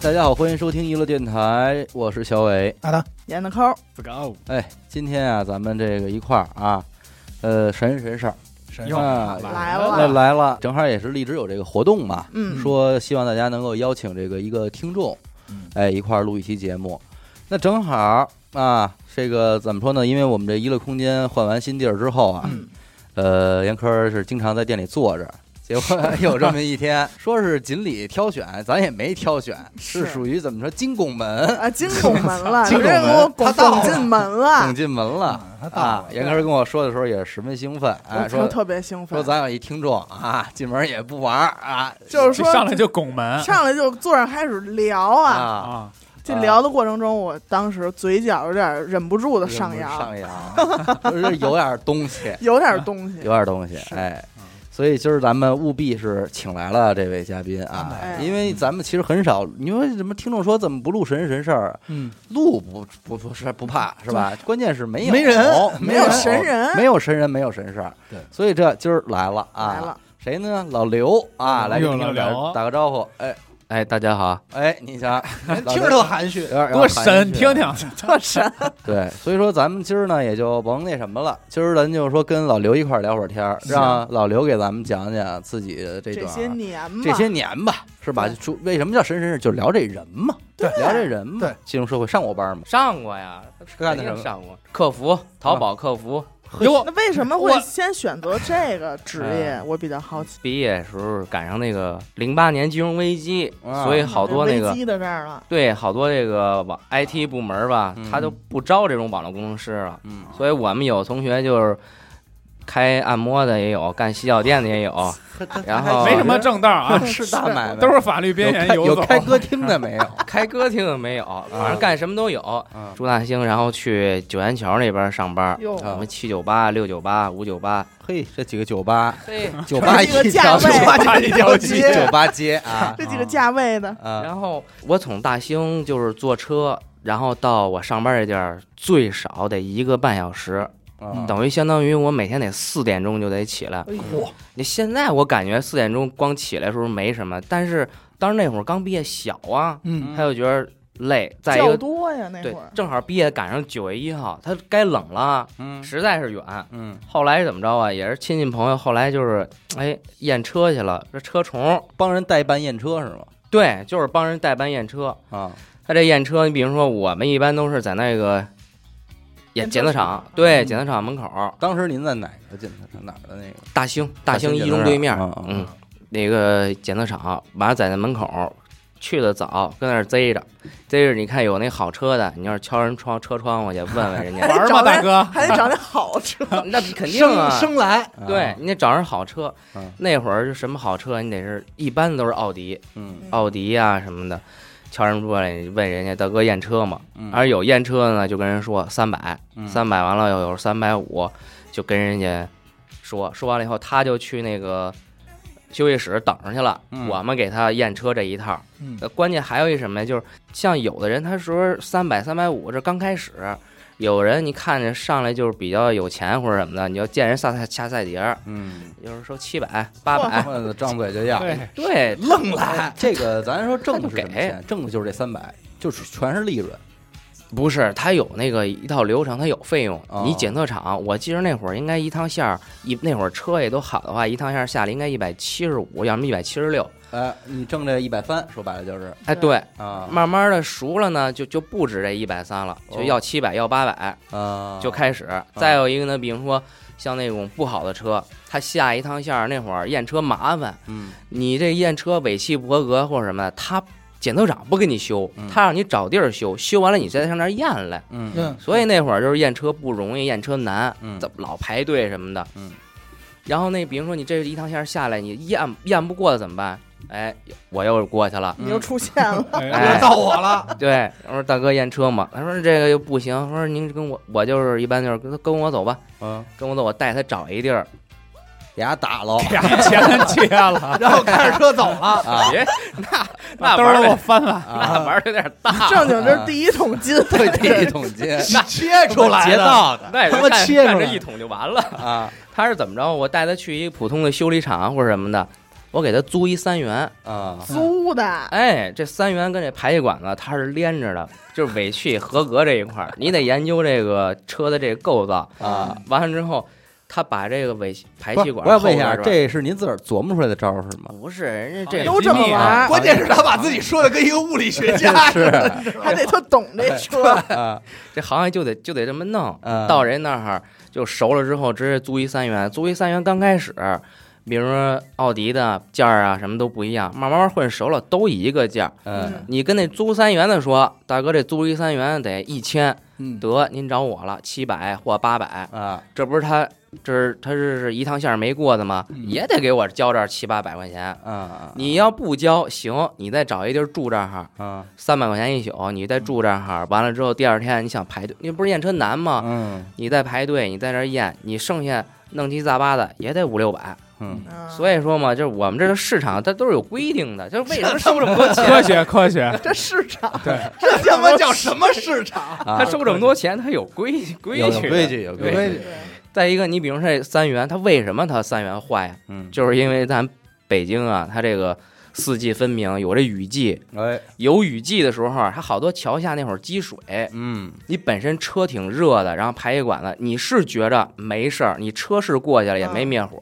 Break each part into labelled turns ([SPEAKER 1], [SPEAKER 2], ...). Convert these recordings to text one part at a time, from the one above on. [SPEAKER 1] 大家好，欢迎收听娱乐电台，我是小伟。
[SPEAKER 2] 阿达，
[SPEAKER 3] 演的抠，
[SPEAKER 2] 不高，
[SPEAKER 1] 哎，今天啊，咱们这个一块儿啊，呃，神神事儿
[SPEAKER 2] 又
[SPEAKER 1] 啊
[SPEAKER 3] 来了
[SPEAKER 1] 那来了，正好也是荔枝有这个活动嘛，
[SPEAKER 3] 嗯
[SPEAKER 1] 说希望大家能够邀请这个一个听众，
[SPEAKER 2] 嗯
[SPEAKER 1] 哎，一块儿录一期节目。那正好啊，这个怎么说呢？因为我们这娱乐空间换完新地儿之后啊，
[SPEAKER 3] 嗯
[SPEAKER 1] 呃，严科是经常在店里坐着。结果有这么一 天，说是锦鲤挑选，咱也没挑选，是
[SPEAKER 3] 是
[SPEAKER 1] 属于怎么说金拱门，
[SPEAKER 3] 啊，进拱门了，
[SPEAKER 1] 进
[SPEAKER 3] 你
[SPEAKER 1] 拱
[SPEAKER 3] 这
[SPEAKER 1] 门
[SPEAKER 3] 给我拱
[SPEAKER 1] 他到了嗯
[SPEAKER 3] 拱进门了
[SPEAKER 1] 拱，进门了
[SPEAKER 2] 啊他到
[SPEAKER 1] 啊！
[SPEAKER 2] 了
[SPEAKER 1] 严科跟我说的时候也是十分兴奋，哎，
[SPEAKER 3] 嗯我
[SPEAKER 1] 说
[SPEAKER 3] 特特别兴
[SPEAKER 1] 说
[SPEAKER 3] 奋，
[SPEAKER 1] 咱有一听众啊，进门也不玩儿啊，
[SPEAKER 3] 就是
[SPEAKER 4] 就
[SPEAKER 3] 说
[SPEAKER 4] 上来就拱门
[SPEAKER 3] 上来就坐上开始聊啊，
[SPEAKER 1] 啊，
[SPEAKER 4] 啊！
[SPEAKER 3] 这聊的过程中，我当时嘴角有点忍不住的上
[SPEAKER 1] 扬
[SPEAKER 3] 扬，
[SPEAKER 1] 上扬， 就是有点东西，
[SPEAKER 3] 有点东西
[SPEAKER 1] 有，点东西，
[SPEAKER 3] 是
[SPEAKER 1] 哎
[SPEAKER 4] 嗯。
[SPEAKER 1] 所以今儿咱们务必是请来了这位嘉宾啊，
[SPEAKER 3] 哎
[SPEAKER 1] 因为咱们其实很少，你说怎么听众说怎么不录神人神事儿，啊
[SPEAKER 2] 嗯，
[SPEAKER 1] 录不不不是不怕是吧？关键是没有
[SPEAKER 2] 没人
[SPEAKER 1] 没
[SPEAKER 3] 没有神人
[SPEAKER 1] 没有神人，没有神事儿，
[SPEAKER 2] 对
[SPEAKER 1] 所以这今儿来了啊，
[SPEAKER 3] 来了，
[SPEAKER 1] 谁呢？老刘啊，来
[SPEAKER 4] 哎
[SPEAKER 1] 跟
[SPEAKER 4] 呦
[SPEAKER 1] 听众
[SPEAKER 4] 老刘
[SPEAKER 1] 打打个招呼。哎
[SPEAKER 5] 哎，大家好，
[SPEAKER 1] 哎，你瞧，
[SPEAKER 2] 听着特含蓄
[SPEAKER 1] 有，点
[SPEAKER 4] 多神，听。
[SPEAKER 1] 有点
[SPEAKER 4] 听，
[SPEAKER 3] 特神，
[SPEAKER 1] 对，所以说咱们今儿呢也就甭那什么了，今儿咱就说跟老刘一块儿聊会儿天儿，让老刘给咱们讲讲自己这
[SPEAKER 3] 这
[SPEAKER 1] 段啊
[SPEAKER 3] 些年嘛，
[SPEAKER 1] 这些年吧，是吧？
[SPEAKER 3] 对
[SPEAKER 1] 就为什么叫神神事？就聊这人嘛，
[SPEAKER 2] 对
[SPEAKER 1] 聊这人嘛。
[SPEAKER 2] 对，
[SPEAKER 1] 进入社会上过班嘛，哎
[SPEAKER 5] 上过呀，
[SPEAKER 1] 干的什
[SPEAKER 5] 肯定
[SPEAKER 1] 么？啊
[SPEAKER 5] 上过客服，淘宝客服。
[SPEAKER 4] 哟
[SPEAKER 3] 那，为什么会
[SPEAKER 4] 我
[SPEAKER 3] 先选择这个职业？我比较好奇，
[SPEAKER 5] 毕业的时候赶上那个零八年金融危机，
[SPEAKER 1] 啊
[SPEAKER 5] 所以好多那
[SPEAKER 3] 危
[SPEAKER 5] 个
[SPEAKER 3] 机的这儿了，
[SPEAKER 5] 对好多这个网 IT 部门吧
[SPEAKER 1] 嗯，
[SPEAKER 5] 他都不招这种网络工程师了。
[SPEAKER 1] 嗯，
[SPEAKER 5] 所以我们有同学就是开按摩的也有，干洗脚店的也有，然后
[SPEAKER 4] 没什么正道啊，
[SPEAKER 1] 是大买卖，
[SPEAKER 4] 都是法律边缘
[SPEAKER 1] 有
[SPEAKER 4] 游走
[SPEAKER 1] 开。歌厅的没有？
[SPEAKER 5] 开歌厅的没有，反正干什么都有。
[SPEAKER 1] 啊
[SPEAKER 5] 朱大兴，然后去九元桥那边上班，
[SPEAKER 3] 哟，
[SPEAKER 1] 啊
[SPEAKER 5] 什么七九八、六九八、五九八，
[SPEAKER 1] 嘿，这几个酒吧，
[SPEAKER 5] 对，
[SPEAKER 1] 酒吧一
[SPEAKER 3] 这个
[SPEAKER 1] 条
[SPEAKER 3] 价
[SPEAKER 1] 街
[SPEAKER 3] 位，
[SPEAKER 1] 一条
[SPEAKER 3] 街
[SPEAKER 1] 酒吧街 啊
[SPEAKER 3] 这几个价位的，
[SPEAKER 1] 啊！
[SPEAKER 5] 然后我从大兴就是坐车，然后到我上班这地儿最少得一个半小时，
[SPEAKER 3] 嗯
[SPEAKER 1] 啊
[SPEAKER 5] 等于相当于我每天得四点钟就得起来。
[SPEAKER 3] 哎呦
[SPEAKER 5] 你现在我感觉四点钟光起来的时候没什么，但是当时那会儿刚毕业小啊，
[SPEAKER 2] 嗯
[SPEAKER 5] 他就觉得累。再一
[SPEAKER 3] 较
[SPEAKER 5] 个，
[SPEAKER 3] 多呀那
[SPEAKER 5] 对
[SPEAKER 3] 会儿，，
[SPEAKER 5] 正好毕业赶上九月一号，他该冷了，
[SPEAKER 1] 嗯
[SPEAKER 5] 实在是远。
[SPEAKER 1] 嗯
[SPEAKER 5] 后来怎么着啊？也是亲戚朋友，后来就是哎验车去了，这车虫，
[SPEAKER 1] 帮人代办验车是吗？
[SPEAKER 5] 对，就是帮人代办验车。
[SPEAKER 1] 啊，
[SPEAKER 5] 他这验车，你比如说我们一般都是在那个
[SPEAKER 3] 验
[SPEAKER 5] 检
[SPEAKER 3] 车
[SPEAKER 5] 检测
[SPEAKER 3] 场
[SPEAKER 5] 厂，
[SPEAKER 1] 嗯
[SPEAKER 5] 对，检测厂门口儿，
[SPEAKER 1] 当时您在哪个进的哪儿的那个？
[SPEAKER 5] 大兴大兴
[SPEAKER 1] 兴
[SPEAKER 5] 一
[SPEAKER 1] 检测
[SPEAKER 5] 中
[SPEAKER 1] 场
[SPEAKER 5] 对面
[SPEAKER 1] 嗯嗯，
[SPEAKER 5] 嗯，那个检测厂，完了在那门口儿去的早，跟那儿贼着，贼着，你看有那好车的，你要是敲人窗车窗户去问 问人家，
[SPEAKER 4] 玩
[SPEAKER 3] 找
[SPEAKER 4] 吗，
[SPEAKER 3] 人
[SPEAKER 4] 大哥？
[SPEAKER 3] 还得找那好车，
[SPEAKER 5] 那 肯定啊。
[SPEAKER 2] 来，
[SPEAKER 1] 啊
[SPEAKER 5] 对，，你得找人好车
[SPEAKER 1] 嗯。
[SPEAKER 5] 那会儿就什么好车，你得是一般都是奥迪、
[SPEAKER 1] 嗯
[SPEAKER 5] 奥迪呀、什么的。敲人过来，你问人家大哥验车吗？
[SPEAKER 1] 嗯，
[SPEAKER 5] 而有验车的呢，就跟人说三百，
[SPEAKER 1] 嗯
[SPEAKER 5] 三百完了有时候三百五，就跟人家说，说完了以后，他就去那个休息室等着去了。
[SPEAKER 1] 嗯
[SPEAKER 5] 我们给他验车这一套。
[SPEAKER 2] 嗯
[SPEAKER 5] 呃，关键还有一什么呀？就是像有的人，他说三百、三百五，这刚开始。有人你看着上来就是比较有钱或者什么的，你就见人下菜下菜碟儿，
[SPEAKER 1] 嗯，
[SPEAKER 5] 有人说七百、八百，
[SPEAKER 1] 哎，张嘴就要，
[SPEAKER 4] 对，
[SPEAKER 5] 对，
[SPEAKER 2] 愣来，
[SPEAKER 1] 这个咱说挣的是什么
[SPEAKER 5] 他就给
[SPEAKER 1] 钱？挣的就是这三百，就是全是利润。
[SPEAKER 5] 不是，他有那个一套流程，他有费用。
[SPEAKER 1] 哦
[SPEAKER 5] 你检测厂，我记得那会儿应该一趟线儿，一那会儿车也都好的话，一趟线儿下来应该一百七十五，要么一百七十六。
[SPEAKER 1] 哎，你挣这一百三，说白了就是
[SPEAKER 5] 哎，
[SPEAKER 3] 对
[SPEAKER 5] 对，
[SPEAKER 1] 啊
[SPEAKER 5] 慢慢的熟了呢，就就不止这一百三了，
[SPEAKER 1] 哦
[SPEAKER 5] 就要七百，要八百
[SPEAKER 1] 啊，
[SPEAKER 5] 就开始。再有一个呢，比如说像那种不好的车，他下一趟线儿那会儿验车麻烦，
[SPEAKER 1] 嗯
[SPEAKER 5] 你这验车尾气不合格或者什么的，他检测厂不给你修
[SPEAKER 1] 嗯，
[SPEAKER 5] 他让你找地儿修，修完了你再上那儿验来。
[SPEAKER 1] 嗯
[SPEAKER 2] 嗯，
[SPEAKER 5] 所以那会儿就是验车不容易，验车难，
[SPEAKER 1] 嗯
[SPEAKER 5] 怎么老排队什么的。
[SPEAKER 1] 嗯，
[SPEAKER 5] 然后那比如说你这一趟线下来，你验验不过怎么办？哎，我又过去了。
[SPEAKER 1] 嗯
[SPEAKER 3] 你又出现了，
[SPEAKER 4] 哎
[SPEAKER 5] 哎
[SPEAKER 2] 轮到我 了，
[SPEAKER 5] 对，我说大哥验车嘛，他说这个又不行，我说您跟我，我就是一般就是跟跟我走吧，
[SPEAKER 1] 嗯，
[SPEAKER 5] 跟我走，我带他找一地儿，
[SPEAKER 1] 给他打 了，
[SPEAKER 4] 俩钱接了，
[SPEAKER 2] 然后开着车走了。
[SPEAKER 1] 啊
[SPEAKER 5] 别 那
[SPEAKER 4] 把
[SPEAKER 5] 那
[SPEAKER 4] 兜
[SPEAKER 5] 玩
[SPEAKER 4] 儿
[SPEAKER 5] 儿
[SPEAKER 4] 给我
[SPEAKER 5] 的
[SPEAKER 4] 翻翻，
[SPEAKER 5] 那玩儿有点大，
[SPEAKER 3] 正经这是第一桶金，
[SPEAKER 2] 嗯
[SPEAKER 1] 对，第一桶 金
[SPEAKER 2] 切出来
[SPEAKER 1] 劫道
[SPEAKER 2] 的，
[SPEAKER 5] 那也就
[SPEAKER 1] 他妈
[SPEAKER 5] 干
[SPEAKER 1] 切出
[SPEAKER 5] 干这
[SPEAKER 1] 来
[SPEAKER 5] 一桶就完了。
[SPEAKER 1] 啊
[SPEAKER 5] 他是怎么着？我带他去一普通的修理厂或者什么的，我给他租一三元，
[SPEAKER 1] 啊，
[SPEAKER 3] 租的，
[SPEAKER 5] 哎，这三元跟这排气管子它是连 着的，就是尾气合格这一块儿，你得研究这个车的这个构造
[SPEAKER 1] 啊。
[SPEAKER 5] 完了之后，他把这个尾气排
[SPEAKER 1] 不
[SPEAKER 5] 气
[SPEAKER 1] 是，
[SPEAKER 5] 管
[SPEAKER 1] 我要问一
[SPEAKER 5] 后
[SPEAKER 1] 下，
[SPEAKER 5] 边
[SPEAKER 1] 这哎是您自个儿琢磨出来的招儿是吗？
[SPEAKER 5] 不是人家这
[SPEAKER 3] 都这么玩
[SPEAKER 5] 啊
[SPEAKER 3] 儿，
[SPEAKER 2] 关键是他把自己说的跟一个物理学家似的，你知道吗
[SPEAKER 3] 还得他懂这车，
[SPEAKER 1] 啊，
[SPEAKER 5] 这行业就得就得这么弄。
[SPEAKER 1] 嗯
[SPEAKER 5] 到人那儿就熟了之后，直接租一三元，租一三元刚开始，比如说奥迪的件儿啊，什么都不一样，慢慢慢混熟了都一个价儿。
[SPEAKER 1] 嗯
[SPEAKER 5] 你跟那租三元的说，大哥这租一三元得一千，
[SPEAKER 1] 嗯
[SPEAKER 5] 得您找我了，七百或八百，
[SPEAKER 1] 啊，
[SPEAKER 5] 这不是他这是他这是一趟线儿没过的吗？
[SPEAKER 1] 嗯
[SPEAKER 5] 也得给我交这儿七八百块钱。
[SPEAKER 1] 啊啊
[SPEAKER 5] 你要不交行，你再找一地儿住这儿，
[SPEAKER 1] 啊，
[SPEAKER 5] 三百块钱一宿，你再住这儿，完了之后第二天你想排队，那不是验车难吗？
[SPEAKER 1] 嗯
[SPEAKER 5] 你再排队，你在那儿验，你剩下弄七杂八的也得五六百。
[SPEAKER 1] 嗯，
[SPEAKER 3] 嗯
[SPEAKER 5] 所以说嘛，就是我们这个市场它都是有规定的，就是为什么收这么多 钱？
[SPEAKER 4] 科学科 学，
[SPEAKER 3] 这市场
[SPEAKER 2] 这他妈叫什么市场？
[SPEAKER 1] 啊
[SPEAKER 5] 他收这么多钱，他有规规
[SPEAKER 1] 有有
[SPEAKER 5] 矩，
[SPEAKER 1] 规。矩，有规
[SPEAKER 5] 对
[SPEAKER 1] 矩，
[SPEAKER 3] 对
[SPEAKER 5] 再一个，你比如说这三元，它为什么它三元坏啊呀、
[SPEAKER 1] 嗯，
[SPEAKER 5] 就是因为咱北京啊，它这个四季分明，有这雨季，
[SPEAKER 1] 哎，
[SPEAKER 5] 有雨季的时候，啊它好多桥下那会儿积水，
[SPEAKER 1] 嗯
[SPEAKER 5] 你本身车挺热的，然后排气管子，你是觉着没事儿，你车是过去了也没灭火，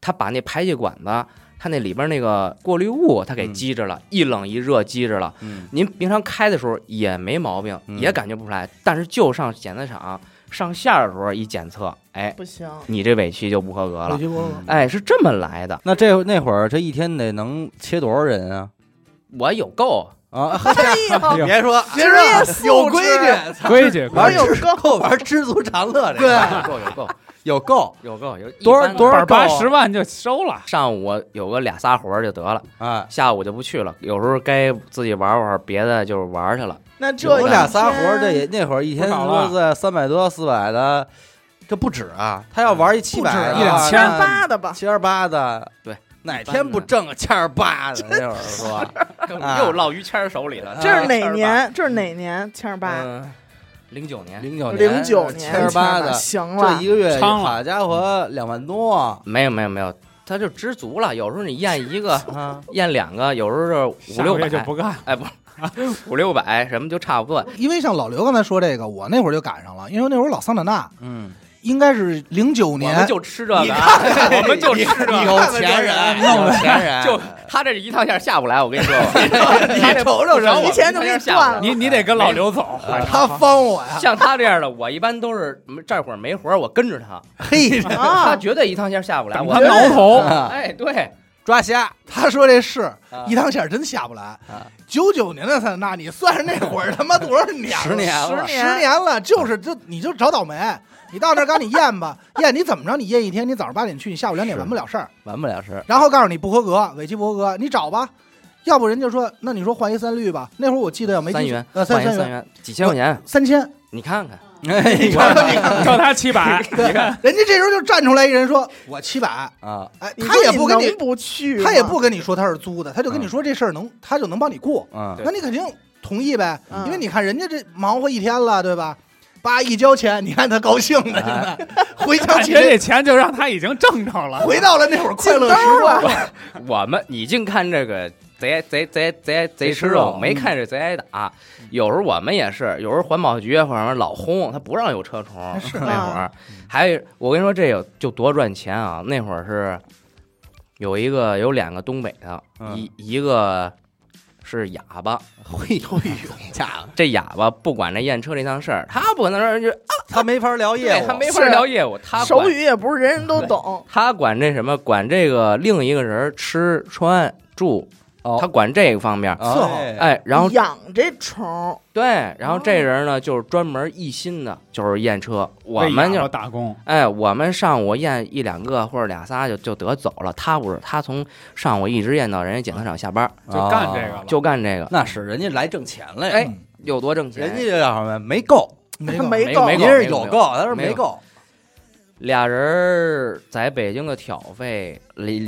[SPEAKER 5] 他把那排气管子，他那里边那个过滤物，他给
[SPEAKER 1] 嗯
[SPEAKER 5] 积着了，一冷一热积着了。
[SPEAKER 1] 嗯
[SPEAKER 5] 您平常开的时候也没毛病，
[SPEAKER 1] 嗯
[SPEAKER 5] 也感觉不出来，但是就上检测场上线儿的时候一检测，哎，
[SPEAKER 3] 不行，
[SPEAKER 5] 你这尾气就不合格了，
[SPEAKER 1] 嗯，
[SPEAKER 5] 哎，是这么来的。
[SPEAKER 1] 那这那会儿这一天得能切多少人啊？
[SPEAKER 5] 我有够，
[SPEAKER 1] 啊，
[SPEAKER 3] 哎 呦，
[SPEAKER 2] 别说，
[SPEAKER 3] 职业素质
[SPEAKER 2] 有规矩，
[SPEAKER 4] 规矩规
[SPEAKER 3] 玩儿有
[SPEAKER 4] 矩，
[SPEAKER 3] 够，
[SPEAKER 1] 够玩知足常乐这
[SPEAKER 2] 对
[SPEAKER 1] 个，
[SPEAKER 5] 有够，有够，
[SPEAKER 1] 有够
[SPEAKER 5] 有够，
[SPEAKER 1] 多少
[SPEAKER 5] 有一般的
[SPEAKER 1] 多少
[SPEAKER 4] 本儿
[SPEAKER 1] 够啊
[SPEAKER 4] 八十万就收了，
[SPEAKER 5] 上午我有个俩仨活儿就得了。
[SPEAKER 1] 啊！
[SPEAKER 5] 下午就不去了，有时候该自己玩玩别的，就是玩去了。
[SPEAKER 3] 那这
[SPEAKER 1] 我俩
[SPEAKER 3] 一
[SPEAKER 1] 仨活
[SPEAKER 3] 天
[SPEAKER 1] 儿，这也那会儿一天
[SPEAKER 4] 不少
[SPEAKER 1] 说
[SPEAKER 4] 了
[SPEAKER 1] 在三百多四百的，这不止啊！他要玩一七百
[SPEAKER 4] 不止一两千
[SPEAKER 3] 千八的吧，
[SPEAKER 1] 七二八的，
[SPEAKER 5] 对，
[SPEAKER 1] 哪天不挣个千二八的？那会儿说，啊
[SPEAKER 5] 又落于谦儿手里了
[SPEAKER 2] 嗯
[SPEAKER 1] 啊
[SPEAKER 3] 这是哪？年？这是哪年？千
[SPEAKER 5] 嗯
[SPEAKER 3] 二八，
[SPEAKER 5] 零九年
[SPEAKER 1] 零九
[SPEAKER 3] 零九年，
[SPEAKER 1] 千二八的，
[SPEAKER 3] 行
[SPEAKER 1] 这
[SPEAKER 3] 了
[SPEAKER 1] 一，个月
[SPEAKER 4] 昌了
[SPEAKER 1] 好家伙两万多啊，
[SPEAKER 5] 没有没有没有，他就知足了。有时候你验一个
[SPEAKER 1] 啊！
[SPEAKER 5] 验两个，有时候是
[SPEAKER 4] 下个
[SPEAKER 5] 五六
[SPEAKER 4] 月就
[SPEAKER 5] 百，
[SPEAKER 4] 不干了，
[SPEAKER 5] 哎不，五六百什么就差不多。
[SPEAKER 2] 因为像老刘刚才说这个，我那会儿就赶上了，因为那会儿老桑塔纳
[SPEAKER 1] 嗯，
[SPEAKER 2] 应该是零九
[SPEAKER 5] 我
[SPEAKER 2] 年，
[SPEAKER 5] 们 就吃这
[SPEAKER 2] 你
[SPEAKER 5] 个啊， 我们就吃这个。
[SPEAKER 1] 有钱人，有钱 人，
[SPEAKER 5] 就他这一趟线下不来，我跟你说吧，
[SPEAKER 1] 你瞅瞅
[SPEAKER 5] 找我
[SPEAKER 1] 人
[SPEAKER 3] 提前就给你断了
[SPEAKER 4] 你你得跟老刘走，啊
[SPEAKER 2] 他帮我呀，
[SPEAKER 5] 像他这样的，我一般都是这会儿没活儿，我跟着他，
[SPEAKER 1] 嘿，
[SPEAKER 5] 他
[SPEAKER 3] 啊，
[SPEAKER 5] 绝对一趟线下不来。
[SPEAKER 4] 等
[SPEAKER 5] 我
[SPEAKER 4] 他挠头，
[SPEAKER 5] 哎，对，
[SPEAKER 1] 抓瞎
[SPEAKER 2] 他说这是
[SPEAKER 1] 啊
[SPEAKER 2] 一趟线儿真下不来
[SPEAKER 1] 啊。
[SPEAKER 2] 九九年的桑塔纳，你算是那会儿他妈多少年了？
[SPEAKER 1] 十年了
[SPEAKER 2] 十十年了，就是就你就找倒霉。你到那儿赶紧验吧，验你怎么着？你验一天，你早上八点去，你下午两点
[SPEAKER 1] 是
[SPEAKER 2] 完不了事儿。
[SPEAKER 1] 完不了事。
[SPEAKER 2] 然后告诉你不合格，尾气不合格，你找吧。要不人就说，那你说换一三绿吧。那会儿我记得要没记
[SPEAKER 5] 三元，
[SPEAKER 2] 呃
[SPEAKER 5] 换
[SPEAKER 2] 三
[SPEAKER 5] 一
[SPEAKER 2] 三
[SPEAKER 5] 三元，几千块钱，
[SPEAKER 2] 三千。
[SPEAKER 5] 你看看，
[SPEAKER 1] 哎，你
[SPEAKER 2] 看
[SPEAKER 1] 看
[SPEAKER 4] 照他七百，
[SPEAKER 2] 对， 人家这时候就站出来一人说，我七百。
[SPEAKER 1] 啊，
[SPEAKER 2] 哎，
[SPEAKER 3] 你
[SPEAKER 2] 他
[SPEAKER 3] 说
[SPEAKER 2] 也
[SPEAKER 3] 你
[SPEAKER 2] 不跟你
[SPEAKER 3] 能，不去吗，
[SPEAKER 2] 他也不跟你说他是租的，他就跟你说这事儿能，他就能帮你过。
[SPEAKER 1] 嗯，
[SPEAKER 2] 那你肯定同意呗，
[SPEAKER 3] 嗯
[SPEAKER 2] 因为你看人家这忙活一天了，对吧？叭一交钱，你看他高兴的，
[SPEAKER 1] 哎
[SPEAKER 2] 真的回想
[SPEAKER 4] 感
[SPEAKER 2] 起
[SPEAKER 4] 觉
[SPEAKER 2] 这
[SPEAKER 4] 这钱就让他已经挣着了。
[SPEAKER 2] 回到了那会儿
[SPEAKER 3] 进
[SPEAKER 2] 快
[SPEAKER 3] 啊兜
[SPEAKER 1] 哎
[SPEAKER 2] 乐时光。
[SPEAKER 3] 了，
[SPEAKER 5] 我们你净看这个贼贼贼贼贼吃肉，没看这贼挨打。有时候我们也是，有时候环保局或者老轰，他不让有车虫。那会儿还有我跟你说，这有就多赚钱啊！那会儿是有一个有两个东北的，
[SPEAKER 1] 嗯
[SPEAKER 5] 一一个是哑巴，
[SPEAKER 1] 嘿呦哎呦， 家伙，
[SPEAKER 5] 这哑巴不管这验车这档事儿，他不可能说就
[SPEAKER 1] 他没法聊业
[SPEAKER 5] 对
[SPEAKER 1] 务，
[SPEAKER 5] 他没法聊业务，他管
[SPEAKER 3] 手语也不是人人都懂，
[SPEAKER 5] 他管这什么？管这个另一个人吃穿住，
[SPEAKER 1] 哦
[SPEAKER 5] 他管这个方面。
[SPEAKER 1] 啊
[SPEAKER 2] 伺候
[SPEAKER 5] 哎，然后
[SPEAKER 3] 养这虫儿，
[SPEAKER 5] 对，然后这人呢就是专门一心的，就是验车。我
[SPEAKER 4] 为
[SPEAKER 5] 们
[SPEAKER 4] 养
[SPEAKER 5] 就
[SPEAKER 4] 着打工，
[SPEAKER 5] 哎，我们上午验一两个或者俩仨就就得走了。他不是，他从上午一直验到人家检测厂下班，
[SPEAKER 4] 就干这个
[SPEAKER 1] 啊
[SPEAKER 4] 了，
[SPEAKER 5] 就干这个，
[SPEAKER 1] 那是人家来挣钱来，
[SPEAKER 5] 哎，有多挣钱？
[SPEAKER 1] 人家这叫什么？没够，
[SPEAKER 2] 没
[SPEAKER 3] 他
[SPEAKER 2] 够
[SPEAKER 3] 没
[SPEAKER 5] 没
[SPEAKER 3] 够，
[SPEAKER 5] 没
[SPEAKER 1] 人
[SPEAKER 5] 够
[SPEAKER 1] 家是有
[SPEAKER 5] 没
[SPEAKER 1] 够，他说没
[SPEAKER 5] 没
[SPEAKER 1] 够，
[SPEAKER 5] 俩人儿在北京的挑费、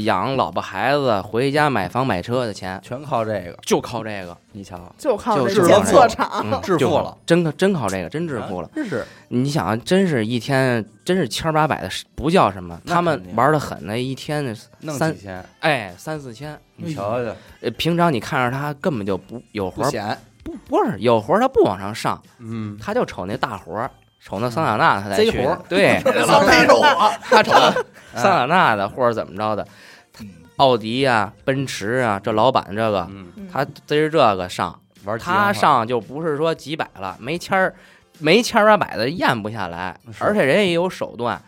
[SPEAKER 5] 养老婆孩子、回家买房买车的钱，
[SPEAKER 1] 全靠这个，
[SPEAKER 5] 就靠这个。你瞧，
[SPEAKER 3] 就靠
[SPEAKER 5] 就
[SPEAKER 3] 这
[SPEAKER 1] 是
[SPEAKER 3] 检测
[SPEAKER 1] 我
[SPEAKER 3] 厂，
[SPEAKER 5] 嗯
[SPEAKER 1] 致富
[SPEAKER 5] 就靠
[SPEAKER 1] 了，
[SPEAKER 5] 真靠真靠这个，真致富了。
[SPEAKER 1] 真是
[SPEAKER 5] 你想啊，真是一天，真是千儿八百的，是不叫什么。
[SPEAKER 1] 那
[SPEAKER 5] 他们
[SPEAKER 1] 肯定
[SPEAKER 5] 玩的狠的，一天那
[SPEAKER 1] 弄
[SPEAKER 5] 三
[SPEAKER 1] 几千，
[SPEAKER 5] 哎三四千。
[SPEAKER 1] 你瞧瞧，
[SPEAKER 5] 呃平常你看着他根本就不有
[SPEAKER 1] 不
[SPEAKER 5] 活儿，
[SPEAKER 1] 显，
[SPEAKER 5] 不不是有活儿他不往上上，
[SPEAKER 1] 嗯，
[SPEAKER 5] 他就瞅那大活儿，瞅那桑塔纳他才
[SPEAKER 1] 贼
[SPEAKER 5] 去
[SPEAKER 1] 活
[SPEAKER 5] 呢
[SPEAKER 1] 儿。
[SPEAKER 5] 对，
[SPEAKER 2] 老逮着我，
[SPEAKER 5] 他瞅
[SPEAKER 1] 啊
[SPEAKER 5] 桑塔纳的或者怎么着的
[SPEAKER 2] 嗯，
[SPEAKER 5] 奥迪啊、奔驰啊，这老板这个
[SPEAKER 1] 嗯，
[SPEAKER 3] 嗯
[SPEAKER 5] 他逮着这个上，
[SPEAKER 1] 玩儿
[SPEAKER 5] 他
[SPEAKER 1] 极限化
[SPEAKER 5] 上就不是说几百了，没千儿，没千儿八百的验不下来，
[SPEAKER 1] 是
[SPEAKER 5] 而且人家也有手段。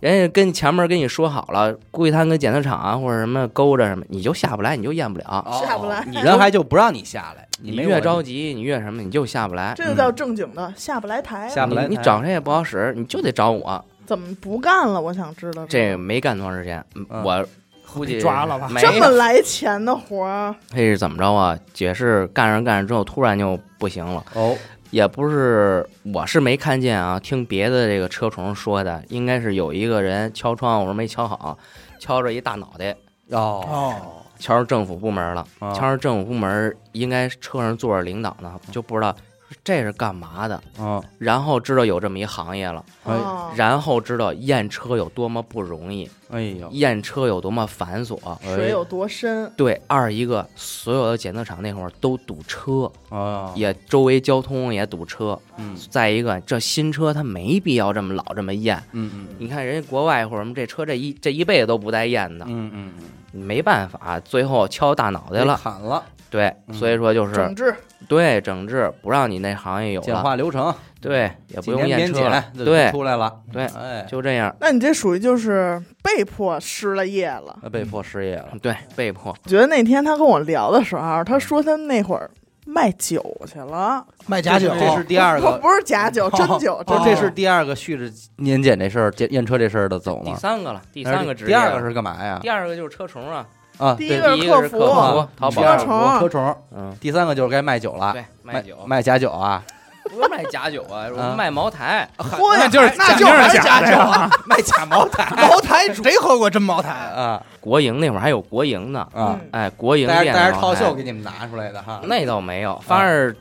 [SPEAKER 5] 人家跟前面跟你说好了，估计他跟检测厂啊或者什么勾着什么，你就下不来，你就验不了。
[SPEAKER 1] 哦
[SPEAKER 3] 下不来
[SPEAKER 1] 你人还就不让你下来，
[SPEAKER 5] 你
[SPEAKER 1] 没
[SPEAKER 5] 越
[SPEAKER 1] 我
[SPEAKER 5] 着急，你越什么，你就下不来。
[SPEAKER 3] 这就叫正经的下不来台啊。
[SPEAKER 1] 嗯下不来
[SPEAKER 5] 你你
[SPEAKER 1] 台
[SPEAKER 5] 找谁也不好使，你就得找我。
[SPEAKER 3] 怎么不干了？我想知道
[SPEAKER 5] 这
[SPEAKER 3] 个
[SPEAKER 5] 没干多长时间，
[SPEAKER 1] 嗯
[SPEAKER 5] 我估计
[SPEAKER 4] 抓了吧
[SPEAKER 5] 没
[SPEAKER 3] 这么来钱的活儿，
[SPEAKER 5] 这是怎么着啊？解释干着干着之后，突然就不行了。
[SPEAKER 1] 哦，
[SPEAKER 5] 也不是，我是没看见啊，听别的这个车虫说的，应该是有一个人敲窗户时候没敲好，敲着一大脑袋，
[SPEAKER 1] 哦，
[SPEAKER 2] 哦，
[SPEAKER 5] 敲着政府部门了，
[SPEAKER 1] 啊
[SPEAKER 5] 敲着政府部门，应该车上坐着领导呢，就不知道这是干嘛的。
[SPEAKER 1] 嗯，
[SPEAKER 5] 然后知道有这么一行业了，
[SPEAKER 1] 哎
[SPEAKER 3] 哦
[SPEAKER 5] 然后知道验车有多么不容易，
[SPEAKER 1] 哎呦，哎
[SPEAKER 5] 验车有多么繁琐。
[SPEAKER 3] 水有多深？
[SPEAKER 5] 对，二一个所有的检测厂那会儿都堵车，
[SPEAKER 1] 啊，
[SPEAKER 5] 也周围交通也堵车，
[SPEAKER 1] 嗯
[SPEAKER 5] 再一个，这新车它没必要这么老这么验。
[SPEAKER 1] 嗯嗯
[SPEAKER 5] 你看人家国外或者什么，这车这一这一辈子都不带验的，
[SPEAKER 1] 嗯嗯嗯，
[SPEAKER 5] 没办法，最后敲大脑袋
[SPEAKER 1] 被
[SPEAKER 5] 了。
[SPEAKER 1] 砍了，
[SPEAKER 5] 对，
[SPEAKER 1] 嗯
[SPEAKER 5] 所以说就是
[SPEAKER 3] 整治
[SPEAKER 5] 对整治，不让你那行业有
[SPEAKER 1] 简
[SPEAKER 5] 了，
[SPEAKER 1] 化流程，
[SPEAKER 5] 对，也不用
[SPEAKER 1] 几年
[SPEAKER 5] 验
[SPEAKER 1] 免
[SPEAKER 5] 车了，
[SPEAKER 1] 检就
[SPEAKER 5] 对
[SPEAKER 1] 出来了，
[SPEAKER 5] 对
[SPEAKER 1] 哎，
[SPEAKER 5] 就这样，
[SPEAKER 3] 那你这属于就是被迫失了业了。
[SPEAKER 1] 被迫失业了，
[SPEAKER 5] 对，被迫
[SPEAKER 3] 觉得那天他跟我聊的时候，
[SPEAKER 1] 嗯
[SPEAKER 3] 他说他那会儿卖酒去了，
[SPEAKER 2] 卖假
[SPEAKER 4] 嗯
[SPEAKER 3] 哦
[SPEAKER 2] 酒，
[SPEAKER 1] 这是第二
[SPEAKER 3] 不
[SPEAKER 1] 个。
[SPEAKER 3] 不是假酒，
[SPEAKER 2] 哦
[SPEAKER 3] 真酒，真
[SPEAKER 1] 哦这
[SPEAKER 3] 酒
[SPEAKER 1] 这是第二个续着年检这事儿，检验车这事儿的走
[SPEAKER 5] 第
[SPEAKER 1] 吗？
[SPEAKER 5] 三个了，第三个职业，
[SPEAKER 1] 第二个是干嘛呀？
[SPEAKER 5] 第二个就是车虫啊，
[SPEAKER 1] 啊，
[SPEAKER 3] 第
[SPEAKER 1] 对
[SPEAKER 3] 一
[SPEAKER 5] 对
[SPEAKER 3] 个
[SPEAKER 5] 第
[SPEAKER 3] 是
[SPEAKER 5] 一个
[SPEAKER 3] 客
[SPEAKER 5] 是
[SPEAKER 3] 服，
[SPEAKER 5] 客
[SPEAKER 1] 服
[SPEAKER 5] 淘
[SPEAKER 3] 车
[SPEAKER 5] 宝，
[SPEAKER 3] 虫儿
[SPEAKER 1] 车虫，
[SPEAKER 5] 嗯，
[SPEAKER 1] 第三个就是该卖酒了，
[SPEAKER 5] 对，卖
[SPEAKER 1] 卖
[SPEAKER 5] 酒，
[SPEAKER 1] 卖假酒啊，
[SPEAKER 5] 不是卖假酒啊，
[SPEAKER 1] 啊
[SPEAKER 5] 卖茅台，
[SPEAKER 2] 嚯呀，
[SPEAKER 4] 那就是
[SPEAKER 2] 那就
[SPEAKER 4] 那就
[SPEAKER 2] 是
[SPEAKER 4] 是
[SPEAKER 2] 假
[SPEAKER 4] 假
[SPEAKER 2] 酒
[SPEAKER 4] 的
[SPEAKER 2] 啊，
[SPEAKER 1] 卖假茅台
[SPEAKER 2] 茅台谁喝过真茅
[SPEAKER 5] 哎
[SPEAKER 2] 台？
[SPEAKER 1] 啊
[SPEAKER 5] 国营那会儿还有国营呢，
[SPEAKER 1] 啊！
[SPEAKER 3] 嗯
[SPEAKER 5] 哎，国营
[SPEAKER 1] 带
[SPEAKER 5] 店
[SPEAKER 1] 着
[SPEAKER 5] 的
[SPEAKER 1] 带着
[SPEAKER 5] 茅
[SPEAKER 1] 套
[SPEAKER 5] 台
[SPEAKER 1] 袖给你们拿出来的哈，
[SPEAKER 5] 那倒没有，反正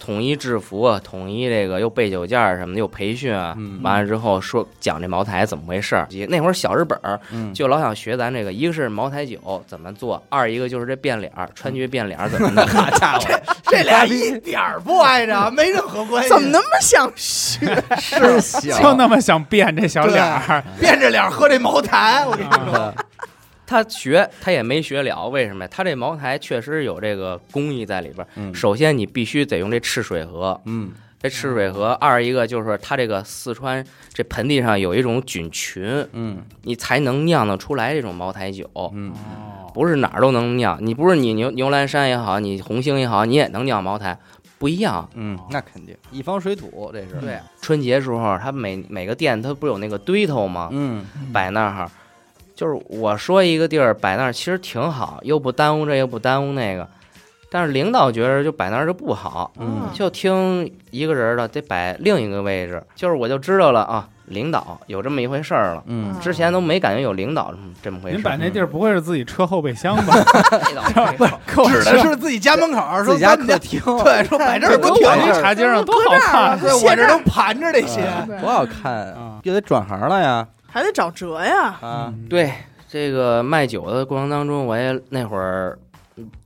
[SPEAKER 5] 统一制服啊，统一这个又备酒件儿什么的，又培训啊。
[SPEAKER 1] 嗯
[SPEAKER 5] 完了之后说讲这茅台怎么回事儿，那会儿小日本儿
[SPEAKER 1] 嗯
[SPEAKER 5] 就老想学咱这个，一个是茅台酒怎么做，二一个就是这变脸儿，川剧变脸儿怎么 弄，好家伙，
[SPEAKER 2] 这俩一点儿不挨着啊，没任何关系。
[SPEAKER 3] 怎么那么想学？
[SPEAKER 1] 是行
[SPEAKER 4] 就那么想变这小脸儿，
[SPEAKER 2] 变着脸儿喝这茅台？我跟你说，
[SPEAKER 1] 啊
[SPEAKER 5] 他学他也没学了，为什么呀？他这茅台确实有这个工艺在里边儿。
[SPEAKER 1] 嗯
[SPEAKER 5] 首先你必须得用这赤水河，
[SPEAKER 1] 嗯
[SPEAKER 5] 这赤水河；二一个就是它这个四川这盆地上有一种菌群，
[SPEAKER 1] 嗯
[SPEAKER 5] 你才能酿得出来这种茅台酒。
[SPEAKER 1] 嗯
[SPEAKER 4] 哦
[SPEAKER 5] 不是哪儿都能酿，你不是你牛牛栏山也好，你红星也好，你也能酿茅台，不一样。
[SPEAKER 1] 嗯，那肯定一方水土这是，
[SPEAKER 5] 对，春节时候，他每每个店他不是有那个堆头吗？
[SPEAKER 1] 嗯
[SPEAKER 5] 摆那儿，就是我说一个地儿摆那儿，其实挺好，又不耽误这，又不耽误那个。但是领导觉着就摆那儿就不好，
[SPEAKER 2] 哦
[SPEAKER 1] 嗯
[SPEAKER 5] 就听一个人的得摆另一个位置，就是我就知道了啊，领导有这么一回事儿了。
[SPEAKER 1] 嗯，
[SPEAKER 5] 之前都没感觉有领导这么这么回事儿。
[SPEAKER 4] 您摆那地儿不会是自己车后备箱吧？
[SPEAKER 5] 这 倒没 有
[SPEAKER 4] 可我
[SPEAKER 2] 指的是自己家门口儿，说
[SPEAKER 1] 自己家
[SPEAKER 2] 咱们
[SPEAKER 1] 客厅
[SPEAKER 2] 对，说摆这儿多
[SPEAKER 4] 跟
[SPEAKER 2] 挺
[SPEAKER 4] 我
[SPEAKER 2] 好
[SPEAKER 4] 那
[SPEAKER 2] 看，
[SPEAKER 4] 茶几上多好看，
[SPEAKER 2] 对我这都盘着这些。
[SPEAKER 1] 啊多好看啊
[SPEAKER 4] 啊！
[SPEAKER 1] 又得转行了呀
[SPEAKER 3] 还得找辙呀，
[SPEAKER 2] 嗯
[SPEAKER 1] 啊！
[SPEAKER 4] 嗯
[SPEAKER 5] 对这个卖酒的过程当中，我也那会儿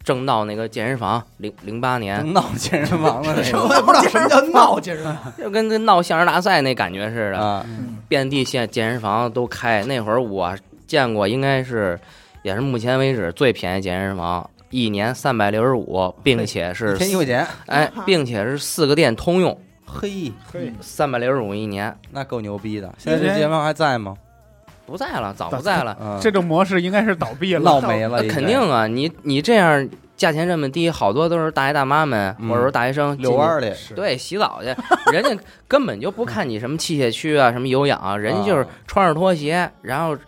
[SPEAKER 5] 正闹那个健身房，零零八年，
[SPEAKER 1] 闹健身房的那
[SPEAKER 2] 我也不知道什 么叫闹劲儿啊，
[SPEAKER 5] 就跟跟闹相声大赛那感觉似
[SPEAKER 1] 个
[SPEAKER 4] 嗯
[SPEAKER 5] 的，
[SPEAKER 1] 啊，
[SPEAKER 5] 遍地现健身房都开。那会儿我见过，应该是也是目前为止最便宜健身房，一年三百六十五，并且
[SPEAKER 1] 一
[SPEAKER 5] 是
[SPEAKER 1] 天一块钱，
[SPEAKER 5] 哎，并且是四个店通用，
[SPEAKER 1] 嘿，
[SPEAKER 4] 嘿
[SPEAKER 5] 三百六十五一年。
[SPEAKER 1] 那够牛逼的！现在这健身房还在吗？
[SPEAKER 5] 不
[SPEAKER 2] 啊
[SPEAKER 5] 在了，早不在了，
[SPEAKER 1] 嗯，
[SPEAKER 4] 这种模式应该是倒闭了。
[SPEAKER 1] 闹没了
[SPEAKER 5] 那，
[SPEAKER 1] 应该
[SPEAKER 5] 肯定啊！你你这样价钱这么低，好多都是大爷大妈们
[SPEAKER 1] 嗯
[SPEAKER 5] 或者说大学生
[SPEAKER 1] 遛弯儿
[SPEAKER 5] 进
[SPEAKER 1] 去，
[SPEAKER 5] 去对洗澡去，人家根本就不看你什么器械区啊，什么有氧啊，人家就是穿着拖鞋，然后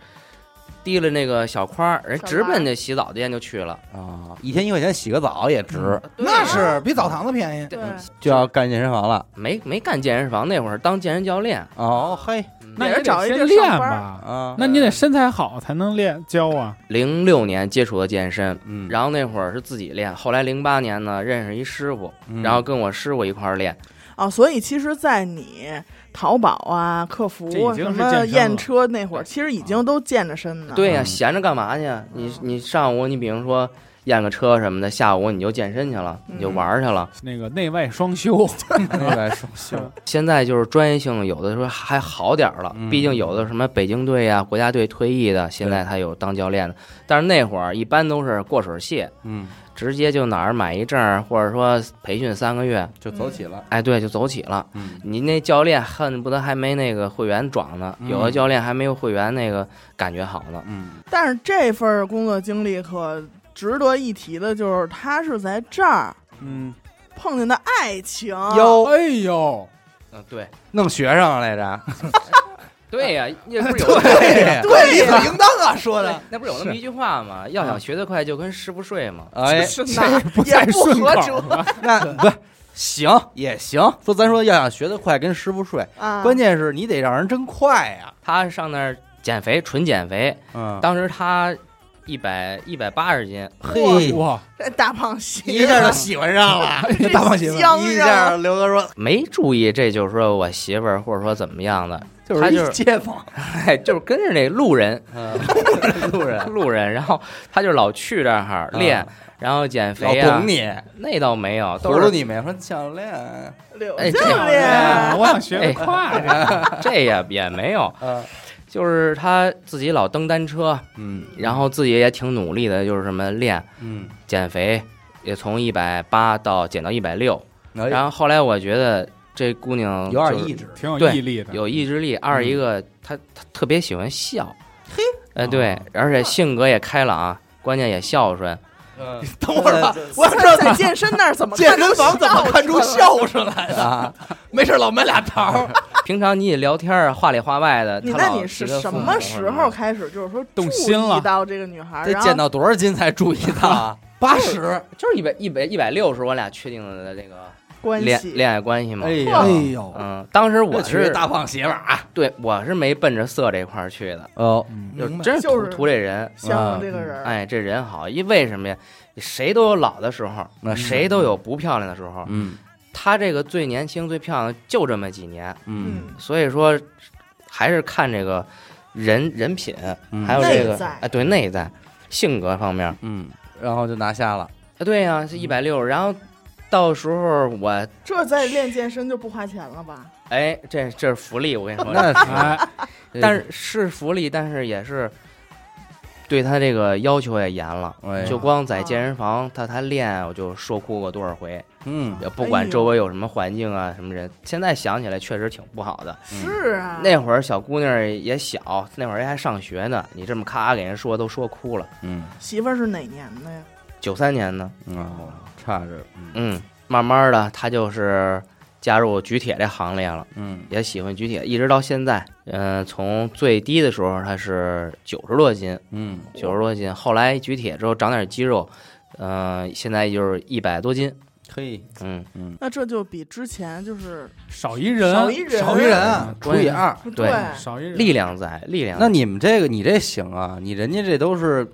[SPEAKER 5] 提了那个小筐儿，人
[SPEAKER 3] 小
[SPEAKER 5] 直
[SPEAKER 3] 筐儿
[SPEAKER 5] 奔那洗澡间就去了。
[SPEAKER 1] 啊，一天一块钱洗个澡也值，
[SPEAKER 2] 那是比澡堂子便宜。
[SPEAKER 5] 对
[SPEAKER 3] 呃啊对
[SPEAKER 1] 就要干健身房了。
[SPEAKER 5] 嗯没没干健身房那会儿当健身教练，
[SPEAKER 1] 哦嘿
[SPEAKER 4] 那
[SPEAKER 3] 也
[SPEAKER 4] 也
[SPEAKER 3] 是找
[SPEAKER 4] 得
[SPEAKER 3] 一地
[SPEAKER 4] 先
[SPEAKER 3] 儿
[SPEAKER 4] 练
[SPEAKER 3] 上班
[SPEAKER 4] 吧。
[SPEAKER 1] 啊，
[SPEAKER 4] 那你得身材好才能练教 啊。
[SPEAKER 5] 零六年接触的健身，
[SPEAKER 1] 嗯，
[SPEAKER 5] 然后那会儿是自己练，后来零八年呢认识一师傅，
[SPEAKER 1] 嗯
[SPEAKER 5] 然后跟我师傅一块儿练，
[SPEAKER 3] 啊，所以其实，在你淘宝啊、客服
[SPEAKER 4] 这已经是
[SPEAKER 3] 什么
[SPEAKER 4] 健身了
[SPEAKER 3] 验车那会儿，其实已经都健着身呢。
[SPEAKER 5] 对呀、
[SPEAKER 1] 嗯
[SPEAKER 5] 闲着干嘛去？你
[SPEAKER 3] 嗯
[SPEAKER 5] 你上午你比如说验个车什么的，下午你就健身去了，你
[SPEAKER 3] 嗯
[SPEAKER 5] 就玩儿去了。
[SPEAKER 4] 那个内外双修，
[SPEAKER 1] 那来 说，
[SPEAKER 4] 行，
[SPEAKER 5] 现在就是专业性，有的时候还好点儿了，
[SPEAKER 1] 嗯
[SPEAKER 5] 毕竟有的什么北京队啊、国家队退役的，现在他有当教练的，但是那会儿一般都是过水蟹，
[SPEAKER 1] 嗯，
[SPEAKER 5] 直接就哪儿买一证儿，或者说培训三个月，
[SPEAKER 1] 就走起了，
[SPEAKER 5] 哎，对，就走起了。
[SPEAKER 1] 嗯
[SPEAKER 5] 你那教练恨不得还没那个会员壮呢，
[SPEAKER 1] 嗯
[SPEAKER 5] 有的教练还没有会员那个感觉好呢。
[SPEAKER 1] 嗯，
[SPEAKER 3] 但是这份工作经历可值得一提的就是，他是在这儿
[SPEAKER 4] 嗯，
[SPEAKER 3] 碰见的爱情。
[SPEAKER 1] 哟，
[SPEAKER 4] 哎呦，
[SPEAKER 5] 嗯，对，
[SPEAKER 1] 弄学生了来着，
[SPEAKER 5] 对 呀、那不是有
[SPEAKER 1] 对，
[SPEAKER 2] 对，理所应当啊，说的。
[SPEAKER 5] 那不是有那么一句话吗？要想学得快，就跟师傅睡嘛。
[SPEAKER 1] 哎，
[SPEAKER 3] 是哪
[SPEAKER 4] 不太
[SPEAKER 3] 也不
[SPEAKER 4] 顺
[SPEAKER 3] 合
[SPEAKER 4] 口
[SPEAKER 3] 辙
[SPEAKER 4] 了。
[SPEAKER 1] 那不行也行，说咱说要想学得快，跟师傅睡，
[SPEAKER 3] 啊？
[SPEAKER 1] 关键是你得让人真快呀，
[SPEAKER 5] 他上那儿减肥，纯减肥。
[SPEAKER 1] 嗯，
[SPEAKER 5] 当时他一百一百八十斤，
[SPEAKER 1] 嘿，
[SPEAKER 4] 哎哇，
[SPEAKER 3] 这大胖媳妇
[SPEAKER 1] 一下就喜欢上了，
[SPEAKER 3] 这
[SPEAKER 2] 大胖媳妇
[SPEAKER 3] 香
[SPEAKER 1] 一
[SPEAKER 3] 啊
[SPEAKER 1] 下刘哥说
[SPEAKER 5] 没注意，这就是说我媳妇儿或者说怎么样的，
[SPEAKER 1] 就
[SPEAKER 5] 他
[SPEAKER 1] 是
[SPEAKER 5] 就是
[SPEAKER 1] 一街坊，
[SPEAKER 5] 哎，就是跟着那路人
[SPEAKER 1] 嗯，路人
[SPEAKER 5] 路人，然后他就老去这儿练，然后减
[SPEAKER 1] 嗯老
[SPEAKER 5] 肥啊
[SPEAKER 1] 懂。你，
[SPEAKER 5] 那倒没 有，
[SPEAKER 1] 葫
[SPEAKER 5] 都
[SPEAKER 1] 芦
[SPEAKER 5] 是
[SPEAKER 1] 你没说教练，
[SPEAKER 3] 柳
[SPEAKER 5] 哎
[SPEAKER 3] 教
[SPEAKER 5] 这样
[SPEAKER 3] 练，
[SPEAKER 4] 哎
[SPEAKER 3] 啊
[SPEAKER 4] 我想学得快这个，
[SPEAKER 5] 这也也没有，
[SPEAKER 1] 嗯
[SPEAKER 5] 就是他自己老蹬单车，
[SPEAKER 1] 嗯
[SPEAKER 5] 然后自己也挺努力的，就是什么练
[SPEAKER 1] 嗯，
[SPEAKER 5] 减肥，也从一百八到减到一百六。然
[SPEAKER 1] 然
[SPEAKER 5] 后后来我觉得这姑娘
[SPEAKER 1] 哎有点
[SPEAKER 5] 就是
[SPEAKER 1] 意志，
[SPEAKER 4] 挺有
[SPEAKER 5] 对
[SPEAKER 4] 毅力的。
[SPEAKER 5] 有意志力，二一个她她特别喜欢笑，
[SPEAKER 1] 嘿，
[SPEAKER 5] 哎对，而且性格也开朗，啊关键也孝顺。
[SPEAKER 1] 嗯
[SPEAKER 2] 等会儿吧，
[SPEAKER 1] 呃
[SPEAKER 2] 我想知
[SPEAKER 3] 在
[SPEAKER 2] 道
[SPEAKER 3] 在健身 那儿怎么
[SPEAKER 2] 健
[SPEAKER 3] 看
[SPEAKER 2] 身
[SPEAKER 3] 出
[SPEAKER 2] 房怎么
[SPEAKER 3] 效
[SPEAKER 2] 看出孝顺来的？
[SPEAKER 1] 啊，
[SPEAKER 2] 没事，老买俩桃儿。
[SPEAKER 5] 平常你一聊天儿，话里话外的，
[SPEAKER 3] 你
[SPEAKER 5] 她
[SPEAKER 3] 那
[SPEAKER 5] 老
[SPEAKER 3] 你是
[SPEAKER 5] 提她
[SPEAKER 3] 什
[SPEAKER 5] 父母
[SPEAKER 3] 么
[SPEAKER 5] 或者
[SPEAKER 3] 时候开始就是说
[SPEAKER 4] 动心
[SPEAKER 3] 注意
[SPEAKER 4] 了
[SPEAKER 3] 到这个女孩儿？
[SPEAKER 1] 得
[SPEAKER 3] 然后
[SPEAKER 1] 减到多少斤才注意到啊？
[SPEAKER 2] 八十，
[SPEAKER 5] 就是一百一百一百六十，我俩确定的那个
[SPEAKER 3] 关
[SPEAKER 5] 恋
[SPEAKER 3] 系
[SPEAKER 5] 恋爱关系嘛
[SPEAKER 1] 哎。呀
[SPEAKER 2] 哎，呦，
[SPEAKER 5] 嗯，当时我
[SPEAKER 1] 我是
[SPEAKER 5] 是
[SPEAKER 1] 大胖媳妇儿啊！
[SPEAKER 5] 对，我是没奔着色这块儿去的，
[SPEAKER 1] 哦，
[SPEAKER 4] 嗯
[SPEAKER 5] 就
[SPEAKER 2] 明白
[SPEAKER 5] 真是
[SPEAKER 3] 就
[SPEAKER 5] 图
[SPEAKER 3] 是
[SPEAKER 5] 图这人。
[SPEAKER 3] 相上这个人儿，
[SPEAKER 5] 哎，这人好，因为什么呀？谁都有老的时候，
[SPEAKER 1] 那是
[SPEAKER 5] 谁都有不漂亮的时候。
[SPEAKER 1] 嗯
[SPEAKER 5] 她这个最年轻、最漂亮就这么几年，
[SPEAKER 1] 嗯，
[SPEAKER 3] 嗯，
[SPEAKER 5] 所以说还是看这个人人品，
[SPEAKER 1] 嗯
[SPEAKER 5] 还有这
[SPEAKER 3] 内
[SPEAKER 5] 个
[SPEAKER 3] 在
[SPEAKER 5] 哎，对内在性格方面，
[SPEAKER 1] 嗯，然后就拿下了。
[SPEAKER 5] 啊，对呀、是一百六，然后到时候我
[SPEAKER 3] 这在练健身就不花钱了吧？
[SPEAKER 5] 哎，这这是福利，我跟你说，
[SPEAKER 1] 那是，
[SPEAKER 4] 哎，
[SPEAKER 5] 但是是福利，但是也是对他这个要求也严了。
[SPEAKER 1] 哎呀
[SPEAKER 5] 就光在健
[SPEAKER 3] 嗯
[SPEAKER 5] 身房，他他练，我就说哭过多少回，
[SPEAKER 1] 嗯
[SPEAKER 5] 也不
[SPEAKER 3] 哎
[SPEAKER 5] 管
[SPEAKER 3] 呦
[SPEAKER 5] 周围有什么环境啊，什么人。现在想起来确实挺不好的，
[SPEAKER 3] 是啊，
[SPEAKER 5] 那会儿小姑娘也小，那会儿人还上学呢，你这么咔给人说都说哭了。
[SPEAKER 1] 嗯
[SPEAKER 3] 媳妇儿是哪年的呀？
[SPEAKER 5] 九三年呢，
[SPEAKER 1] 哦，差着，嗯
[SPEAKER 5] 嗯，慢慢的她就是加入举铁这行列了，
[SPEAKER 1] 嗯
[SPEAKER 5] 也喜欢举铁，一直到现在。嗯、从最低的时候她是九十多斤，
[SPEAKER 1] 嗯，
[SPEAKER 5] 九十多斤，后来举铁之后长点肌肉，嗯，现在就是一百多斤，
[SPEAKER 1] 嘿，
[SPEAKER 5] 嗯，
[SPEAKER 3] 那这就比之前就是
[SPEAKER 4] 少一人，
[SPEAKER 3] 少一人，哎
[SPEAKER 2] 少一人啊，
[SPEAKER 4] 嗯
[SPEAKER 1] 除以二。
[SPEAKER 5] 对
[SPEAKER 4] 少一人，
[SPEAKER 5] 力量在，力量在。
[SPEAKER 1] 那你们这个，你这行啊，你人家这都是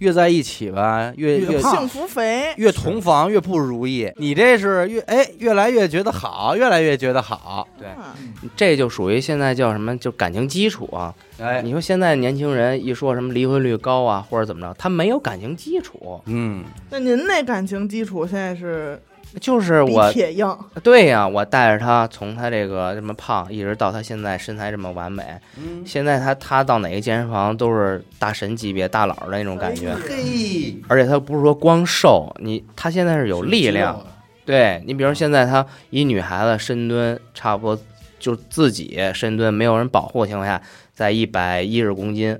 [SPEAKER 1] 越在一起吧，越
[SPEAKER 2] 越
[SPEAKER 1] 越
[SPEAKER 2] 胖
[SPEAKER 3] 幸福肥，
[SPEAKER 1] 越同房越不如意。你这是越哎越来越觉得好，越来越觉得好。
[SPEAKER 5] 对
[SPEAKER 3] 啊
[SPEAKER 5] 这就属于现在叫什么？就感情基础啊。
[SPEAKER 1] 哎，
[SPEAKER 5] 你说现在年轻人一说什么离婚率高啊，或者怎么着，他没有感情基础，
[SPEAKER 1] 嗯
[SPEAKER 3] 那您那感情基础现在是
[SPEAKER 5] 就是
[SPEAKER 3] 比
[SPEAKER 5] 我
[SPEAKER 3] 铁硬，
[SPEAKER 5] 啊对呀、我带着他从他这个这么胖，一直到他现在身材这么完美。
[SPEAKER 1] 嗯，
[SPEAKER 5] 现在他他到哪个健身房都是大神级别、大佬的那种感觉
[SPEAKER 3] 哎，呀
[SPEAKER 1] 嘿，
[SPEAKER 5] 而且他不是说光瘦，你他现在是啊有力量。，
[SPEAKER 4] 啊
[SPEAKER 5] 对你，比如现在她一女孩子深蹲，差不多就自己深蹲，没有人保护的情况下，在一百一十公斤，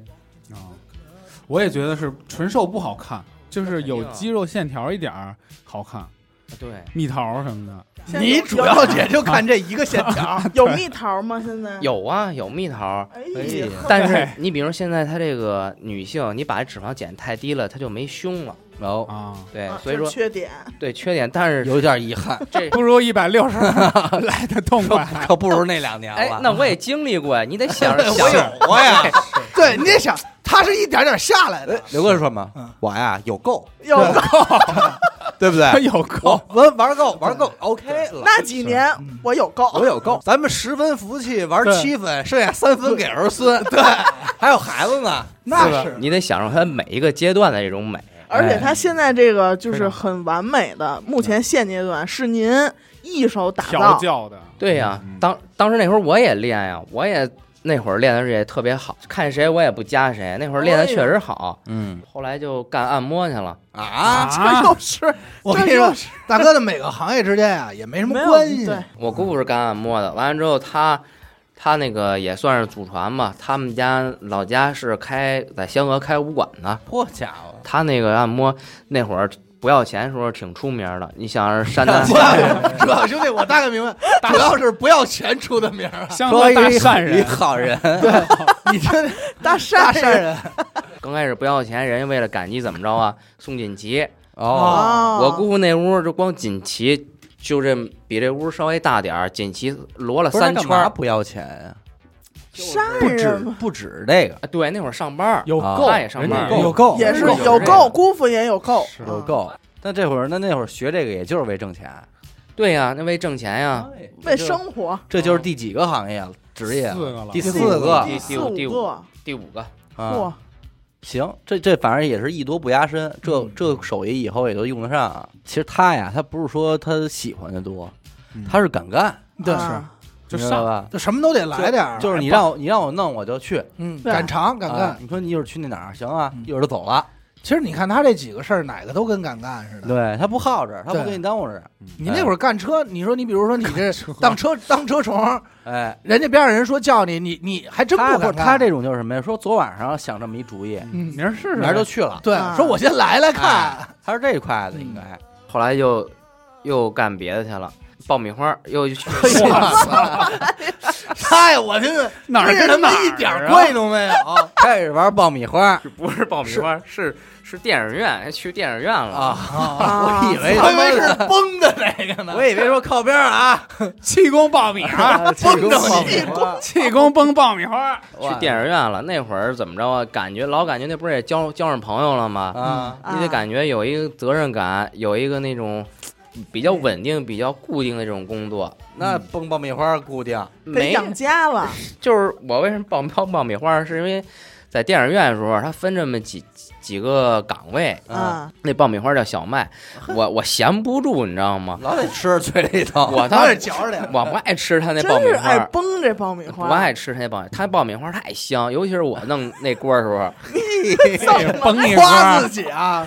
[SPEAKER 4] 嗯啊，我也觉得是纯瘦不好看，就是有
[SPEAKER 5] 肯定啊
[SPEAKER 4] 肌肉线条一点儿好看，
[SPEAKER 5] 对，
[SPEAKER 4] 蜜桃什么的。
[SPEAKER 3] 现在
[SPEAKER 2] 你
[SPEAKER 3] 有
[SPEAKER 2] 主要也就看这一个线条，
[SPEAKER 3] 有有蜜桃吗？现在，
[SPEAKER 5] 有啊，有蜜桃。
[SPEAKER 3] 哎
[SPEAKER 1] 哎
[SPEAKER 3] 呀，
[SPEAKER 5] 但是你比如现在她这个女性，你把脂肪减太低了，她就没胸了。
[SPEAKER 1] 然后
[SPEAKER 4] 啊，
[SPEAKER 5] 对
[SPEAKER 3] 啊，
[SPEAKER 5] 所以
[SPEAKER 3] 这
[SPEAKER 5] 说
[SPEAKER 3] 缺点
[SPEAKER 5] 对缺点，但是
[SPEAKER 1] 有点遗憾，
[SPEAKER 5] 这
[SPEAKER 4] 不如一百六十 来的痛快。
[SPEAKER 1] 可不如那两年
[SPEAKER 5] 哎
[SPEAKER 1] 了。，
[SPEAKER 5] 那我也经历过，你 得想着
[SPEAKER 2] 我
[SPEAKER 5] 想着
[SPEAKER 2] 有我呀，对你得想，他是一点点下来的，
[SPEAKER 1] 刘哥说嘛
[SPEAKER 2] 嗯，
[SPEAKER 1] 我呀有够，
[SPEAKER 3] 有
[SPEAKER 1] 对不
[SPEAKER 4] 他
[SPEAKER 1] 对？
[SPEAKER 4] 有
[SPEAKER 1] 我
[SPEAKER 4] 够，
[SPEAKER 1] 玩玩够玩够，OK 了。
[SPEAKER 3] 那几年我有够，
[SPEAKER 1] 我有够，咱们十分服气，玩
[SPEAKER 4] 对
[SPEAKER 1] 七分，剩下三分给儿孙。对，还有孩子呢。
[SPEAKER 2] 那是
[SPEAKER 5] 你得享受它每一个阶段的这种美。
[SPEAKER 1] 嗯
[SPEAKER 3] 而且他现在这个就
[SPEAKER 4] 非
[SPEAKER 3] 是
[SPEAKER 4] 常
[SPEAKER 3] 很完美的，目前现阶段是您一手打
[SPEAKER 4] 调
[SPEAKER 3] 造，
[SPEAKER 4] 教的。
[SPEAKER 5] 对呀、
[SPEAKER 4] 嗯
[SPEAKER 5] 当当时那会儿我也练呀、我也那会儿练的也特别好，看谁我也不加谁，那会儿练的确实好。
[SPEAKER 1] 嗯
[SPEAKER 5] 后来就干按摩去了，
[SPEAKER 1] 啊，
[SPEAKER 3] 这又是
[SPEAKER 2] 我跟你
[SPEAKER 3] 这又
[SPEAKER 2] 说，
[SPEAKER 3] 是
[SPEAKER 2] 大哥的每个行业之间啊也没什么
[SPEAKER 3] 没有
[SPEAKER 2] 关系，啊
[SPEAKER 3] 对，
[SPEAKER 5] 我姑父是干按摩的，完了之后他。他那个也算是祖传吧，他们家老家是开在香河开武馆的，
[SPEAKER 1] 破家伙，
[SPEAKER 5] 他那个按摩那会儿不要钱的时候挺出名的。你想是山南
[SPEAKER 2] 主 要主要兄弟，我大概明白，主要是不要钱出的名儿啊，
[SPEAKER 4] 香
[SPEAKER 1] 说
[SPEAKER 4] 河
[SPEAKER 1] 一
[SPEAKER 4] 大善
[SPEAKER 1] 一
[SPEAKER 4] 人，
[SPEAKER 1] 好人，
[SPEAKER 2] 你这
[SPEAKER 3] 大
[SPEAKER 2] 大
[SPEAKER 3] 善
[SPEAKER 2] 善人，
[SPEAKER 5] 刚开始不要钱，人家为了感激怎么着啊？送锦旗，
[SPEAKER 1] 哦，
[SPEAKER 2] 啊
[SPEAKER 5] 我姑父那屋就光锦旗，就这比这屋稍微大点儿，锦旗摞了
[SPEAKER 1] 不是
[SPEAKER 5] 三
[SPEAKER 1] 那干
[SPEAKER 5] 圈
[SPEAKER 1] 嘛
[SPEAKER 5] 儿。
[SPEAKER 1] 不要钱呀？
[SPEAKER 3] 善
[SPEAKER 1] 不止
[SPEAKER 3] 人嘛
[SPEAKER 1] 不止这个，
[SPEAKER 5] 啊对，那会儿上班儿，
[SPEAKER 4] 有
[SPEAKER 1] 啊
[SPEAKER 4] 够，
[SPEAKER 5] 他也上
[SPEAKER 4] 人家
[SPEAKER 5] 班
[SPEAKER 1] 有
[SPEAKER 4] 有
[SPEAKER 1] 够
[SPEAKER 3] 也是
[SPEAKER 5] 有
[SPEAKER 3] 有
[SPEAKER 5] 这
[SPEAKER 3] 够，
[SPEAKER 5] 个
[SPEAKER 3] 姑父也有够，
[SPEAKER 1] 有
[SPEAKER 3] 嗯。
[SPEAKER 1] 够。那这会儿，那那会儿学这个，也就是为挣钱
[SPEAKER 5] 对呀、那为挣钱呀、
[SPEAKER 1] 哎
[SPEAKER 3] 为生活，
[SPEAKER 1] 这就是第几个行业了？职业了
[SPEAKER 4] 四个了
[SPEAKER 1] 第四
[SPEAKER 5] 啊
[SPEAKER 1] 个
[SPEAKER 5] 第
[SPEAKER 3] 四
[SPEAKER 5] 五
[SPEAKER 3] 五
[SPEAKER 5] 第五
[SPEAKER 3] 个，
[SPEAKER 5] 第五个，
[SPEAKER 1] 啊。
[SPEAKER 3] 哇，
[SPEAKER 1] 行，这这反正也是艺多不压身，这这手艺以后也都用得上啊。其实他呀，他不是说他喜欢的多
[SPEAKER 4] 嗯，
[SPEAKER 1] 他是敢干，
[SPEAKER 2] 对，
[SPEAKER 3] 啊
[SPEAKER 4] 就
[SPEAKER 1] 你知道
[SPEAKER 4] 上
[SPEAKER 1] 吧？
[SPEAKER 2] 就什么都得来点儿，
[SPEAKER 1] 就是你让我你让我弄，我就去。
[SPEAKER 2] 嗯，
[SPEAKER 3] 对
[SPEAKER 2] 敢尝敢
[SPEAKER 1] 啊
[SPEAKER 2] 干。
[SPEAKER 1] 你说你一会儿去那哪儿？行啊
[SPEAKER 2] 嗯，
[SPEAKER 1] 一会儿就走了。
[SPEAKER 2] 其实你看他这几个事儿，哪个都跟敢干似的。
[SPEAKER 1] 对他不耗着，他不
[SPEAKER 2] 对
[SPEAKER 1] 给你耽误着。
[SPEAKER 2] 你那会儿干车，你说你比如说你这当车当车虫，
[SPEAKER 1] 哎，
[SPEAKER 2] 人家边上人说叫你，你你还真
[SPEAKER 1] 他
[SPEAKER 2] 不
[SPEAKER 1] 呢
[SPEAKER 2] 会。
[SPEAKER 1] 他这种就是什么呀？说昨晚上想这么一主意，
[SPEAKER 2] 嗯，
[SPEAKER 4] 明儿试试呗，
[SPEAKER 1] 明儿就去了。哎
[SPEAKER 2] 对
[SPEAKER 3] 啊，
[SPEAKER 2] 说我先来来看，
[SPEAKER 1] 他是这一块的，应该
[SPEAKER 5] 后来就又干别的去了，爆米花又 去
[SPEAKER 1] 哎
[SPEAKER 2] 嗨，我听听
[SPEAKER 4] 哪儿
[SPEAKER 2] 这
[SPEAKER 4] 跟
[SPEAKER 2] 他妈
[SPEAKER 4] 哪儿
[SPEAKER 2] 一点儿
[SPEAKER 4] 啊
[SPEAKER 2] 关系嗯都没有。
[SPEAKER 1] 开始玩爆米花
[SPEAKER 5] 不是爆米花，是是电影院，去电影院了。
[SPEAKER 1] 啊！
[SPEAKER 3] 啊
[SPEAKER 1] 我以为
[SPEAKER 2] 我以为是崩的那个呢，啊
[SPEAKER 1] 我以为说靠边儿啊，
[SPEAKER 4] 气功爆米花，
[SPEAKER 1] 崩
[SPEAKER 2] 着 你
[SPEAKER 1] 花，
[SPEAKER 4] 气功崩爆米花，
[SPEAKER 5] 去电影院了，那会儿怎么着啊？感觉老感觉那不是也交交上朋友了吗？
[SPEAKER 1] 啊，
[SPEAKER 2] 嗯
[SPEAKER 3] 啊
[SPEAKER 5] 你得感觉有一个责任感，有一个那种比较稳定、比较固定的这种工作。
[SPEAKER 1] 那崩爆米花固定
[SPEAKER 3] 得
[SPEAKER 5] 没，
[SPEAKER 3] 养家了，
[SPEAKER 5] 就是我为什么爆爆爆米花，是因为在电影院的时候，它分这么几几几个岗位，
[SPEAKER 1] 啊，
[SPEAKER 3] 啊，
[SPEAKER 5] 那爆米花叫小麦，我我闲不住，你知道吗？
[SPEAKER 1] 老得吃嘴里头。
[SPEAKER 5] 我
[SPEAKER 2] 当
[SPEAKER 5] 当
[SPEAKER 2] 时
[SPEAKER 5] 时
[SPEAKER 2] 嚼着脸。
[SPEAKER 5] 我不爱吃他那
[SPEAKER 3] 真
[SPEAKER 5] 爆米
[SPEAKER 3] 是爱
[SPEAKER 5] 花。
[SPEAKER 3] 崩这爆米
[SPEAKER 5] 不
[SPEAKER 3] 花，
[SPEAKER 5] 爱吃他那爆米，他爆米花太香，尤其是我弄那锅的时候，
[SPEAKER 4] 哎崩一
[SPEAKER 2] 夸自
[SPEAKER 4] 花，
[SPEAKER 2] 己啊，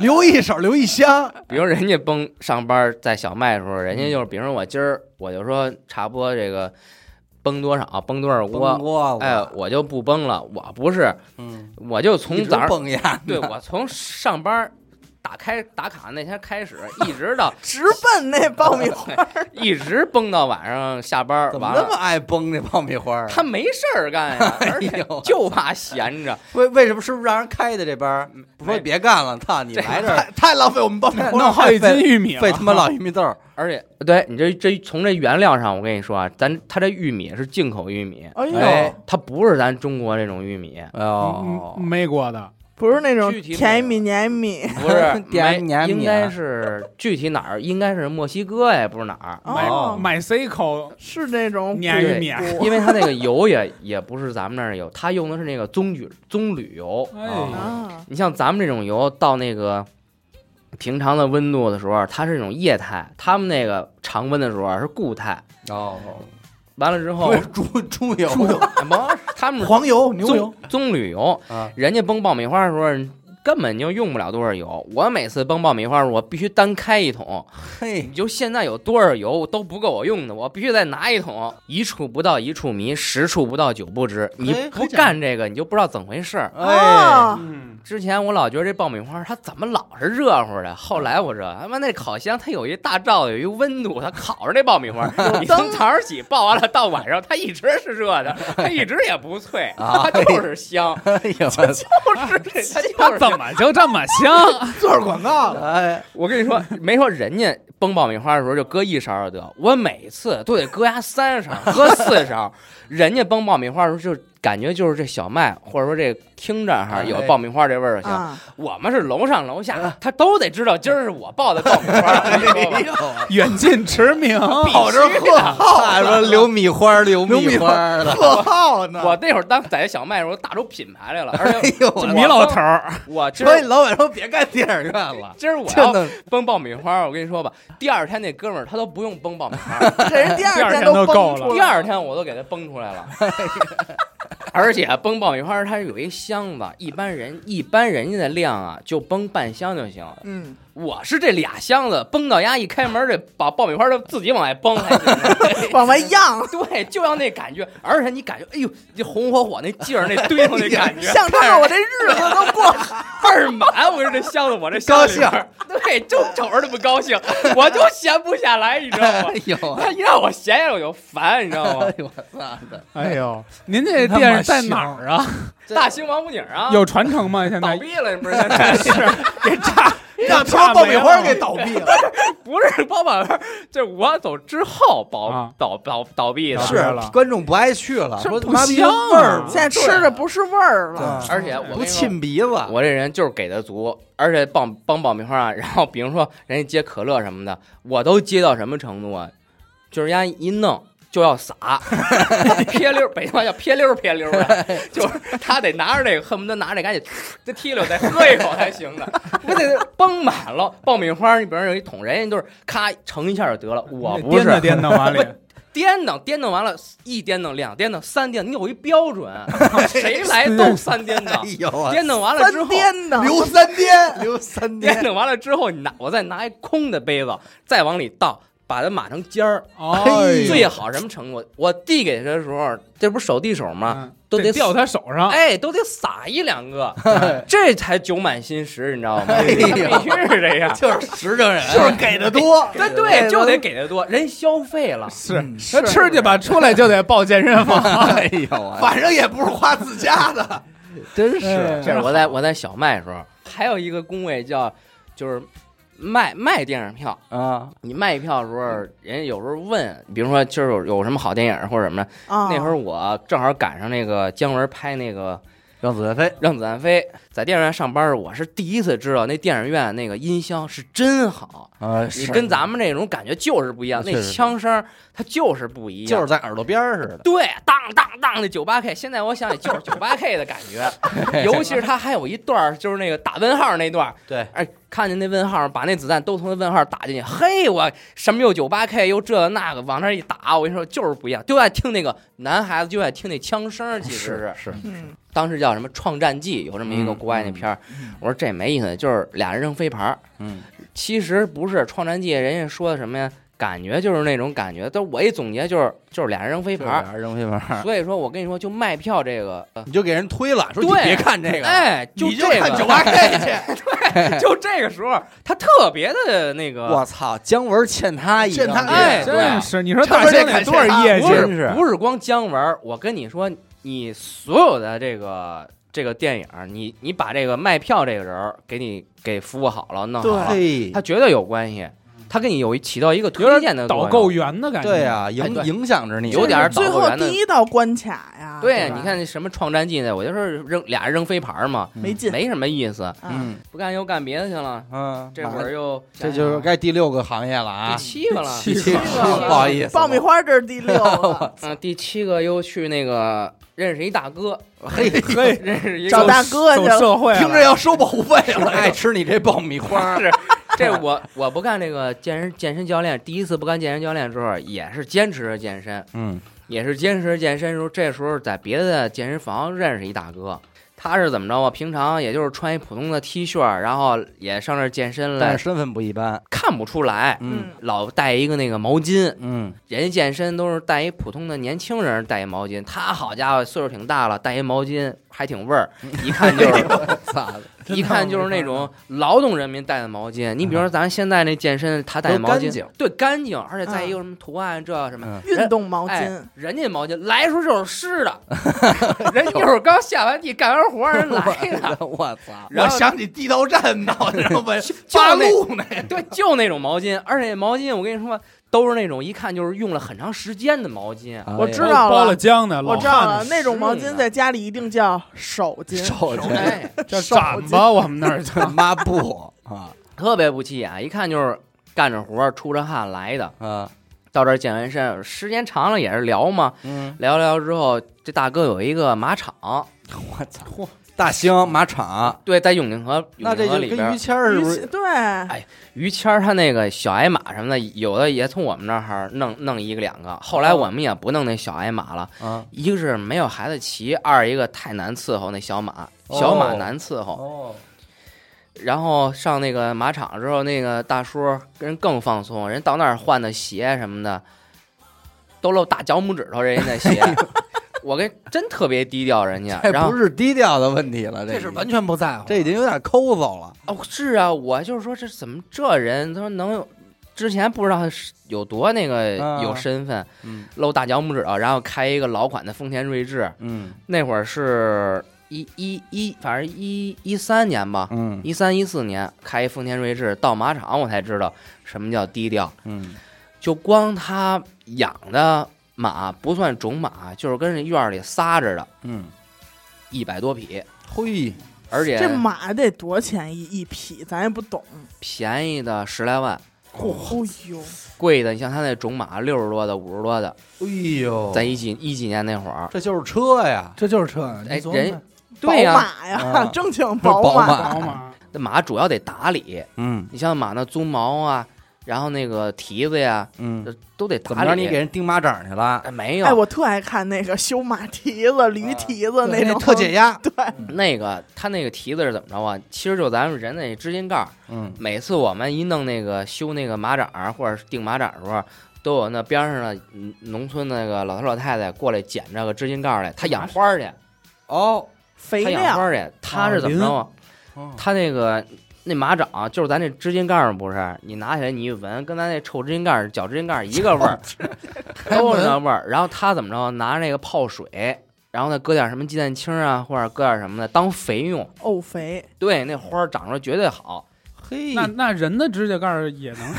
[SPEAKER 2] 留一手留一香，
[SPEAKER 5] 比如人家崩上班在小麦的时候，人家就是，比如说我今儿我就说差不多这个崩多少，崩多少
[SPEAKER 1] 崩
[SPEAKER 5] 锅，
[SPEAKER 1] 锅
[SPEAKER 5] 哎，我就不崩了。我不是，
[SPEAKER 1] 嗯，
[SPEAKER 5] 我就从早上，
[SPEAKER 1] 崩呀，
[SPEAKER 5] 对我从上班打开打卡那天开 始，一直到
[SPEAKER 3] 直奔那爆米花，
[SPEAKER 5] 一直崩到晚上下班，
[SPEAKER 1] 怎么
[SPEAKER 5] 完
[SPEAKER 1] 那么
[SPEAKER 5] 了
[SPEAKER 1] 爱崩这爆米花？
[SPEAKER 5] 他没事儿 干呀，而且
[SPEAKER 1] 呦
[SPEAKER 5] 就怕闲着。
[SPEAKER 1] 为为什么是不是让人开的这班？不说别干了，操你来这儿
[SPEAKER 2] 嗯太太浪费我们爆米花
[SPEAKER 4] 弄
[SPEAKER 2] 了。
[SPEAKER 4] 好几斤玉米了，
[SPEAKER 1] 费他妈老玉米豆儿，
[SPEAKER 5] 而且，对你这这从这原料上，我跟你说啊，咱它这玉米是进口玉米，
[SPEAKER 3] 哎呦，
[SPEAKER 1] 哎
[SPEAKER 5] 它不是咱中国这种玉米，
[SPEAKER 1] 哎
[SPEAKER 4] 嗯，
[SPEAKER 1] 呦，
[SPEAKER 4] 没过的，
[SPEAKER 3] 不是那种
[SPEAKER 5] 具体没
[SPEAKER 3] 甜
[SPEAKER 5] 有
[SPEAKER 3] 米黏米，
[SPEAKER 5] 不是
[SPEAKER 1] 点儿
[SPEAKER 5] 没
[SPEAKER 1] 黏米
[SPEAKER 5] 应该是具体哪儿？应该是墨西哥哎，不是哪儿？
[SPEAKER 3] 哦，
[SPEAKER 4] 买 C 口
[SPEAKER 3] 是那种
[SPEAKER 4] 鲶鱼面，
[SPEAKER 5] 因为它那个油也也不是咱们那儿的油，它用的是那个棕榈棕榈油。
[SPEAKER 4] 哎，
[SPEAKER 3] 啊，
[SPEAKER 5] 你像咱们这种油到那个平常的温度的时候，它是一种液态；他们那个常温的时候是固态。
[SPEAKER 1] 哦，
[SPEAKER 5] 完了之后
[SPEAKER 2] 不，是猪猪 油、
[SPEAKER 5] 哎不是他们是
[SPEAKER 2] 黄油、牛油
[SPEAKER 5] 棕棕榈油
[SPEAKER 1] 啊，
[SPEAKER 5] 人家崩爆米花的时候，根本就用不了多少油。我每次崩爆米花，我必须单开一桶，
[SPEAKER 1] 嘿
[SPEAKER 5] 你，就现在有多少油都不够我用的，我必须再拿一桶。一处不到一处迷，十处不到九不知。你
[SPEAKER 1] 嘿
[SPEAKER 5] 不干这个，你就不知道怎么回事儿。
[SPEAKER 3] 啊
[SPEAKER 1] 哎，
[SPEAKER 3] 哦
[SPEAKER 4] 嗯，
[SPEAKER 5] 之前我老觉得这爆米花它怎么老是热乎的，后来我这他妈那烤箱它有一大罩子，有一温度，它烤着那爆米花，你从早上起爆完了到晚上，它一直是热的，它一直也不脆，
[SPEAKER 1] 啊
[SPEAKER 5] 它就是香，
[SPEAKER 1] 哎呦，
[SPEAKER 5] 就是它就
[SPEAKER 4] 它
[SPEAKER 5] 是
[SPEAKER 4] 怎么就这么香？
[SPEAKER 2] 做着广告了，
[SPEAKER 1] 哎，
[SPEAKER 5] 我跟你说，没说人家崩爆米花的时候就搁一勺就得，我每次都得搁下三勺，搁四勺。人家崩爆米花的时候就感觉就是这小麦或者说这听着
[SPEAKER 1] 哎
[SPEAKER 5] 哈有爆米花这味儿就行。
[SPEAKER 3] 啊，
[SPEAKER 5] 我们是楼上楼
[SPEAKER 1] 啊
[SPEAKER 5] 下，他都得知道今儿是我爆的爆 米花，你知
[SPEAKER 1] 哎
[SPEAKER 5] 道吗
[SPEAKER 4] 远近驰名，
[SPEAKER 1] 跑这喝号，说留米花，留米花的，
[SPEAKER 2] 特号呢。
[SPEAKER 5] 我那会儿当宰小麦的时候，打出品牌来了，而且
[SPEAKER 1] 哎呦，
[SPEAKER 5] 我
[SPEAKER 4] 米老头，儿，
[SPEAKER 5] 我今
[SPEAKER 1] 所以
[SPEAKER 5] 儿
[SPEAKER 1] 老板说别干电影院了，
[SPEAKER 5] 今儿我
[SPEAKER 1] 就
[SPEAKER 5] 要
[SPEAKER 1] 能
[SPEAKER 5] 崩爆米花，我跟你说吧，第二天那哥们儿他都不用崩爆米花，
[SPEAKER 3] 啊这人第
[SPEAKER 4] 第二
[SPEAKER 3] 二
[SPEAKER 4] 天
[SPEAKER 3] 天
[SPEAKER 4] 都
[SPEAKER 3] 崩
[SPEAKER 4] 够
[SPEAKER 3] 出
[SPEAKER 4] 了
[SPEAKER 3] 来
[SPEAKER 5] 第二天我都给它崩出 来了。而且啊崩爆米花它是有一箱子，一般人一般人家的量啊，就崩半箱就行。
[SPEAKER 3] 嗯，
[SPEAKER 5] 我是这俩箱子崩到家，一开门这把爆米花都自己往外崩， 还得
[SPEAKER 3] 往外漾，
[SPEAKER 5] 对，就要那感觉，而且你感觉，哎呦，这红火火那 劲儿，那堆上那 感
[SPEAKER 1] 哎
[SPEAKER 5] 觉，
[SPEAKER 3] 象征着我这日子都过好
[SPEAKER 5] 倍儿满。我说这箱子，我这箱子里边儿，对，就瞅着那么高兴，我就闲不下来，你知道吗
[SPEAKER 1] 哎？呦，
[SPEAKER 5] 他一让我闲下来，我就烦，你知道吗
[SPEAKER 1] 哎？呦，我操的，
[SPEAKER 4] 哎呦，您这店在哪儿啊？
[SPEAKER 5] 大兴王府井啊，
[SPEAKER 4] 有传承吗？现
[SPEAKER 5] 倒
[SPEAKER 4] 在
[SPEAKER 5] 闭了，不是？ 但是
[SPEAKER 2] 让他妈爆米花给倒闭了，
[SPEAKER 5] 不是包板班？这我走之后倒、
[SPEAKER 4] 啊
[SPEAKER 5] 倒倒倒闭的。
[SPEAKER 4] 倒闭
[SPEAKER 1] 是
[SPEAKER 4] 了
[SPEAKER 1] 观众不爱去了，
[SPEAKER 4] 是
[SPEAKER 1] 说他
[SPEAKER 4] 不
[SPEAKER 1] 妈逼
[SPEAKER 4] 香啊
[SPEAKER 1] 味儿嗯不
[SPEAKER 3] 现在吃的不是味儿了。
[SPEAKER 1] 对
[SPEAKER 5] 而且我
[SPEAKER 1] 不
[SPEAKER 5] 跟你说
[SPEAKER 1] 沁鼻子，
[SPEAKER 5] 我这人就是给的足，而且帮帮爆米花啊，然后比如说人家接可乐什么的，我都接到什么程度啊？就是人家一弄就要撒， 撇溜儿，北京话叫撇溜儿撇溜儿的，就是他得拿着这个，恨不得拿着这赶紧这提溜再喝一口才行呢，我得崩满了爆米花。你比如说有一桶，人家就是咔盛一下就得了，我不
[SPEAKER 4] 颠
[SPEAKER 5] 是
[SPEAKER 4] 的颠的往里，
[SPEAKER 5] 颠弄颠弄完了，一颠弄两颠弄三颠，你有一标准，谁来都三颠
[SPEAKER 1] 哎
[SPEAKER 5] 弄，
[SPEAKER 1] 呦啊，
[SPEAKER 5] 颠弄完了之
[SPEAKER 3] 三
[SPEAKER 5] 后。
[SPEAKER 3] 颠呢？
[SPEAKER 2] 刘三颠，
[SPEAKER 1] 留三
[SPEAKER 5] 颠
[SPEAKER 1] 天，
[SPEAKER 5] 弄完了之后，你拿我再拿一空的杯子，再往里倒，把它码成尖儿。
[SPEAKER 4] 哎呦
[SPEAKER 5] 最好什么程度？我递给他的时候，这不是手递手吗？
[SPEAKER 4] 嗯
[SPEAKER 5] 都得
[SPEAKER 4] 掉他手上，
[SPEAKER 5] 哎，都得撒一两个，这才酒满心实，你知道吗？ 必须是
[SPEAKER 4] 哎
[SPEAKER 5] 这样。
[SPEAKER 1] 就是实诚人，
[SPEAKER 2] 就是给的 多。
[SPEAKER 5] 对对，就得给的多，人消费了。
[SPEAKER 4] 是
[SPEAKER 1] 嗯
[SPEAKER 4] 他吃去吧，出来就得报健身房。
[SPEAKER 1] 哎呦啊，
[SPEAKER 2] 反正也不是花自家的，
[SPEAKER 1] 真
[SPEAKER 4] 哎
[SPEAKER 1] 是
[SPEAKER 5] 这是我在我在小麦的时候，还有一个工位叫就是卖卖电影票，
[SPEAKER 1] 啊，
[SPEAKER 5] 你卖票的时候，人家有时候问，比如说今儿有有什么好电影或者什么的，
[SPEAKER 3] 啊，
[SPEAKER 5] 那会儿我正好赶上那个姜文拍那个
[SPEAKER 1] 让子弹飞
[SPEAKER 5] 《让子弹飞》，在电影院上班儿，我是第一次知道那电影院那个音箱是真好，
[SPEAKER 1] 啊，
[SPEAKER 5] 你
[SPEAKER 1] 是
[SPEAKER 5] 跟咱们这种感觉就是不一样，
[SPEAKER 1] 确
[SPEAKER 5] 那
[SPEAKER 1] 实
[SPEAKER 5] 枪声儿它就是不一样，
[SPEAKER 1] 就是在耳朵边儿似的，
[SPEAKER 5] 对，当当当的九八 K，现在我想起就是九八 K 的感 觉，尤其是他还有一段儿，就是那个打问号那段，
[SPEAKER 1] 对，
[SPEAKER 5] 哎，看见那问号，把那子弹都从那问号打进去，嘿，我什么又九八 K 又这那个，往那儿一打，我跟你说就是不一样，就爱听那个男孩子就爱听那枪声儿，其实是
[SPEAKER 1] 是
[SPEAKER 3] 嗯
[SPEAKER 5] 当时叫什么《创战记》，有这么一个
[SPEAKER 1] 嗯
[SPEAKER 5] 国外那片儿，我说这没意思，就是俩人扔飞盘儿，
[SPEAKER 1] 嗯，
[SPEAKER 5] 其实不是《创战记》，人家说的什么呀？感觉就是那种感觉，但我一总结就是就是俩人扔飞
[SPEAKER 1] 这
[SPEAKER 5] 盘儿。
[SPEAKER 1] 玩意儿扔飞盘儿，
[SPEAKER 5] 所以说我跟你说，就卖票这个，呃
[SPEAKER 1] 你就给人推了，说你
[SPEAKER 5] 对啊
[SPEAKER 1] 别看这个，
[SPEAKER 5] 哎，就
[SPEAKER 2] 你就
[SPEAKER 5] 这
[SPEAKER 2] 看
[SPEAKER 5] 个，
[SPEAKER 2] 九八 K 去，
[SPEAKER 5] 就这个时候，他特别的那个，
[SPEAKER 1] 我操，姜文欠他一
[SPEAKER 2] 欠他
[SPEAKER 1] 张
[SPEAKER 2] 一
[SPEAKER 1] 脸
[SPEAKER 5] 哎
[SPEAKER 4] 真是，你说
[SPEAKER 2] 这不
[SPEAKER 4] 大
[SPEAKER 2] 是
[SPEAKER 4] 兴
[SPEAKER 2] 得
[SPEAKER 4] 得
[SPEAKER 2] 感
[SPEAKER 4] 多少
[SPEAKER 2] 谢
[SPEAKER 4] 业
[SPEAKER 1] 他
[SPEAKER 4] 绩
[SPEAKER 5] 不？
[SPEAKER 1] 真是
[SPEAKER 5] 是不是光姜文儿，我跟你说，你所有的这个这个电影，你你把这个卖票这个人儿给你给服务好了，弄好了，
[SPEAKER 1] 嘿
[SPEAKER 5] 他，绝对有关系，他跟你有一起到一个
[SPEAKER 4] 有
[SPEAKER 5] 推
[SPEAKER 4] 点
[SPEAKER 5] 荐的作
[SPEAKER 4] 导
[SPEAKER 5] 用
[SPEAKER 4] 购。员的感觉。
[SPEAKER 1] 对啊呀，
[SPEAKER 5] 哎
[SPEAKER 1] 影
[SPEAKER 5] 对
[SPEAKER 1] 影响着你，
[SPEAKER 5] 有点儿
[SPEAKER 3] 最
[SPEAKER 5] 导购
[SPEAKER 3] 后
[SPEAKER 5] 员的
[SPEAKER 3] 第一道关卡呀，
[SPEAKER 5] 对，
[SPEAKER 3] 吧
[SPEAKER 5] 你看那什么创战记呢？我就说扔俩人扔飞盘儿嘛，
[SPEAKER 3] 没劲，
[SPEAKER 5] 没什么意思，
[SPEAKER 3] 啊
[SPEAKER 1] 嗯
[SPEAKER 5] 不干又干别的去了。
[SPEAKER 1] 嗯，
[SPEAKER 5] 这会儿又
[SPEAKER 1] 这就是该第六个行业了啊
[SPEAKER 5] 第，七个了，
[SPEAKER 1] 第七个，
[SPEAKER 5] 第七个，
[SPEAKER 1] 不好意思，
[SPEAKER 3] 爆米花这是第六个
[SPEAKER 5] 嗯，第七个又去那个认识一大哥，
[SPEAKER 1] 嘿，
[SPEAKER 4] 嘿，
[SPEAKER 5] 认识一
[SPEAKER 3] 找
[SPEAKER 5] 个，
[SPEAKER 3] 大哥
[SPEAKER 4] 走
[SPEAKER 3] 去了。
[SPEAKER 4] 社会了，
[SPEAKER 2] 听着要收保护费了。
[SPEAKER 1] 爱吃你这爆米花，
[SPEAKER 5] 这我我不干这个健身健身教练，第一次不干健身教练之后，也是坚持着健身，
[SPEAKER 1] 嗯，
[SPEAKER 5] 也是坚持着健身的时候，这时候在别的健身房认识一大哥，他是怎么着啊？平常也就是穿一普通的 T 恤，然后也上那儿健身
[SPEAKER 1] 但
[SPEAKER 5] 来
[SPEAKER 1] 是，身份不一般，
[SPEAKER 5] 看不出来。
[SPEAKER 1] 嗯
[SPEAKER 5] 老带一个那个毛巾，
[SPEAKER 1] 嗯
[SPEAKER 5] 人家健身都是带一普通的年轻人带一毛巾，他好家伙岁数挺大了，带一毛巾还挺味儿，一看 就是
[SPEAKER 1] 咋的？
[SPEAKER 5] 一看就是那种劳动人民带的毛巾。你比如说咱现在那健身，他带
[SPEAKER 1] 都
[SPEAKER 5] 的毛
[SPEAKER 1] 干
[SPEAKER 5] 巾
[SPEAKER 1] 净，
[SPEAKER 5] 对干净，而且再一
[SPEAKER 3] 嗯
[SPEAKER 5] 个什么图案这什么。
[SPEAKER 1] 嗯
[SPEAKER 3] 运动毛
[SPEAKER 5] 哎
[SPEAKER 3] 巾，，
[SPEAKER 5] 人家毛巾来的时候就是湿的，人一会儿 刚下完地干完活儿，人来 的，
[SPEAKER 1] 我操！
[SPEAKER 5] 然
[SPEAKER 2] 我
[SPEAKER 5] 后
[SPEAKER 2] 想起地道战呢，我这问
[SPEAKER 5] 就
[SPEAKER 2] 八
[SPEAKER 5] 那
[SPEAKER 2] 路那个，
[SPEAKER 5] 对，就那种毛巾，而且毛巾我跟你说都是那种一看就是用了很长时间的毛巾，
[SPEAKER 3] 我
[SPEAKER 1] 哎
[SPEAKER 3] 知
[SPEAKER 1] 呀
[SPEAKER 3] 道
[SPEAKER 4] 包了
[SPEAKER 3] 了
[SPEAKER 4] 浆的，
[SPEAKER 3] 我
[SPEAKER 4] 老
[SPEAKER 3] 知道
[SPEAKER 4] 汉
[SPEAKER 3] 了，
[SPEAKER 4] 子
[SPEAKER 3] 那种毛
[SPEAKER 5] 湿
[SPEAKER 3] 巾
[SPEAKER 5] 的
[SPEAKER 3] 在家里一定叫手巾。
[SPEAKER 1] 手这
[SPEAKER 5] 哎，
[SPEAKER 4] 叫
[SPEAKER 3] 手
[SPEAKER 4] 展吧，我们那儿叫
[SPEAKER 1] 抹布啊
[SPEAKER 5] 特别不起眼，一看就是干着活儿出着汗来的。
[SPEAKER 1] 啊
[SPEAKER 5] 到这儿健完身，时间长了也是聊嘛，
[SPEAKER 1] 嗯，
[SPEAKER 5] 聊聊之后，这大哥有一个马场，
[SPEAKER 1] 我操！大兴马场，
[SPEAKER 5] 对，在永定河，
[SPEAKER 1] 那
[SPEAKER 5] 永
[SPEAKER 1] 这
[SPEAKER 5] 定河
[SPEAKER 1] 就
[SPEAKER 5] 里
[SPEAKER 1] 跟
[SPEAKER 5] 边
[SPEAKER 1] 于，谦儿是不
[SPEAKER 3] 于
[SPEAKER 1] 是？
[SPEAKER 3] 对，
[SPEAKER 5] 哎于谦儿他那个小矮马什么的，有的也从我们那儿弄弄一个两个。后
[SPEAKER 1] 哦
[SPEAKER 5] 来我们也不弄那小矮马了，
[SPEAKER 1] 啊
[SPEAKER 5] 一个是没有孩子骑，二一个太难伺候那小马，小马
[SPEAKER 1] 哦
[SPEAKER 5] 难伺候。
[SPEAKER 1] 哦，
[SPEAKER 5] 然后上那个马场之后，那个大叔跟人更放松，人到那儿换的鞋什么的，都露大脚拇指头，人家 那鞋，我跟真特别低调，人家。
[SPEAKER 1] 这
[SPEAKER 5] 然后
[SPEAKER 1] 哎不是低调的问题了，
[SPEAKER 2] 这
[SPEAKER 1] 这
[SPEAKER 2] 是完全不在乎。
[SPEAKER 1] 这已经有点抠搜了。
[SPEAKER 5] 哦，是啊，我就是说这怎么这人，他说能有。之前不知道是有多那个
[SPEAKER 1] 啊
[SPEAKER 5] 有身份，
[SPEAKER 1] 嗯
[SPEAKER 5] 露大脚拇指啊头，然后开一个老款的丰田锐志，
[SPEAKER 1] 嗯
[SPEAKER 5] 那会儿是一一一，反正一一三年吧，
[SPEAKER 1] 嗯
[SPEAKER 5] 一三一四年开一丰田锐志，到马场我才知道什么叫低调。
[SPEAKER 1] 嗯，
[SPEAKER 5] 就光他养的马不算种马，就是跟人院儿里撒着的，
[SPEAKER 1] 嗯，
[SPEAKER 5] 一百多匹，
[SPEAKER 1] 嘿，
[SPEAKER 5] 而且
[SPEAKER 3] 这马得多钱一一匹，咱也不懂。
[SPEAKER 5] 便宜的十来万，
[SPEAKER 3] 哦呦，
[SPEAKER 5] 贵的你像他那种马六十多的、五十多的，
[SPEAKER 1] 哎呦，
[SPEAKER 5] 在一几一几年那会儿，
[SPEAKER 1] 这就是车呀，
[SPEAKER 2] 这就是车，
[SPEAKER 5] 哎
[SPEAKER 2] 你琢磨
[SPEAKER 5] 人
[SPEAKER 2] 呗
[SPEAKER 5] 对呀、
[SPEAKER 3] 宝马呀
[SPEAKER 1] 啊，
[SPEAKER 3] 正经
[SPEAKER 1] 不是宝
[SPEAKER 3] 马。
[SPEAKER 1] 马
[SPEAKER 4] 宝 马，
[SPEAKER 5] 那马主要得打理，
[SPEAKER 1] 嗯
[SPEAKER 5] 你像马那鬃毛啊，然后那个蹄子呀，
[SPEAKER 1] 嗯，
[SPEAKER 5] 都得
[SPEAKER 1] 怎么
[SPEAKER 5] 打
[SPEAKER 1] 着？
[SPEAKER 5] 理。
[SPEAKER 1] 你给人钉马掌去了？
[SPEAKER 5] 哎啊没有？
[SPEAKER 3] 哎，我特爱看那个修马蹄子、驴蹄子
[SPEAKER 1] 哎
[SPEAKER 2] 对
[SPEAKER 3] 种，
[SPEAKER 2] 特解压，
[SPEAKER 5] 那个他那个蹄子是怎么着啊？其实就咱们人那指甲盖儿，
[SPEAKER 1] 嗯
[SPEAKER 5] 每次我们一弄那个修那个马掌儿或者是钉马掌儿的时候，都有那边上的嗯农村那个老头老太太过来捡这个指甲盖儿来，他养花儿去，
[SPEAKER 1] 哦，
[SPEAKER 3] 肥
[SPEAKER 5] 他养花
[SPEAKER 3] 料。
[SPEAKER 5] 儿去，他是怎么着啊？
[SPEAKER 1] 哦
[SPEAKER 5] 他那个那马掌儿就是咱那指甲盖儿不是？你拿起来你一闻，跟咱那臭指甲盖儿、脚指甲盖儿一个味儿， 都是那味儿。然后他怎么着？啊拿那个泡水，然后再搁点什么鸡蛋清啊，或者搁点什么的当肥用。
[SPEAKER 3] 沤哦肥，
[SPEAKER 5] 对，那花儿长着绝对好。
[SPEAKER 1] 嘿，
[SPEAKER 4] 那那人的指甲盖儿也能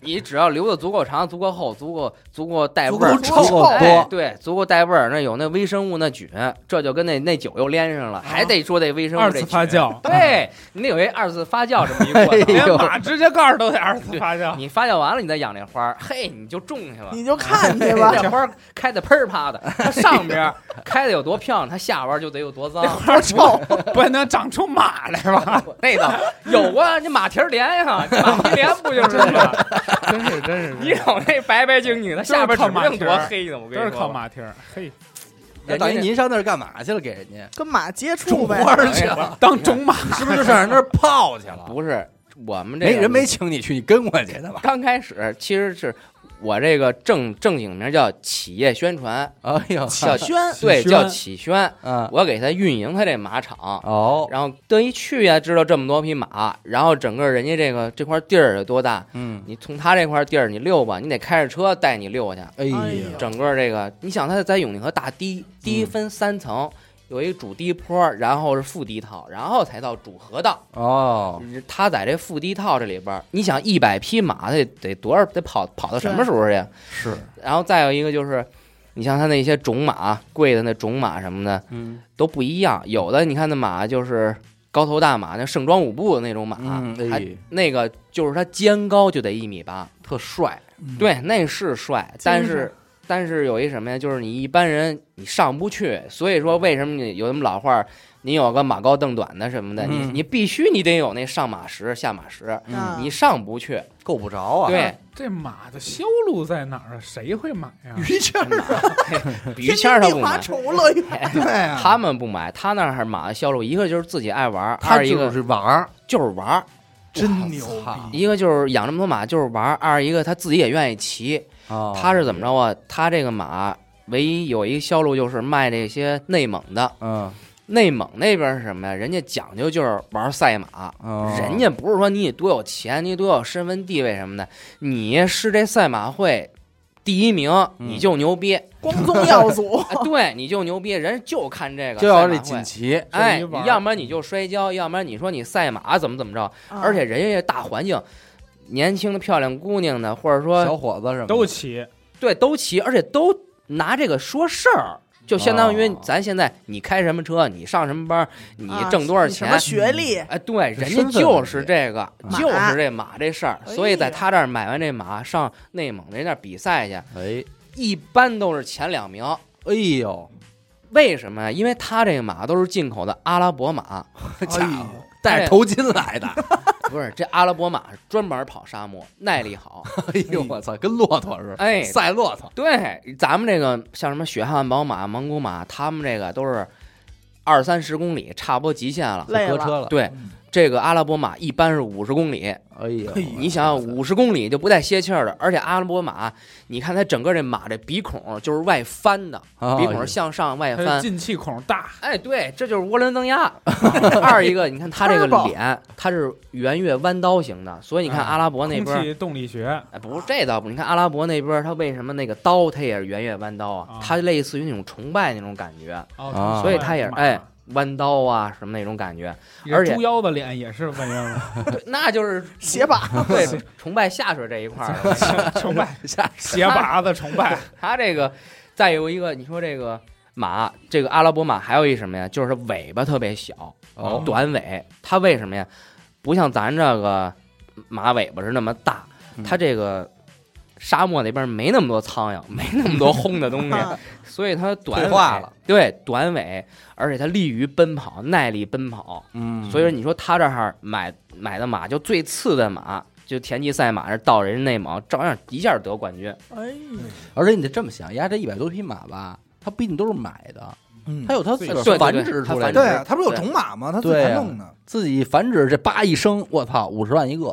[SPEAKER 5] 你只要留的足够长、足够厚、足够足够带味
[SPEAKER 1] 够
[SPEAKER 5] 儿、
[SPEAKER 1] 臭
[SPEAKER 5] 足够
[SPEAKER 1] 多
[SPEAKER 5] 哎对，足够带味儿，那有那微生物那菌，这就跟那那酒又连
[SPEAKER 1] 啊
[SPEAKER 5] 上了，还得说那微生物
[SPEAKER 4] 二
[SPEAKER 5] 这
[SPEAKER 4] 次
[SPEAKER 5] 菌
[SPEAKER 4] 发。酵，
[SPEAKER 5] 对，你得有一二次发酵这么一过程。
[SPEAKER 1] 哎
[SPEAKER 4] 连
[SPEAKER 1] 呦
[SPEAKER 4] 马指甲盖儿都得二次发酵。
[SPEAKER 5] 你发酵完了，你再养那花儿，嘿，你就种去吧。
[SPEAKER 3] 你就 看去
[SPEAKER 5] 啊这
[SPEAKER 3] 吧。
[SPEAKER 5] 花儿开的喷儿啪的，它上 边儿开的有多漂亮，它下边儿就得有多脏。
[SPEAKER 4] 多臭，不能长出马来 吧？
[SPEAKER 1] 哎
[SPEAKER 5] 那 倒有啊，这马蹄儿莲呀，这马蹄莲不就是吗？
[SPEAKER 4] 真是真是，
[SPEAKER 5] 你瞅那白白净净的，下边指不定多黑呢。我跟
[SPEAKER 4] 都是
[SPEAKER 5] 你说，
[SPEAKER 4] 靠马蹄儿， 嘿，
[SPEAKER 1] 那
[SPEAKER 5] 人
[SPEAKER 1] 等
[SPEAKER 5] 家
[SPEAKER 1] 于
[SPEAKER 5] 那
[SPEAKER 1] 您哎上那儿干嘛去了？给人 家
[SPEAKER 3] 跟马接触呗，
[SPEAKER 1] 儿去了，
[SPEAKER 4] 当种马
[SPEAKER 1] 是不是就上人那儿泡去了？
[SPEAKER 5] 不是我们 这
[SPEAKER 1] 没
[SPEAKER 5] 个
[SPEAKER 1] 人没请你去，你跟过去的吧？
[SPEAKER 5] 刚开始其实是我这个正正经名叫企业宣传，
[SPEAKER 1] 哎呦，
[SPEAKER 5] 叫
[SPEAKER 3] 宣
[SPEAKER 5] 对
[SPEAKER 4] 宣
[SPEAKER 5] 叫企宣，
[SPEAKER 1] 嗯，
[SPEAKER 5] 我给他运营他这马场。
[SPEAKER 1] 哦，
[SPEAKER 5] 然后这一去呀，知道这么多匹马，然后整个人家这个这块地儿有多大，
[SPEAKER 1] 嗯，
[SPEAKER 5] 你从他这块地儿你溜吧，你得开着车带你溜去。
[SPEAKER 1] 哎
[SPEAKER 3] 哎
[SPEAKER 1] 呀
[SPEAKER 3] 呦，
[SPEAKER 5] 整个这个，你想它在永定河大堤，堤分三层，有一个主堤坡，然后是副堤套，然后才到主河道。
[SPEAKER 1] 哦，
[SPEAKER 5] 它在这副堤套这里边儿，你想一百匹马得得多少得跑跑到什么时候去？
[SPEAKER 1] 是，
[SPEAKER 5] 然后再有一个就是，你像它那些种马贵的那种马什么的
[SPEAKER 1] 嗯
[SPEAKER 5] 都不一样，有的你看那马就是高头大马，那盛装舞步的那种马，
[SPEAKER 1] 嗯
[SPEAKER 5] 还
[SPEAKER 1] 哎
[SPEAKER 5] 那个就是它肩高就得一米八，特帅。对，那是帅，但
[SPEAKER 3] 精
[SPEAKER 5] 是
[SPEAKER 3] 神
[SPEAKER 5] 嗯但是有一什么呀，就是你一般人你上不去，所以说为什么你有什么老话儿，你有个马高凳短的什么的，你
[SPEAKER 1] 嗯
[SPEAKER 5] 你必须你得有那上马时下马时，
[SPEAKER 3] 啊
[SPEAKER 5] 嗯你上不去，
[SPEAKER 1] 够不着啊。
[SPEAKER 5] 对，
[SPEAKER 4] 这马的销路在哪儿啊？谁会买呀？
[SPEAKER 2] 于谦儿，
[SPEAKER 5] 于谦儿他
[SPEAKER 3] 天津地
[SPEAKER 5] 不
[SPEAKER 3] 滑
[SPEAKER 5] 买，
[SPEAKER 3] 愁了，
[SPEAKER 2] 对啊，
[SPEAKER 5] 他们不买，他那儿马的销路，一个就是自己爱玩儿，
[SPEAKER 1] 他
[SPEAKER 5] 二一
[SPEAKER 1] 就
[SPEAKER 5] 个
[SPEAKER 1] 是玩儿，
[SPEAKER 5] 就是玩儿，
[SPEAKER 2] 真牛
[SPEAKER 1] 操
[SPEAKER 2] 逼，
[SPEAKER 5] 一个就是养这么多马就是玩儿，二一个他自己也愿意骑，
[SPEAKER 1] 哦
[SPEAKER 5] 他是怎么着啊？他这个马唯一有一个销路就是卖这些内蒙的，
[SPEAKER 1] 嗯，
[SPEAKER 5] 内蒙那边是什么呀？人家讲究就是玩赛马，
[SPEAKER 1] 哦
[SPEAKER 5] 人家不是说你多有钱，你多有身份地位什么的，你是这赛马会第一名，
[SPEAKER 1] 嗯
[SPEAKER 5] 你就牛逼，
[SPEAKER 3] 光宗耀 祖
[SPEAKER 5] 啊对，你就牛逼，人就看这个，
[SPEAKER 1] 就要这
[SPEAKER 5] 锦
[SPEAKER 1] 锦。旗，
[SPEAKER 5] 哎，
[SPEAKER 4] 就一玩
[SPEAKER 5] 你要不然你就摔跤，要不然你说你赛马怎么怎么着，
[SPEAKER 3] 啊
[SPEAKER 5] 而且人家这大环境，年轻的漂亮姑娘呢，或者说
[SPEAKER 1] 小伙子什么的
[SPEAKER 4] 都骑，
[SPEAKER 5] 对，都骑，而且都拿这个说事儿，就相当于
[SPEAKER 1] 哦
[SPEAKER 5] 咱现在你开什么车，你上什么班，你
[SPEAKER 3] 啊
[SPEAKER 5] 挣多少
[SPEAKER 3] 你
[SPEAKER 5] 钱
[SPEAKER 3] 什么。学历，
[SPEAKER 5] 哎，对，人家
[SPEAKER 1] 身份
[SPEAKER 5] 就
[SPEAKER 1] 问
[SPEAKER 5] 是
[SPEAKER 1] 题
[SPEAKER 5] 这个，
[SPEAKER 1] 马
[SPEAKER 5] 就是这马这事儿，
[SPEAKER 3] 哎
[SPEAKER 5] 所以在
[SPEAKER 3] 呀
[SPEAKER 5] 他这儿买完这马，上内蒙人那儿比赛去，
[SPEAKER 1] 哎
[SPEAKER 5] 一般都是前两名。
[SPEAKER 1] 哎呦，
[SPEAKER 5] 为什么呀？因为他这个马都是进口的阿拉伯马，
[SPEAKER 1] 家伙戴
[SPEAKER 5] 但是
[SPEAKER 1] 着头巾来的，哎
[SPEAKER 5] 不是这阿拉伯马是专门跑沙漠，耐力 好。
[SPEAKER 1] 哎呦我操，跟骆驼似的，
[SPEAKER 5] 哎，
[SPEAKER 1] 赛骆驼，
[SPEAKER 5] 对，咱们这个像什么血汗宝马、蒙古马，他们这个都是二三十公里，差不多极限了。
[SPEAKER 3] 累
[SPEAKER 1] 搁
[SPEAKER 3] 了，
[SPEAKER 1] 车了，
[SPEAKER 5] 对，这个阿拉伯马一般是五十公里，
[SPEAKER 1] 哎呦
[SPEAKER 2] 哎，呦
[SPEAKER 5] 你想想五十公里就不带歇气儿的，而且阿拉伯马，你看它整个这马这鼻孔就是外翻的，
[SPEAKER 1] 啊
[SPEAKER 5] 鼻孔是向上外
[SPEAKER 4] 它
[SPEAKER 5] 翻
[SPEAKER 4] 的。哦进气孔大，
[SPEAKER 5] 哎，对，这就是涡轮增压。 二一个，你看它这个
[SPEAKER 3] Turbo
[SPEAKER 5] 脸，它是圆月弯刀型的，所以你看
[SPEAKER 4] 啊
[SPEAKER 5] 阿拉伯那
[SPEAKER 4] 空
[SPEAKER 5] 边儿，
[SPEAKER 4] 气动力学，
[SPEAKER 5] 哎，不是这倒不是，你看阿拉伯那边儿，他为什么那个刀他也是圆月弯刀啊
[SPEAKER 4] 啊？
[SPEAKER 5] 他类似于那种崇拜那种感觉，
[SPEAKER 1] 啊
[SPEAKER 4] 哦，
[SPEAKER 5] 所以他也是
[SPEAKER 4] 马
[SPEAKER 5] 哎，弯刀啊什么那种感觉，而且
[SPEAKER 4] 猪腰子脸也是纹样的，
[SPEAKER 1] 呃
[SPEAKER 5] 对那就是
[SPEAKER 3] 鞋把
[SPEAKER 5] 对崇拜下水这一块儿了。
[SPEAKER 4] 崇拜
[SPEAKER 1] 下
[SPEAKER 4] 鞋拔子崇 拜，
[SPEAKER 5] 他这个再有一个，你说这个马，这个阿拉伯马还有一什么呀？就是尾巴特别小，
[SPEAKER 1] 哦
[SPEAKER 5] 短尾。它为什么呀？不像咱这个马尾巴是那么大
[SPEAKER 1] 嗯，
[SPEAKER 5] 它这个。沙漠那边没那么多苍蝇，没那么多轰 的东西，
[SPEAKER 3] 啊
[SPEAKER 5] 所以它短
[SPEAKER 1] 退化
[SPEAKER 5] 尾
[SPEAKER 1] 了，
[SPEAKER 5] 对短尾，而且它利于奔跑，耐力奔跑。
[SPEAKER 1] 嗯，
[SPEAKER 5] 所以说，你说他这儿买买的马就最次的马，就田忌赛马，这到人家内蒙照样一下得冠军。
[SPEAKER 3] 哎呀，
[SPEAKER 5] 嗯
[SPEAKER 1] 而且你得这么想，丫这一百多匹马吧，它不一定都是买的，
[SPEAKER 2] 嗯
[SPEAKER 1] 它，有它自个
[SPEAKER 5] 对
[SPEAKER 1] 儿
[SPEAKER 5] 对
[SPEAKER 1] 繁
[SPEAKER 5] 对
[SPEAKER 1] 殖
[SPEAKER 5] 它
[SPEAKER 1] 出来
[SPEAKER 5] 繁
[SPEAKER 1] 的，
[SPEAKER 2] 对
[SPEAKER 5] 殖
[SPEAKER 2] 啊，他不是有
[SPEAKER 5] 对
[SPEAKER 2] 种马吗？他自己
[SPEAKER 1] 对
[SPEAKER 2] 还
[SPEAKER 1] 啊
[SPEAKER 2] 弄呢，
[SPEAKER 1] 自己繁殖这叭一生，我操，五十万一个，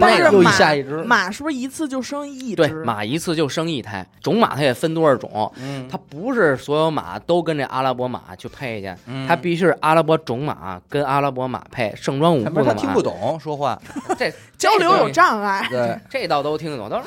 [SPEAKER 3] 但是
[SPEAKER 1] 又一
[SPEAKER 3] 马
[SPEAKER 1] 下一只，
[SPEAKER 3] 马是不是一次就生一
[SPEAKER 5] 对，
[SPEAKER 3] 只？
[SPEAKER 5] 马一次就生一胎，种马它也分多少种，
[SPEAKER 1] 嗯，
[SPEAKER 5] 它不是所有马都跟这阿拉伯马去配去，
[SPEAKER 1] 嗯
[SPEAKER 5] 它必须是阿拉伯种马跟阿拉伯马配，盛装舞
[SPEAKER 1] 他
[SPEAKER 5] 步
[SPEAKER 1] 不
[SPEAKER 5] 的
[SPEAKER 1] 他
[SPEAKER 5] 马。
[SPEAKER 1] 听不懂说 话，
[SPEAKER 5] 这
[SPEAKER 3] 交流有，障碍，
[SPEAKER 1] 对，
[SPEAKER 5] 这倒都听得 懂，都是、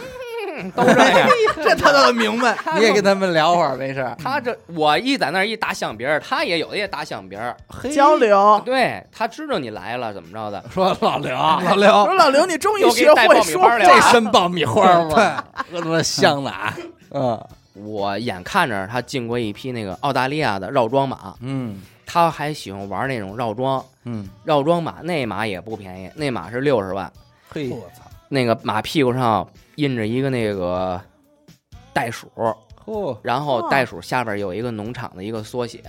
[SPEAKER 5] 嗯、都这 样。
[SPEAKER 2] 这他倒明白。
[SPEAKER 1] 你也跟他们聊会儿没事儿，
[SPEAKER 5] 他这我一在那儿一打响别人，他也有的也打响别人，
[SPEAKER 1] 嘿
[SPEAKER 3] 交流。
[SPEAKER 5] 对他知道你来了怎么着的，
[SPEAKER 1] 说老刘老刘
[SPEAKER 3] 说老刘，你终于
[SPEAKER 5] 又给
[SPEAKER 3] 学
[SPEAKER 5] 你带爆
[SPEAKER 3] 会
[SPEAKER 5] 米
[SPEAKER 3] 说
[SPEAKER 5] 花
[SPEAKER 3] 话
[SPEAKER 5] 来了
[SPEAKER 1] 这
[SPEAKER 3] 了，
[SPEAKER 1] 身爆米花吗？ 喝他妈香哪？嗯
[SPEAKER 5] 我眼看着他进过一批那个澳大利亚的绕桩马，
[SPEAKER 1] 嗯
[SPEAKER 5] 他还喜欢玩那种绕桩，
[SPEAKER 1] 嗯，
[SPEAKER 5] 绕桩马那马也不便宜，那马是六十万，
[SPEAKER 1] 嘿，
[SPEAKER 2] 我操，
[SPEAKER 5] 那个马屁股上印着一个那个袋鼠，
[SPEAKER 1] 嚯，
[SPEAKER 5] 然后
[SPEAKER 3] 哦
[SPEAKER 5] 袋鼠下边有一个农场的一个缩写，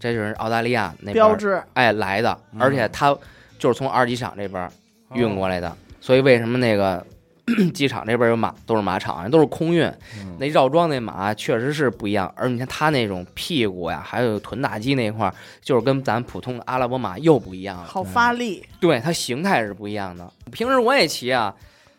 [SPEAKER 5] 这就是澳大利亚那边
[SPEAKER 3] 标志
[SPEAKER 5] 哎来的，
[SPEAKER 1] 嗯
[SPEAKER 5] 而且它就是从二级场这边
[SPEAKER 4] 哦
[SPEAKER 5] 运过来的，所以为什么那个 机场这边有马都是马场，都是空运，
[SPEAKER 1] 嗯
[SPEAKER 5] 那绕桩那马确实是不一样，而你看它那种屁股呀，还有臀大肌那块儿，就是跟咱普通的阿拉伯马又不一样了。
[SPEAKER 3] 好发力，
[SPEAKER 5] 对，它形态是不一样的。平时我也骑啊，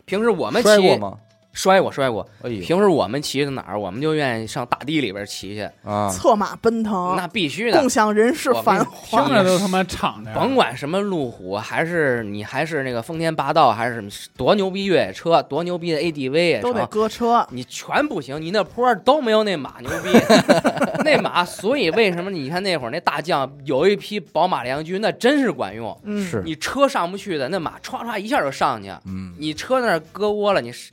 [SPEAKER 5] 平时我们骑
[SPEAKER 1] 摔过？吗？
[SPEAKER 5] 摔过，摔过。
[SPEAKER 1] 哎呦
[SPEAKER 5] 平时我们骑的哪儿，我们就愿意上大地里边骑去，
[SPEAKER 1] 啊，
[SPEAKER 3] 策马奔腾，
[SPEAKER 5] 嗯那必须的
[SPEAKER 3] 哦共。享人世
[SPEAKER 5] 我
[SPEAKER 3] 繁
[SPEAKER 5] 们
[SPEAKER 3] 华。
[SPEAKER 4] 听着都他妈敞着，
[SPEAKER 5] 甭管什么路虎，还是你还是那个丰田霸道，还是什么多牛逼越野车，多牛逼的 ADV 也
[SPEAKER 3] 都得
[SPEAKER 5] 成，
[SPEAKER 3] 搁车，
[SPEAKER 5] 你全不行，你那坡都没有那马 牛逼，那马，所以为什么你看那会儿那大将有一批宝马良驹，那真是管用，
[SPEAKER 3] 嗯，
[SPEAKER 1] 是
[SPEAKER 5] 你车上不去的，那马歘歘一下就上去，
[SPEAKER 1] 嗯，
[SPEAKER 5] 你车那儿搁窝了，你是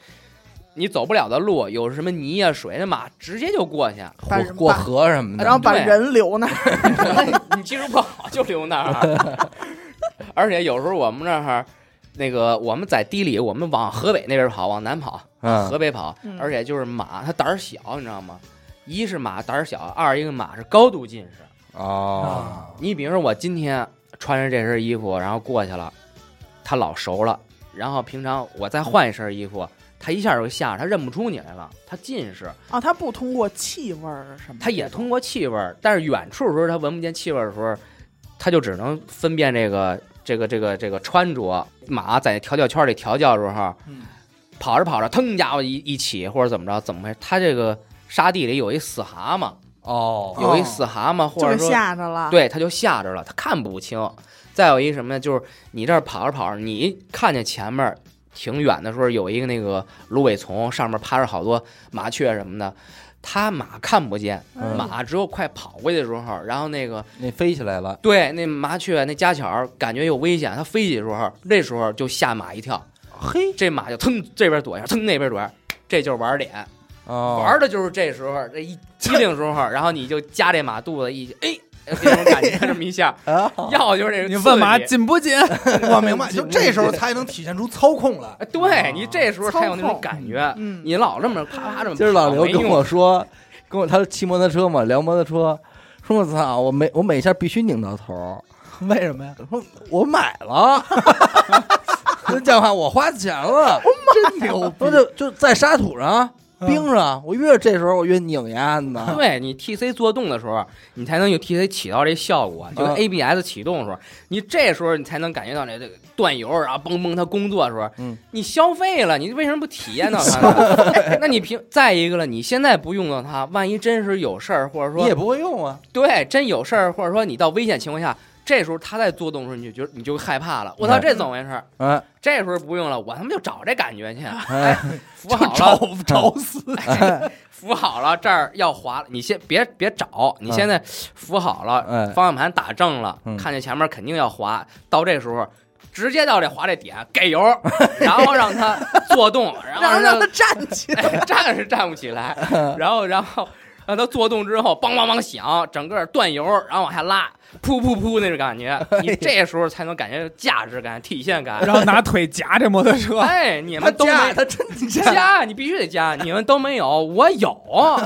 [SPEAKER 5] 你走不了的路，有什么泥呀、水，那马直接就过去，
[SPEAKER 3] 把
[SPEAKER 1] 过过河什么的，
[SPEAKER 3] 然后把
[SPEAKER 5] 对
[SPEAKER 3] 人留那儿，
[SPEAKER 5] 你技术不好就留那儿。而且有时候我们那儿那个我们在地里，我们往河北那边跑，往南跑，
[SPEAKER 1] 嗯
[SPEAKER 5] 河北跑
[SPEAKER 3] 嗯，
[SPEAKER 5] 而且就是马，它胆儿小，你知道吗？一是马胆儿小，二一个马是高度近视。
[SPEAKER 1] 哦，
[SPEAKER 5] 你比如说我今天穿着这身衣服，然后过去了，他老熟了，然后平常我再换一身衣服，他一下就吓，他认不出你来了，他近视，
[SPEAKER 3] 啊，它不通过气味儿什么的，
[SPEAKER 5] 他也通过气味儿，但是远处的时候他闻不见气味儿的时候，他就只能分辨这个这个这个这个穿着。马在调教圈里调教的时候，
[SPEAKER 2] 嗯
[SPEAKER 5] 跑着跑着，腾家伙一一起或者怎么着，怎么回事？他这个沙地里有一死蛤蟆，
[SPEAKER 1] 哦，
[SPEAKER 5] 有一死蛤蟆，或
[SPEAKER 3] 就
[SPEAKER 5] 者
[SPEAKER 3] 给
[SPEAKER 5] 说
[SPEAKER 3] 吓着了。，
[SPEAKER 5] 对，他就吓着了，他看不清。再有一什么呢？就是你这儿跑着跑着，你看见前面儿挺远的时候有一个那个芦苇丛，上面趴着好多麻雀什么的，他马看不见，
[SPEAKER 1] 嗯
[SPEAKER 5] 马只有快跑过去的时候，然后那个
[SPEAKER 1] 那飞起来了，
[SPEAKER 5] 对那麻雀那家雀儿感觉有危险，它飞起的时候，这时候就吓马一跳，
[SPEAKER 1] 嘿，
[SPEAKER 5] 这马就腾这边躲一下，腾那边躲一下，这就是玩脸。
[SPEAKER 1] 哦，
[SPEAKER 5] 玩的就是这时候，这一机灵时候，然后你就夹这马肚子一哎，这种感觉这么 一下，
[SPEAKER 1] 啊哦
[SPEAKER 5] 要就是这个
[SPEAKER 4] 你
[SPEAKER 5] 刺
[SPEAKER 4] 问马
[SPEAKER 5] 激
[SPEAKER 4] 紧不紧？
[SPEAKER 2] 我明白，就这时候才能体现出操控来。
[SPEAKER 5] 哎对你这时候才有那
[SPEAKER 3] 操
[SPEAKER 5] 种
[SPEAKER 3] 控
[SPEAKER 5] 感觉。
[SPEAKER 3] 嗯，
[SPEAKER 5] 你老这么啪啪这么跑，
[SPEAKER 1] 今儿老刘
[SPEAKER 5] 没用
[SPEAKER 1] 跟我说，跟我他骑摩托车嘛，聊摩托车，说我操，我每我每下必须拧到头儿，
[SPEAKER 2] 为什么呀？
[SPEAKER 1] 说我买了，这讲话我花钱了，
[SPEAKER 2] 真牛
[SPEAKER 1] 不就就在沙土上冰上，我越这时候我越拧牙呢，
[SPEAKER 5] 对你 TC 做动的时候，你才能有 TC 起到这效果，就
[SPEAKER 1] 嗯
[SPEAKER 5] 跟 ABS 启动的时候，你这时候你才能感觉到这这个断油，然后嘣嘣它工作的时候，
[SPEAKER 1] 嗯
[SPEAKER 5] 你消费了，你为什么不体验到它 呢？那你凭再一个了，你现在不用到它，万一真是有事儿，或者
[SPEAKER 1] 你
[SPEAKER 5] 说
[SPEAKER 1] 也不会用啊，
[SPEAKER 5] 对真有事儿，或者说你到危险情况下，这时候它在做动的时候，你就觉得你就害怕了，我操，
[SPEAKER 1] 嗯
[SPEAKER 5] 这怎么回事儿？
[SPEAKER 1] 嗯，
[SPEAKER 5] 这时候不用了，我他妈就找这感觉去，
[SPEAKER 1] 哎
[SPEAKER 5] 扶好了，
[SPEAKER 2] 找死！
[SPEAKER 1] 哎
[SPEAKER 5] 扶好了，这儿要滑了，你先别别找，你现在扶好了，
[SPEAKER 1] 哎
[SPEAKER 5] 方向盘打正了，
[SPEAKER 1] 嗯
[SPEAKER 5] 看见前面肯定要滑，到这时候直接到这滑这点给油，然后让它做动，然
[SPEAKER 3] 然
[SPEAKER 5] 后
[SPEAKER 3] 后让
[SPEAKER 5] 让
[SPEAKER 3] 它站起来，
[SPEAKER 5] 哎站是站不起来，然后然后让它做动之后，梆梆梆响，整个断油，然后往下拉，噗噗噗那种感觉，你这时候才能感觉到价值感、体现 感。
[SPEAKER 4] 然后拿腿夹这摩托 车，
[SPEAKER 5] 哎，你
[SPEAKER 1] 他
[SPEAKER 5] 们都没
[SPEAKER 1] 加他真加，
[SPEAKER 5] 加，你必须得加，你们都没有，我有，我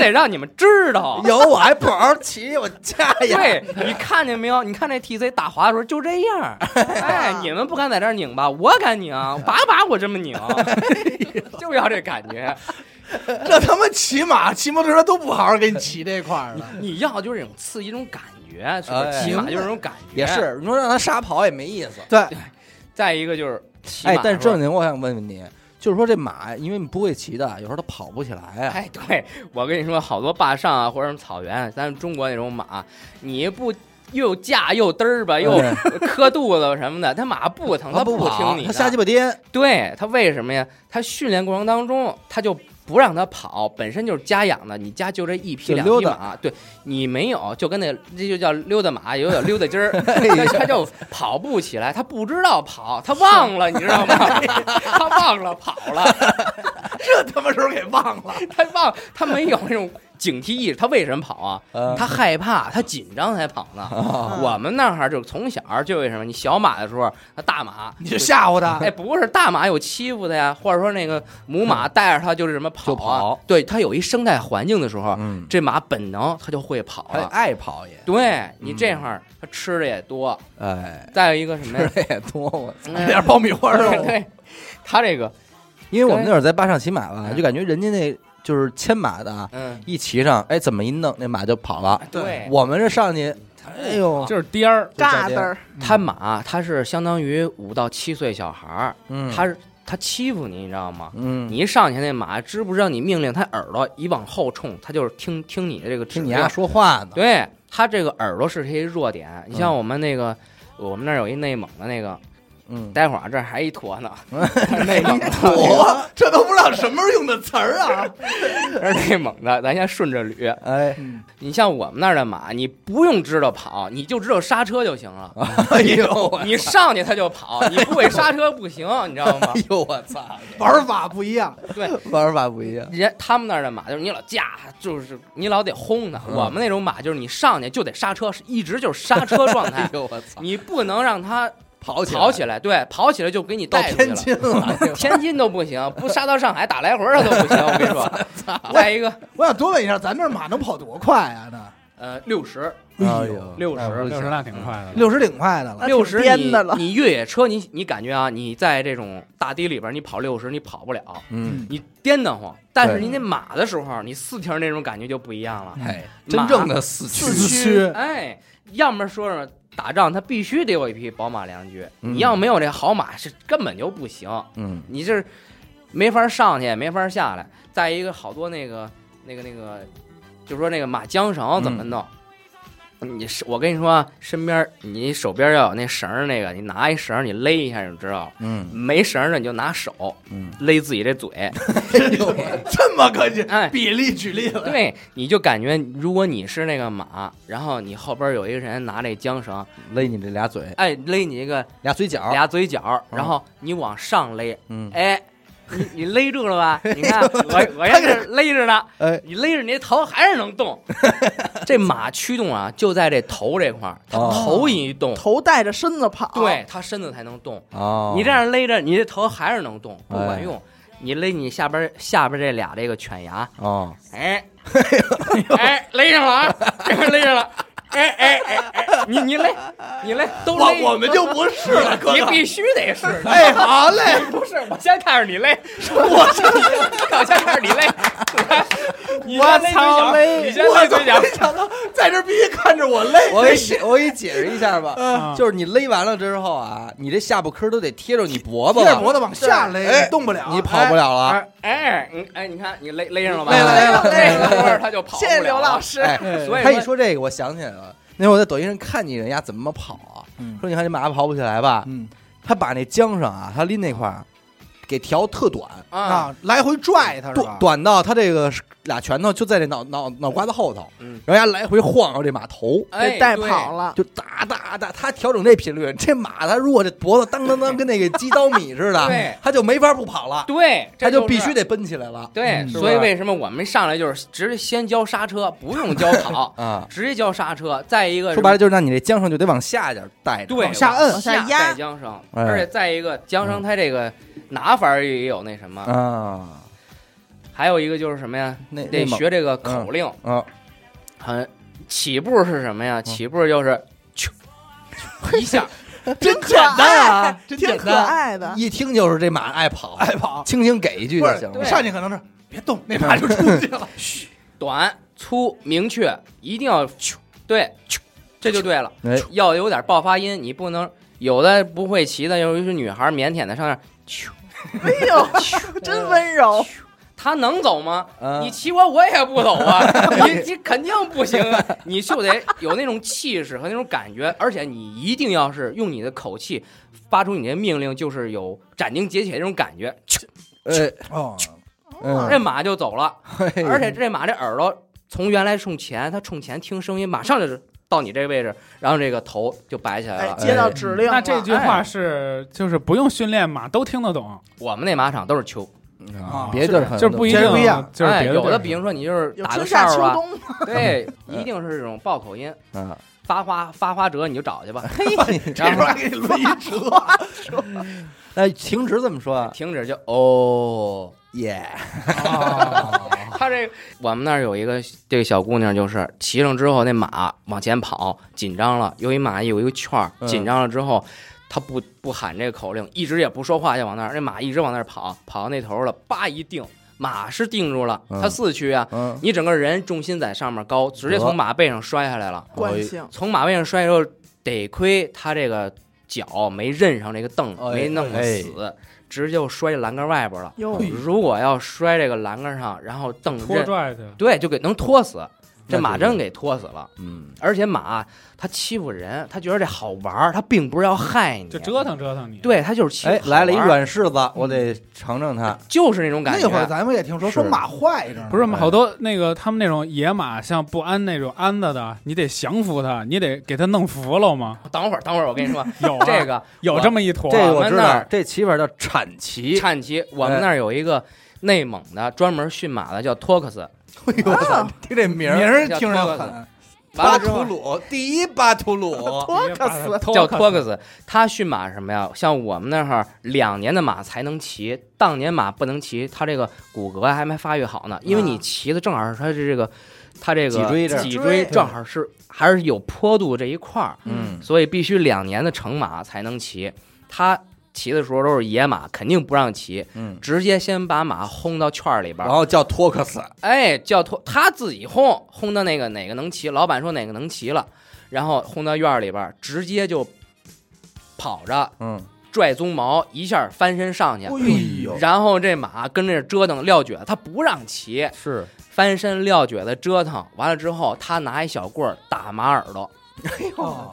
[SPEAKER 5] 得让你们知道。
[SPEAKER 1] 有我还不好好骑，我加哎呀，
[SPEAKER 5] 对，你看见没有？你看这 TC 打滑的时候就这样儿，哎，你们不敢在这儿拧吧？我敢拧，把把我这么拧，
[SPEAKER 1] 哎
[SPEAKER 5] 就要这感觉。
[SPEAKER 2] 这他妈骑马、骑摩托车都不好好给你骑这块儿了。
[SPEAKER 5] 你要就是这种刺激，这种感觉，是不
[SPEAKER 1] 哎
[SPEAKER 5] 是？骑马就是这种感觉。
[SPEAKER 1] 也。是，你说让他沙跑也没意思。
[SPEAKER 2] 对，
[SPEAKER 5] 再一个就是骑马
[SPEAKER 1] 哎
[SPEAKER 5] 的时候，，
[SPEAKER 1] 但是正经，我想问问你，就是说这马，因为你不会骑的，有时候它跑不起来啊呀、
[SPEAKER 5] 哎，对我跟你说，好多坝上啊，或者什么草原，咱们中国那种马，你不又架又嘚儿吧，又
[SPEAKER 1] 对
[SPEAKER 5] 磕肚子什么的，它马不疼，
[SPEAKER 1] 它
[SPEAKER 5] 不
[SPEAKER 1] 哎不跑
[SPEAKER 5] 听你
[SPEAKER 1] 它
[SPEAKER 5] 的。
[SPEAKER 1] 瞎鸡巴颠。
[SPEAKER 5] 对它为什么呀？它训练过程当中，它就不让它跑，本身就是家养的，你家就这一
[SPEAKER 1] 就
[SPEAKER 5] 匹两
[SPEAKER 1] 溜
[SPEAKER 5] 匹
[SPEAKER 1] 达
[SPEAKER 5] 马，对你没有，就跟那这就叫溜达马，有点溜达筋儿，
[SPEAKER 1] 哎
[SPEAKER 5] 它它就跑不起来，它不知道跑，它忘了，你 知道吗？它忘了跑了。
[SPEAKER 2] 这他妈时候给忘了。
[SPEAKER 5] 他忘他没有那种警惕意识，他为什么跑啊？
[SPEAKER 1] 嗯哦
[SPEAKER 5] 他害怕，他紧张才跑呢。我们那儿就是从小就为什么，你小马的时候，那大马
[SPEAKER 2] 你就。吓 唬他，
[SPEAKER 5] 哎，不是大马有欺负的呀，或者说那个母马带着它就是什么
[SPEAKER 1] 嗯
[SPEAKER 5] 跑
[SPEAKER 1] 就
[SPEAKER 5] 啊？
[SPEAKER 1] 跑
[SPEAKER 5] 对，它有一生态环境的时候，
[SPEAKER 1] 嗯，哎
[SPEAKER 5] 这马本能它就会跑
[SPEAKER 1] 还
[SPEAKER 5] 了。
[SPEAKER 1] 爱跑也，
[SPEAKER 5] 对你这会儿它吃的也多，
[SPEAKER 1] 嗯 哎，
[SPEAKER 5] 再有一个什么
[SPEAKER 1] 吃
[SPEAKER 5] 呀？
[SPEAKER 1] 的也多。我操，
[SPEAKER 5] 哎
[SPEAKER 2] 点爆米花肉。
[SPEAKER 5] 对，它这个
[SPEAKER 1] 因为我们那会儿在坝上骑马吧，
[SPEAKER 5] 对
[SPEAKER 1] 就感觉人家那就是牵马的啊，
[SPEAKER 5] 嗯，
[SPEAKER 1] 一骑上，哎，怎么一弄那马就跑了。
[SPEAKER 5] 对，
[SPEAKER 1] 我们这上去，哎呦，
[SPEAKER 4] 就是颠儿，
[SPEAKER 3] 嘎噔儿，
[SPEAKER 5] 它马它是相当于五到七岁小孩儿，
[SPEAKER 1] 嗯，
[SPEAKER 5] 他是他欺负你，你知道吗？
[SPEAKER 1] 嗯，
[SPEAKER 5] 你一上去，那马知不知道你命令，它耳朵一往后冲，它就是听听你的这个指
[SPEAKER 1] 听你啊
[SPEAKER 5] 令
[SPEAKER 1] 丫。说话 呢，
[SPEAKER 5] 对，它这个耳朵是一弱点。你像
[SPEAKER 1] 嗯
[SPEAKER 5] 我们那个，我们那儿有一内蒙的那个，
[SPEAKER 1] 嗯，
[SPEAKER 5] 待会儿啊这儿还一坨呢，内蒙的，
[SPEAKER 2] 哎
[SPEAKER 1] 哎
[SPEAKER 2] 我这都不知道什么时候用的词儿啊！嗯
[SPEAKER 5] 这是内蒙的，咱先顺着捋。
[SPEAKER 1] 哎，
[SPEAKER 5] 你像我们那儿的马，你不用知道跑，你就知道刹车就 行了。
[SPEAKER 1] 哎呦，
[SPEAKER 5] 你上去它就跑，你不会刹车 不行，你知道吗
[SPEAKER 1] 哎？呦，我操，
[SPEAKER 2] 玩法不一样，
[SPEAKER 1] 玩法不一样，
[SPEAKER 5] 人家他们那儿的马就是你老架，就是你老得轰它。
[SPEAKER 1] 嗯
[SPEAKER 5] 我 们那种马就是你上去就得刹车，是一直就是刹车状态
[SPEAKER 1] 哎，呦，我操，
[SPEAKER 5] 你不能让它
[SPEAKER 1] 跑起
[SPEAKER 5] 跑
[SPEAKER 1] 起
[SPEAKER 5] 起来，对，跑起来就给你带出去
[SPEAKER 1] 天
[SPEAKER 5] 了。
[SPEAKER 1] 津了，
[SPEAKER 5] 天津都不行，不杀到上海打来回儿都不行。我跟你说，再一个，
[SPEAKER 2] 我想多问一下，咱这马能跑多快啊？那
[SPEAKER 5] 呃，六十，
[SPEAKER 1] 哎呦，
[SPEAKER 5] 六
[SPEAKER 1] 哎不
[SPEAKER 5] 十
[SPEAKER 4] 六
[SPEAKER 1] 行
[SPEAKER 4] 十那挺快的了，
[SPEAKER 2] 六十挺快的了，
[SPEAKER 3] 那
[SPEAKER 5] 六十，
[SPEAKER 3] 挺颠的了
[SPEAKER 5] 你你越野车，你你感觉啊，你在这种大堤里边，你跑六十，你跑不了，
[SPEAKER 1] 嗯，
[SPEAKER 5] 你颠得慌。但是
[SPEAKER 1] 对
[SPEAKER 5] 您那马的时候，你四蹄儿那种感觉就不一样了。
[SPEAKER 1] 哎，
[SPEAKER 5] 马
[SPEAKER 1] 真正的四驱，
[SPEAKER 5] 四
[SPEAKER 2] 驱
[SPEAKER 5] 哎，要么说是打仗，他必须得有一匹宝马良驹，
[SPEAKER 1] 嗯
[SPEAKER 5] 你要没有这好马，是根本就不行。
[SPEAKER 1] 嗯，
[SPEAKER 5] 你这没法上去，也没法下来。再一个，好多那个那个那个，就说那个马缰绳怎么
[SPEAKER 2] 嗯
[SPEAKER 5] 弄？你是我跟你说啊，身边你手边要有那绳儿，那个你拿一绳儿你勒一下你就知道了。
[SPEAKER 1] 嗯
[SPEAKER 5] 没绳儿的你就拿手
[SPEAKER 1] 嗯，
[SPEAKER 5] 勒自己这 嘴，
[SPEAKER 2] 哎这么个劲
[SPEAKER 5] 哎，
[SPEAKER 2] 比例举例了，
[SPEAKER 5] 对，你就感觉如果你是那个马，然后你后边有一个人拿那缰绳，
[SPEAKER 1] 勒你这俩嘴，
[SPEAKER 5] 哎，勒你一个
[SPEAKER 1] 俩嘴角，
[SPEAKER 5] 俩嘴角，
[SPEAKER 2] 嗯
[SPEAKER 5] 然后你往上勒，
[SPEAKER 1] 嗯，
[SPEAKER 5] 哎，你你勒住了吧？你 看我我要是勒着呢，
[SPEAKER 1] 哎，
[SPEAKER 5] 你勒着你头还是能 动。这马驱动啊，就在这头这块儿，它
[SPEAKER 1] 哦
[SPEAKER 5] 头一动，
[SPEAKER 3] 头带着身子跑，
[SPEAKER 5] 对，它身子才能动。
[SPEAKER 1] 哦，
[SPEAKER 5] 你这样勒着，你这头还是能动，不
[SPEAKER 1] 哎
[SPEAKER 5] 管用。你勒你下边下边这俩这个犬牙，
[SPEAKER 1] 哦，
[SPEAKER 5] 哎，哎，勒上了啊，这边勒上了。哎哎哎哎，你你勒，你勒，都勒，
[SPEAKER 2] 我我们就不是了，哥
[SPEAKER 5] 你
[SPEAKER 2] 哥。
[SPEAKER 5] 必须得是，
[SPEAKER 2] 哎，好嘞，
[SPEAKER 5] 不是，我先看着你累，我先，我先看着你累，来你先勒嘴角，你先勒嘴角，
[SPEAKER 2] 想到在这必须看着我累。
[SPEAKER 1] 我给你我给你解释一下吧，
[SPEAKER 4] 啊
[SPEAKER 1] 就是你勒完了之后啊，你这下巴颏儿都得贴着你脖子
[SPEAKER 2] 贴
[SPEAKER 1] 了，
[SPEAKER 2] 着脖子往下
[SPEAKER 1] 哎
[SPEAKER 2] 勒，动不了。
[SPEAKER 1] 你跑不了了。
[SPEAKER 5] 哎哎，你哎，你看你勒勒上了吧？
[SPEAKER 1] 勒 了勒了
[SPEAKER 5] 勒上了，他就跑不
[SPEAKER 3] 谢
[SPEAKER 5] 了
[SPEAKER 3] 谢刘老
[SPEAKER 5] 师。
[SPEAKER 3] 师。
[SPEAKER 1] 哎，
[SPEAKER 5] 所以
[SPEAKER 1] 他一
[SPEAKER 5] 说
[SPEAKER 1] 说这个，我想起来了，那会儿我在抖音上看见人家怎么跑啊，
[SPEAKER 2] 嗯
[SPEAKER 1] 说你看这马跑不起来吧，
[SPEAKER 2] 嗯
[SPEAKER 1] 他把那缰绳啊，他拎那块儿给调特短，
[SPEAKER 5] 啊，
[SPEAKER 2] 啊，来回拽它是吧
[SPEAKER 1] 短？短到他这个俩拳头就在这脑脑脑瓜子后头，
[SPEAKER 5] 嗯
[SPEAKER 1] 然后人家来回晃悠这马头，
[SPEAKER 5] 哎，
[SPEAKER 3] 被带跑了，
[SPEAKER 1] 就哒哒哒，他调整这频率，这马它如果这脖子当当当跟那个鸡刀米似的
[SPEAKER 5] 对，
[SPEAKER 1] 它就没法不跑了，
[SPEAKER 5] 对，对，这
[SPEAKER 1] 它
[SPEAKER 5] 就
[SPEAKER 1] 就是必须。得奔起来了
[SPEAKER 5] 对，
[SPEAKER 1] 嗯，
[SPEAKER 5] 所以为什么我们上来就是直接先教刹车，不用教 跑
[SPEAKER 1] 啊。
[SPEAKER 5] 直接教刹车。再一个，
[SPEAKER 1] 说白了就是，那你这缰绳就得往下一点带着，
[SPEAKER 5] 对，
[SPEAKER 2] 往下摁
[SPEAKER 5] 往
[SPEAKER 3] 往下压
[SPEAKER 5] 带缰绳，
[SPEAKER 1] 哎
[SPEAKER 5] 而且再一个，缰绳它这个拿法儿也有那什么，
[SPEAKER 1] 啊，
[SPEAKER 5] 还有一个就是什么呀？
[SPEAKER 1] 那
[SPEAKER 5] 得
[SPEAKER 1] 那猛
[SPEAKER 5] 学这个口令，
[SPEAKER 1] 啊，嗯
[SPEAKER 5] 好像起步是什么呀？起步就是啾啾一下，
[SPEAKER 2] 真简单啊，真
[SPEAKER 3] 挺
[SPEAKER 2] 简
[SPEAKER 3] 可
[SPEAKER 2] 单。
[SPEAKER 3] 爱的，
[SPEAKER 1] 一听就是这马爱跑，
[SPEAKER 2] 爱跑，
[SPEAKER 1] 轻轻给一句
[SPEAKER 2] 不
[SPEAKER 1] 就是行
[SPEAKER 2] 你
[SPEAKER 1] 了。
[SPEAKER 2] 哎上去可能是别动，那马就出去了。
[SPEAKER 5] 短粗明确，一定要啾，对，啾这就对了
[SPEAKER 1] 哎，
[SPEAKER 5] 要有点爆发音，你不能有的不会骑的，尤其是女孩腼腆的上那儿啾，
[SPEAKER 3] 哎呦， 真温 柔，
[SPEAKER 5] 她能走吗？
[SPEAKER 1] 嗯
[SPEAKER 3] 啊
[SPEAKER 5] 你骑我我也不走 啊，你你肯定不行啊，你就得有那种气势和那种感觉，而且你一定要是用你的口气发出你的命令，就是有斩钉截铁那种感觉，啾
[SPEAKER 1] 呃，
[SPEAKER 2] 哦，
[SPEAKER 1] 嗯
[SPEAKER 3] 啊
[SPEAKER 5] 这马就走了。而且这马这耳朵从原来冲前，它冲前听声音，马上就是到你这位置，然后这个头就摆起来
[SPEAKER 3] 哎，
[SPEAKER 5] 了。
[SPEAKER 3] 接到指令了，
[SPEAKER 4] 那这句
[SPEAKER 5] 哎
[SPEAKER 4] 话是就是不用训练马都听得懂，
[SPEAKER 5] 我们那马场都是丘，
[SPEAKER 1] 啊
[SPEAKER 2] 啊
[SPEAKER 1] 别的地儿可能
[SPEAKER 4] 就是不一
[SPEAKER 2] 这
[SPEAKER 4] 定
[SPEAKER 2] 不一样，
[SPEAKER 4] 就是
[SPEAKER 5] 哎
[SPEAKER 4] 别
[SPEAKER 5] 有
[SPEAKER 4] 的
[SPEAKER 5] 的
[SPEAKER 4] 地
[SPEAKER 5] 比如说你就是
[SPEAKER 3] 有
[SPEAKER 5] 打个
[SPEAKER 3] 春
[SPEAKER 5] 哨
[SPEAKER 3] 夏秋
[SPEAKER 5] 儿啊，
[SPEAKER 3] 冬嘛，
[SPEAKER 5] 对，一定是这种爆口音，
[SPEAKER 1] 啊，
[SPEAKER 5] 发花发花折你就找 去吧，
[SPEAKER 2] 这时候还给你抡一折，
[SPEAKER 1] 那停止怎么说啊？
[SPEAKER 5] 停止就哦。
[SPEAKER 1] 耶，
[SPEAKER 5] 他这个我们那儿有一个这个小姑娘，就是骑上之后那马往前跑，紧张了，由于马有一个圈儿
[SPEAKER 1] 嗯，
[SPEAKER 5] 紧张了之后，她不不喊这个口令，一直也不说话，就往那儿，那马一直往那儿跑，跑到那头了，叭一定，马是定住了，
[SPEAKER 1] 嗯
[SPEAKER 5] 它四驱啊，
[SPEAKER 1] 嗯，
[SPEAKER 5] 你整个人重心在上面高，直接
[SPEAKER 1] 得
[SPEAKER 5] 从马背上摔下来了，
[SPEAKER 3] 惯性，
[SPEAKER 5] 从马背上摔之后，得亏他这个脚没韧上这个凳，
[SPEAKER 1] 哎
[SPEAKER 5] 没弄死，直接就摔栏杆外边了。
[SPEAKER 3] 哟，
[SPEAKER 5] 如果要摔这个栏杆上，然后蹬
[SPEAKER 4] 儿拖
[SPEAKER 5] 韧，
[SPEAKER 4] 拽去了，
[SPEAKER 5] 对，就给能拖死。
[SPEAKER 1] 那
[SPEAKER 5] 这
[SPEAKER 1] 就
[SPEAKER 5] 马真给拖死了，
[SPEAKER 1] 嗯，
[SPEAKER 5] 而且马它欺负人，它觉得这好玩儿，它并不是要害你，
[SPEAKER 4] 就折，腾折腾你。
[SPEAKER 5] 对，它就是欺负
[SPEAKER 1] 哎，
[SPEAKER 5] 好玩儿。
[SPEAKER 1] 来了一软柿子，我得尝尝它。
[SPEAKER 5] 就是那种感觉。
[SPEAKER 2] 那会儿咱们也听说
[SPEAKER 1] 是
[SPEAKER 2] 说马坏着呢，
[SPEAKER 4] 不是好多那个他们那种野马，像不安那种安子的，你得降服它，你得给它弄服了吗？
[SPEAKER 5] 等会儿，等会儿，我跟你说，
[SPEAKER 4] 有啊
[SPEAKER 5] 这个
[SPEAKER 4] 有这么一坨
[SPEAKER 1] 这个
[SPEAKER 5] 我
[SPEAKER 1] 我
[SPEAKER 5] 们
[SPEAKER 1] 知
[SPEAKER 5] 那
[SPEAKER 1] 道
[SPEAKER 5] 儿，
[SPEAKER 1] 这骑法叫铲骑，
[SPEAKER 5] 颤骑，我们那儿有一个内蒙的专门驯马的，叫托克斯，
[SPEAKER 3] 啊
[SPEAKER 1] 哎呦我操听这名
[SPEAKER 2] 名
[SPEAKER 1] 儿，
[SPEAKER 2] 儿听着
[SPEAKER 5] 叫托克
[SPEAKER 2] 狠，
[SPEAKER 5] 完
[SPEAKER 1] 巴
[SPEAKER 5] 了之
[SPEAKER 1] 图
[SPEAKER 5] 后
[SPEAKER 1] 鲁第一巴图 鲁，
[SPEAKER 3] 托克斯
[SPEAKER 5] 叫托
[SPEAKER 4] 托
[SPEAKER 5] 克斯，他驯马是什么呀？像我们那会儿两年的马才能骑，当年马不能骑，它这个骨骼还没发育好呢。因为你骑的正好是它这个，它这个
[SPEAKER 1] 脊椎这儿
[SPEAKER 5] 脊
[SPEAKER 3] 脊
[SPEAKER 5] 椎
[SPEAKER 3] 椎
[SPEAKER 5] 正好是还是有坡度这一块儿，
[SPEAKER 1] 嗯
[SPEAKER 5] 所以必须两年的成马才能骑。他骑的时候都是野马，肯定不让骑，
[SPEAKER 1] 嗯，
[SPEAKER 5] 直接先把马轰到圈儿里边
[SPEAKER 1] 然
[SPEAKER 5] 儿，
[SPEAKER 1] 后叫托克斯，
[SPEAKER 5] 哎，叫托他自己轰轰到那个哪个能骑，老板说哪个能骑了，然后轰到院儿里边儿，直接就跑着
[SPEAKER 1] 嗯，
[SPEAKER 5] 拽鬃毛，一下翻身上去
[SPEAKER 2] 哎，呦，
[SPEAKER 5] 然后这马跟着折腾撂蹶，他不让骑，
[SPEAKER 1] 是，
[SPEAKER 5] 翻身撂蹶子折腾完了之后，他拿一小棍儿打马耳朵。
[SPEAKER 3] 哎
[SPEAKER 2] 哦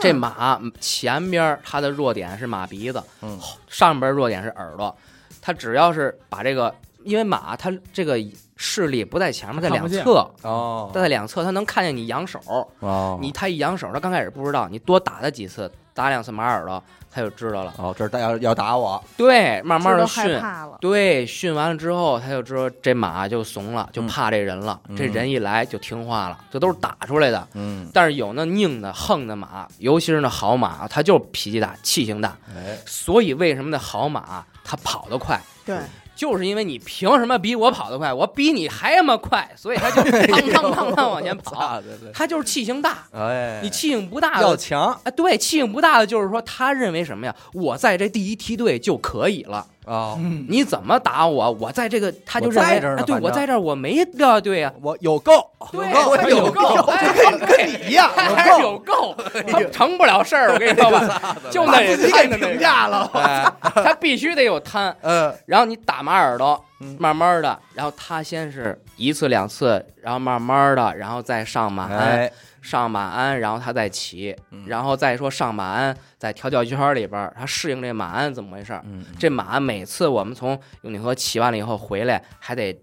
[SPEAKER 5] 这马前边儿它的弱点是马鼻子，
[SPEAKER 1] 嗯
[SPEAKER 5] 上边儿弱点是耳朵，它只要是把这个，因为马它这个视力不在前面，在
[SPEAKER 4] 看
[SPEAKER 5] 两
[SPEAKER 4] 不见
[SPEAKER 5] 侧。
[SPEAKER 1] 哦
[SPEAKER 5] 它在两侧，它能看见你扬手，
[SPEAKER 1] 哦，
[SPEAKER 5] 你它一扬手，它刚开始不知道，你多打它几次，打两次马耳朵，它就知道了。
[SPEAKER 1] 哦，这是大家要打我，
[SPEAKER 5] 对，慢慢的
[SPEAKER 3] 都害
[SPEAKER 5] 训，
[SPEAKER 3] 怕了，
[SPEAKER 5] 对，训完了之后，它就知道这马就怂了，就
[SPEAKER 1] 嗯
[SPEAKER 5] 怕这人了。这
[SPEAKER 1] 嗯
[SPEAKER 5] 人一来就听话了，这都是打出来的。
[SPEAKER 1] 嗯，
[SPEAKER 5] 但是有那拧的、横的马，尤其是那好马，它就是脾气大、气性大。
[SPEAKER 1] 哎，
[SPEAKER 5] 所以为什么那好马它跑得快？
[SPEAKER 3] 对，
[SPEAKER 5] 就是因为你凭什么比我跑得快？我比你还他妈快，所以它 就嘡嘡嘡嘡往前跑。
[SPEAKER 1] 操对对，
[SPEAKER 5] 它就是气性大，
[SPEAKER 1] 哎，
[SPEAKER 5] 你气性不大
[SPEAKER 1] 要
[SPEAKER 5] 的。
[SPEAKER 1] 强
[SPEAKER 5] 啊，对，气性不大的，就是说他认为什么呀？我在这第一梯队就可以了，
[SPEAKER 1] 啊，
[SPEAKER 2] 嗯，
[SPEAKER 5] 你怎么打我，我在这个，他就
[SPEAKER 1] 我
[SPEAKER 5] 认为，
[SPEAKER 1] 在这儿呢
[SPEAKER 5] 哎对
[SPEAKER 1] 反
[SPEAKER 5] 我
[SPEAKER 1] 正
[SPEAKER 5] 在这儿，我没掉队呀，
[SPEAKER 1] 我有够，
[SPEAKER 5] 对，
[SPEAKER 1] 够
[SPEAKER 5] 我有够，哎跟跟你
[SPEAKER 2] 一样，
[SPEAKER 5] 还有够，他成不了事儿，我跟你说吧，就那人
[SPEAKER 2] 太
[SPEAKER 5] 看着那
[SPEAKER 2] 评
[SPEAKER 5] 个，
[SPEAKER 2] 价了，
[SPEAKER 5] 哎他必须得有贪，
[SPEAKER 1] 呃，
[SPEAKER 5] 然后你打马耳朵
[SPEAKER 1] 嗯，
[SPEAKER 5] 慢慢的，然后他先是一次两次，然后慢慢的，然后再上马鞍，
[SPEAKER 1] 哎，
[SPEAKER 5] 上马鞍，然后他再骑
[SPEAKER 1] 嗯，
[SPEAKER 5] 然后再说上马鞍，在调教圈里边儿，他适应这马鞍怎么回事儿，
[SPEAKER 1] 嗯，
[SPEAKER 5] 这马每次我们从永定河骑完了以后回来，还得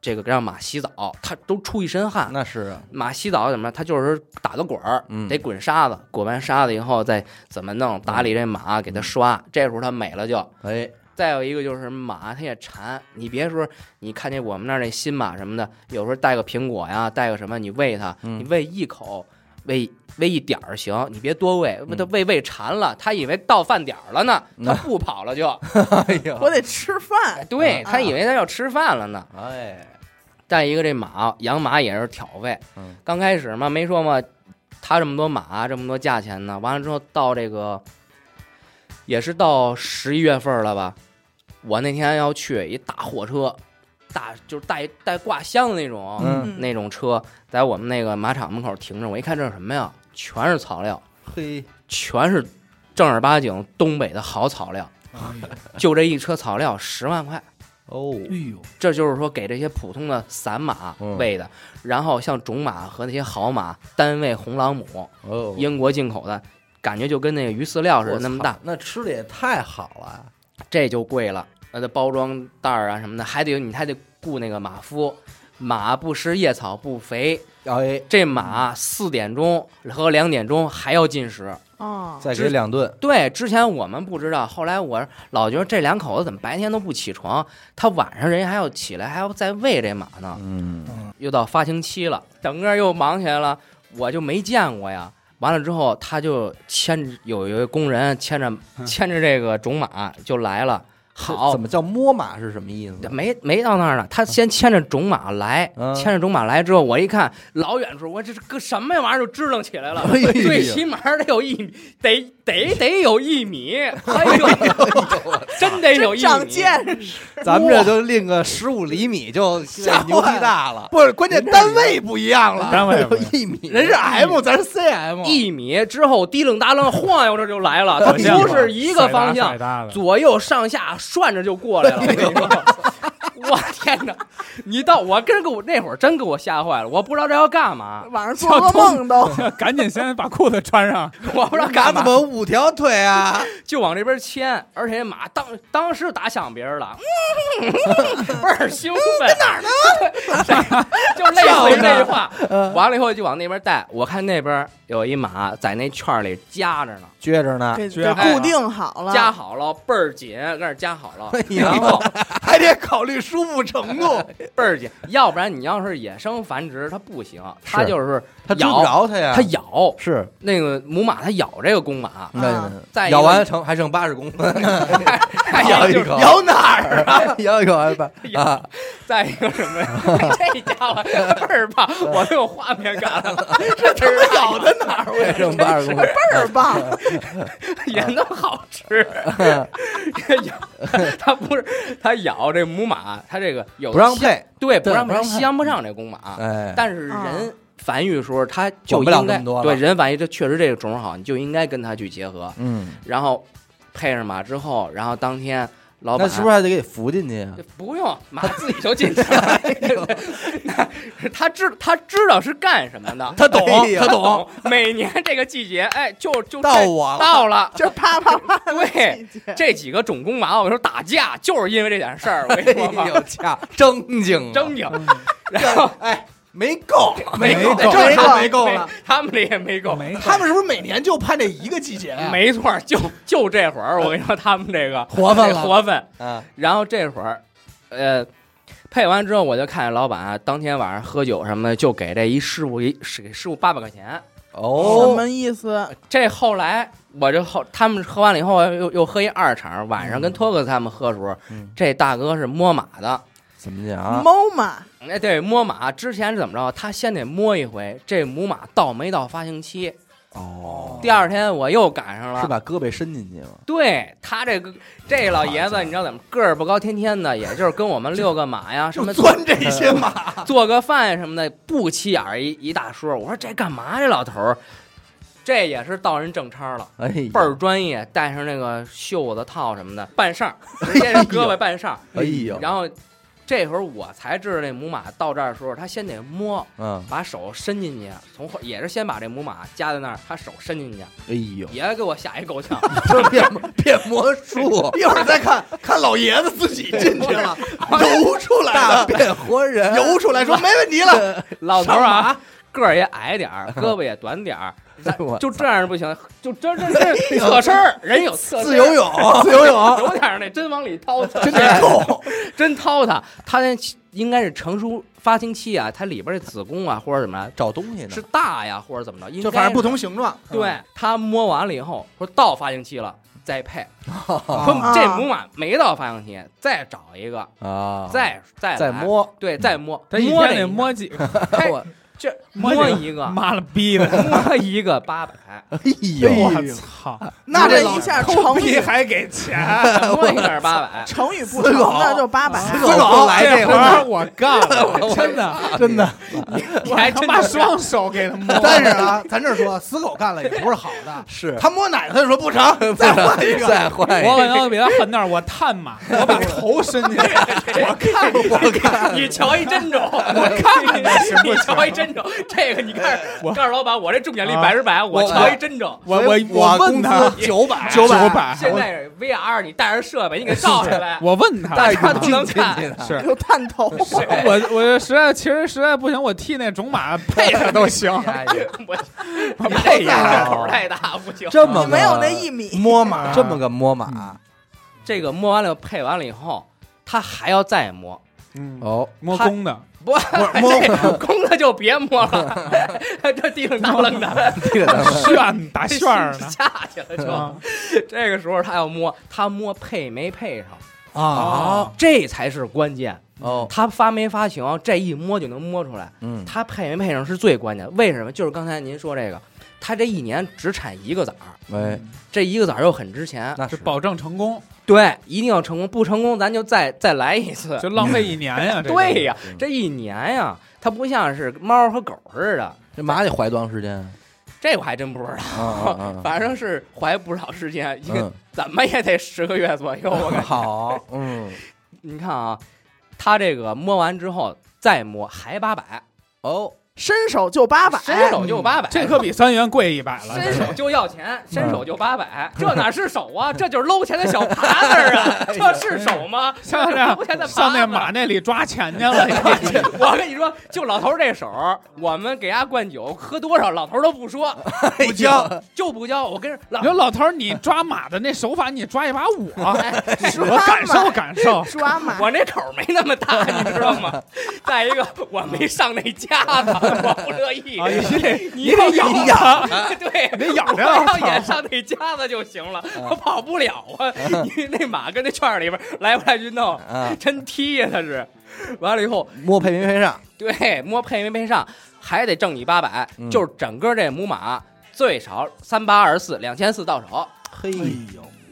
[SPEAKER 5] 这个让马洗澡，它都出一身汗。
[SPEAKER 1] 那是啊，
[SPEAKER 5] 马洗澡怎么着？它就是打个滚儿，
[SPEAKER 1] 嗯
[SPEAKER 5] 得滚沙子，滚完沙子以后再怎么弄打
[SPEAKER 1] 嗯
[SPEAKER 5] 理这马，给它刷。这时候它美了就。
[SPEAKER 1] 哎，
[SPEAKER 5] 再有一个就是马，它也馋。你别说，你看见我们那儿那新马什么的，有时候带个苹果呀，带个什么，你喂它，
[SPEAKER 1] 嗯
[SPEAKER 5] 你喂一口，喂喂一点儿行，你别多喂，
[SPEAKER 1] 嗯
[SPEAKER 5] 它喂喂馋了，它以为到饭点儿了呢，它
[SPEAKER 1] 嗯
[SPEAKER 5] 不跑了就。
[SPEAKER 1] 哎呀，
[SPEAKER 3] 我得吃
[SPEAKER 5] 哎
[SPEAKER 3] 饭，
[SPEAKER 5] 对
[SPEAKER 1] 嗯
[SPEAKER 3] 啊
[SPEAKER 5] 他以为他要吃饭了呢。
[SPEAKER 1] 哎，
[SPEAKER 5] 再一个，这马养马也是挑费
[SPEAKER 1] 嗯，
[SPEAKER 5] 刚开始嘛，没说嘛，他这么多马，这么多价钱呢。完了之后，到这个也是到十一月份了吧，我那天要去一大货车，大就是带带挂箱的那种、
[SPEAKER 1] 嗯
[SPEAKER 5] 那种车，在我们那个马场门口停着。我一看这是什么呀？全是草料，
[SPEAKER 1] 嘿，
[SPEAKER 5] 全是正儿八经东北的好草料，
[SPEAKER 2] 哎
[SPEAKER 5] 就这一车草料十万块。
[SPEAKER 1] 哦，
[SPEAKER 2] 哎呦，
[SPEAKER 5] 这就是说给这些普通的散马
[SPEAKER 1] 嗯
[SPEAKER 5] 喂的，然后像种马和那些好马，单位红朗姆，
[SPEAKER 1] 哦，
[SPEAKER 5] 英国进口的，感觉就跟那个鱼饲料似的那么大，，
[SPEAKER 1] 那吃的也太好了，
[SPEAKER 5] 这就贵了。那这包装袋儿啊什么的，还得有你还得雇那个马夫，马不吃夜草不肥，
[SPEAKER 1] 哎，
[SPEAKER 5] 这马四点钟和两点钟还要进食。
[SPEAKER 3] 哦，
[SPEAKER 1] 再给两顿，
[SPEAKER 5] 对，之前我们不知道，后来我老觉得这两口子怎么白天都不起床，他晚上人家还要起来，还要再喂这马呢。
[SPEAKER 1] 嗯，
[SPEAKER 5] 又到发情期了，整个又忙起来了，我就没见过呀。完了之后，他就牵着有一个工人牵着
[SPEAKER 4] 嗯
[SPEAKER 5] 牵着这个种马就来了。
[SPEAKER 1] 这
[SPEAKER 5] 好
[SPEAKER 1] 怎，么叫摸马是什么意思？
[SPEAKER 5] 没没到那儿呢，他先牵着种马来，
[SPEAKER 1] 嗯
[SPEAKER 5] 牵着种马来之后，我一看老远处，我这是个什么玩意儿就支棱起来了，
[SPEAKER 1] 哎呦
[SPEAKER 5] 最起码得有一米，得得得有一 米，哎呦，真得有一
[SPEAKER 3] 真
[SPEAKER 5] 米，
[SPEAKER 3] 长见识，
[SPEAKER 1] 咱们这就另个十五厘米就牛逼大了，
[SPEAKER 2] 不是，关键单位不一样了，
[SPEAKER 4] 单位不一样
[SPEAKER 1] 一米，
[SPEAKER 2] 人是 M，咱是 CM，
[SPEAKER 5] 一米之后滴楞达楞晃悠着就来了，它
[SPEAKER 4] 好像
[SPEAKER 5] 不是一个方向
[SPEAKER 4] 甩，大的
[SPEAKER 5] 左右上下涮着就过来了。我跟你说，我天哪！你到我真给我那会儿真给我吓坏了，我不知道这要 干嘛，
[SPEAKER 3] 晚上做噩梦都，
[SPEAKER 4] 赶紧先把裤子穿 上，
[SPEAKER 5] 我不知道
[SPEAKER 1] 嘎
[SPEAKER 5] 干
[SPEAKER 1] 怎
[SPEAKER 5] 嘛，
[SPEAKER 1] 么五条腿啊？
[SPEAKER 5] 就往这边牵，而且马当当时打响别人了，嗯 倍儿兴奋，在哪儿 呢？就类似于这句话，完了以后就往那边带。我看那边有一马在那圈儿里夹着呢，
[SPEAKER 1] 撅 着呢，
[SPEAKER 3] 给
[SPEAKER 4] 绝
[SPEAKER 3] 给
[SPEAKER 5] 好
[SPEAKER 3] 固定好了，
[SPEAKER 5] 夹好了倍儿紧，搁那儿夹好了
[SPEAKER 1] 哎，呀
[SPEAKER 5] 然后
[SPEAKER 2] 还得考虑舒服程度。
[SPEAKER 5] 倍儿紧。要不然你要是野生繁殖，它不行，它
[SPEAKER 1] 是啊
[SPEAKER 5] 就是
[SPEAKER 1] 它追不
[SPEAKER 5] 咬，
[SPEAKER 1] 着它呀，
[SPEAKER 5] 它咬
[SPEAKER 1] 是
[SPEAKER 5] 那个母马，它咬这个 公马，
[SPEAKER 1] 那
[SPEAKER 5] 再一个
[SPEAKER 1] 咬完成还剩八十公分， 咬哎一口，
[SPEAKER 2] 咬哪儿啊？
[SPEAKER 1] 咬一口还八啊，
[SPEAKER 5] 再一个什么呀？ 这家伙倍儿棒，我都有画面感了。 这他妈咬的哪儿？
[SPEAKER 1] 还剩八十公分，
[SPEAKER 3] 倍儿棒，
[SPEAKER 5] 也那么好吃？咬它不是它咬这母马，它这个 有
[SPEAKER 1] 不让
[SPEAKER 5] 相，
[SPEAKER 1] 配，
[SPEAKER 5] 对，不
[SPEAKER 1] 对
[SPEAKER 5] 让
[SPEAKER 1] 不让
[SPEAKER 5] 它
[SPEAKER 1] 配
[SPEAKER 5] 相不上这公马。
[SPEAKER 1] 哎，
[SPEAKER 5] 但是人繁育时候，它就
[SPEAKER 1] 管不了
[SPEAKER 5] 应该
[SPEAKER 1] 那么多了
[SPEAKER 5] 对人繁育，这确实这个种好，你就应该跟它去结合，
[SPEAKER 1] 嗯，
[SPEAKER 5] 然后配上马之后，然后当天老板
[SPEAKER 1] 那是不是还得给你扶进去啊呀？
[SPEAKER 5] 不用，马自己就进去了。那他知他知道是干什么的，
[SPEAKER 1] 他懂
[SPEAKER 5] 哎呀
[SPEAKER 1] 他
[SPEAKER 5] 他
[SPEAKER 1] 懂
[SPEAKER 5] 懂。每年这个季节，哎，就就
[SPEAKER 1] 到
[SPEAKER 5] 这
[SPEAKER 1] 我了
[SPEAKER 5] 到了。
[SPEAKER 3] 就啪啪啪的
[SPEAKER 1] 哎
[SPEAKER 5] 对
[SPEAKER 3] 季节，
[SPEAKER 5] 这几个种公马，我跟你说打架就是因为这点事儿，我跟你说吧
[SPEAKER 1] 哎，呦，恰正经啊，
[SPEAKER 5] 争赢，然后
[SPEAKER 1] 哎，没够，
[SPEAKER 5] 没
[SPEAKER 4] 没够
[SPEAKER 2] 这
[SPEAKER 5] 他
[SPEAKER 2] 是没够了，
[SPEAKER 5] 他们这也没够，
[SPEAKER 4] 没
[SPEAKER 2] 他们是不是每年就盼这一个季节啊？
[SPEAKER 5] 没错，就就这会儿，我跟你说他们这个
[SPEAKER 2] 呃 活泛了
[SPEAKER 5] 活泛。
[SPEAKER 1] 啊，
[SPEAKER 5] 然后这会儿，呃，配完之后，我就看见老板、啊、当天晚上喝酒什么的，就给这一师傅一给师傅八百块钱。
[SPEAKER 3] 什
[SPEAKER 1] 哦，
[SPEAKER 3] 么意思？
[SPEAKER 5] 这后来我就后他们喝完了以后，又又喝一二场，晚上跟托克斯他们喝的时候，
[SPEAKER 1] 嗯
[SPEAKER 5] 这大哥是摸马的。
[SPEAKER 1] 怎么讲？啊
[SPEAKER 3] 猫嘛，
[SPEAKER 5] 哎，对，摸马之前是怎么着？他先得摸一回这母马到没到发情期。
[SPEAKER 1] 哦，
[SPEAKER 5] 第二天我又赶上了，
[SPEAKER 1] 是把胳膊伸进去吗？
[SPEAKER 5] 对他这个这老爷子，你知道怎么个儿不高，天天的，也就是跟我们遛个马呀，什
[SPEAKER 2] 就
[SPEAKER 5] 么
[SPEAKER 2] 钻这些马，
[SPEAKER 5] 做个饭什么的，不起眼儿一一大叔。我说这干嘛？这老头儿，这也是到人正差了，
[SPEAKER 1] 哎呀，
[SPEAKER 5] 倍儿专业，戴上那个袖子套什么的，半上，直接是胳膊半上。
[SPEAKER 1] 哎呦，
[SPEAKER 5] 然后这会儿我才知道这母马到这儿的时候，他先得摸，
[SPEAKER 1] 嗯，
[SPEAKER 5] 把手伸进去，从后也是先把这母马夹在那儿，他手伸进去，
[SPEAKER 1] 哎 呦，
[SPEAKER 5] 也给我吓一够呛。
[SPEAKER 1] 这变变魔 术，
[SPEAKER 2] 一会儿再看看老爷子自己进去了，游出来
[SPEAKER 1] 大
[SPEAKER 2] 了，
[SPEAKER 1] 变活人，
[SPEAKER 2] 游出来说没问题了，
[SPEAKER 5] 老头儿啊，个儿也矮点儿，胳膊也短点儿
[SPEAKER 1] 我，
[SPEAKER 5] 就这样不行，就这这这侧身儿，人有侧身
[SPEAKER 2] 自
[SPEAKER 5] 儿
[SPEAKER 2] 由，泳，自由泳，
[SPEAKER 5] 有点儿那真往里掏他，
[SPEAKER 2] 真得够，
[SPEAKER 5] 真掏他，他那应该是成熟发情期啊，它里边儿的子宫啊或者怎么着
[SPEAKER 1] 找东西呢
[SPEAKER 5] 是，大呀或者怎么着，应该
[SPEAKER 2] 就反正不
[SPEAKER 5] 是
[SPEAKER 2] 同形状，
[SPEAKER 5] 对他摸完了以后说到发情期了再配，
[SPEAKER 2] 啊
[SPEAKER 5] 说这母马没到发情期再找一个
[SPEAKER 1] 啊，
[SPEAKER 5] 再再
[SPEAKER 1] 再
[SPEAKER 5] 来
[SPEAKER 1] 摸，
[SPEAKER 5] 对再摸，
[SPEAKER 4] 他一
[SPEAKER 5] 摸
[SPEAKER 4] 天
[SPEAKER 5] 那
[SPEAKER 4] 得
[SPEAKER 5] 一
[SPEAKER 4] 摸 几个？
[SPEAKER 5] 个哎这摸
[SPEAKER 4] 几
[SPEAKER 5] 一个
[SPEAKER 4] 妈了逼的！
[SPEAKER 5] 摸 一个八百。
[SPEAKER 1] 哎
[SPEAKER 2] 哎
[SPEAKER 1] 呦，
[SPEAKER 4] 我操，
[SPEAKER 2] 那这
[SPEAKER 3] 一
[SPEAKER 2] 老
[SPEAKER 3] 下成语
[SPEAKER 4] 还给钱？
[SPEAKER 5] 摸一下八 百，
[SPEAKER 3] 成语不成，那就八百。
[SPEAKER 2] 狗
[SPEAKER 1] 不来
[SPEAKER 4] 这
[SPEAKER 1] 这
[SPEAKER 4] 活
[SPEAKER 1] 活儿，
[SPEAKER 4] 儿我干 了，真的，
[SPEAKER 2] 真的。
[SPEAKER 5] 你还
[SPEAKER 4] 他
[SPEAKER 5] 真
[SPEAKER 4] 妈
[SPEAKER 5] 的是
[SPEAKER 4] 双手给他摸。
[SPEAKER 2] 但是啊，咱这儿说死狗干了也不是好的，
[SPEAKER 1] 是
[SPEAKER 2] 他摸奶他就说不成，再换一个，
[SPEAKER 1] 再换一
[SPEAKER 4] 我
[SPEAKER 1] 个，
[SPEAKER 4] 可能比他狠点儿，我探嘛， 我把头伸进去，我看
[SPEAKER 1] 我看
[SPEAKER 5] 你瞧一真中，我看看你行不瞧一真中，这个你看，
[SPEAKER 4] 我
[SPEAKER 5] 告诉老板，我这中奖率百分之百，我
[SPEAKER 4] 我
[SPEAKER 5] 瞧一真中。
[SPEAKER 4] 我我
[SPEAKER 1] 我
[SPEAKER 4] 问他
[SPEAKER 1] 工资九 百，
[SPEAKER 4] 九
[SPEAKER 2] 900
[SPEAKER 4] 百，
[SPEAKER 5] 现在是 VR，你带着设备，你给照下来。
[SPEAKER 4] 我问他
[SPEAKER 5] 但是
[SPEAKER 1] 带
[SPEAKER 5] 他
[SPEAKER 1] 入
[SPEAKER 5] 不能
[SPEAKER 1] 进去
[SPEAKER 5] 看
[SPEAKER 1] 的，
[SPEAKER 4] 是
[SPEAKER 3] 有探头，
[SPEAKER 4] 我我实在其实实在不行，我替那种马配上都 行。
[SPEAKER 5] 哎我
[SPEAKER 4] 我
[SPEAKER 5] 你这
[SPEAKER 4] 配
[SPEAKER 5] 个
[SPEAKER 4] 上，
[SPEAKER 5] 口太大不行。
[SPEAKER 1] 这么个
[SPEAKER 3] 没有那一米，
[SPEAKER 2] 摸马
[SPEAKER 1] 这么个摸
[SPEAKER 2] 啊
[SPEAKER 1] 马
[SPEAKER 5] 这个摸完了配完了以后，他还要再摸，
[SPEAKER 4] 嗯，
[SPEAKER 1] 哦，
[SPEAKER 4] 摸公的，
[SPEAKER 5] 不
[SPEAKER 2] 摸
[SPEAKER 5] 这公的就别摸了，这地上大愣的
[SPEAKER 1] 这个咱 们
[SPEAKER 4] 旋打旋儿 呢。
[SPEAKER 5] 下去了就。
[SPEAKER 4] 啊
[SPEAKER 5] 这个时候他要摸，他摸配没配上。
[SPEAKER 2] 啊，
[SPEAKER 5] 这才是关键。
[SPEAKER 1] 哦，
[SPEAKER 5] 他发没发情，这一摸就能摸出来。
[SPEAKER 1] 嗯，
[SPEAKER 5] 他配没配上是最关键的。为什么？就是刚才您说这个，他这一年只产一个崽儿，
[SPEAKER 1] 喂，
[SPEAKER 5] 这一个崽儿又很值钱。
[SPEAKER 1] 那
[SPEAKER 4] 就是保证成功，
[SPEAKER 5] 对，一定要成功，不成功咱就再再来一次。
[SPEAKER 4] 就浪费一年 呀！这个
[SPEAKER 5] 对呀
[SPEAKER 1] 嗯，
[SPEAKER 5] 这一年呀，它不像是猫和狗似的。
[SPEAKER 1] 这马得怀多长时间
[SPEAKER 5] 这我还真不知
[SPEAKER 1] 啊
[SPEAKER 5] 道，
[SPEAKER 1] 啊？啊
[SPEAKER 5] 反正是怀不少时间，一个
[SPEAKER 1] 嗯
[SPEAKER 5] 怎么也得十个月左右。我 感觉，
[SPEAKER 1] 好，嗯，
[SPEAKER 5] 你看啊，他这个摸完之后再摸还八百，
[SPEAKER 1] 哦，
[SPEAKER 3] 伸手就八百，
[SPEAKER 5] 伸手就八百，
[SPEAKER 4] 这可比三元贵一百了。
[SPEAKER 5] 伸手就要钱，
[SPEAKER 1] 嗯
[SPEAKER 5] 伸手就八百， 这哪是手啊？这就是搂钱的小耙子 儿啊！这是手吗？
[SPEAKER 4] 哎像这
[SPEAKER 5] 搂钱的
[SPEAKER 4] 样
[SPEAKER 5] 耙子
[SPEAKER 4] 上那马那里抓钱去了，
[SPEAKER 5] 我跟你说，就老头儿这手儿，我们给他灌酒，喝多少老头儿都不 说，
[SPEAKER 1] 哎
[SPEAKER 5] 不教就不教。我跟人老
[SPEAKER 4] 你说老头儿，你抓马的那手法，你抓一把我，
[SPEAKER 2] 哎
[SPEAKER 4] 我
[SPEAKER 3] 马
[SPEAKER 4] 感受感受。
[SPEAKER 3] 抓马，
[SPEAKER 5] 我那口儿没那么大，你知道吗？再一个，我没上那架子，我不乐意。
[SPEAKER 4] 啊你
[SPEAKER 5] 你得
[SPEAKER 2] 哎
[SPEAKER 5] 咬
[SPEAKER 4] 咬，
[SPEAKER 5] 对，
[SPEAKER 4] 你得咬
[SPEAKER 5] 我
[SPEAKER 4] 着啊
[SPEAKER 5] 要演上那架子就行了，我跑不了啊！你那马跟那圈儿里边儿来不来去弄，
[SPEAKER 1] 啊，
[SPEAKER 5] 真踢呀！他是，完了以后，
[SPEAKER 1] 摸配没配上，
[SPEAKER 5] 对，摸配没配上，还得挣你八百
[SPEAKER 1] 嗯，
[SPEAKER 5] 就是整个这母马最少三八二十四，两千四到手。
[SPEAKER 1] 嘿，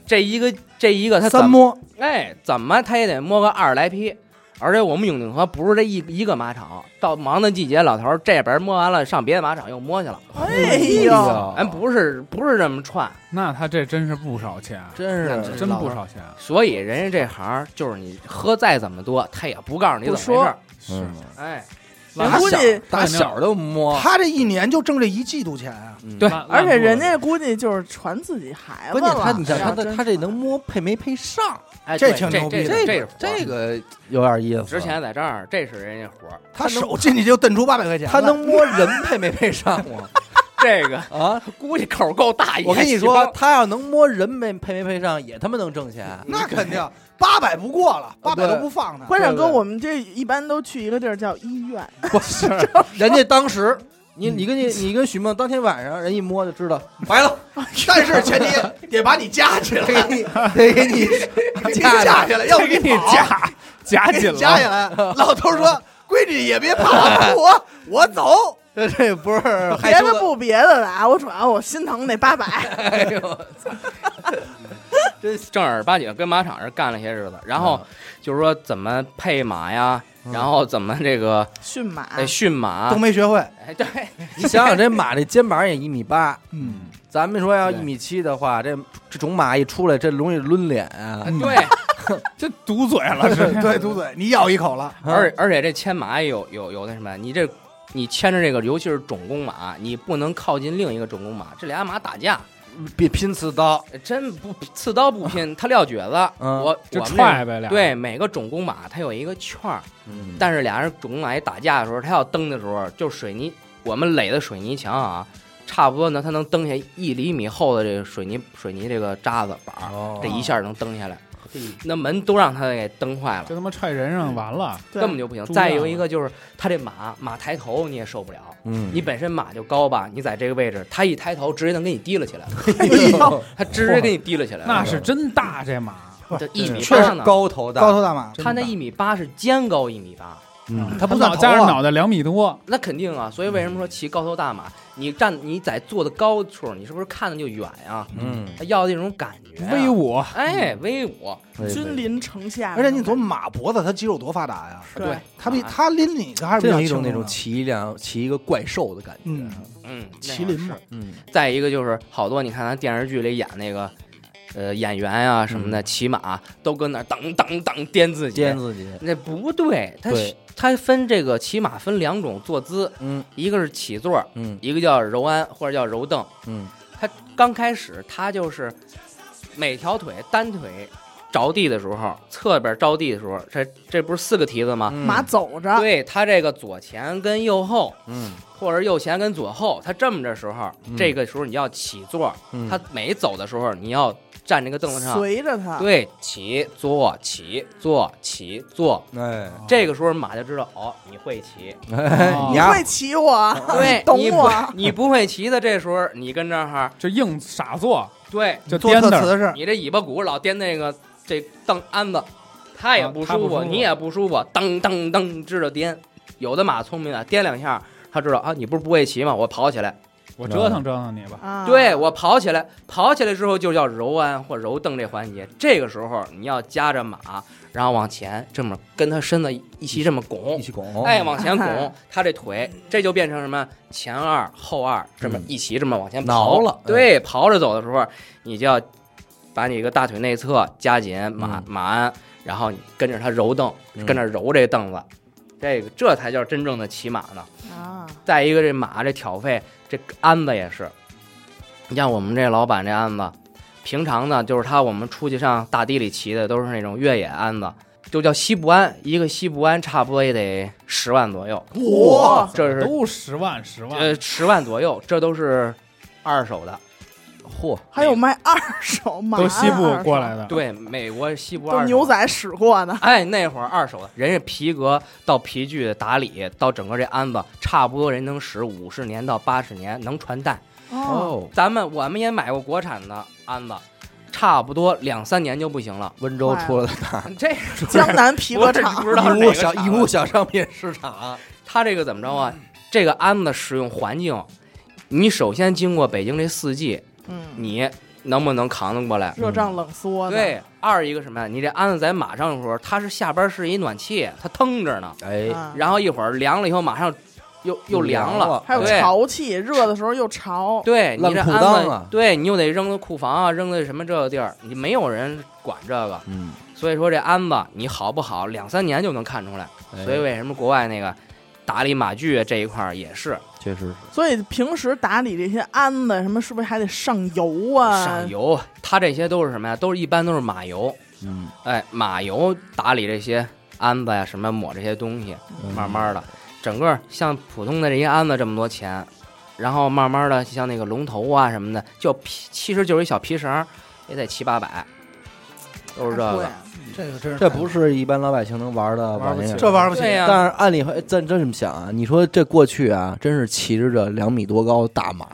[SPEAKER 5] 这一个这一个他
[SPEAKER 1] 三
[SPEAKER 5] 怎么
[SPEAKER 1] 摸，
[SPEAKER 5] 哎，怎么他也得摸个二十来匹。而且我们永定河不是这一一个马场，到忙的季节，老头儿这边摸完了，上别的马场又摸去了。
[SPEAKER 3] 哎呦，
[SPEAKER 5] 咱不是不是这么串，
[SPEAKER 4] 那他这真是不少钱，
[SPEAKER 1] 真是
[SPEAKER 4] 真不少钱。
[SPEAKER 5] 所以人家这行儿就是你喝再怎么多，他也不告诉你怎
[SPEAKER 3] 不
[SPEAKER 5] 么回事儿。
[SPEAKER 4] 是，
[SPEAKER 5] 哎，
[SPEAKER 3] 人
[SPEAKER 1] 打
[SPEAKER 3] 估
[SPEAKER 1] 小
[SPEAKER 3] 计，
[SPEAKER 1] 打小就摸，
[SPEAKER 2] 他这一年就挣这一季度钱啊，
[SPEAKER 5] 对
[SPEAKER 4] 烂
[SPEAKER 3] 而且人。
[SPEAKER 4] 烂
[SPEAKER 3] 家估计就是传自己孩子
[SPEAKER 1] 关键
[SPEAKER 3] 了。
[SPEAKER 1] 他你想他
[SPEAKER 3] 要
[SPEAKER 1] 的
[SPEAKER 3] 真
[SPEAKER 1] 他这
[SPEAKER 3] 传
[SPEAKER 1] 能摸配没配上，
[SPEAKER 5] 哎，
[SPEAKER 2] 这
[SPEAKER 5] 对
[SPEAKER 2] 挺牛逼的
[SPEAKER 5] 这
[SPEAKER 1] 个
[SPEAKER 5] 这
[SPEAKER 1] 这
[SPEAKER 5] 个
[SPEAKER 1] 个有点意思。
[SPEAKER 5] 之前在这儿，这是人家活儿。
[SPEAKER 2] 他手进去就蹬出八百块钱了，
[SPEAKER 1] 他能摸人配没配上我
[SPEAKER 5] 这个
[SPEAKER 1] 啊？
[SPEAKER 5] 估计口儿够大，
[SPEAKER 1] 我跟你
[SPEAKER 5] 也
[SPEAKER 1] 说，
[SPEAKER 5] 行，
[SPEAKER 1] 他要能摸人配配没配上，也他妈能挣钱。
[SPEAKER 2] 那肯定八百不过了，八百都不放他。
[SPEAKER 3] 关键
[SPEAKER 1] 对
[SPEAKER 3] 哥，
[SPEAKER 1] 对对
[SPEAKER 3] 我们这一般都去一个地儿叫医院，
[SPEAKER 1] 不是，人家当时你你跟你你跟许梦当天晚上人一摸就知 道白了，
[SPEAKER 2] 但是前提得把你夹起来，
[SPEAKER 1] 得给你得给你
[SPEAKER 2] 给你夹起来，要不
[SPEAKER 4] 给你
[SPEAKER 2] 跑
[SPEAKER 4] 夹夹
[SPEAKER 2] 给
[SPEAKER 4] 紧
[SPEAKER 2] 你夹起
[SPEAKER 4] 了，
[SPEAKER 2] 来。老头 说：“闺女也别怕， 我我走。
[SPEAKER 1] 这这不是害
[SPEAKER 3] 别
[SPEAKER 1] 羞
[SPEAKER 3] 的不别的了啊，我主要我心疼那八 百，
[SPEAKER 1] 哎呦我操
[SPEAKER 5] 正儿八经跟马场上干了些日子。然后就是说怎么配马呀，然后怎么这个
[SPEAKER 3] 驯马
[SPEAKER 1] 啊
[SPEAKER 5] 哎驯”马
[SPEAKER 2] 都。没学会，
[SPEAKER 5] 哎，对，
[SPEAKER 1] 你想想，这 马这肩膀也一米八，
[SPEAKER 2] 嗯，
[SPEAKER 1] 咱们说要
[SPEAKER 5] 对
[SPEAKER 1] 一米七的话，这这种马一出来，这容易抡脸啊！
[SPEAKER 2] 嗯
[SPEAKER 5] 对，
[SPEAKER 4] 这堵嘴 了是。
[SPEAKER 2] 哎对，嘟嘴，你咬一口 了，
[SPEAKER 5] 而而且这牵马也有有有那什么，你这你牵着这个，尤其是种公马，你不能靠近另一个种公马，这俩马打架，
[SPEAKER 1] 比嗯拼刺刀，
[SPEAKER 5] 真不刺刀 不拼，他撂蹶子，
[SPEAKER 1] 嗯
[SPEAKER 5] 我
[SPEAKER 4] 就
[SPEAKER 5] 我们
[SPEAKER 4] 踹呗俩。
[SPEAKER 5] 那。对，每个种公马它有一个圈儿，
[SPEAKER 1] 嗯
[SPEAKER 5] 但是俩人种公马一打架的时候，他要蹬的时候，就是水泥，我们垒的水泥墙啊，差不多呢，它能蹬下一厘米厚的这个水泥水泥这个渣子板儿，
[SPEAKER 1] 哦
[SPEAKER 5] 这一下能蹬下来，那门都让他给蹬坏了。
[SPEAKER 4] 这他妈踹人上完了，
[SPEAKER 3] 对
[SPEAKER 5] 根本就不行。
[SPEAKER 4] 猪
[SPEAKER 5] 再
[SPEAKER 4] 样
[SPEAKER 5] 有一
[SPEAKER 4] 了
[SPEAKER 5] 个就是他这马马抬头你也受不了，
[SPEAKER 1] 嗯
[SPEAKER 5] 你本身马就高吧，你在这个位置，他一抬头直接能给你提了起来，
[SPEAKER 1] 哎呦
[SPEAKER 5] 他直接给你提了起来，
[SPEAKER 4] 那是真大这马，
[SPEAKER 5] 这一米
[SPEAKER 1] 确
[SPEAKER 5] 八
[SPEAKER 1] 实
[SPEAKER 5] 呢，
[SPEAKER 1] 高头大，
[SPEAKER 2] 高头大马，
[SPEAKER 5] 他那一米八是肩高一米八，
[SPEAKER 1] 嗯，
[SPEAKER 4] 他
[SPEAKER 2] 不算
[SPEAKER 4] 脑
[SPEAKER 2] 头
[SPEAKER 4] 加上
[SPEAKER 2] 啊
[SPEAKER 4] 脑袋两米多，
[SPEAKER 5] 那肯定啊。所以为什么说骑高头大马，你站你在坐的高处，你是不是看的就远啊？
[SPEAKER 1] 嗯，
[SPEAKER 5] 他要的那种感觉啊，
[SPEAKER 4] 威武，
[SPEAKER 5] 哎，威武，
[SPEAKER 3] 君临城下，
[SPEAKER 2] 而且你琢磨马脖子，它肌肉多发达呀，
[SPEAKER 3] 对，
[SPEAKER 2] 它比它拎你这还是
[SPEAKER 1] 这
[SPEAKER 2] 比较
[SPEAKER 1] 有一种
[SPEAKER 2] 轻
[SPEAKER 1] 那
[SPEAKER 2] 的
[SPEAKER 1] 种骑一辆骑一个怪兽的感觉，啊
[SPEAKER 2] 嗯，
[SPEAKER 5] 嗯，那
[SPEAKER 2] 麒
[SPEAKER 5] 样
[SPEAKER 2] 麟
[SPEAKER 5] 是
[SPEAKER 2] 嘛，
[SPEAKER 1] 嗯，
[SPEAKER 5] 再一个就是好多你看咱电视剧里演那个，呃，演员啊什么的骑马都跟那儿噔噔噔颠自己
[SPEAKER 1] 颠，自己，
[SPEAKER 5] 那不对，他
[SPEAKER 1] 对
[SPEAKER 5] 他分这个骑马分两种坐姿，
[SPEAKER 1] 嗯
[SPEAKER 5] 一个是起坐，
[SPEAKER 1] 嗯
[SPEAKER 5] 一个叫柔鞍或者叫柔凳。
[SPEAKER 1] 嗯，
[SPEAKER 5] 他刚开始他就是每条腿单腿着地的时候，侧边着地的时候，这这不是四个蹄子
[SPEAKER 1] 嗯
[SPEAKER 5] 吗？
[SPEAKER 3] 马走着，
[SPEAKER 5] 嗯对他这个左前跟右后，
[SPEAKER 1] 嗯，
[SPEAKER 5] 或者右前跟左后，他这么着时候，
[SPEAKER 1] 嗯
[SPEAKER 5] 这个时候你要起坐，
[SPEAKER 1] 嗯
[SPEAKER 5] 他每走的时候你要站这个凳子上，
[SPEAKER 3] 随着他，
[SPEAKER 5] 对，起坐起坐起坐。
[SPEAKER 1] 哎，
[SPEAKER 5] 这个时候马就知道哦，你会骑，
[SPEAKER 4] 哦
[SPEAKER 1] 你
[SPEAKER 3] 你
[SPEAKER 1] 呀
[SPEAKER 3] 会骑我，
[SPEAKER 5] 啊 对，
[SPEAKER 3] 懂
[SPEAKER 5] 你不
[SPEAKER 3] 我，
[SPEAKER 5] 你不会骑的，这时候你跟这儿哈，
[SPEAKER 4] 就硬傻坐，
[SPEAKER 5] 对
[SPEAKER 4] 就
[SPEAKER 2] 做
[SPEAKER 4] 颠
[SPEAKER 2] 特
[SPEAKER 4] 的。
[SPEAKER 2] 词是
[SPEAKER 5] 你这尾巴骨老颠那个这蹬鞍子，他也
[SPEAKER 4] 啊
[SPEAKER 5] 不
[SPEAKER 4] 他不
[SPEAKER 5] 舒服，
[SPEAKER 4] 舒服
[SPEAKER 5] 你也不舒服，噔噔噔，知道颠。有的马聪明啊，颠两下，他知道啊，你不是不会骑吗？我跑起来，
[SPEAKER 4] 我折腾折腾你吧，
[SPEAKER 3] 啊，
[SPEAKER 5] 对我跑起来，跑起来之后就叫揉鞍或揉蹬这环节。这个时候你要夹着马，然后往前这么跟他身子一起这么拱
[SPEAKER 1] 一，起拱，
[SPEAKER 5] 哎，往前拱
[SPEAKER 3] 哎，
[SPEAKER 5] 他这腿这就变成什么前二后二，这么
[SPEAKER 1] 嗯
[SPEAKER 5] 一起这么往前
[SPEAKER 1] 挠
[SPEAKER 5] 刨
[SPEAKER 1] 了
[SPEAKER 5] 对，刨着走的时候，你就要把你一个大腿内侧夹紧马
[SPEAKER 1] 嗯
[SPEAKER 5] 马鞍，然后你跟着他揉蹬，
[SPEAKER 1] 嗯
[SPEAKER 5] 跟着揉这凳子，这个这才叫真正的骑马呢。
[SPEAKER 3] 啊，
[SPEAKER 5] 再一个，这马这挑费，这鞍子也是。你像我们这老板这鞍子，平常呢就是他我们出去上大地里骑的都是那种越野鞍子，就叫西部鞍，一个西部鞍差不多也得十万左右，
[SPEAKER 3] 哇
[SPEAKER 5] 这是
[SPEAKER 4] 都十万十万，
[SPEAKER 5] 呃十万左右，这都是二手的。嚯，
[SPEAKER 3] 还有卖二手马，
[SPEAKER 4] 都西部过来
[SPEAKER 3] 的，
[SPEAKER 4] 的，，
[SPEAKER 5] 对美国西部二
[SPEAKER 3] 都
[SPEAKER 5] 手
[SPEAKER 3] 牛仔使过的，
[SPEAKER 5] 哎，那会儿二手的，人家皮革到皮具的打理到整个这鞍子，差不多人能使五十年到八十年，能传代。
[SPEAKER 3] 哦，
[SPEAKER 5] 咱们我们也买过国产的鞍子，差不多两三年就不行了。
[SPEAKER 1] 温州出了
[SPEAKER 5] 这
[SPEAKER 3] 江南皮革厂
[SPEAKER 5] 不知道是
[SPEAKER 1] 义
[SPEAKER 5] 哪
[SPEAKER 1] 乌
[SPEAKER 5] 个
[SPEAKER 1] 小
[SPEAKER 5] 厂啊
[SPEAKER 1] 义乌小商品市 场，
[SPEAKER 5] 它这个怎么着啊？这个鞍子使用环境，你首先经过北京这四季，
[SPEAKER 3] 嗯，
[SPEAKER 5] 你能不能扛得过来？
[SPEAKER 3] 热胀冷缩的，，
[SPEAKER 5] 对，二一个什么呀？你这鞍子在马上的时候，它是下边是一暖气，它腾着呢，
[SPEAKER 1] 哎，
[SPEAKER 3] 啊、
[SPEAKER 5] 然后一会儿凉了以后，马上又又凉
[SPEAKER 1] 嗯凉
[SPEAKER 5] 了
[SPEAKER 1] 了，
[SPEAKER 3] 还有
[SPEAKER 5] 对
[SPEAKER 3] 潮气，热的时候又潮，
[SPEAKER 5] 对，
[SPEAKER 1] 烂
[SPEAKER 5] 你这
[SPEAKER 1] 裤
[SPEAKER 5] 安
[SPEAKER 1] 裆
[SPEAKER 5] 稳
[SPEAKER 1] 啊
[SPEAKER 5] 对你又得扔到库房啊，扔到什么这个地儿，你没有人管这个，
[SPEAKER 1] 嗯，
[SPEAKER 5] 所以说这鞍子你好不好，两三年就能看出来。
[SPEAKER 1] 哎
[SPEAKER 5] 所以为什么国外那个打理马具这一块儿也是
[SPEAKER 1] 确实是
[SPEAKER 3] 所以平时打理这些鞍子什么，是不是还得上油啊？
[SPEAKER 5] 上油，它这些都是什么呀？都是一般都是马油，
[SPEAKER 1] 嗯，
[SPEAKER 5] 哎，马油打理这些鞍子呀，什么抹这些东西，
[SPEAKER 1] 嗯
[SPEAKER 5] 慢慢的，整个像普通的这些鞍子这么多钱，然后慢慢的像那个龙头啊什么的，就皮其实就是一小皮绳儿，也得七八百，都是这
[SPEAKER 3] 哎
[SPEAKER 5] 个
[SPEAKER 3] 对。
[SPEAKER 2] 这个真是
[SPEAKER 1] 这不是一般老百姓能玩的
[SPEAKER 4] 玩
[SPEAKER 1] 玩
[SPEAKER 4] 不
[SPEAKER 1] 意
[SPEAKER 4] 起
[SPEAKER 1] 儿。
[SPEAKER 2] 这玩意儿不行
[SPEAKER 5] 对。呀、
[SPEAKER 1] 但是按理还咱真这么想啊，你说这过去啊，真是骑着这两米多高的大马，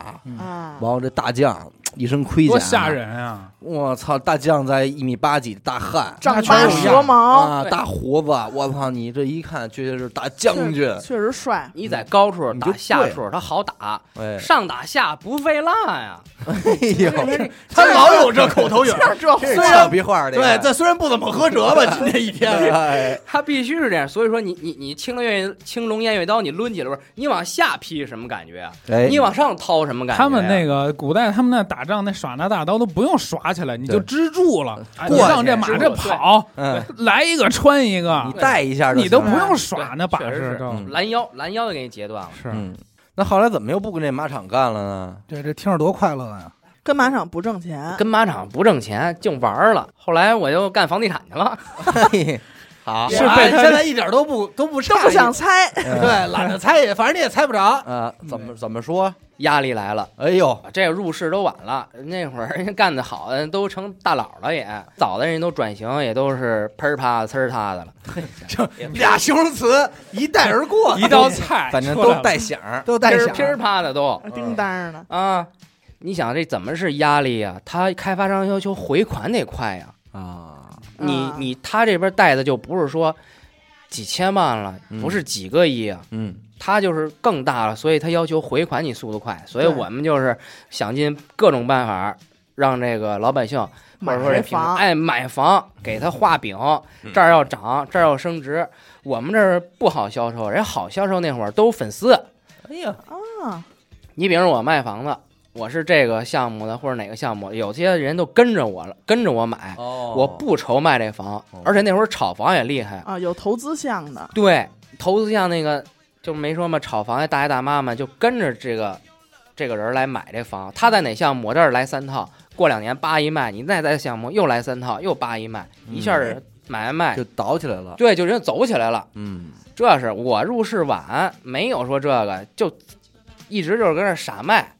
[SPEAKER 3] 啊，
[SPEAKER 1] 完后这大将一身盔甲，
[SPEAKER 4] 多吓！人啊！
[SPEAKER 1] 我操，大将在一米八几的大汉
[SPEAKER 3] 丈
[SPEAKER 4] 那全
[SPEAKER 3] 八
[SPEAKER 4] 是一
[SPEAKER 3] 蛇
[SPEAKER 4] 样
[SPEAKER 3] 矛，
[SPEAKER 1] 啊，
[SPEAKER 5] 对
[SPEAKER 1] 大胡子，我操，你这一看确实是大将军，
[SPEAKER 3] 确实帅，
[SPEAKER 5] 你在高处
[SPEAKER 1] 你就
[SPEAKER 5] 打下
[SPEAKER 1] 对
[SPEAKER 5] 处，它好打，
[SPEAKER 1] 哎，
[SPEAKER 5] 上打下不费蜡呀。
[SPEAKER 1] 哎呦，
[SPEAKER 2] 他老有这口头语儿。
[SPEAKER 3] 这这
[SPEAKER 1] 这是
[SPEAKER 3] 虽
[SPEAKER 1] 俏
[SPEAKER 3] 然
[SPEAKER 1] 皮话儿个
[SPEAKER 2] 对，这虽然不怎么合辙吧，今天一 天，
[SPEAKER 1] 哎
[SPEAKER 5] 它必须是这样，所以说你你你青龙偃青龙偃月刀，你抡起来的时候，你往下劈什么感觉啊？
[SPEAKER 1] 哎，
[SPEAKER 5] 你往上掏什么感觉、
[SPEAKER 4] 他们那
[SPEAKER 5] 个，
[SPEAKER 4] 个古代，他们那打仗那耍那大刀都不用耍起来，你就
[SPEAKER 1] 对
[SPEAKER 4] 支住了，
[SPEAKER 5] 哎
[SPEAKER 4] 你
[SPEAKER 5] 过
[SPEAKER 4] 上
[SPEAKER 5] 去
[SPEAKER 4] 这马
[SPEAKER 5] 支
[SPEAKER 4] 这
[SPEAKER 5] 住
[SPEAKER 4] 跑，
[SPEAKER 1] 嗯，
[SPEAKER 4] 来一个穿一
[SPEAKER 1] 你
[SPEAKER 4] 个，
[SPEAKER 1] 带一下就行了，
[SPEAKER 4] 你都不用耍那把
[SPEAKER 5] 确实
[SPEAKER 4] 式
[SPEAKER 5] 是，
[SPEAKER 4] 都
[SPEAKER 1] 嗯
[SPEAKER 5] 拦腰拦腰就给你截断了。
[SPEAKER 4] 是
[SPEAKER 1] 嗯。那后来怎么又不跟这马场干了 呢？
[SPEAKER 2] 这这听着多快乐呀！
[SPEAKER 3] 跟马场不挣钱，
[SPEAKER 5] 跟马场不挣钱，净玩儿了。后来我就干房地产去了，
[SPEAKER 1] 嘿好，
[SPEAKER 4] 是被他
[SPEAKER 2] 现在一点都不都不
[SPEAKER 3] 都
[SPEAKER 2] 差
[SPEAKER 3] 不想猜，
[SPEAKER 1] 对
[SPEAKER 2] 对，懒得猜也，反正你也猜不着。
[SPEAKER 1] 啊，怎么怎么说？
[SPEAKER 5] 压力来了。
[SPEAKER 1] 哎呦，
[SPEAKER 5] 这入市都晚了，那会儿人家干得好的都成大佬了也，早的人都转型，也都是喷儿啪呲儿啪的了。
[SPEAKER 2] 俩形容词一带而过，
[SPEAKER 4] 一道菜，
[SPEAKER 1] 反正都带响儿，
[SPEAKER 2] 都带
[SPEAKER 5] 噼
[SPEAKER 2] 响
[SPEAKER 5] 儿噼。儿啪的都
[SPEAKER 3] 叮当的，
[SPEAKER 5] 啊！你想这怎么是压力呀、他开发商要求回款得快呀、
[SPEAKER 1] 啊，
[SPEAKER 5] 你
[SPEAKER 3] 啊
[SPEAKER 5] 你他这边贷的就不是说几千万了，
[SPEAKER 1] 嗯
[SPEAKER 5] 不是几个亿啊，
[SPEAKER 1] 嗯，
[SPEAKER 5] 他就是更大了，所以他要求回款你速度快，所以
[SPEAKER 3] 对
[SPEAKER 5] 我们就是想尽各种办法让这个老百姓或者说这
[SPEAKER 3] 这
[SPEAKER 5] 平时
[SPEAKER 3] 房，
[SPEAKER 5] 哎买房给他画饼，这儿要涨，这儿要升值。我们这儿不好销售，人家好销售那会儿都是粉丝。
[SPEAKER 1] 哎呀，
[SPEAKER 3] 啊，
[SPEAKER 5] 你比如我卖房子，我是这个项目的或者哪个项目，有些人都跟着我了，跟着我买，
[SPEAKER 1] 哦
[SPEAKER 5] 我不愁卖这房
[SPEAKER 1] 哦，
[SPEAKER 5] 而且那会儿炒房也厉害。
[SPEAKER 3] 啊，有投资项的，
[SPEAKER 5] 对，投资像那个就没说嘛，炒房的大爷大妈们就跟着这个这个人来买这房，他在哪项目，我这儿来三套，过两年叭一卖，你再在项目又来三套，又叭一卖，一
[SPEAKER 1] 嗯
[SPEAKER 5] 下儿买卖
[SPEAKER 1] 就
[SPEAKER 5] 卖，
[SPEAKER 1] 倒起来了，
[SPEAKER 5] 对，就人家走起来了。
[SPEAKER 1] 嗯，
[SPEAKER 5] 这是我入市晚，没有说这个，就一直就是跟那儿傻卖，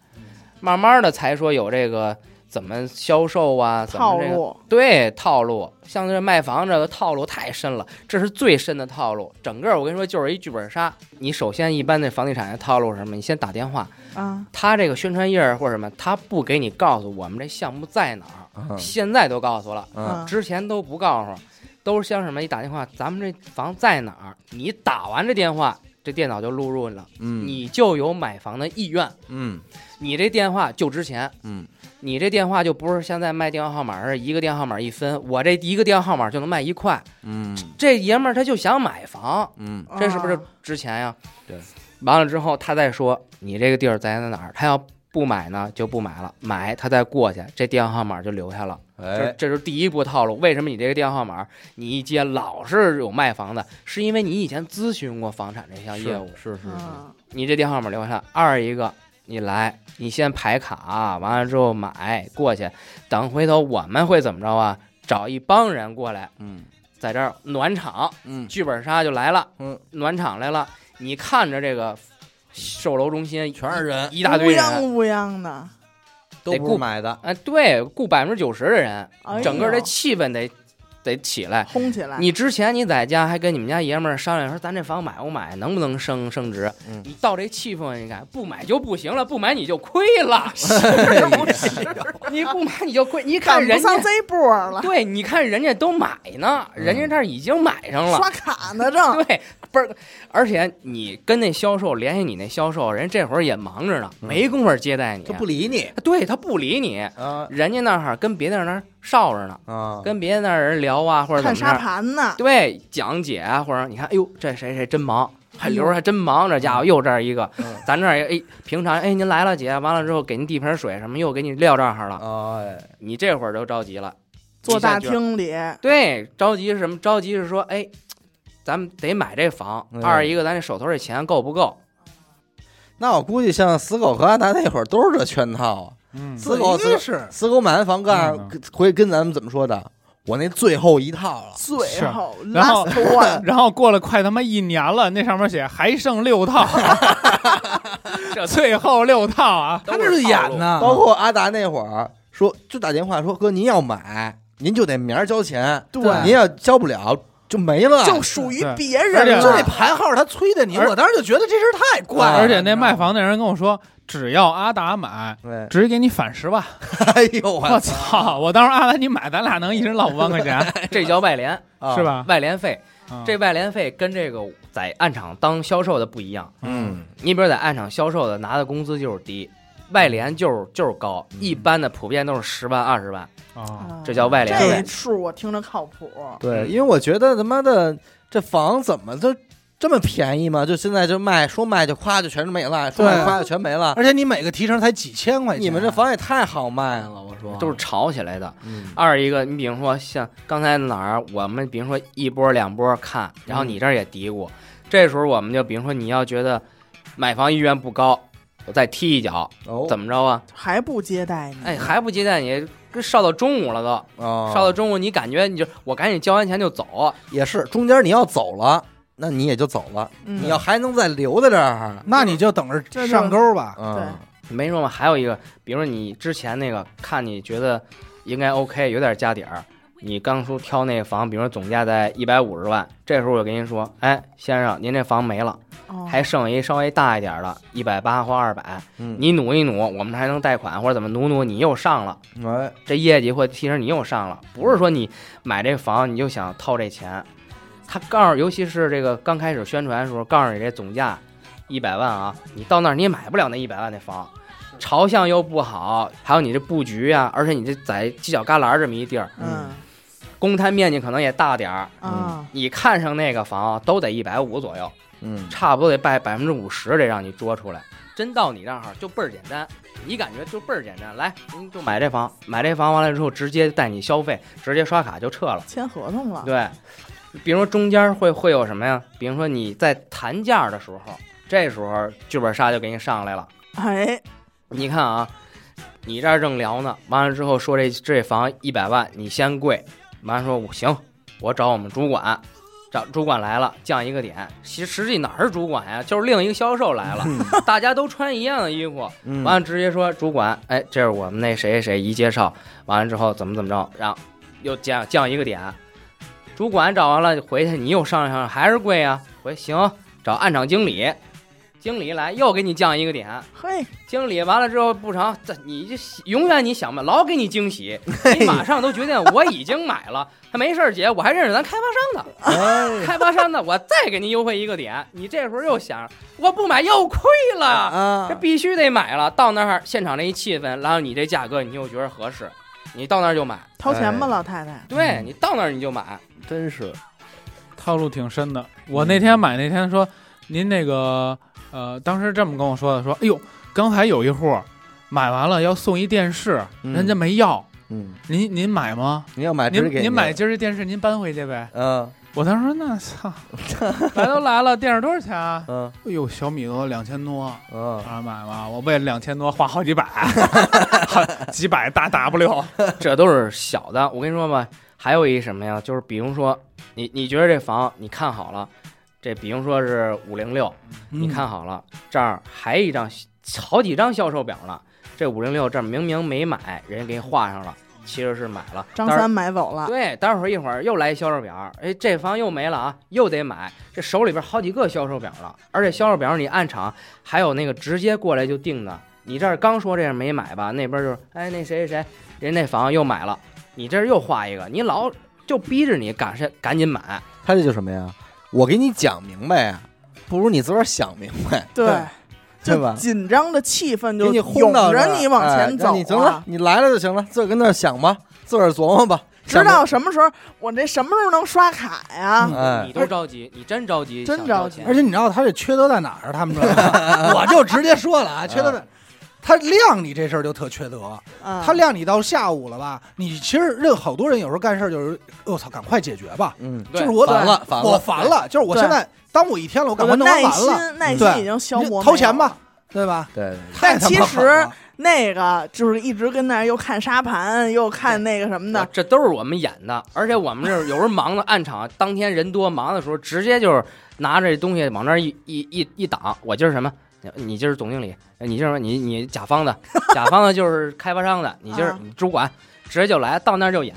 [SPEAKER 5] 慢慢的才说有这个怎么销售啊，怎
[SPEAKER 3] 套
[SPEAKER 5] 么这个
[SPEAKER 3] 路，
[SPEAKER 5] 对套路，像这卖房这个套路太深了，这是最深的套路。整个我跟你说就是一剧本杀。你首先一般那房地产的套路是什么？你先打电话，
[SPEAKER 3] 啊，
[SPEAKER 5] 他这个宣传页儿或者什么，他不给你告诉我们这项目在哪儿，
[SPEAKER 1] 嗯
[SPEAKER 5] 现在都告诉了，
[SPEAKER 2] 啊
[SPEAKER 1] 嗯，
[SPEAKER 5] 之前都不告诉，都是像什么？一打电话，咱们这房在哪儿？你打完这电话，这电脑就录入了，
[SPEAKER 1] 嗯，
[SPEAKER 5] 你就有买房的意愿。
[SPEAKER 1] 嗯
[SPEAKER 5] 你这电话就值钱，
[SPEAKER 1] 嗯，
[SPEAKER 5] 你这电话就不是像在卖电话号码似的，一个电话号码一分，我这一个电话号码就能卖一块。
[SPEAKER 1] 嗯
[SPEAKER 5] 这爷们儿他就想买房，
[SPEAKER 1] 嗯
[SPEAKER 5] 这是不是
[SPEAKER 3] 啊
[SPEAKER 5] 值钱呀？
[SPEAKER 1] 对，
[SPEAKER 5] 完了之后他再说你这个地儿在哪儿，他要不买呢就不买了，买他再过去，这电话号码就留下了。这
[SPEAKER 1] 哎，
[SPEAKER 5] 这是第一步套路。为什么你这个电话号码你一接老是有卖房的？是因为你以前咨询过房产这项业务，
[SPEAKER 1] 是是是，
[SPEAKER 3] 嗯，
[SPEAKER 5] 你这电话号码留下。二一个，你来，你先排卡，完了之后买过去，等回头我们会怎么着啊？找一帮人过来，
[SPEAKER 1] 嗯
[SPEAKER 5] 在这儿暖场，
[SPEAKER 1] 嗯
[SPEAKER 5] 剧本杀就来了，
[SPEAKER 1] 嗯，
[SPEAKER 5] 暖场来了。你看着这个售楼中心
[SPEAKER 1] 全是人，
[SPEAKER 5] 一大堆
[SPEAKER 3] 乌泱
[SPEAKER 5] 人，
[SPEAKER 3] 乌泱的，
[SPEAKER 1] 都
[SPEAKER 5] 得
[SPEAKER 1] 不
[SPEAKER 5] 雇
[SPEAKER 1] 是买的，
[SPEAKER 5] 哎，对，雇百分之九十的人，
[SPEAKER 3] 哎呦
[SPEAKER 5] 整个这气氛得得起来。
[SPEAKER 3] 轰起来，
[SPEAKER 5] 你之前你在家还跟你们家爷们儿商量说，咱这房买不买，能不能升升值？
[SPEAKER 1] 嗯
[SPEAKER 5] 你到这气氛，你看不买就不行了，不买你就亏 了，你不买你就亏。你看
[SPEAKER 3] 赶不
[SPEAKER 5] 人
[SPEAKER 3] 上
[SPEAKER 5] 家，
[SPEAKER 3] 这波 了，
[SPEAKER 5] 对，你看人家都买呢，
[SPEAKER 1] 嗯
[SPEAKER 5] 人家这儿已经买上 了。
[SPEAKER 3] 刷卡呢正，
[SPEAKER 5] 对，不是，而且你跟那销售联系你那销售，人这会儿也忙着呢，
[SPEAKER 1] 嗯
[SPEAKER 5] 没工夫接待你。
[SPEAKER 1] 就不理你
[SPEAKER 5] 对他不理你，
[SPEAKER 1] 啊
[SPEAKER 5] 人家那儿跟别的那儿少着呢，
[SPEAKER 1] 啊，
[SPEAKER 5] 跟别的那儿人聊啊，或者怎
[SPEAKER 3] 嗯看
[SPEAKER 5] 么
[SPEAKER 3] 沙。
[SPEAKER 5] 着
[SPEAKER 3] 盘呢，
[SPEAKER 5] 对，讲解啊，或者你看，哎呦，这谁谁真忙，还刘儿还真忙，这家伙又这儿一个，
[SPEAKER 1] 嗯
[SPEAKER 5] 咱这儿也哎，平常哎您来了姐，完了之后给您递瓶水什么，又给你撂这儿了，
[SPEAKER 1] 哎，
[SPEAKER 5] 你这会儿就着急了，
[SPEAKER 3] 坐大
[SPEAKER 5] 一下觉得，
[SPEAKER 3] 厅里，
[SPEAKER 5] 啊对，着急是什么？着急是说，哎，咱们得买这房，
[SPEAKER 1] 嗯
[SPEAKER 5] 二一个咱这手头这钱够不够？
[SPEAKER 1] 那我估计像死狗和阿达那会儿都是这圈套啊，
[SPEAKER 4] 嗯，
[SPEAKER 1] 死狗
[SPEAKER 2] 一
[SPEAKER 1] 死
[SPEAKER 2] 定
[SPEAKER 1] 狗
[SPEAKER 2] 是
[SPEAKER 1] 死狗买完房干
[SPEAKER 4] 嗯
[SPEAKER 1] 跟回去跟咱们怎么说的？我那最后一套了，
[SPEAKER 3] 最
[SPEAKER 5] 啊
[SPEAKER 3] 后
[SPEAKER 4] 然后
[SPEAKER 3] last one，
[SPEAKER 4] 然后过了快他妈一年了，那上面写还剩六套，
[SPEAKER 5] 这
[SPEAKER 4] 最后六套 啊，
[SPEAKER 2] 他这是演 呢，
[SPEAKER 1] 包括阿达那会儿说，就打电话说哥您要买，您就得明儿交钱，
[SPEAKER 2] 对
[SPEAKER 1] 您要交不了就没了，
[SPEAKER 3] 就属于
[SPEAKER 4] 对
[SPEAKER 3] 别
[SPEAKER 4] 而且
[SPEAKER 3] 人
[SPEAKER 2] 就那
[SPEAKER 3] 了，
[SPEAKER 2] 牌号他催的你，
[SPEAKER 4] 而
[SPEAKER 2] 我当时就觉得这事儿太怪了。
[SPEAKER 4] 而且那卖房的人跟我说，只要阿达买，
[SPEAKER 1] 对，
[SPEAKER 4] 直接给你返十万。
[SPEAKER 1] 哎呦
[SPEAKER 4] 我！操！我当时阿达你买，咱俩能一人落五万块钱，
[SPEAKER 5] 这叫外联，
[SPEAKER 1] 啊
[SPEAKER 4] 是？吧？
[SPEAKER 5] 外联费，
[SPEAKER 4] 嗯
[SPEAKER 5] 这外联费跟这个在暗场当销售的不一样。
[SPEAKER 1] 嗯，
[SPEAKER 5] 你比如在暗场销售的拿的工资就是低，外联就是就是高，
[SPEAKER 1] 嗯
[SPEAKER 5] 一般的普遍都是十万二十万，
[SPEAKER 4] 啊，
[SPEAKER 3] 哦
[SPEAKER 5] 这叫外联
[SPEAKER 3] 这
[SPEAKER 5] 费。
[SPEAKER 3] 数我听着靠谱，
[SPEAKER 1] 对，
[SPEAKER 5] 嗯
[SPEAKER 1] 因为我觉得他妈的这房怎么就这么便宜吗？就现在就卖，说卖就夸就全是没了，说卖
[SPEAKER 2] 对
[SPEAKER 1] 夸就全没了。
[SPEAKER 2] 而且你每个提成才几千块钱，
[SPEAKER 1] 你们这房也太好卖了，我说
[SPEAKER 5] 都是炒起来的。
[SPEAKER 1] 哦嗯
[SPEAKER 5] 二一个，你比如说像刚才哪儿，我们比如说一波两波看，
[SPEAKER 1] 嗯
[SPEAKER 5] 然后你这儿也嘀咕，这时候我们就比如说你要觉得买房意愿不高，我再踢一脚，
[SPEAKER 1] 哦
[SPEAKER 5] 怎么着啊？
[SPEAKER 3] 还不接待你，
[SPEAKER 5] 哎，还不接待你，跟烧到中午了都，
[SPEAKER 1] 么
[SPEAKER 5] 烧到中午你感觉你就我赶紧交完钱就走，
[SPEAKER 1] 哦也是中间你要走了，那你也就走了。
[SPEAKER 3] 嗯
[SPEAKER 1] 你要还能再留在这儿，
[SPEAKER 2] 那你就等着上钩吧。
[SPEAKER 1] 嗯，
[SPEAKER 5] 没说嘛，还有一个，比如说你之前那个看你觉得应该 OK，有点家底儿，你刚出挑那个房，比如说总价在一百五十万，这时候我就跟您说，哎，先生，您这房没了，
[SPEAKER 3] 哦
[SPEAKER 5] 还剩一稍微大一点儿的，一百八或二百，
[SPEAKER 1] 嗯
[SPEAKER 5] 你努一努，我们还能贷款或者怎么努努，你又上了，
[SPEAKER 1] 哎，
[SPEAKER 5] 这业绩或提成你又上了，不是说你买这房你就想套这钱，他告诉，尤其是这个刚开始宣传的时候，告诉你这总价一百万啊，你到那儿你也买不了那一百万那房，朝向又不好，还有你这布局啊，而且你这在犄角旮旯这么一地儿，
[SPEAKER 3] 嗯
[SPEAKER 5] 公摊面积可能也大点儿，
[SPEAKER 3] 啊，
[SPEAKER 5] 你看上那个房都得一百五左右，
[SPEAKER 1] 嗯，
[SPEAKER 5] 差不多得百百分之五十得让你捉出来，真到你那儿就倍儿简单。你感觉就倍儿简单，来，您就买这房，买这房完了之后直接带你消费，直接刷卡就撤了。
[SPEAKER 3] 签合同了，
[SPEAKER 5] 对，比如说中间会会有什么呀？比如说你在谈价的时候，这时候剧本杀就给你上来了。
[SPEAKER 3] 哎，
[SPEAKER 5] 你看啊，你这儿正聊呢，完了之后说这这房一百万，你嫌贵，完了说我行，我找我们主管，找主管来了降一个点。其实实际哪儿是主管呀，就是另一个销售来了，大家都穿一样的衣服，
[SPEAKER 1] 嗯
[SPEAKER 5] 完了直接说主管，哎，这是我们那谁谁谁一介绍，完了之后怎么怎么着，然后又降降一个点，主管找完了回去你又上上还是贵呀，回行找暗场经理，经理来又给你降一个点，
[SPEAKER 3] 嘿，
[SPEAKER 5] 经理完了之后不成，这你就永远你想吧，老给你 惊喜，你马上都决定我已经买了。他没事儿姐，我还认识咱开发商呢，
[SPEAKER 1] 哎
[SPEAKER 5] 开发商呢，我再给您优惠一个点。你这时候又想，我不买又亏了，这
[SPEAKER 1] 啊，
[SPEAKER 5] 必须得买了。到那儿现场这一气氛，然后你这价格你又觉得合适，你到那儿就买。
[SPEAKER 3] 掏钱吧，
[SPEAKER 1] 哎
[SPEAKER 3] 老太太，
[SPEAKER 5] 对你到那儿你就买，
[SPEAKER 1] 真是
[SPEAKER 4] 套路挺深的。我那天买那天说，您那个呃，当时这么跟我说的，说，哎呦，刚才有一户买完了要送一电视，
[SPEAKER 1] 嗯
[SPEAKER 4] 人家没要，
[SPEAKER 1] 嗯，
[SPEAKER 4] 您您买吗？
[SPEAKER 1] 您要买直接
[SPEAKER 4] 您
[SPEAKER 1] 给
[SPEAKER 4] 您
[SPEAKER 1] 你
[SPEAKER 4] 买，今儿这电视您搬回去呗。
[SPEAKER 1] 嗯
[SPEAKER 4] 我当时说那 操，来都来了，电视多少钱啊？
[SPEAKER 1] 嗯
[SPEAKER 4] 哎呦，小米都两千多，
[SPEAKER 1] 嗯，
[SPEAKER 4] 啊买吧，我为两千多花好几 百，好几百大 W，
[SPEAKER 5] 这都是小的。我跟你说吧，还有一什么呀？就是比如说，你你觉得这房你看好了，这比如说是五零六，
[SPEAKER 4] 嗯
[SPEAKER 5] 你看好了，这儿还一张好几张销售表呢。这五零六这儿明明没买，人家给你画上了，其实是买了。
[SPEAKER 3] 张
[SPEAKER 5] 待会儿
[SPEAKER 3] 三买走了，
[SPEAKER 5] 对，待会儿一会儿又来一销售表，哎，这房又没了啊，又得买。这手里边好几个销售表了，而且销售表你按场还有那个直接过来就定的，你这儿刚说这样没买吧，那边就是哎那谁谁谁人那房又买了，你这儿又画一个，你老就逼着你赶上赶紧买。
[SPEAKER 1] 他这就什么呀？我给你讲明白啊，不如你自个儿想明白，
[SPEAKER 3] 对，
[SPEAKER 1] 对
[SPEAKER 3] 就
[SPEAKER 1] 吧？
[SPEAKER 3] 紧张的气氛
[SPEAKER 1] 给
[SPEAKER 3] 就
[SPEAKER 1] 你
[SPEAKER 3] 涌
[SPEAKER 1] 轰到那儿
[SPEAKER 3] 着你往
[SPEAKER 1] 哎
[SPEAKER 3] 前
[SPEAKER 1] 让
[SPEAKER 3] 走
[SPEAKER 1] 你行了
[SPEAKER 3] 啊，，
[SPEAKER 1] 你来了就行了，自个儿跟那儿想吧，自个儿琢磨吧，
[SPEAKER 3] 直
[SPEAKER 1] 想
[SPEAKER 3] 到什么时候？我这什么时候能刷卡呀？
[SPEAKER 1] 哎
[SPEAKER 5] 你，都着急，你真着急，
[SPEAKER 3] 真
[SPEAKER 5] 想
[SPEAKER 3] 着
[SPEAKER 5] 交
[SPEAKER 3] 急
[SPEAKER 5] 钱
[SPEAKER 2] 而且你知道他这缺德在哪儿？啊他们知道吗？我就直接说了啊，缺德在，他晾你这事儿就特缺德。
[SPEAKER 3] 啊
[SPEAKER 2] 他晾你到下午了吧？你其实任好多人有时候干事儿就是，我、操，赶快解决吧。
[SPEAKER 1] 嗯，
[SPEAKER 5] 对
[SPEAKER 2] 就是我
[SPEAKER 1] 烦了烦了
[SPEAKER 2] 我烦了，就是我
[SPEAKER 3] 对
[SPEAKER 2] 现在耽误一天了，我赶
[SPEAKER 3] 我的
[SPEAKER 2] 快弄完
[SPEAKER 3] 耐
[SPEAKER 2] 完了，
[SPEAKER 3] 心耐
[SPEAKER 2] 对
[SPEAKER 3] 心已经消
[SPEAKER 2] 你
[SPEAKER 3] 磨。
[SPEAKER 2] 掏钱吧，，对吧？
[SPEAKER 1] 对，对
[SPEAKER 2] 太他妈
[SPEAKER 3] 其
[SPEAKER 2] 狠了
[SPEAKER 3] 那个就是一直跟那儿又看沙盘，又看那个什么
[SPEAKER 5] 那
[SPEAKER 3] 的，
[SPEAKER 5] 这都是我们演的，而且我们这有时候忙的暗场，当天人多忙的时候，直接就是拿着这东西往那儿一一一一挡。我今儿什么？你今儿总经理，你今儿什么你你甲方的，甲方的就是开发商的，你今儿
[SPEAKER 3] 啊
[SPEAKER 5] 主管，直接就来到那儿就演，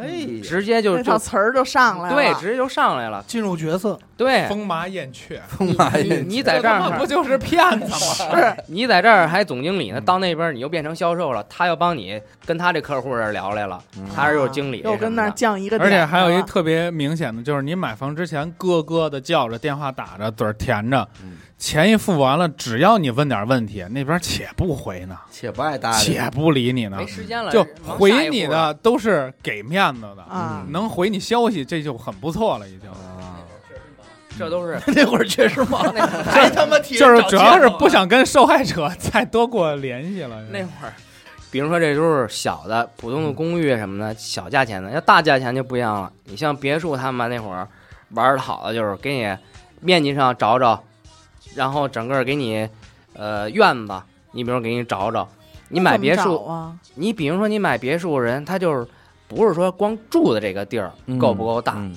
[SPEAKER 1] 哎，
[SPEAKER 5] 直接就
[SPEAKER 3] 那套
[SPEAKER 5] 就
[SPEAKER 3] 词儿就上来了。
[SPEAKER 5] 对，直接就上来了。
[SPEAKER 2] 进入角色，
[SPEAKER 5] 对，
[SPEAKER 4] 风马燕雀，
[SPEAKER 1] 风马
[SPEAKER 5] 你
[SPEAKER 1] 也
[SPEAKER 5] 你在这 儿
[SPEAKER 4] 不就是骗子吗？
[SPEAKER 5] 你在这儿还总经理
[SPEAKER 2] 嗯
[SPEAKER 5] 呢，到那边你又变成销售了，他要帮你跟他这客户这儿聊来了，
[SPEAKER 1] 嗯
[SPEAKER 5] 他是又经理
[SPEAKER 3] 啊又跟那儿
[SPEAKER 5] 什么的
[SPEAKER 3] 降一个点
[SPEAKER 4] 而
[SPEAKER 3] 儿啊
[SPEAKER 4] 且
[SPEAKER 3] 了，
[SPEAKER 4] 还有一特别明显的，就是你买房之前咯咯的叫着，电话打着，嘴儿甜着
[SPEAKER 1] 嗯，
[SPEAKER 4] 钱一付完了，只要你问点问题，那边且不回呢，
[SPEAKER 1] 且不爱搭理，
[SPEAKER 4] 且不理
[SPEAKER 2] 嗯
[SPEAKER 4] 你呢
[SPEAKER 5] 哎没，时间了，
[SPEAKER 4] 就
[SPEAKER 5] 忙下
[SPEAKER 4] 回
[SPEAKER 5] 一步啊
[SPEAKER 4] 你
[SPEAKER 5] 了。嗯
[SPEAKER 4] 的都是给面子的，
[SPEAKER 3] 啊，
[SPEAKER 4] 能回你消息这就很不错了，已经。
[SPEAKER 1] 啊
[SPEAKER 5] 这都 是
[SPEAKER 2] 那会儿确实忙，
[SPEAKER 5] 那
[SPEAKER 2] 还他妈提着
[SPEAKER 4] 就是
[SPEAKER 2] 找
[SPEAKER 4] 主要
[SPEAKER 2] 借
[SPEAKER 4] 是
[SPEAKER 2] 口
[SPEAKER 4] 不想跟受害者 再多过联系了。
[SPEAKER 5] 那会儿，比如说这都是小的普通的公寓什么的，小价钱的，要大价钱就不一样了。你像别墅他们那会儿玩的好的，就是给你面积上找找，然后整个给你呃院子，你比如给你找找。你买别
[SPEAKER 3] 那怎
[SPEAKER 5] 墅
[SPEAKER 3] 么，找啊？
[SPEAKER 5] 你比如说你买别墅，人他就是不是说光住的这个地儿够不够大，
[SPEAKER 1] 嗯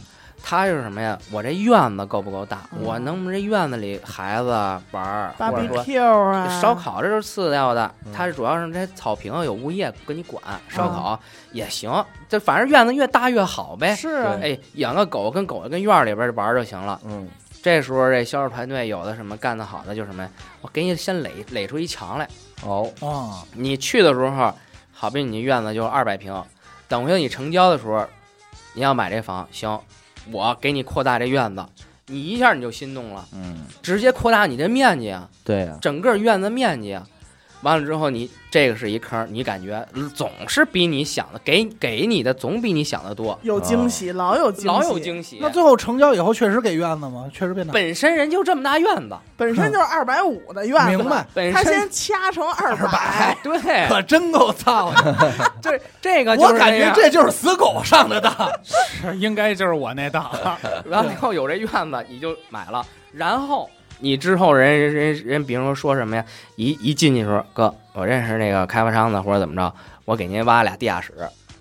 [SPEAKER 5] 他是什么呀？我这院子够不够大？
[SPEAKER 3] 嗯
[SPEAKER 5] 我能不能这院子里孩子玩儿，或者说
[SPEAKER 3] BBQ 啊，
[SPEAKER 5] 烧烤这都是次要的
[SPEAKER 1] 嗯，
[SPEAKER 5] 它是主要是这草坪有物业给你管，烧烤也行，这反正院子越大越好呗。
[SPEAKER 3] 嗯是啊
[SPEAKER 5] 哎，养个狗跟狗跟院里边玩就行了。
[SPEAKER 1] 嗯，
[SPEAKER 5] 这时候这销售团队有的什么干得好的就是什么呀，我给你先垒垒出一墙来。
[SPEAKER 1] 哦，
[SPEAKER 2] 啊，
[SPEAKER 5] 你去的时候，好比你院子就二百平，等回头你成交的时候，你要买这房，行，我给你扩大这院子，你一下你就心动了，
[SPEAKER 1] 嗯，
[SPEAKER 5] 直接扩大你这面积啊。
[SPEAKER 1] 对呀，
[SPEAKER 5] 整个院子面积啊。完了之后你，这个是一坑，你感觉总是比你想的给给你的总比你想的多，
[SPEAKER 3] 有惊喜，老有惊喜，
[SPEAKER 5] 哦老有惊喜啊
[SPEAKER 2] 那。最后成交以后确实给院子吗？确实变大，
[SPEAKER 5] 本身人就这么大院子，
[SPEAKER 3] 本身就是二百五的院子，
[SPEAKER 2] 明白？
[SPEAKER 5] 本
[SPEAKER 3] 他
[SPEAKER 5] 身
[SPEAKER 3] 先掐 成二
[SPEAKER 2] 200
[SPEAKER 3] 百，
[SPEAKER 5] 对，
[SPEAKER 2] 可真够操的！
[SPEAKER 5] 这这个就
[SPEAKER 2] 我
[SPEAKER 5] 是
[SPEAKER 2] 感觉
[SPEAKER 5] 样
[SPEAKER 2] 这就是死狗上的当，
[SPEAKER 4] 是应该就是我那 档，
[SPEAKER 5] 完了以后有这院子你就买了，然后你之后人人人人，比如说说什么呀，一一进去的时候，哥，我认识那个开发商的或者怎么着，我给您挖俩地下室。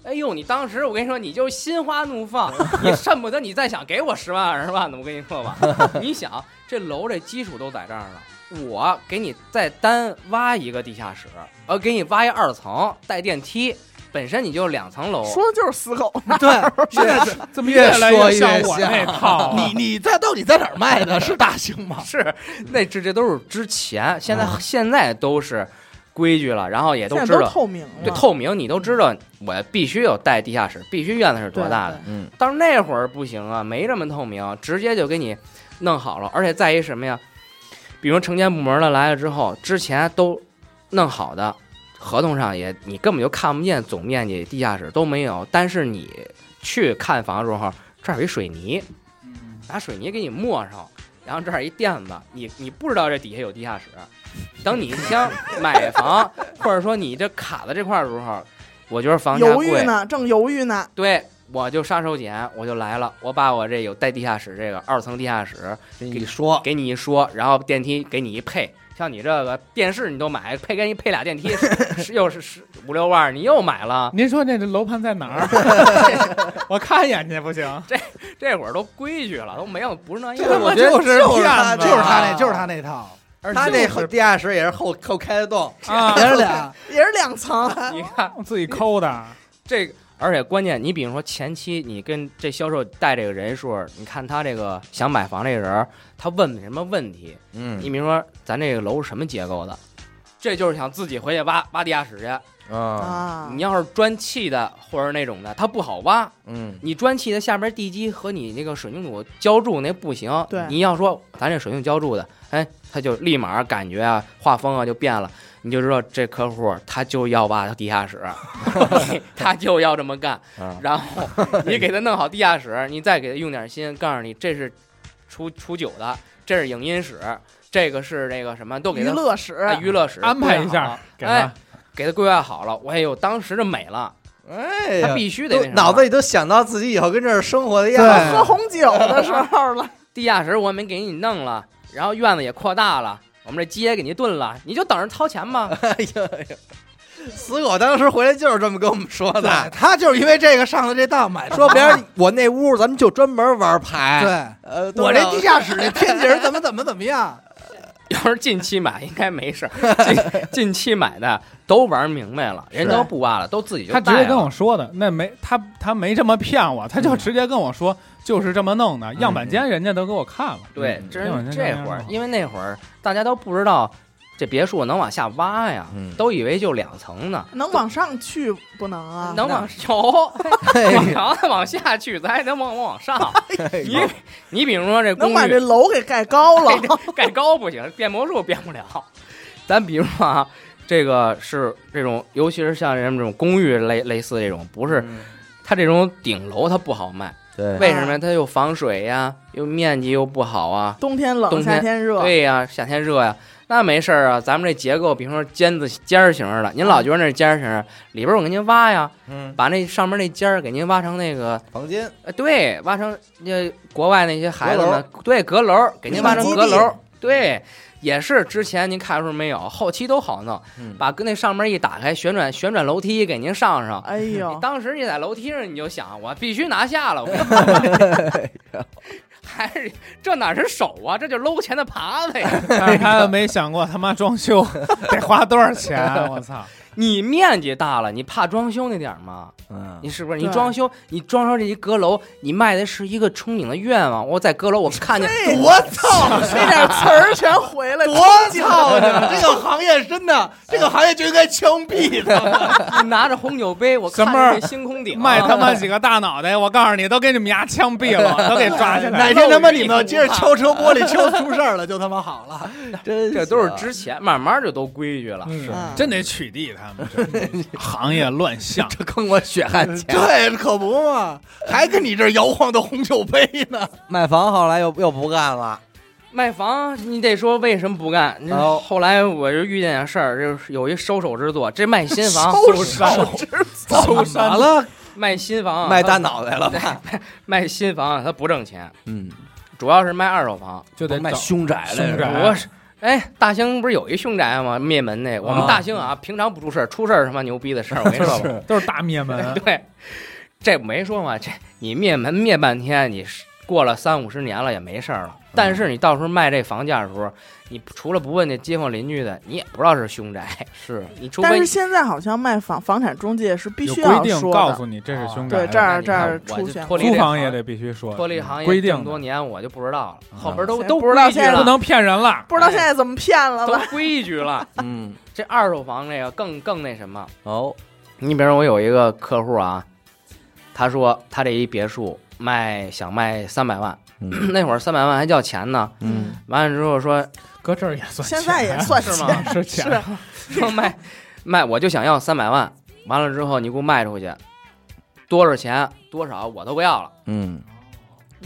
[SPEAKER 5] 哎呦，你当时我跟你说，你就心花怒放，你恨不得你再想给我十万二十万的，我跟你说吧，你想这楼这基础都在这儿呢，我给你再单挖一个地下室，呃，给你挖一二层带电梯，本身你就两层楼，
[SPEAKER 3] 说的就是死狗，
[SPEAKER 2] 对，现在
[SPEAKER 4] 怎么越来
[SPEAKER 1] 说越
[SPEAKER 4] 像我那套啊？
[SPEAKER 2] 你你在到底在哪儿卖的？是大兴 吗？
[SPEAKER 5] 是，那这这都是之前，现在、现在都是规矩了，然后也都
[SPEAKER 3] 嗯现在
[SPEAKER 5] 知
[SPEAKER 3] 都
[SPEAKER 5] 道，
[SPEAKER 3] 透明
[SPEAKER 5] 对
[SPEAKER 3] 了，
[SPEAKER 5] 透明，你都知道，我必须有带地下室，必须院子是多大的
[SPEAKER 3] 对。
[SPEAKER 1] 嗯
[SPEAKER 5] 但是那会儿不行啊，没这么透明，直接就给你弄好了。而且在于什么呀？比如城建部门的来了之后，之前都弄好的，合同上也你根本就看不见总面积、地下室都没有。但是你去看房的时候，这儿有一水泥，拿水泥给你抹上，然后这儿一垫子，你你不知道这底下有 地下室。等你想买房，或者说你这卡在这块儿的时候，我觉得房价
[SPEAKER 3] 犹豫
[SPEAKER 5] 贵，
[SPEAKER 3] 呢，正犹豫呢，
[SPEAKER 5] 对我就上手捡，我就来了，我把我这有带地下室这个二层地下室
[SPEAKER 1] 跟你说，
[SPEAKER 5] 给你一说，然后电梯给你一配。像你这个电视你都买，配给你配俩电梯，是是又是十五六万，你又买了，
[SPEAKER 4] 您说这楼盘在哪儿？ 我看一眼去不行？
[SPEAKER 5] 这会儿都规矩了，都没有不是那
[SPEAKER 1] 这他
[SPEAKER 5] 样
[SPEAKER 1] 妈。我
[SPEAKER 4] 我
[SPEAKER 1] 觉得
[SPEAKER 4] 就是
[SPEAKER 1] 就是他
[SPEAKER 4] 骗
[SPEAKER 2] 就是他那，就是他那套，
[SPEAKER 1] 他那
[SPEAKER 4] 很
[SPEAKER 1] 地下室也是后后开的洞，
[SPEAKER 4] 啊，
[SPEAKER 2] 爷儿俩
[SPEAKER 3] 也是两 层，
[SPEAKER 5] 你看
[SPEAKER 4] 自己抠的，
[SPEAKER 5] 这个，而且关键，你比如说前期你跟这销售带这个人数，你看他这个想买房这人儿，他问什么问题？
[SPEAKER 1] 嗯
[SPEAKER 5] 你比如说咱这个楼是什么结构的，这就是想自己回去挖挖地下室去。
[SPEAKER 1] 啊
[SPEAKER 3] 啊
[SPEAKER 5] 嗯你要是砖砌的或者那种的，它不好挖。
[SPEAKER 1] 嗯
[SPEAKER 5] 你砖砌的下边地基和你那个水泥土浇筑那不行。
[SPEAKER 3] 对
[SPEAKER 5] 你要说咱这水泥浇筑的，哎，他就立马感觉啊，画风啊就变了，你就知道这客户他就要挖地下室， 他就要这么干。
[SPEAKER 1] 啊
[SPEAKER 5] 然后你给他弄好地下室，你再给他用点心，告诉你这是出出酒的，这是影音室，这个是那个什么，都给
[SPEAKER 3] 娱
[SPEAKER 5] 他
[SPEAKER 3] 乐室
[SPEAKER 5] 哎娱乐室
[SPEAKER 4] 安排一
[SPEAKER 5] 规划
[SPEAKER 4] 下
[SPEAKER 5] 好，
[SPEAKER 4] 给
[SPEAKER 5] 哎
[SPEAKER 4] 他，
[SPEAKER 5] 给他规划好了。哎呦，当时就美了，
[SPEAKER 1] 哎
[SPEAKER 5] 嗯他
[SPEAKER 1] 呀，
[SPEAKER 5] 必须得
[SPEAKER 1] 都
[SPEAKER 5] 那什么
[SPEAKER 1] 脑子里都想到自己以后跟这儿生活的样
[SPEAKER 2] 对
[SPEAKER 1] 子，
[SPEAKER 3] 喝红酒的时候了，
[SPEAKER 5] 地下室我们给你弄了，然后院子也扩大了，我们这街给你炖了，你就等着掏钱 吧。
[SPEAKER 1] 哎呦哎呦，死狗当时回来就是这么跟我们说
[SPEAKER 2] 对，
[SPEAKER 1] 的，
[SPEAKER 2] 他就是因为这个上的这当买的，
[SPEAKER 1] 说明 儿我那屋咱们就专门玩牌，，
[SPEAKER 2] 对。
[SPEAKER 1] 呃，都
[SPEAKER 2] 我这
[SPEAKER 1] 让
[SPEAKER 2] 地下室这天井怎么怎么怎么样？
[SPEAKER 5] 要是近期买应该没事儿， 近近期买的都玩明白了，人都不挖了，都自己就
[SPEAKER 4] 他直
[SPEAKER 5] 带
[SPEAKER 4] 接
[SPEAKER 5] 了嗯
[SPEAKER 4] 跟我说的，那没他他没这么骗我，他就直接跟我说就是这么弄的，样板间人家都给我看了，
[SPEAKER 5] 对，
[SPEAKER 1] 嗯
[SPEAKER 5] 真
[SPEAKER 4] 那会儿
[SPEAKER 5] 是
[SPEAKER 4] 真
[SPEAKER 5] 这
[SPEAKER 4] 这
[SPEAKER 5] 会儿
[SPEAKER 4] 样，
[SPEAKER 5] 因为那会儿大家都不知道这别墅能往下挖呀，
[SPEAKER 1] 嗯
[SPEAKER 5] 都以为就两层呢，
[SPEAKER 3] 能往上去不能啊？
[SPEAKER 5] 能往有往
[SPEAKER 1] 哎
[SPEAKER 5] 上 往下去，咱还能往往上。
[SPEAKER 4] 哎
[SPEAKER 5] 你
[SPEAKER 1] 呦
[SPEAKER 5] 你比如说这公
[SPEAKER 3] 能把这
[SPEAKER 5] 寓哎
[SPEAKER 3] 楼给盖高了，
[SPEAKER 5] 盖高不行，变魔术变不了。 咱比如说啊，这个是这种，尤其是像人们这种公寓类类似这种，不是它这种顶楼它不好卖，
[SPEAKER 1] 对
[SPEAKER 5] 为什么？它又防水呀，又面积又不好啊，
[SPEAKER 3] 冬天冷，
[SPEAKER 5] 冬天
[SPEAKER 3] 夏天热，
[SPEAKER 5] 对呀、夏天热呀、那没事儿啊。咱们这结构，比如说尖子尖儿型儿的，您老觉得那是尖儿型儿，里边我给您挖呀，
[SPEAKER 1] 嗯，
[SPEAKER 5] 把那上面那尖儿给您挖成那个，
[SPEAKER 1] 房间
[SPEAKER 5] 呃，对，挖成那国外那些孩子们，对，阁楼儿，给您挖成
[SPEAKER 3] 基
[SPEAKER 5] 阁
[SPEAKER 3] 地
[SPEAKER 5] 楼儿，对。也是之前您看的时候没有，后期都好弄，
[SPEAKER 1] 嗯
[SPEAKER 5] 把跟那上面一打开，旋转旋转楼梯给您上上。
[SPEAKER 3] 哎
[SPEAKER 5] 你
[SPEAKER 3] 呦，
[SPEAKER 5] 当时你在楼梯上你就想，我必须拿下了，我 还是这哪是手啊，这就搂钱的耙子呀！
[SPEAKER 4] 但是他没想过他妈装修 得花多少钱，我操！
[SPEAKER 5] 你面积大了，你怕装修那点儿吗？
[SPEAKER 1] 嗯
[SPEAKER 5] 你是不是？你
[SPEAKER 3] 对
[SPEAKER 5] 装修，你装修这一阁楼，你卖的是一个憧憬的愿望。我在阁楼，我看见
[SPEAKER 3] 我操，这点词儿全回 来，
[SPEAKER 2] 多操你们！这个行业真的，
[SPEAKER 1] 哎
[SPEAKER 2] 这个行业就应该枪毙的。
[SPEAKER 5] 你拿着红酒杯，我
[SPEAKER 4] 什
[SPEAKER 5] 看
[SPEAKER 4] 么
[SPEAKER 5] 见这星空顶，啊
[SPEAKER 4] 卖他 妈几个大脑袋，我告诉你，都给你们牙枪毙 了，都给抓起来
[SPEAKER 2] 哪
[SPEAKER 4] 了。
[SPEAKER 2] 天他妈你们接着敲车玻璃，敲出事儿了就他妈好了。
[SPEAKER 1] 真
[SPEAKER 5] 这都是
[SPEAKER 1] 行
[SPEAKER 5] 之前，慢慢就都规矩了。
[SPEAKER 4] 是
[SPEAKER 3] 嗯
[SPEAKER 4] 真得取缔他们，真 的行业乱象。
[SPEAKER 1] 这坑我血汗钱。
[SPEAKER 2] 对，可不嘛，还跟你这儿摇晃的红酒杯 呢。
[SPEAKER 1] 买房后来又又不干了，
[SPEAKER 5] 卖房，你得说为什么不干？那
[SPEAKER 1] 哦
[SPEAKER 5] 后来我就遇见点事儿，就是有一收手之作，这卖新房，
[SPEAKER 4] 搜
[SPEAKER 1] 怎么了？
[SPEAKER 5] 卖新房啊，
[SPEAKER 1] 卖大
[SPEAKER 5] 他
[SPEAKER 1] 脑袋了吧？
[SPEAKER 5] 卖新房啊，他不挣钱，
[SPEAKER 1] 嗯，
[SPEAKER 5] 主要是卖二手房。
[SPEAKER 4] 就得
[SPEAKER 1] 卖
[SPEAKER 4] 找
[SPEAKER 1] 凶宅来
[SPEAKER 4] 凶
[SPEAKER 1] 着
[SPEAKER 4] 宅。
[SPEAKER 5] 我是，哎，大兴不是有一凶宅吗？灭门那，我们大兴啊，平常不出事儿，出事儿他妈牛逼的事儿，我跟你说吧。，
[SPEAKER 4] 都是大灭门
[SPEAKER 3] 哎
[SPEAKER 5] 对，这没说嘛，这你灭门灭半天，你是过了三五十年了也没事儿了。但是你到时候卖这房价的时候，你除了不问那街坊邻居的，你也不知道是凶宅，
[SPEAKER 1] 是，
[SPEAKER 5] 你除
[SPEAKER 3] 但
[SPEAKER 5] 非
[SPEAKER 3] 是现在好像卖房房产中介是必
[SPEAKER 4] 有
[SPEAKER 3] 须
[SPEAKER 4] 规
[SPEAKER 3] 要
[SPEAKER 4] 定
[SPEAKER 3] 说
[SPEAKER 4] 告
[SPEAKER 3] 的，哦
[SPEAKER 4] 诉你这是凶
[SPEAKER 3] 对
[SPEAKER 4] 宅。
[SPEAKER 3] 这儿
[SPEAKER 5] 那你看
[SPEAKER 3] 这儿
[SPEAKER 5] 我就
[SPEAKER 3] 出现
[SPEAKER 5] 脱离
[SPEAKER 4] 租
[SPEAKER 5] 这
[SPEAKER 4] 房也
[SPEAKER 5] 行
[SPEAKER 4] 得必须说，
[SPEAKER 5] 脱离行业
[SPEAKER 4] 规定
[SPEAKER 5] 这么
[SPEAKER 4] 的
[SPEAKER 5] 多年，我就不知道了，后
[SPEAKER 1] 嗯
[SPEAKER 5] 边都
[SPEAKER 3] 现在
[SPEAKER 5] 都
[SPEAKER 3] 不知道
[SPEAKER 5] 规矩
[SPEAKER 3] 现在
[SPEAKER 5] 了
[SPEAKER 4] 不能骗人了。
[SPEAKER 3] 不知道现在怎么骗了
[SPEAKER 5] 都
[SPEAKER 3] 吧？
[SPEAKER 5] 规矩 了。
[SPEAKER 1] 嗯，
[SPEAKER 5] 这二手房这个更更那什么，
[SPEAKER 1] 哦，
[SPEAKER 5] 你比如我有一个客户啊，他说他这一别墅卖想卖三百万，
[SPEAKER 1] 嗯
[SPEAKER 5] 那会儿三百万还叫钱呢。
[SPEAKER 1] 嗯，
[SPEAKER 5] 完了之后说
[SPEAKER 4] 搁这儿也算钱
[SPEAKER 3] 现
[SPEAKER 4] 啊，
[SPEAKER 3] 在也算
[SPEAKER 5] 是吗
[SPEAKER 3] 钱
[SPEAKER 4] 是钱，
[SPEAKER 5] 说卖卖，我就想要三百万。完了之后你给我卖出去，多少钱多少我都不要了。
[SPEAKER 1] 嗯，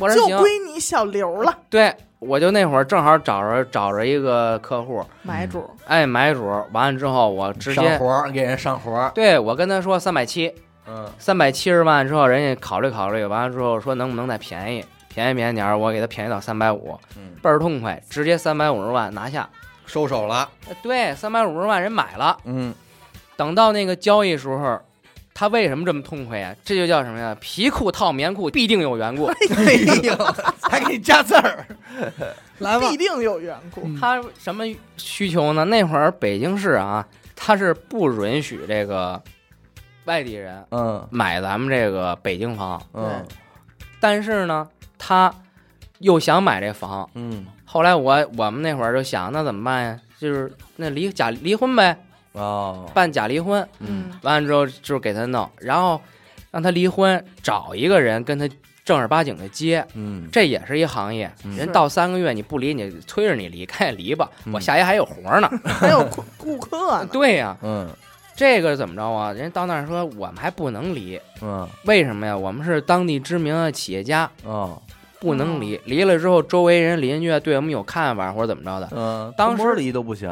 [SPEAKER 5] 我说
[SPEAKER 3] 就
[SPEAKER 5] 行，
[SPEAKER 3] 归你小刘了，
[SPEAKER 5] 对我就那会儿正好找着找着一个客户，
[SPEAKER 3] 买主 儿，
[SPEAKER 5] 哎，买主完了之后，我直
[SPEAKER 1] 上
[SPEAKER 5] 接
[SPEAKER 1] 活儿给人上活儿，
[SPEAKER 5] 对我跟他说三百七，
[SPEAKER 1] 嗯，
[SPEAKER 5] 三百七十万之后，人家考虑考虑，完了之后说能不能再便宜，便宜便宜点儿，我给他便宜到三百五
[SPEAKER 1] 嗯，
[SPEAKER 5] 倍儿痛快，直接三百五十万拿下。
[SPEAKER 1] 收手了，
[SPEAKER 5] 呃对，三百五十万人买了。
[SPEAKER 1] 嗯，
[SPEAKER 5] 等到那个交易时候，他为什么这么痛快呀？这就叫什么呀？皮裤套棉裤，必定有缘故。
[SPEAKER 1] 哎呦，
[SPEAKER 2] 还给你加字 儿，来吧
[SPEAKER 3] 必，定有缘故。
[SPEAKER 4] 嗯
[SPEAKER 5] 他什么需求呢？那会儿北京市啊，他是不允许这个外地人
[SPEAKER 1] 嗯
[SPEAKER 5] 买咱们这个北京房，
[SPEAKER 1] 嗯
[SPEAKER 5] 但是呢，他又想买这房。
[SPEAKER 1] 嗯
[SPEAKER 5] 后来我我们那会儿就想，那怎么办呀？就是那离假离婚呗，
[SPEAKER 1] 哦，
[SPEAKER 5] 办假离婚。
[SPEAKER 1] 嗯，
[SPEAKER 5] 完了之后就是给他弄，然后让他离婚，找一个人跟他正儿八经的结，
[SPEAKER 1] 嗯
[SPEAKER 5] 这也是一行业。
[SPEAKER 1] 嗯
[SPEAKER 3] 是
[SPEAKER 5] 人到三个月你不离，你催着你离开离吧，
[SPEAKER 1] 嗯
[SPEAKER 5] 我下一还有活呢。
[SPEAKER 3] 嗯还有顾顾客呢，
[SPEAKER 5] 对呀、
[SPEAKER 1] 嗯
[SPEAKER 5] 这个怎么着啊？人到那儿说我们还不能离，
[SPEAKER 1] 嗯
[SPEAKER 5] 为什么呀？我们是当地知名的企业家，
[SPEAKER 1] 哦
[SPEAKER 5] 不能离。离了之后，周围人邻居啊对我们有看法或者怎么着的。
[SPEAKER 1] 嗯，
[SPEAKER 5] 当
[SPEAKER 1] 偷摸
[SPEAKER 5] 时
[SPEAKER 1] 离都不行，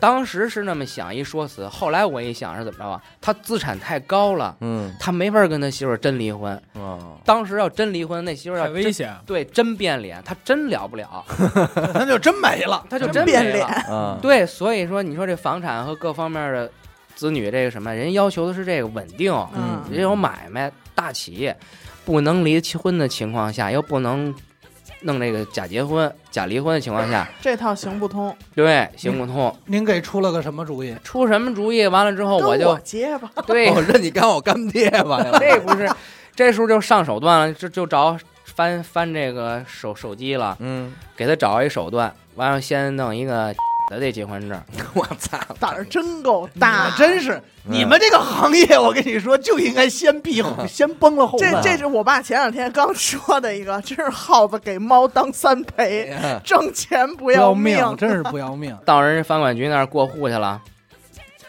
[SPEAKER 5] 当时是那么想一说辞，后来我一想是怎么着啊？他资产太高了，
[SPEAKER 1] 嗯
[SPEAKER 5] 他没法跟他媳妇儿真离婚。
[SPEAKER 2] 嗯
[SPEAKER 1] 哦，
[SPEAKER 5] 当时要真离婚，那媳妇儿要
[SPEAKER 4] 太危
[SPEAKER 5] 真
[SPEAKER 4] 险。
[SPEAKER 5] 对真变脸，他真了不了，
[SPEAKER 2] 那就真没了。
[SPEAKER 5] 他就
[SPEAKER 3] 真
[SPEAKER 5] 没了
[SPEAKER 3] 变脸。
[SPEAKER 1] 嗯
[SPEAKER 5] 对，所以说你说这房产和各方面的子女这个什么，人要求的是这个稳定，
[SPEAKER 2] 啊
[SPEAKER 1] 嗯
[SPEAKER 4] 哎
[SPEAKER 5] 人有买卖，大企业不能离婚的情况下，又不能弄这个假结婚、假离婚的情况下，
[SPEAKER 3] 这套行不通，
[SPEAKER 5] 对行不通。
[SPEAKER 2] 您给出了个什么主意？
[SPEAKER 5] 出什么主意？完了之后
[SPEAKER 3] 跟
[SPEAKER 5] 我就
[SPEAKER 3] 结 吧。
[SPEAKER 5] 对，
[SPEAKER 1] 我认你干我干爹吧，
[SPEAKER 5] 这不是，这时候就上手段了，就就找翻翻这个手手机了，
[SPEAKER 1] 嗯，
[SPEAKER 5] 给他找一手段，完了先弄一个 的这结婚证。
[SPEAKER 1] 我操，
[SPEAKER 3] 胆儿真够
[SPEAKER 2] 打
[SPEAKER 3] 大，
[SPEAKER 2] 真是
[SPEAKER 1] 嗯
[SPEAKER 2] 你们这个行业，我跟你说，就应该先 闭后，先崩了后
[SPEAKER 3] 这
[SPEAKER 2] 办。
[SPEAKER 3] 这是我爸前两天刚说的一个，真是耗子给猫当三陪，
[SPEAKER 1] 嗯
[SPEAKER 3] 挣钱不
[SPEAKER 2] 不
[SPEAKER 3] 要
[SPEAKER 2] 要
[SPEAKER 3] 命。
[SPEAKER 2] 命，真是不要命。
[SPEAKER 5] 到人家房管局那儿过户去了，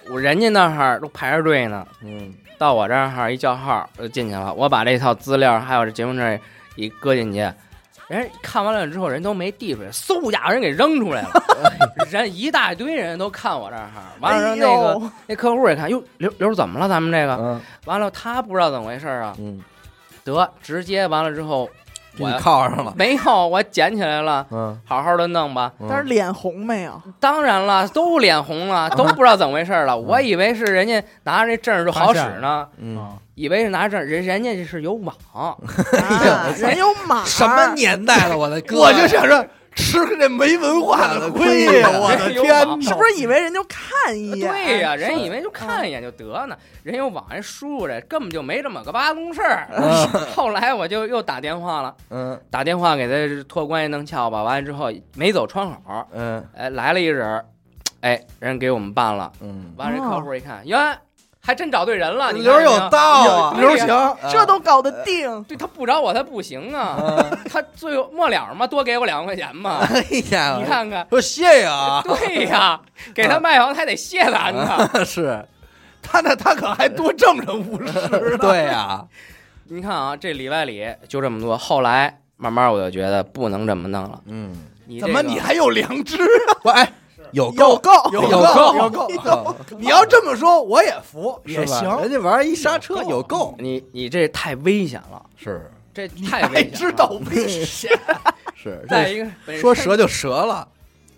[SPEAKER 5] 我人家那儿都排着队呢，
[SPEAKER 1] 嗯
[SPEAKER 5] 到我这儿一叫号就进去了。我把这套资料还有这结婚证一搁进去，人看完了之后人都没递出来，嗖一下人给扔出来了， 人一大堆人都看我这儿，完了
[SPEAKER 3] 哎
[SPEAKER 5] 之后那个、
[SPEAKER 3] 呦，
[SPEAKER 5] 那客户也看，哟刘刘怎么了？咱们这个
[SPEAKER 1] 嗯
[SPEAKER 5] 完了，他不知道怎么回事啊，
[SPEAKER 1] 嗯，
[SPEAKER 5] 得直接完了之后
[SPEAKER 1] 给
[SPEAKER 5] 我
[SPEAKER 1] 你铐上了，
[SPEAKER 5] 没有，我捡起来了，
[SPEAKER 1] 嗯，
[SPEAKER 5] 好好的弄吧。
[SPEAKER 1] 嗯
[SPEAKER 3] 但是脸红没 有？
[SPEAKER 5] 当然了，都脸 红了，都不知道怎么回事了。我以为是人家拿着这证儿就好使呢，
[SPEAKER 1] 嗯，
[SPEAKER 4] 啊，
[SPEAKER 5] 以为是拿证儿，人人家这是有网，
[SPEAKER 3] 啊人有 马，
[SPEAKER 1] 什么年代了，我的哥，
[SPEAKER 2] 我就想说，吃这没文化的亏
[SPEAKER 4] 哎
[SPEAKER 2] 呀！我
[SPEAKER 1] 哎
[SPEAKER 2] 的
[SPEAKER 5] 人有
[SPEAKER 2] 天
[SPEAKER 5] 网
[SPEAKER 2] 哪！
[SPEAKER 3] 哎是不是以为人就看一眼？
[SPEAKER 5] 对呀、人以为就看一眼就得呢，
[SPEAKER 1] 嗯
[SPEAKER 5] 人有网，人输入着，根本就没这么个八宗事儿。 后来我就又打电话了，
[SPEAKER 1] 嗯
[SPEAKER 5] 打电话给他托关系弄窍吧，完了之后没走窗口，
[SPEAKER 1] 嗯
[SPEAKER 5] 哎，来了一人儿，哎，人给我们办了，
[SPEAKER 1] 嗯，
[SPEAKER 5] 完了这
[SPEAKER 3] 哦
[SPEAKER 5] 客户一看，哟，还真找对人了，你
[SPEAKER 1] 刘
[SPEAKER 5] 看
[SPEAKER 1] 有
[SPEAKER 5] 没
[SPEAKER 1] 道啊，
[SPEAKER 4] 哎
[SPEAKER 2] 刘行，
[SPEAKER 3] 这都搞得定，
[SPEAKER 5] 对他不找我，他不行啊。
[SPEAKER 1] 嗯，
[SPEAKER 5] 他最后末了嘛，多给我两万块钱嘛，
[SPEAKER 1] 哎呀，
[SPEAKER 5] 你看看。
[SPEAKER 1] 说谢谢啊，
[SPEAKER 5] 对呀，给他卖房还得谢咱呢。
[SPEAKER 1] 是，
[SPEAKER 2] 他那他可还多挣了五十呢。
[SPEAKER 1] 对呀，
[SPEAKER 5] 你看啊，这里外里就这么多。后来慢慢我就觉得不能这么弄了。
[SPEAKER 1] 嗯，
[SPEAKER 5] 你
[SPEAKER 2] 怎么
[SPEAKER 5] 这个
[SPEAKER 2] 你还有良知？
[SPEAKER 1] 不，哎，有
[SPEAKER 3] 有
[SPEAKER 1] 够
[SPEAKER 3] 够
[SPEAKER 2] 有
[SPEAKER 1] 有
[SPEAKER 2] 够
[SPEAKER 1] 够啊
[SPEAKER 2] 有够！你要这么说，我也服，
[SPEAKER 1] 是
[SPEAKER 2] 也
[SPEAKER 1] 吧
[SPEAKER 2] 行。
[SPEAKER 1] 人家玩一刹车有够，
[SPEAKER 5] 你你这太危险了，
[SPEAKER 1] 是
[SPEAKER 5] 这太
[SPEAKER 2] 太
[SPEAKER 5] 危险
[SPEAKER 2] 知
[SPEAKER 5] 了。
[SPEAKER 2] 道危险，
[SPEAKER 1] 是，
[SPEAKER 5] 再
[SPEAKER 1] 这
[SPEAKER 5] 一个本身
[SPEAKER 1] 说折就折了，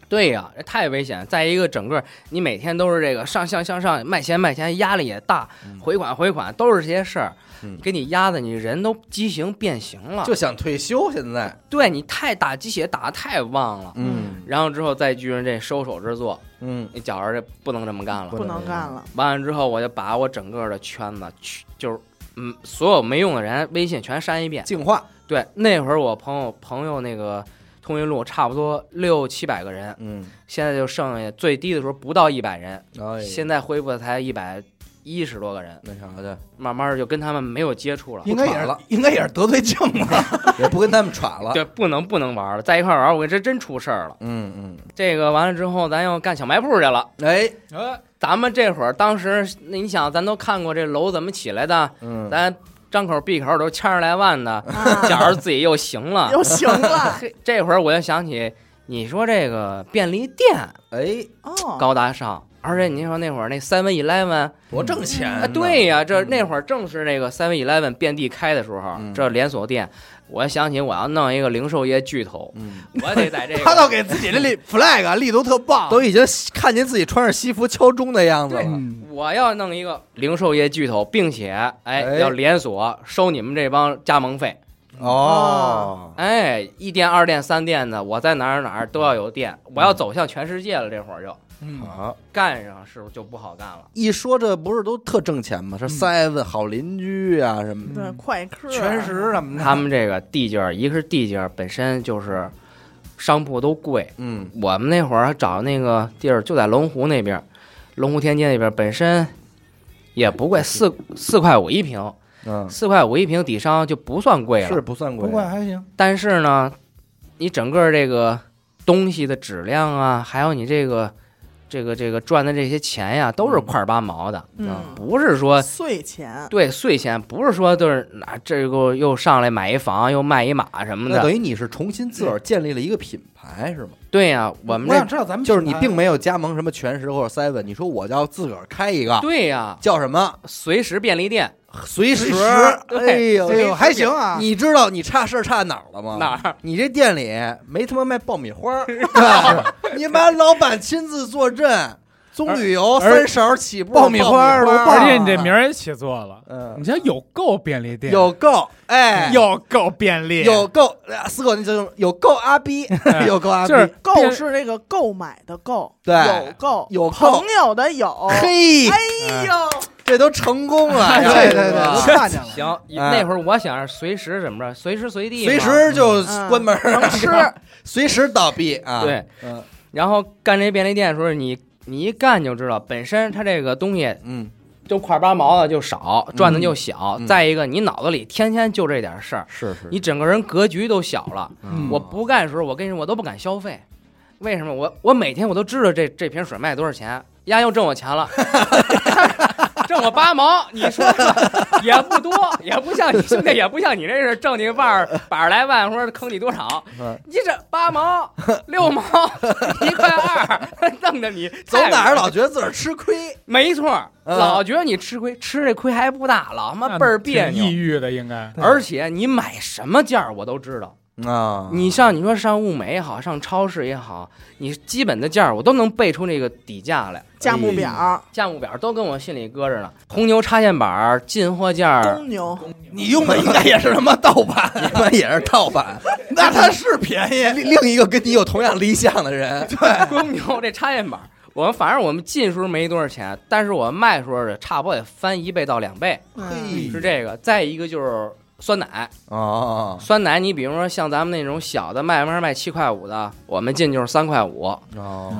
[SPEAKER 5] 对呀，这太危险。再一个，整个你每天都是这个上向向上卖钱卖钱，压力也大，
[SPEAKER 2] 嗯
[SPEAKER 5] 回款回款都是这些事儿
[SPEAKER 1] 嗯，
[SPEAKER 5] 给你压的你人都畸形变形了。
[SPEAKER 1] 就想退休现在，
[SPEAKER 5] 对你太打鸡血打得太旺了。
[SPEAKER 1] 嗯
[SPEAKER 5] 然后之后再居上这收手之作，
[SPEAKER 1] 嗯
[SPEAKER 5] 你觉着这不能这么干了。
[SPEAKER 3] 不能干了。
[SPEAKER 5] 完了之后，我就把我整个的圈子去，就是嗯，所有没用的人微信全删一遍。
[SPEAKER 1] 净化，
[SPEAKER 5] 对，那会儿我朋友朋友那个通讯录差不多六七百个人，
[SPEAKER 1] 嗯，
[SPEAKER 5] 现在就剩下最低的时候不到一百人，
[SPEAKER 1] 哎，
[SPEAKER 5] 现在恢复的才一百一十多个人，
[SPEAKER 1] 那啥 去，
[SPEAKER 5] 慢慢就跟他们没有接触了。
[SPEAKER 2] 应该也
[SPEAKER 1] 不喘
[SPEAKER 2] 是
[SPEAKER 1] 了
[SPEAKER 2] 应该也是得罪啊净 了。
[SPEAKER 1] 也不跟他们喘了，
[SPEAKER 5] 对，不能不能玩了，在一块玩，我跟这真出事儿了。
[SPEAKER 1] 嗯
[SPEAKER 5] 这个完了之后，咱又干小卖部去了。
[SPEAKER 1] 嗯，哎，
[SPEAKER 4] 哎，
[SPEAKER 5] 咱们这会儿当时，那你想，咱都看过这楼怎么起来的，
[SPEAKER 1] 嗯，
[SPEAKER 5] 咱张口闭口都千儿来万的，觉
[SPEAKER 3] 啊，
[SPEAKER 5] 着自己又行 了。
[SPEAKER 3] 又行 了，
[SPEAKER 5] 嘿这会儿我就想起你说这个便利店
[SPEAKER 1] 哎，
[SPEAKER 3] 哦，
[SPEAKER 5] 高大上，而且您说那会儿那 Seven Eleven
[SPEAKER 1] 多挣钱
[SPEAKER 5] 啊，
[SPEAKER 1] 呢！
[SPEAKER 5] 对呀、这那会儿正是那个 Seven Eleven 遍地开的时候，
[SPEAKER 1] 嗯
[SPEAKER 5] 这连锁店，我想起我要弄一个零售业巨头，
[SPEAKER 1] 嗯，
[SPEAKER 5] 我得在这个
[SPEAKER 2] 他倒给自己这立 flag 啊立都特棒，
[SPEAKER 1] 都已经看见自己穿着西服敲钟的样子了。
[SPEAKER 2] 嗯
[SPEAKER 5] 我要弄一个零售业巨头，并且哎
[SPEAKER 1] 哎
[SPEAKER 5] 要连锁收你们这帮加盟费，
[SPEAKER 1] 哦，
[SPEAKER 5] 哎，一店、二店、三店的，我在哪儿哪儿都要有店，我要走向全世界了，这会儿就
[SPEAKER 1] 好，
[SPEAKER 5] 干上是不是就不好干了？
[SPEAKER 1] 一说这不是都特挣钱吗？是 seven 好邻居啊什么的。
[SPEAKER 3] 对，
[SPEAKER 5] 嗯
[SPEAKER 3] 快客，
[SPEAKER 2] 全食什么 的，
[SPEAKER 5] 他们这个地界儿，一个是地界儿本身就是商铺都贵，
[SPEAKER 1] 嗯
[SPEAKER 5] 我们那会儿找那个地儿就在龙湖那边儿，龙湖天街那边儿本身也不贵，四四块五一平，
[SPEAKER 1] 嗯，
[SPEAKER 5] 四块五一平底商就不算贵了。
[SPEAKER 1] 是不算贵
[SPEAKER 2] 不，过
[SPEAKER 4] 啊
[SPEAKER 2] 还行，
[SPEAKER 5] 但是呢，你整个这个东西的质量啊，还有你这个这个这个赚的这些钱呀、都是块儿八毛的，
[SPEAKER 3] 嗯，
[SPEAKER 5] 不是说
[SPEAKER 3] 碎钱，
[SPEAKER 5] 对碎钱，不是说就是拿这个又上来买一房又卖一马什么
[SPEAKER 1] 那
[SPEAKER 5] 的。
[SPEAKER 1] 等于你是重新自个儿建立了一个品牌是吗？
[SPEAKER 5] 对呀、我们
[SPEAKER 2] 我想
[SPEAKER 5] 这
[SPEAKER 2] 知道咱们
[SPEAKER 1] 嗯就是你
[SPEAKER 2] 品牌
[SPEAKER 1] 并没有加盟什么全食或者 seven，你说我要自个儿开一个，
[SPEAKER 5] 对呀、
[SPEAKER 1] 叫什么？
[SPEAKER 5] 随时便利店
[SPEAKER 1] 随
[SPEAKER 2] 随时
[SPEAKER 1] 哎呦，
[SPEAKER 2] 哎呦还行啊，
[SPEAKER 1] 你知道你差事儿差哪儿了吗？
[SPEAKER 5] 哪儿？
[SPEAKER 1] 你这店里没他妈卖爆米花 儿，对你妈老板亲自坐镇，棕榈油三
[SPEAKER 4] 而
[SPEAKER 1] 勺起步，
[SPEAKER 2] 爆
[SPEAKER 1] 爆
[SPEAKER 2] 米花
[SPEAKER 1] 花
[SPEAKER 2] 儿
[SPEAKER 1] 儿，
[SPEAKER 2] 都
[SPEAKER 4] 而
[SPEAKER 2] 棒
[SPEAKER 4] 且你这名儿也起错了，
[SPEAKER 1] 嗯
[SPEAKER 4] 你像有够便利店，
[SPEAKER 1] 有够，哎，
[SPEAKER 4] 有够便利，
[SPEAKER 1] 有够，呃四狗那就是有够阿 逼，
[SPEAKER 4] 哎
[SPEAKER 1] 有够阿逼，
[SPEAKER 4] 就是
[SPEAKER 3] 购
[SPEAKER 4] 便
[SPEAKER 3] 是那个购买的购，
[SPEAKER 1] 对
[SPEAKER 3] 有购
[SPEAKER 1] 有
[SPEAKER 3] 朋
[SPEAKER 1] 够，
[SPEAKER 3] 友的有，
[SPEAKER 1] 嘿，哎
[SPEAKER 3] 哎
[SPEAKER 5] 嗯
[SPEAKER 3] 呦，
[SPEAKER 1] 这都成功了，
[SPEAKER 2] 对
[SPEAKER 1] 这
[SPEAKER 2] 对对，
[SPEAKER 1] 个
[SPEAKER 2] 都看 见了，
[SPEAKER 5] 行，
[SPEAKER 1] 哎
[SPEAKER 5] 那会儿我想着随时怎么着，随时随地嘛，
[SPEAKER 1] 随时就
[SPEAKER 3] 嗯
[SPEAKER 1] 关门儿，啊
[SPEAKER 3] 能吃，
[SPEAKER 1] 随时倒闭啊！
[SPEAKER 5] 对，，
[SPEAKER 1] 嗯
[SPEAKER 5] 然后干这便利店的时候，你你一干就知道，本身它这个东西
[SPEAKER 1] 嗯，
[SPEAKER 5] 就块八毛的就少，赚的就小。
[SPEAKER 1] 嗯
[SPEAKER 5] 再一个，你脑子里天天就这点事儿，
[SPEAKER 1] 是是
[SPEAKER 5] 你整个人格局都小了。
[SPEAKER 2] 嗯
[SPEAKER 5] 我不干的时候，我跟你说，我都不敢消费。为什么？我我每天我都知道这这瓶水卖多少钱，丫又挣我钱了， 挣我八毛。你说也不多，也不像你兄弟，也不像你这是挣你个万儿百儿来万，或者坑你多少
[SPEAKER 1] 嗯。
[SPEAKER 5] 你这八毛、六毛、一块二， 弄得你
[SPEAKER 1] 走哪儿
[SPEAKER 5] 老。
[SPEAKER 1] 老觉得自个儿吃亏，
[SPEAKER 5] 没错儿，
[SPEAKER 1] 嗯
[SPEAKER 5] 老觉得你吃亏，吃这亏还不大，老他妈
[SPEAKER 4] 那
[SPEAKER 5] 倍儿别
[SPEAKER 4] 挺抑
[SPEAKER 5] 扭。
[SPEAKER 4] 郁的应该。
[SPEAKER 5] 而且你买什么价儿我都知道，
[SPEAKER 1] 啊
[SPEAKER 5] 你上你说上物美也好，上超市也好，你基本的价儿我都能背出那个底价来，
[SPEAKER 3] 价目表，
[SPEAKER 5] 价目表都跟我心里搁着呢。红牛插线板儿进货价儿，
[SPEAKER 3] 公牛，
[SPEAKER 1] 你用的应该也是他妈盗 版，他妈也是盗 版。
[SPEAKER 2] 那它是便宜，
[SPEAKER 1] 另另一个跟你有同样理想的 人，
[SPEAKER 5] 公牛这插线板儿，我们反正我们进时候没多少钱，但是我们卖时候差不多得翻一倍到两倍，
[SPEAKER 3] 嗯
[SPEAKER 5] 是这个。再一个就是酸奶，
[SPEAKER 1] 哦
[SPEAKER 5] 酸奶，你比如说像咱们那种小的卖卖卖七块五的，我们进就是三块五。
[SPEAKER 1] 哦，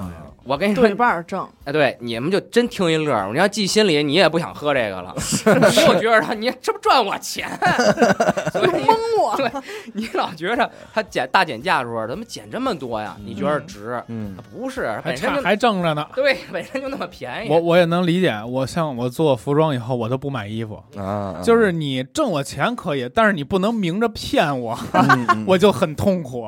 [SPEAKER 5] 我跟你说
[SPEAKER 3] 对，半儿挣，
[SPEAKER 5] 哎，对，你们就真听一乐儿。你要记心里，你也不想喝这个了，你又觉着你这不赚我钱，所以
[SPEAKER 3] 就蒙我，
[SPEAKER 5] 对你老觉着他减大减价的时候，怎么减这么多呀？你觉着值？
[SPEAKER 1] 嗯
[SPEAKER 5] 它不是，
[SPEAKER 4] 还
[SPEAKER 5] 本身
[SPEAKER 4] 差
[SPEAKER 5] 哎就哎
[SPEAKER 4] 还挣着呢，
[SPEAKER 5] 对，本身就那么便宜。
[SPEAKER 4] 我嗯我也能理解。我像我做服装以后，我都不买衣服，
[SPEAKER 1] 啊
[SPEAKER 4] 就是你挣我钱可以，但是你不能明着骗我，
[SPEAKER 1] 嗯
[SPEAKER 4] 我就很痛苦。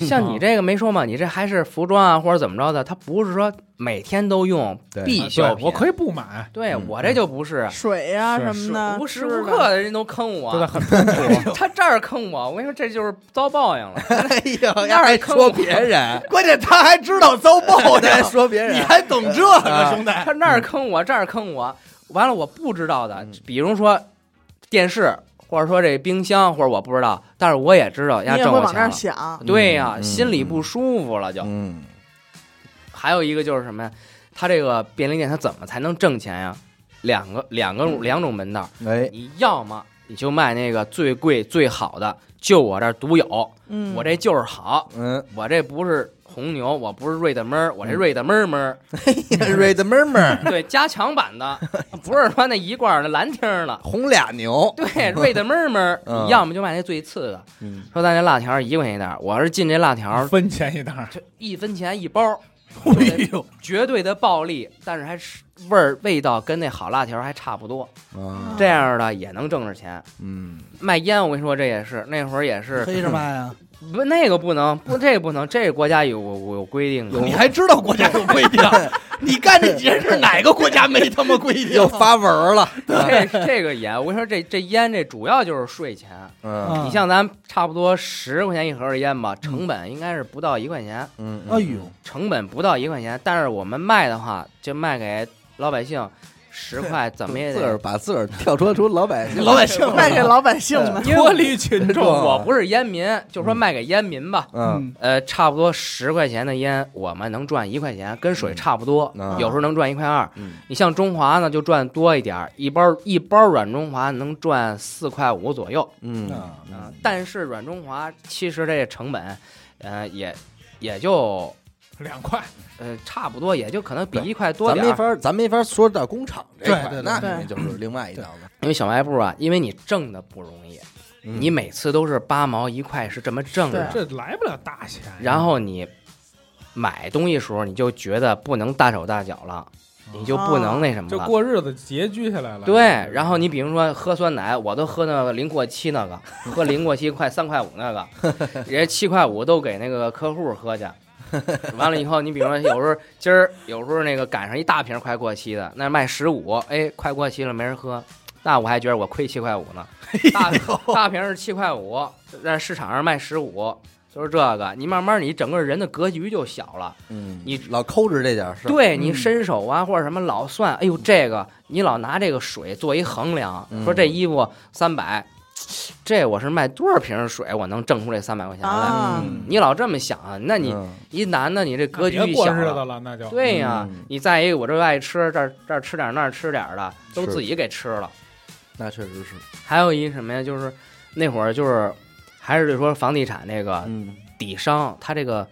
[SPEAKER 5] 像你这个没说嘛，你这还是服装啊或者怎么着的，它不是说每天都用
[SPEAKER 1] 对
[SPEAKER 5] 必需品。
[SPEAKER 4] 我可以不买，
[SPEAKER 5] 对
[SPEAKER 1] 嗯
[SPEAKER 5] 我这就不啊是，啊
[SPEAKER 3] 水呀
[SPEAKER 4] 是
[SPEAKER 3] 什么的，
[SPEAKER 5] 无时
[SPEAKER 3] 吃
[SPEAKER 5] 无
[SPEAKER 3] 的
[SPEAKER 5] 刻的人都坑我
[SPEAKER 4] 真。的很痛苦。
[SPEAKER 5] 他这儿坑我，我跟你说，这就是遭报应了。
[SPEAKER 1] 哎呦，丫还说别 人，
[SPEAKER 2] 关键他还知道遭 报
[SPEAKER 1] 还
[SPEAKER 2] 的，
[SPEAKER 1] 说别
[SPEAKER 2] 你
[SPEAKER 1] 人，
[SPEAKER 2] 还懂这个
[SPEAKER 1] 啊
[SPEAKER 2] 兄弟？
[SPEAKER 5] 他那儿坑我，这儿坑我，完了我不知道
[SPEAKER 1] 嗯
[SPEAKER 5] 的，比如说电视，或者说这冰箱，或者我不知道，但是我也知道
[SPEAKER 3] 你
[SPEAKER 5] 呀，
[SPEAKER 3] 也
[SPEAKER 5] 挣
[SPEAKER 3] 会
[SPEAKER 5] 我
[SPEAKER 3] 往那
[SPEAKER 5] 钱
[SPEAKER 3] 儿
[SPEAKER 5] 了。
[SPEAKER 3] 想，
[SPEAKER 5] 对呀、
[SPEAKER 1] 嗯嗯
[SPEAKER 5] 心里不舒服了就。
[SPEAKER 1] 嗯，
[SPEAKER 5] 还有一个就是什么呀？他这个便利店，他怎么才能挣钱呀？两个两个
[SPEAKER 1] 嗯
[SPEAKER 5] 两种门道，
[SPEAKER 1] 哎，
[SPEAKER 5] 你要么你就卖那个最贵最好的，就我这儿独有，
[SPEAKER 3] 嗯，
[SPEAKER 5] 我这就是好，
[SPEAKER 1] 嗯
[SPEAKER 5] 我这不是红牛，我不是瑞德闷儿，我这瑞德闷儿闷儿。
[SPEAKER 1] ，Red Murmur
[SPEAKER 5] 对，加强版的，不是说那一罐儿那蓝听儿的。
[SPEAKER 1] 红俩牛，
[SPEAKER 5] 对，瑞的妹妹儿，
[SPEAKER 1] 嗯
[SPEAKER 5] 你要么就卖那最次的，
[SPEAKER 1] 嗯
[SPEAKER 5] 说咱这辣条一块钱一袋儿，我要是进这辣条
[SPEAKER 4] 分钱一袋儿，
[SPEAKER 5] 就一分钱一包，
[SPEAKER 2] 哎呦，
[SPEAKER 5] 绝对的暴力，但是还是味儿味道跟那好辣条还差不多，
[SPEAKER 1] 啊，
[SPEAKER 5] 这样的也能挣着钱。
[SPEAKER 1] 嗯，
[SPEAKER 5] 卖烟，我跟你说，这也是那会儿也是
[SPEAKER 2] 黑着卖啊！
[SPEAKER 5] 不那个不能不这个不能，这个国家有有有规定的。
[SPEAKER 1] 有
[SPEAKER 6] 你还知道国家有规 定？你干这件事儿哪个国家没他妈规定？
[SPEAKER 1] 又发文儿了，
[SPEAKER 5] 这这个盐，我跟你说，这这烟这主要就是税钱。
[SPEAKER 2] 啊
[SPEAKER 1] 嗯
[SPEAKER 5] 你像咱差不多十块钱一盒的烟吧，成本应该是不到一块钱，
[SPEAKER 1] 嗯，嗯
[SPEAKER 2] 哎呦，
[SPEAKER 5] 成本不到一块钱，但是我们卖的话，就卖给老百姓十块，怎么也
[SPEAKER 1] 自个儿
[SPEAKER 5] 得。
[SPEAKER 1] 把自个儿跳脱出老百姓，
[SPEAKER 6] 老百 姓
[SPEAKER 3] 卖给老百姓们，
[SPEAKER 4] 脱离群
[SPEAKER 1] 众
[SPEAKER 4] 众，
[SPEAKER 5] 我不是烟民，就说卖给烟民吧。
[SPEAKER 1] 嗯，
[SPEAKER 5] 呃，差不多十块钱的烟，我们能赚一块钱，跟水差不多，
[SPEAKER 1] 嗯
[SPEAKER 5] 有时候能赚一块二。
[SPEAKER 1] 嗯
[SPEAKER 5] 你像中华呢，就赚多一点儿，一包一包软中华能赚四块五左右
[SPEAKER 1] 嗯
[SPEAKER 2] 啊
[SPEAKER 5] 啊、但是软中华其实这成本，呃，也也就
[SPEAKER 4] 两块，
[SPEAKER 5] 呃差不多，也就可能比
[SPEAKER 1] 对
[SPEAKER 5] 一块多
[SPEAKER 1] 咱
[SPEAKER 5] 点
[SPEAKER 1] 没
[SPEAKER 5] 儿。
[SPEAKER 1] 法，咱没法说到工厂这块，
[SPEAKER 2] 对对对
[SPEAKER 1] 那
[SPEAKER 3] 对
[SPEAKER 1] 肯定就是另外一档子。
[SPEAKER 5] 因为小卖部啊，因为你挣的不容易，
[SPEAKER 1] 嗯
[SPEAKER 5] 你每次都是八毛一块是这么挣着，
[SPEAKER 4] 这来不了大钱。
[SPEAKER 5] 嗯然后你买东西时候你就觉得不能大手大脚了，你就不能嗯那什么
[SPEAKER 4] 就
[SPEAKER 5] 了。
[SPEAKER 4] 过日子拮据下来了。
[SPEAKER 5] 对，然后你比如说喝酸奶，我都喝那个零过七那个，喝零过七快三块五那个，人家七块五都给那个客户喝去。完了以后，你比如说有时候今儿有时候那个赶上一大瓶快过期的，那卖十五，哎，快过期了没人喝，那我还觉得我亏七块五呢。大大瓶是七块五，在市场上卖十五，就是这个。你慢慢你整个人的格局就小了。
[SPEAKER 1] 嗯，
[SPEAKER 5] 你
[SPEAKER 1] 老抠着这点事儿，
[SPEAKER 5] 对你
[SPEAKER 2] 嗯
[SPEAKER 5] 伸手啊或者什么老算，哎呦
[SPEAKER 4] 嗯
[SPEAKER 5] 这个你老拿这个水做一衡量，
[SPEAKER 1] 嗯
[SPEAKER 5] 说这衣服三百，这我是卖多少瓶水我能挣出这三百块钱来？
[SPEAKER 3] 啊
[SPEAKER 1] 嗯
[SPEAKER 5] 你老这么想啊，那你、
[SPEAKER 1] 嗯
[SPEAKER 5] 一男的你这格局
[SPEAKER 4] 啊别
[SPEAKER 5] 一
[SPEAKER 4] 过
[SPEAKER 5] 小
[SPEAKER 4] 日
[SPEAKER 5] 了
[SPEAKER 4] 子了，那就
[SPEAKER 5] 对呀、
[SPEAKER 1] 嗯
[SPEAKER 5] 你再一个我这爱吃这儿这儿吃点儿那儿吃点儿的，都
[SPEAKER 1] 是
[SPEAKER 5] 自己给吃了。
[SPEAKER 1] 那确实是，
[SPEAKER 5] 还有一什么呀，就是那会儿就是还是就说房地产这个
[SPEAKER 1] 嗯
[SPEAKER 5] 底商，他这个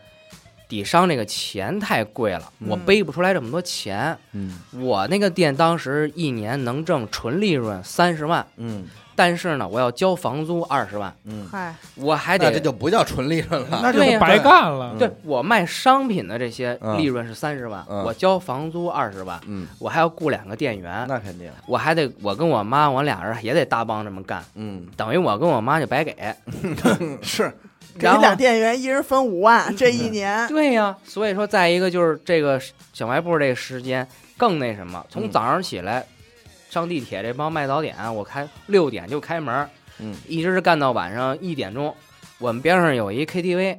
[SPEAKER 5] 底商这个钱太贵了，我
[SPEAKER 3] 嗯
[SPEAKER 5] 背不出来这么多钱。
[SPEAKER 1] 嗯
[SPEAKER 5] 我那个店当时一年能挣纯利润三十万，
[SPEAKER 1] 嗯
[SPEAKER 5] 但是呢，我要交房租二十万，
[SPEAKER 1] 嗯，
[SPEAKER 3] 嗨，
[SPEAKER 5] 我还
[SPEAKER 1] 那
[SPEAKER 5] 得
[SPEAKER 1] 这就嗯不叫纯利润了，
[SPEAKER 2] 那就
[SPEAKER 5] 对呀嗯
[SPEAKER 4] 白干了。
[SPEAKER 5] 对我卖商品的这些利润是三十万，
[SPEAKER 1] 嗯
[SPEAKER 5] 我交房租二十万，
[SPEAKER 1] 嗯，
[SPEAKER 5] 我还要雇两个店员，
[SPEAKER 1] 那肯定，
[SPEAKER 5] 我还得我跟我妈我俩人也得搭帮这么干，
[SPEAKER 1] 嗯，
[SPEAKER 5] 等于我跟我妈就白给。
[SPEAKER 2] 是
[SPEAKER 3] 给
[SPEAKER 5] 然后
[SPEAKER 3] 俩店员一人分五万，这一年
[SPEAKER 5] 对呀、啊所以说再一个就是这个小卖部这个时间更那什么，从
[SPEAKER 1] 嗯
[SPEAKER 5] 早上起来。上地铁这帮卖早点，我开六点就开门，
[SPEAKER 1] 嗯，
[SPEAKER 5] 一直干到晚上一点钟。我们边上有一 KTV，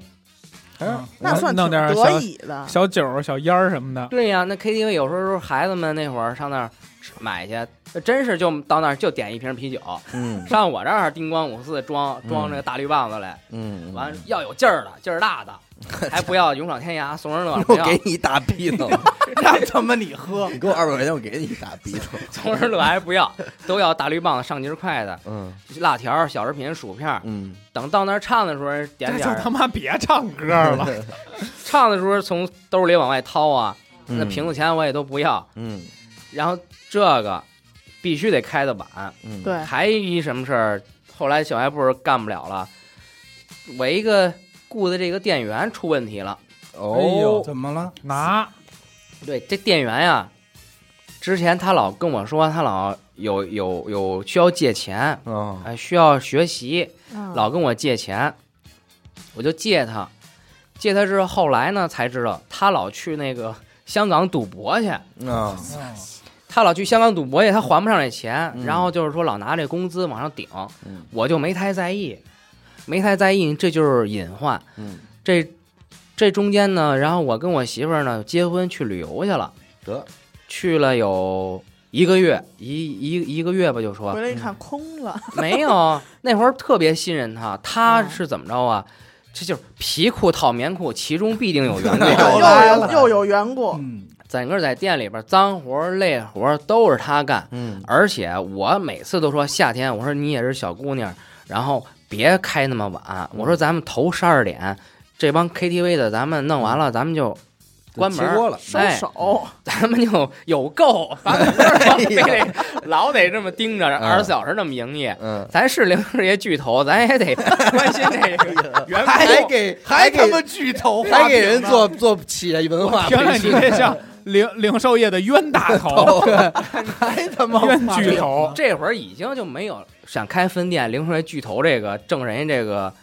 [SPEAKER 4] 嗯
[SPEAKER 3] 那算挺
[SPEAKER 4] 弄点
[SPEAKER 3] 得
[SPEAKER 4] 小
[SPEAKER 3] 意的。
[SPEAKER 4] 小酒儿、小烟儿什么的。
[SPEAKER 5] 对呀、那 KTV 有时候孩子们那会儿上那儿吃买去，真是就到那儿就点一瓶啤酒，
[SPEAKER 1] 嗯
[SPEAKER 5] 上我这儿叮咣五四装装这个大绿棒子来，
[SPEAKER 1] 嗯，
[SPEAKER 5] 完了要有劲儿的，劲儿大的，还不要勇闯天涯 怂人乐，不
[SPEAKER 1] 我
[SPEAKER 5] 要
[SPEAKER 1] 给你一大逼头，
[SPEAKER 2] 让他妈你喝，
[SPEAKER 1] 你给我二百块钱，我给你一大逼头，
[SPEAKER 5] 怂人乐还不要，都要大绿棒子上劲儿快的，
[SPEAKER 1] 嗯
[SPEAKER 5] 辣条、小食品、薯片儿。
[SPEAKER 1] 嗯，
[SPEAKER 5] 等到那儿唱的时候，点
[SPEAKER 4] 那
[SPEAKER 5] 点
[SPEAKER 4] 就
[SPEAKER 5] 儿
[SPEAKER 4] 他妈别唱歌了，
[SPEAKER 5] 唱的时候从兜里往外掏啊，那
[SPEAKER 1] 嗯
[SPEAKER 5] 瓶子钱我也都不要。
[SPEAKER 1] 嗯
[SPEAKER 5] 然后这个必须得开的晚。
[SPEAKER 1] 嗯，
[SPEAKER 3] 对，
[SPEAKER 5] 还一什么事儿？后来小卖部干不了了，我一个雇的这个店员出问题了。
[SPEAKER 4] 哎
[SPEAKER 1] 哦
[SPEAKER 4] 呦，
[SPEAKER 2] 怎么了？
[SPEAKER 4] 拿
[SPEAKER 5] 对，这店员呀，之前他老跟我说，他老有有有需要借钱，
[SPEAKER 2] 嗯
[SPEAKER 1] 哦，
[SPEAKER 5] 啊，需要学习，
[SPEAKER 3] 嗯
[SPEAKER 5] 老跟我借钱，我就借他。借他之后，后来呢才知道，他老去那个香港赌博去。
[SPEAKER 1] 啊，
[SPEAKER 5] 他老去香港赌博去，他还不上这钱，
[SPEAKER 1] 嗯
[SPEAKER 5] 然后就是说老拿这工资往上顶，
[SPEAKER 1] 嗯
[SPEAKER 5] 我就没太在意，没太在意，这就是隐患。
[SPEAKER 1] 嗯，
[SPEAKER 5] 这这中间呢，然后我跟我媳妇儿呢结婚去旅游去了，
[SPEAKER 1] 得，
[SPEAKER 5] 去了有一个月，一一一个月吧，就说
[SPEAKER 3] 回来一看空了，
[SPEAKER 5] 没有。那会儿特别信任他，他
[SPEAKER 3] 嗯
[SPEAKER 5] 是怎么着啊？这就是皮裤套棉裤，其中必定有缘故。
[SPEAKER 2] 又
[SPEAKER 3] 又
[SPEAKER 2] 来
[SPEAKER 3] 有
[SPEAKER 2] 了
[SPEAKER 3] 又有缘故，
[SPEAKER 2] 嗯，
[SPEAKER 5] 整个在店里边儿脏活儿累活儿都是他干，
[SPEAKER 1] 嗯
[SPEAKER 5] 而且我每次都说夏天，我说你也是小姑娘，然后别开那么晚。我说咱们头十二点，这帮 KTV 的咱们弄完了，咱们就关
[SPEAKER 1] 嗯
[SPEAKER 5] 门
[SPEAKER 1] 就切
[SPEAKER 5] 儿
[SPEAKER 1] 锅了
[SPEAKER 3] 收
[SPEAKER 5] 哎，
[SPEAKER 3] 手，
[SPEAKER 5] 咱们就有够，咱们不是说非得老得这 么盯
[SPEAKER 1] 哎
[SPEAKER 5] 着，二十四小时那么营业。
[SPEAKER 1] 嗯，
[SPEAKER 5] 咱是零是一巨头，咱也得关心这个员工。
[SPEAKER 6] 还
[SPEAKER 1] 给
[SPEAKER 6] 还
[SPEAKER 1] 给
[SPEAKER 6] 他妈巨头化
[SPEAKER 1] 还给人
[SPEAKER 6] 饼呢
[SPEAKER 1] 做做企业文化培
[SPEAKER 4] 听着你
[SPEAKER 1] 训，
[SPEAKER 4] 这像零零售业的冤大头，
[SPEAKER 6] 还他妈
[SPEAKER 4] 冤巨头，
[SPEAKER 5] 这会儿已经就没有想开分店零出来巨头这个挣人家这个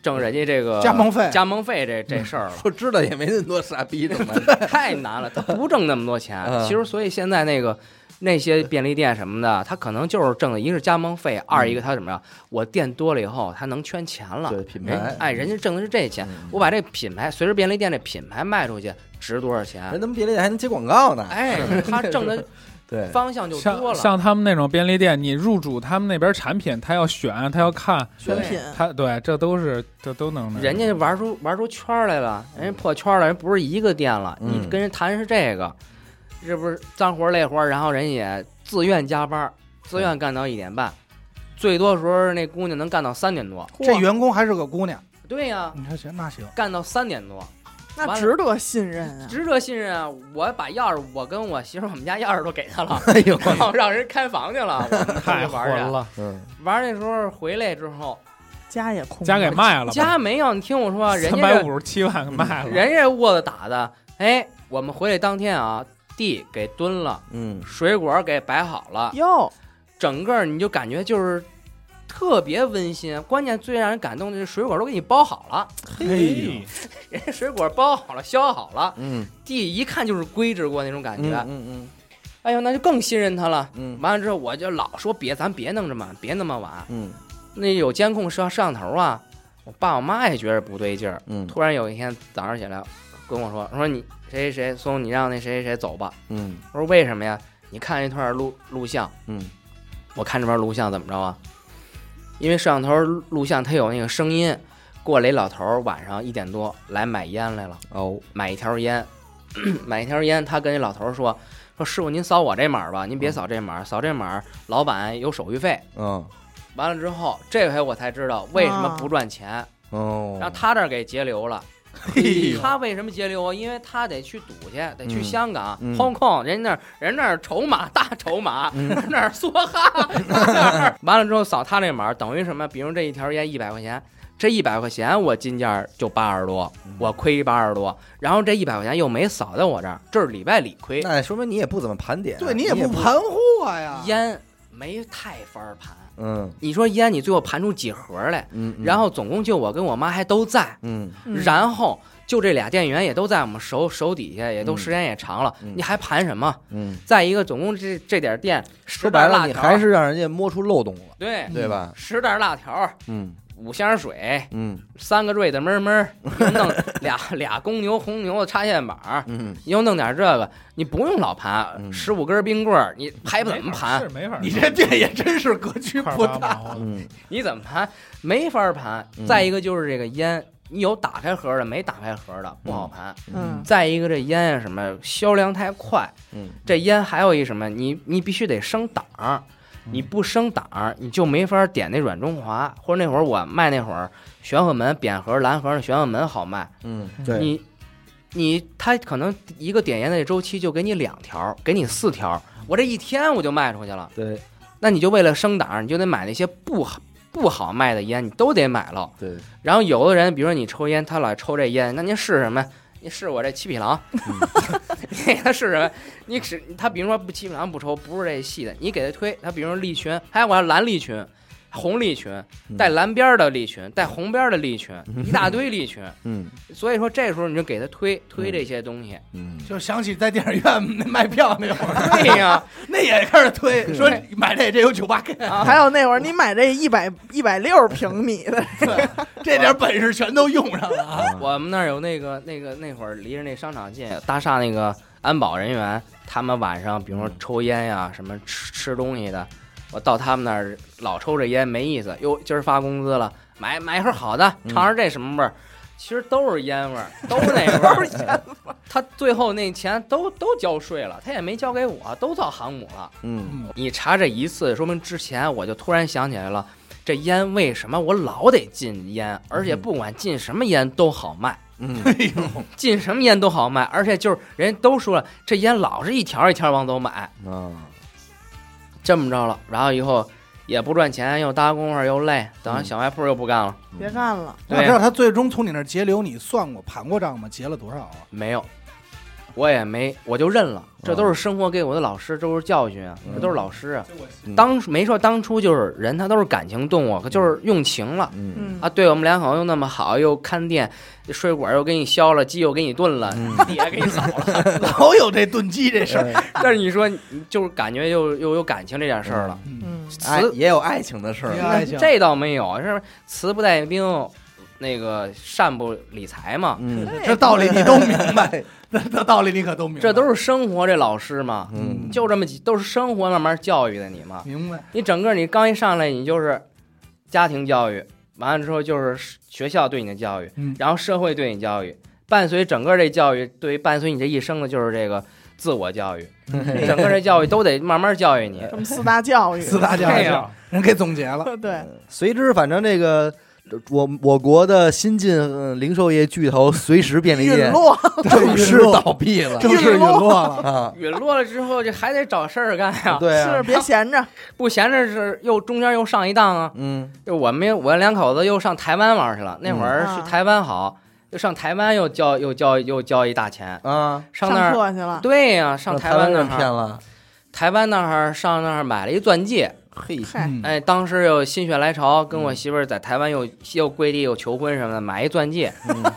[SPEAKER 5] 挣人家这个
[SPEAKER 2] 加盟费
[SPEAKER 5] 加盟费这这事儿了，
[SPEAKER 1] 说知道也没那么多傻逼的嘛。
[SPEAKER 5] 太难了，他不挣那么多钱
[SPEAKER 1] 嗯。
[SPEAKER 5] 其实所以现在那个。那些便利店什么的，他可能就是挣的，一是加盟费，二一个他怎么着，我店多了以后，他能圈钱了。
[SPEAKER 1] 对嗯品
[SPEAKER 5] 人
[SPEAKER 1] 牌
[SPEAKER 5] 哎，人家挣的是这钱，我把这品牌随着便利店这品牌卖出去，值多少
[SPEAKER 1] 人
[SPEAKER 5] 钱？
[SPEAKER 1] 他们别的还能接广告呢，
[SPEAKER 5] 哎，他挣的
[SPEAKER 1] 对，
[SPEAKER 5] 方向就多
[SPEAKER 4] 像
[SPEAKER 5] 了。
[SPEAKER 4] 像他们那种便利店，你入主他们那边产品，他要选，他要看，
[SPEAKER 3] 选品
[SPEAKER 4] 他对，这都是这都能那
[SPEAKER 5] 嗯人家玩出玩出圈儿来了，人家破圈儿了，人不是一个店了，
[SPEAKER 1] 嗯，
[SPEAKER 5] 你跟人谈是这个，这不是脏活儿累活儿，然后人也自愿加班儿，自愿干到一点半，最多时候那姑娘能干到三点多。
[SPEAKER 2] 这
[SPEAKER 3] 嚯
[SPEAKER 2] 员工还是个姑娘，
[SPEAKER 5] 对呀、
[SPEAKER 2] 你说行那行，
[SPEAKER 5] 干到三点多，
[SPEAKER 3] 那值得信任啊！
[SPEAKER 5] 值得信任啊！我把钥匙，我跟我媳妇儿我们家钥匙都给她了
[SPEAKER 1] 哎呦，
[SPEAKER 5] 然后让人看房去了，我们出
[SPEAKER 4] 太
[SPEAKER 5] 去玩
[SPEAKER 4] 混
[SPEAKER 5] 儿啊去。
[SPEAKER 4] 了，
[SPEAKER 1] 嗯，
[SPEAKER 5] 玩儿那时候回来之后，
[SPEAKER 3] 家也空，
[SPEAKER 4] 家给卖了吧，
[SPEAKER 5] 家没有，你听我说，啊人
[SPEAKER 4] 三
[SPEAKER 5] 家
[SPEAKER 4] 百
[SPEAKER 5] 这
[SPEAKER 4] 五十七万给卖了，
[SPEAKER 5] 人家窝子打的，哎，我们回来当天啊，地给蹲了，
[SPEAKER 1] 嗯，
[SPEAKER 5] 水果给摆好了，
[SPEAKER 3] 哟，
[SPEAKER 5] 整个你就感觉就是特别温馨。关键最让人感动的是水果都给你包好了，
[SPEAKER 4] 嘿，
[SPEAKER 5] 人家水果包好了、削好了，
[SPEAKER 1] 嗯，
[SPEAKER 5] 地一看就是规制过那种感觉。
[SPEAKER 1] 嗯嗯
[SPEAKER 5] 哎呦，那就更信任他了。
[SPEAKER 1] 嗯
[SPEAKER 5] 完了之后，我就老说别，咱别弄这么晚，别那么晚。
[SPEAKER 1] 嗯
[SPEAKER 5] 那有监控摄摄像头啊，我爸我妈也觉着不对劲儿。
[SPEAKER 1] 嗯
[SPEAKER 5] 突然有一天早上起来跟我说，说你谁谁谁松，你让那谁谁谁走吧。
[SPEAKER 1] 嗯
[SPEAKER 5] 我说为什么呀？你看这段录录像，
[SPEAKER 1] 嗯
[SPEAKER 5] 我看这边录像怎么着啊？因为摄像头录像它有那个声音。过来，一老头儿晚上一点多来买烟来了，
[SPEAKER 1] 哦，
[SPEAKER 5] 买一条烟， 买一条烟。他跟那老头儿说：“说师傅，您扫我这码儿吧，您别扫这码儿，扫这码儿老板有手续费。
[SPEAKER 1] 嗯”
[SPEAKER 5] 完了之后，这回我才知道为什么
[SPEAKER 3] 啊
[SPEAKER 5] 不赚钱，
[SPEAKER 1] 哦，哎
[SPEAKER 5] 让他这儿给截流了。
[SPEAKER 1] 嘿
[SPEAKER 5] 他为什么截流啊？因为他得去赌去，得去
[SPEAKER 1] 嗯
[SPEAKER 5] 香港、
[SPEAKER 1] 嗯
[SPEAKER 5] Hong Kong，人那儿人那儿筹码大筹码，
[SPEAKER 1] 嗯
[SPEAKER 5] 人 那儿梭哈，那儿完了之后扫他那码儿，等于什么？比如这一条烟一百块钱，这一百块钱我进价就八十多，
[SPEAKER 1] 嗯
[SPEAKER 5] 我亏八十多，然后这一百块钱又没扫在我这儿，这是里外里亏，
[SPEAKER 1] 那说明你也不怎么盘点，啊
[SPEAKER 2] 对
[SPEAKER 1] 你
[SPEAKER 2] 哎也
[SPEAKER 1] 不
[SPEAKER 2] 不，盘货呀，
[SPEAKER 5] 烟没太法儿盘。
[SPEAKER 1] 嗯
[SPEAKER 5] 你说烟，你最后盘出几盒来？
[SPEAKER 1] 嗯，嗯
[SPEAKER 5] 然后总共就我跟我妈还都在，
[SPEAKER 1] 嗯
[SPEAKER 3] 嗯
[SPEAKER 5] 然后就这俩店员也都在我们手手底下，也都
[SPEAKER 1] 嗯
[SPEAKER 5] 时间也长了，
[SPEAKER 1] 嗯
[SPEAKER 5] 你还盘什么？
[SPEAKER 1] 嗯，
[SPEAKER 5] 再一个，总共这这点店，
[SPEAKER 1] 说
[SPEAKER 5] 十
[SPEAKER 1] 白
[SPEAKER 5] 袋
[SPEAKER 1] 了
[SPEAKER 5] 辣
[SPEAKER 1] 你
[SPEAKER 5] 条，
[SPEAKER 1] 还是让人家摸出漏洞了，
[SPEAKER 5] 对
[SPEAKER 1] 对吧？
[SPEAKER 5] 十袋辣条，
[SPEAKER 1] 嗯
[SPEAKER 5] 五箱水，
[SPEAKER 1] 嗯
[SPEAKER 5] 三个瑞的闷闷，又弄俩俩公牛红牛的插线板，
[SPEAKER 1] 嗯，
[SPEAKER 5] 又弄点这个，你不用老盘
[SPEAKER 1] 嗯，
[SPEAKER 5] 十五根冰棍儿，你还怎么哎盘
[SPEAKER 4] 是？哎啊没法儿，
[SPEAKER 6] 你这店也真是格局
[SPEAKER 4] 块儿
[SPEAKER 6] 不
[SPEAKER 4] 八
[SPEAKER 6] 大，
[SPEAKER 4] 毛的
[SPEAKER 1] 嗯
[SPEAKER 5] 你怎么盘？没法盘
[SPEAKER 1] 嗯。
[SPEAKER 5] 再一个就是这个烟，你有打开盒的，没打开盒的不好盘。
[SPEAKER 3] 嗯，
[SPEAKER 5] 再一个这烟啊什么销量太快，
[SPEAKER 1] 嗯
[SPEAKER 5] 这烟还有一什么，你你必须得升档儿，你不升档儿你就没法点那软中华，或者那会儿我卖那会儿玄鹤门、扁盒、蓝盒的玄鹤门好卖，
[SPEAKER 1] 嗯，对，
[SPEAKER 5] 你你他可能一个点烟的周期就给你两条，给你四条，我这一天我就卖出去了，
[SPEAKER 1] 对
[SPEAKER 5] 那你就为了升档儿你就得买那些不好。不好卖的烟你都得买了，
[SPEAKER 1] 对，
[SPEAKER 5] 然后有的人，比如说你抽烟，他老抽这烟，那您是什么？你是我这七匹狼， 他是什么？你是他，比如说不七匹狼不抽，不是这系的，你给他推，他比如说利群，哎，我要蓝利群、红利群、带蓝边儿的利群、带红边儿的利群，一大堆利群。
[SPEAKER 1] 嗯
[SPEAKER 5] 所以说这时候你就给他推推这些东西。
[SPEAKER 1] 嗯
[SPEAKER 6] 就想起在电影院那卖票那会 儿，
[SPEAKER 5] 对呀，
[SPEAKER 6] 那也开始推，说买这这有九八 K，
[SPEAKER 3] 啊还有那会儿你买这一百一百六十平米的，
[SPEAKER 6] 这点本事全都用上了啊！
[SPEAKER 5] 我们那儿有那个那个那会儿离着那商场近，有大厦那个安保人员，他们晚上比如说抽烟呀、什么吃吃东西的，我到他们那儿老抽这烟没意思。哟，今儿发工资了，买买一盒好的，尝尝这什么味儿。其实都是烟味儿，都是那味儿。他最后那钱都都交税了，他也没交给我，都到航母了。
[SPEAKER 1] 嗯
[SPEAKER 5] 你查这一次，说明之前我就突然想起来了，这烟为什么我老得禁烟，而且不管禁什么烟都好卖。
[SPEAKER 1] 嗯
[SPEAKER 5] 进什么烟都好卖，而且就是人家都说了，这烟老是一条一条往走买，
[SPEAKER 1] 啊，
[SPEAKER 5] 这么着了，然后以后也不赚钱，又搭工夫又累，等完
[SPEAKER 1] 嗯
[SPEAKER 5] 小卖铺又不干了，
[SPEAKER 3] 别干了，
[SPEAKER 2] 我
[SPEAKER 5] 对呀
[SPEAKER 2] 想知道他最终从你那儿截流，你算过盘过账吗？结了多少啊？
[SPEAKER 5] 没有，我也没，我就认了，这都是生活给我的老师，这都是教训啊，
[SPEAKER 1] 嗯
[SPEAKER 5] 这都是老师啊。
[SPEAKER 1] 嗯
[SPEAKER 5] 当没说当初就是人，他都是感情动物，可就是用情了。
[SPEAKER 1] 嗯
[SPEAKER 3] 嗯
[SPEAKER 5] 啊，对我们两口又那么好，又看店，水果又给你削了，鸡又给你炖了，
[SPEAKER 1] 嗯
[SPEAKER 5] 地也给你扫了。
[SPEAKER 6] 老有这炖鸡这事儿，
[SPEAKER 5] 但是你说，你就是感觉又又有感情这件事儿了，
[SPEAKER 3] 嗯，
[SPEAKER 1] 爱
[SPEAKER 5] 词
[SPEAKER 1] 也有爱情的事儿，
[SPEAKER 2] 哎行
[SPEAKER 5] 这倒没有，是慈不带兵，那个善不理财嘛，
[SPEAKER 1] 嗯
[SPEAKER 6] 这道理你都明白，
[SPEAKER 2] 哎
[SPEAKER 6] 这 这道理你可都明白，
[SPEAKER 5] 这都是生活这老师嘛，
[SPEAKER 1] 嗯，
[SPEAKER 5] 就这么几，都是生活慢慢教育的你嘛。
[SPEAKER 2] 明白。
[SPEAKER 5] 你整个你刚一上来，你就是家庭教育，完了之后就是学校对你的教育，
[SPEAKER 2] 嗯
[SPEAKER 5] 然后社会对你教育，伴随整个这教育，对于伴随你这一生的就是这个自我教育，整个这教育都得慢慢教育你。
[SPEAKER 3] 哎这么四大教育，
[SPEAKER 2] 四大 教
[SPEAKER 5] 对啊
[SPEAKER 2] 育
[SPEAKER 5] 呀
[SPEAKER 2] 人给总结了，
[SPEAKER 3] 对，
[SPEAKER 1] 随之，反正这个我我国的新晋呃零售业巨头随时便利
[SPEAKER 3] 陨
[SPEAKER 1] 店
[SPEAKER 3] 落，
[SPEAKER 1] 正式倒闭了
[SPEAKER 2] 正式陨落了。
[SPEAKER 1] 啊，
[SPEAKER 5] 陨落了之后，这还得找事儿干呀，
[SPEAKER 1] 对
[SPEAKER 3] 是
[SPEAKER 1] 啊，
[SPEAKER 3] 别闲着，
[SPEAKER 5] 不闲着是又中间又上一当啊。
[SPEAKER 1] 嗯
[SPEAKER 5] 就我们我两口子又上台湾玩去了，那会儿
[SPEAKER 3] 嗯
[SPEAKER 5] 是台湾好，又上台湾又交又交又交一大钱，
[SPEAKER 1] 啊，
[SPEAKER 5] 上那
[SPEAKER 3] 上
[SPEAKER 5] 儿
[SPEAKER 3] 课去了，
[SPEAKER 5] 对呀、上
[SPEAKER 1] 让
[SPEAKER 5] 台
[SPEAKER 1] 呃台
[SPEAKER 5] 湾那
[SPEAKER 1] 人骗
[SPEAKER 5] 儿，
[SPEAKER 1] 了，
[SPEAKER 5] 台湾那儿上那儿买了一钻戒，
[SPEAKER 1] 嘿，
[SPEAKER 3] 嗨，
[SPEAKER 2] 嗯
[SPEAKER 5] 哎，当时又心血来潮，跟我
[SPEAKER 1] 嗯
[SPEAKER 5] 媳妇儿在台湾又又跪地又求婚什么的，买一钻戒，
[SPEAKER 1] 嗯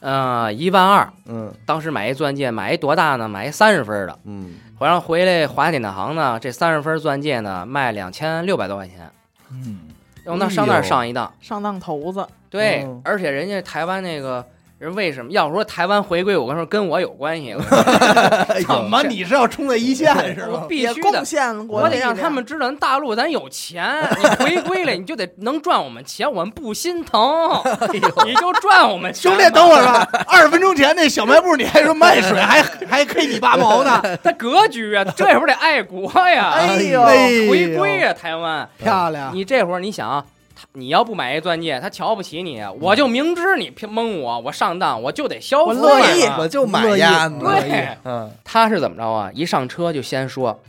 [SPEAKER 5] 嗯，一万二，
[SPEAKER 1] 嗯
[SPEAKER 5] 当时买一钻戒，买一多大呢？买一三十分的，
[SPEAKER 1] 嗯，
[SPEAKER 5] 然后回来华典大行呢，这三十分钻戒呢卖两千六百多块钱，
[SPEAKER 2] 嗯，
[SPEAKER 5] 然后那上那
[SPEAKER 1] 哎
[SPEAKER 5] 儿
[SPEAKER 1] 呦
[SPEAKER 5] 上一当，
[SPEAKER 3] 上当头子，
[SPEAKER 5] 对
[SPEAKER 2] 哦
[SPEAKER 1] 嗯，
[SPEAKER 5] 而且人家台湾那个人为什么要说台湾回归？我跟你说，跟我有关系，
[SPEAKER 2] 哎
[SPEAKER 6] 怎么你是要冲在一线是
[SPEAKER 5] 我
[SPEAKER 6] 吧？
[SPEAKER 5] 必
[SPEAKER 3] 也
[SPEAKER 5] 须的
[SPEAKER 3] 贡，献国
[SPEAKER 5] 我
[SPEAKER 3] 力
[SPEAKER 5] 得让他们知道，咱大陆咱有钱，你回归了你就得能赚我们钱，我们不心疼，你就赚我们钱。
[SPEAKER 2] 哎
[SPEAKER 6] 兄弟，等会儿吧，二十分钟前那小卖部你还说卖水，还还 K 你八毛
[SPEAKER 2] 哎
[SPEAKER 6] 呢，
[SPEAKER 5] 他格局啊，这会儿得爱国呀，
[SPEAKER 3] 哎呦，
[SPEAKER 2] 哎呦
[SPEAKER 5] 回归啊，台湾。
[SPEAKER 2] 漂亮，
[SPEAKER 5] 你这会儿你想啊。他你要不买一钻戒，他瞧不起你，啊我就明知你偏蒙我，我上当，我就得消
[SPEAKER 3] 我
[SPEAKER 5] 费
[SPEAKER 3] 乐意
[SPEAKER 5] 嘛
[SPEAKER 1] 我就买呀，
[SPEAKER 5] 乐意对
[SPEAKER 1] 嗯
[SPEAKER 5] 他是怎么着啊？一上车就先说，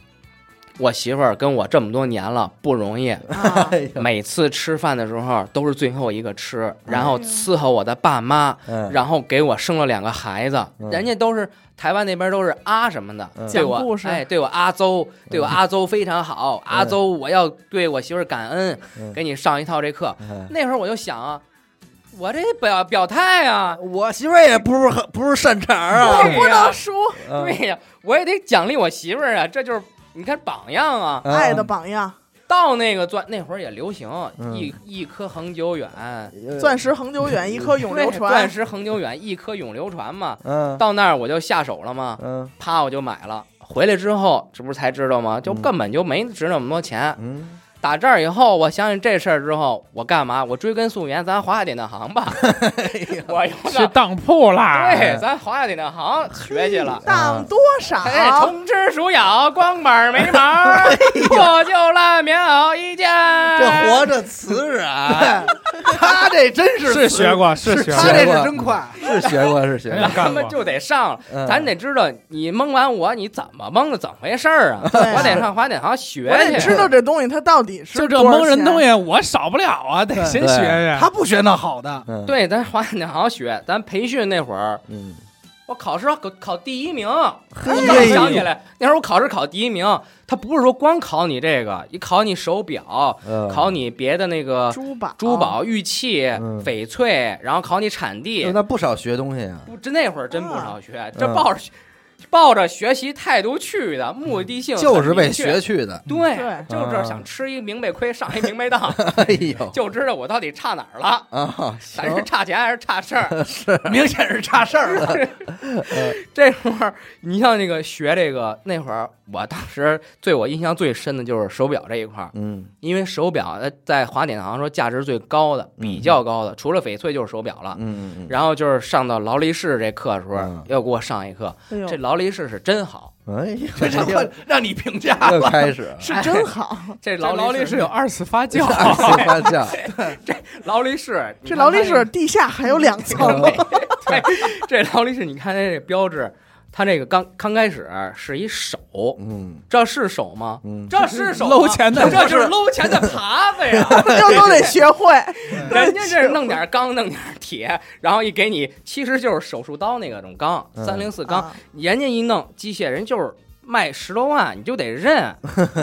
[SPEAKER 5] 我媳妇儿跟我这么多年了不容易，
[SPEAKER 3] 啊
[SPEAKER 1] 哎呀，
[SPEAKER 5] 每次吃饭的时候都是最后一个吃，然后
[SPEAKER 3] 哎呦
[SPEAKER 5] 伺候我的爸妈，
[SPEAKER 1] 嗯，
[SPEAKER 5] 然后给我生了两个孩子，
[SPEAKER 1] 嗯
[SPEAKER 5] 人家都是台湾那边都是啊什么的，
[SPEAKER 1] 嗯
[SPEAKER 5] 对
[SPEAKER 3] 讲
[SPEAKER 5] 我
[SPEAKER 3] 故事
[SPEAKER 5] 哎对我阿邹，对我阿邹非常好，阿邹我要对我媳妇儿感恩，
[SPEAKER 1] 嗯
[SPEAKER 5] 给你上一套这课。
[SPEAKER 1] 嗯
[SPEAKER 5] 那会儿我就想啊，我这表表态啊，
[SPEAKER 1] 我媳妇儿也不是很不是善茬儿啊，
[SPEAKER 3] 我
[SPEAKER 5] 对
[SPEAKER 3] 不
[SPEAKER 5] 呀
[SPEAKER 3] 能输，
[SPEAKER 1] 嗯
[SPEAKER 5] 对呀，我也得奖励我媳妇儿啊，这就是你看榜样啊。
[SPEAKER 1] 嗯
[SPEAKER 3] 爱的榜样，
[SPEAKER 5] 到那个钻那会儿也流行，
[SPEAKER 1] 嗯
[SPEAKER 5] 一一颗恒久远，
[SPEAKER 3] 钻石恒久远，一颗永流
[SPEAKER 5] 对钻
[SPEAKER 3] 传，
[SPEAKER 5] 石恒久远，一颗永流传嘛。
[SPEAKER 1] 嗯
[SPEAKER 5] 到那儿我就下手了嘛，
[SPEAKER 1] 嗯
[SPEAKER 5] 啪我就买了。回来之后，这不是才知道吗？就
[SPEAKER 1] 嗯
[SPEAKER 5] 根本就没值那么多钱。
[SPEAKER 1] 嗯，
[SPEAKER 5] 打这儿以后，我想想这事儿之后，我干嘛？我追根溯源，咱华夏典当行吧。我又
[SPEAKER 4] 去
[SPEAKER 5] 上
[SPEAKER 4] 当铺啦，
[SPEAKER 5] 对，咱华夏典当行学去了。
[SPEAKER 3] 嗯当多少？
[SPEAKER 5] 哎，虫吃鼠咬，光板没毛儿，破旧烂棉袄一件。
[SPEAKER 1] 这活着啊瓷软，
[SPEAKER 2] 他这真是
[SPEAKER 4] 是学过，是学
[SPEAKER 2] 他
[SPEAKER 4] 过，
[SPEAKER 2] 这是真快，
[SPEAKER 1] 啊是学过是学
[SPEAKER 4] 人家
[SPEAKER 1] 过，
[SPEAKER 5] 他
[SPEAKER 4] 干
[SPEAKER 5] 们
[SPEAKER 4] 过。
[SPEAKER 5] 就得上，
[SPEAKER 1] 嗯
[SPEAKER 5] 哎咱得知道你蒙完我，你怎么蒙的，怎么回事儿啊？
[SPEAKER 3] 对啊
[SPEAKER 5] 我得上华典行学
[SPEAKER 3] 我得
[SPEAKER 5] 去。
[SPEAKER 3] 知道这东西它到底是
[SPEAKER 4] 就这
[SPEAKER 3] 多少
[SPEAKER 4] 蒙人
[SPEAKER 3] 钱
[SPEAKER 4] 东西，我少不了啊，得先
[SPEAKER 1] 对
[SPEAKER 4] 学学。
[SPEAKER 2] 他不学那好的，
[SPEAKER 1] 嗯
[SPEAKER 5] 对，咱华典行学，咱培训那会儿，
[SPEAKER 1] 嗯
[SPEAKER 5] 我考试考考第一名，我刚想起来，那会儿我考试考第一名，他不是说光考你这个，也考你手表，
[SPEAKER 1] 嗯
[SPEAKER 5] 考你别的那个
[SPEAKER 3] 珠宝，
[SPEAKER 5] 珠，宝、玉器、
[SPEAKER 1] 嗯
[SPEAKER 5] 翡翠，然后考你产地。
[SPEAKER 1] 那不少学东西啊，
[SPEAKER 5] 不，真那会儿真不少学，这
[SPEAKER 1] 嗯
[SPEAKER 5] 抱着学抱着学习态度去的，目的性
[SPEAKER 1] 就是
[SPEAKER 5] 很
[SPEAKER 1] 为
[SPEAKER 5] 明确
[SPEAKER 1] 学去的，
[SPEAKER 5] 对，
[SPEAKER 3] 对
[SPEAKER 5] 就是想吃一明白亏，上一明白当，
[SPEAKER 1] 哎呦
[SPEAKER 5] 就知道我到底差哪儿了，
[SPEAKER 1] 啊，
[SPEAKER 5] 咱是差钱还是差事 儿。
[SPEAKER 6] 明显是差事儿了。
[SPEAKER 5] 这会儿你像那个学这个那会儿，我当时对我印象最深的就是手表这一块儿，
[SPEAKER 1] 嗯
[SPEAKER 5] 因为手表呃在华典好像说价值最高的，比较高的，除了翡翠就是手表了。
[SPEAKER 1] 嗯嗯嗯
[SPEAKER 5] 然后就是上到劳力士这课的时候
[SPEAKER 1] 嗯，
[SPEAKER 5] 又给我上一课，
[SPEAKER 3] 哎呦
[SPEAKER 5] 这，劳力士是真好，
[SPEAKER 1] 嗯，哎呀，
[SPEAKER 6] 这让
[SPEAKER 1] 又
[SPEAKER 6] 让你评价
[SPEAKER 1] 又
[SPEAKER 6] 了，
[SPEAKER 1] 开始了。
[SPEAKER 3] 是真好。
[SPEAKER 5] 这
[SPEAKER 4] 这劳力
[SPEAKER 5] 力
[SPEAKER 4] 士有二次 发酵，
[SPEAKER 1] 二次发酵，
[SPEAKER 5] 劳力士，你
[SPEAKER 3] 这
[SPEAKER 5] 看
[SPEAKER 3] 劳力
[SPEAKER 5] 它
[SPEAKER 3] 士地下还有两层，
[SPEAKER 5] 对，这劳力士，你看它这标志，他这个刚刚开始是一手，
[SPEAKER 1] 嗯
[SPEAKER 5] 这是手吗？
[SPEAKER 1] 嗯，
[SPEAKER 5] 这是 手吗
[SPEAKER 4] 搂钱的
[SPEAKER 5] 这是搂钱的耙子呀！
[SPEAKER 3] 这都得学会。
[SPEAKER 5] 人家这是弄点钢，弄点铁，然后一给你，其实就是手术刀那个种钢，
[SPEAKER 1] 嗯
[SPEAKER 5] 三零四钢，
[SPEAKER 3] 啊
[SPEAKER 5] 人家一弄机械，人就是卖十多万，你就得认，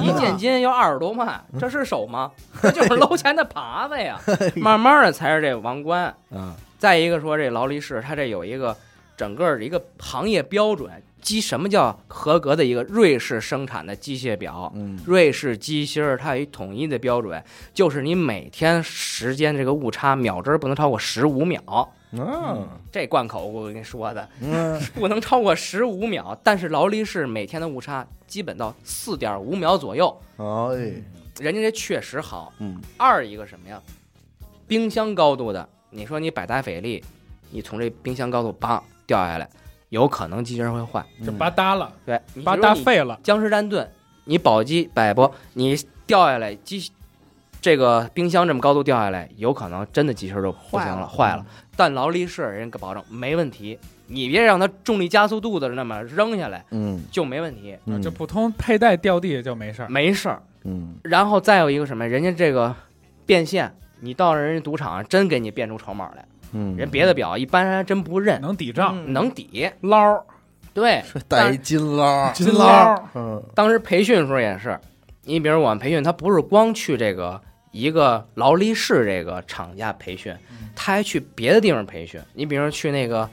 [SPEAKER 5] 一件金要二十多万，这是手吗？这就是搂钱的耙子呀！慢慢的才是这王冠。
[SPEAKER 1] 啊，
[SPEAKER 5] 再一个说这劳力士，它这有一个整个一个行业标准，机什么叫合格的一个瑞士生产的机械表，
[SPEAKER 1] 嗯
[SPEAKER 5] 瑞士机芯儿它有一统一的标准，就是你每天时间这个误差秒针儿不能超过十五秒。
[SPEAKER 1] 啊
[SPEAKER 5] 这贯口我跟你说的，
[SPEAKER 1] 嗯，
[SPEAKER 5] 不能超过十五秒，但是劳力士每天的误差基本到四点五秒左右，
[SPEAKER 1] 哎，
[SPEAKER 5] 人家这确实好。
[SPEAKER 1] 嗯
[SPEAKER 5] 二一个什么呀？冰箱高度的，你说你百达翡丽，你从这冰箱高度叭掉下来，有可能机器人会坏。
[SPEAKER 4] 这吧嗒了，
[SPEAKER 5] 对，你
[SPEAKER 4] 吧
[SPEAKER 5] 比如
[SPEAKER 4] 嗒
[SPEAKER 5] 你
[SPEAKER 4] 废了，
[SPEAKER 5] 僵尸战盾，你宝鸡百博，你掉下来机，这个冰箱这么高度掉下来，有可能真的机芯就不行了，坏了。但劳力士人家保证没问题，你别让它重力加速度的那么扔下来
[SPEAKER 1] 嗯
[SPEAKER 5] 就没问题，
[SPEAKER 1] 嗯，
[SPEAKER 4] 就普通佩戴掉地就没事儿。
[SPEAKER 5] 没事儿。
[SPEAKER 1] 嗯
[SPEAKER 5] 然后再有一个什么，人家这个变现，你到人家赌场真给你变出筹码来，
[SPEAKER 1] 嗯，
[SPEAKER 5] 人别的表一般人还真不认，
[SPEAKER 4] 能抵账，
[SPEAKER 5] 能抵。
[SPEAKER 4] 捞儿
[SPEAKER 5] 对，
[SPEAKER 1] 带一金捞，
[SPEAKER 4] 金捞儿，
[SPEAKER 1] 嗯
[SPEAKER 5] 当时培训的时候也是，你比如我们培训，他不是光去这个一个劳力士这个厂家培训，
[SPEAKER 3] 嗯
[SPEAKER 5] 他还去别的地方培训。你比如去那个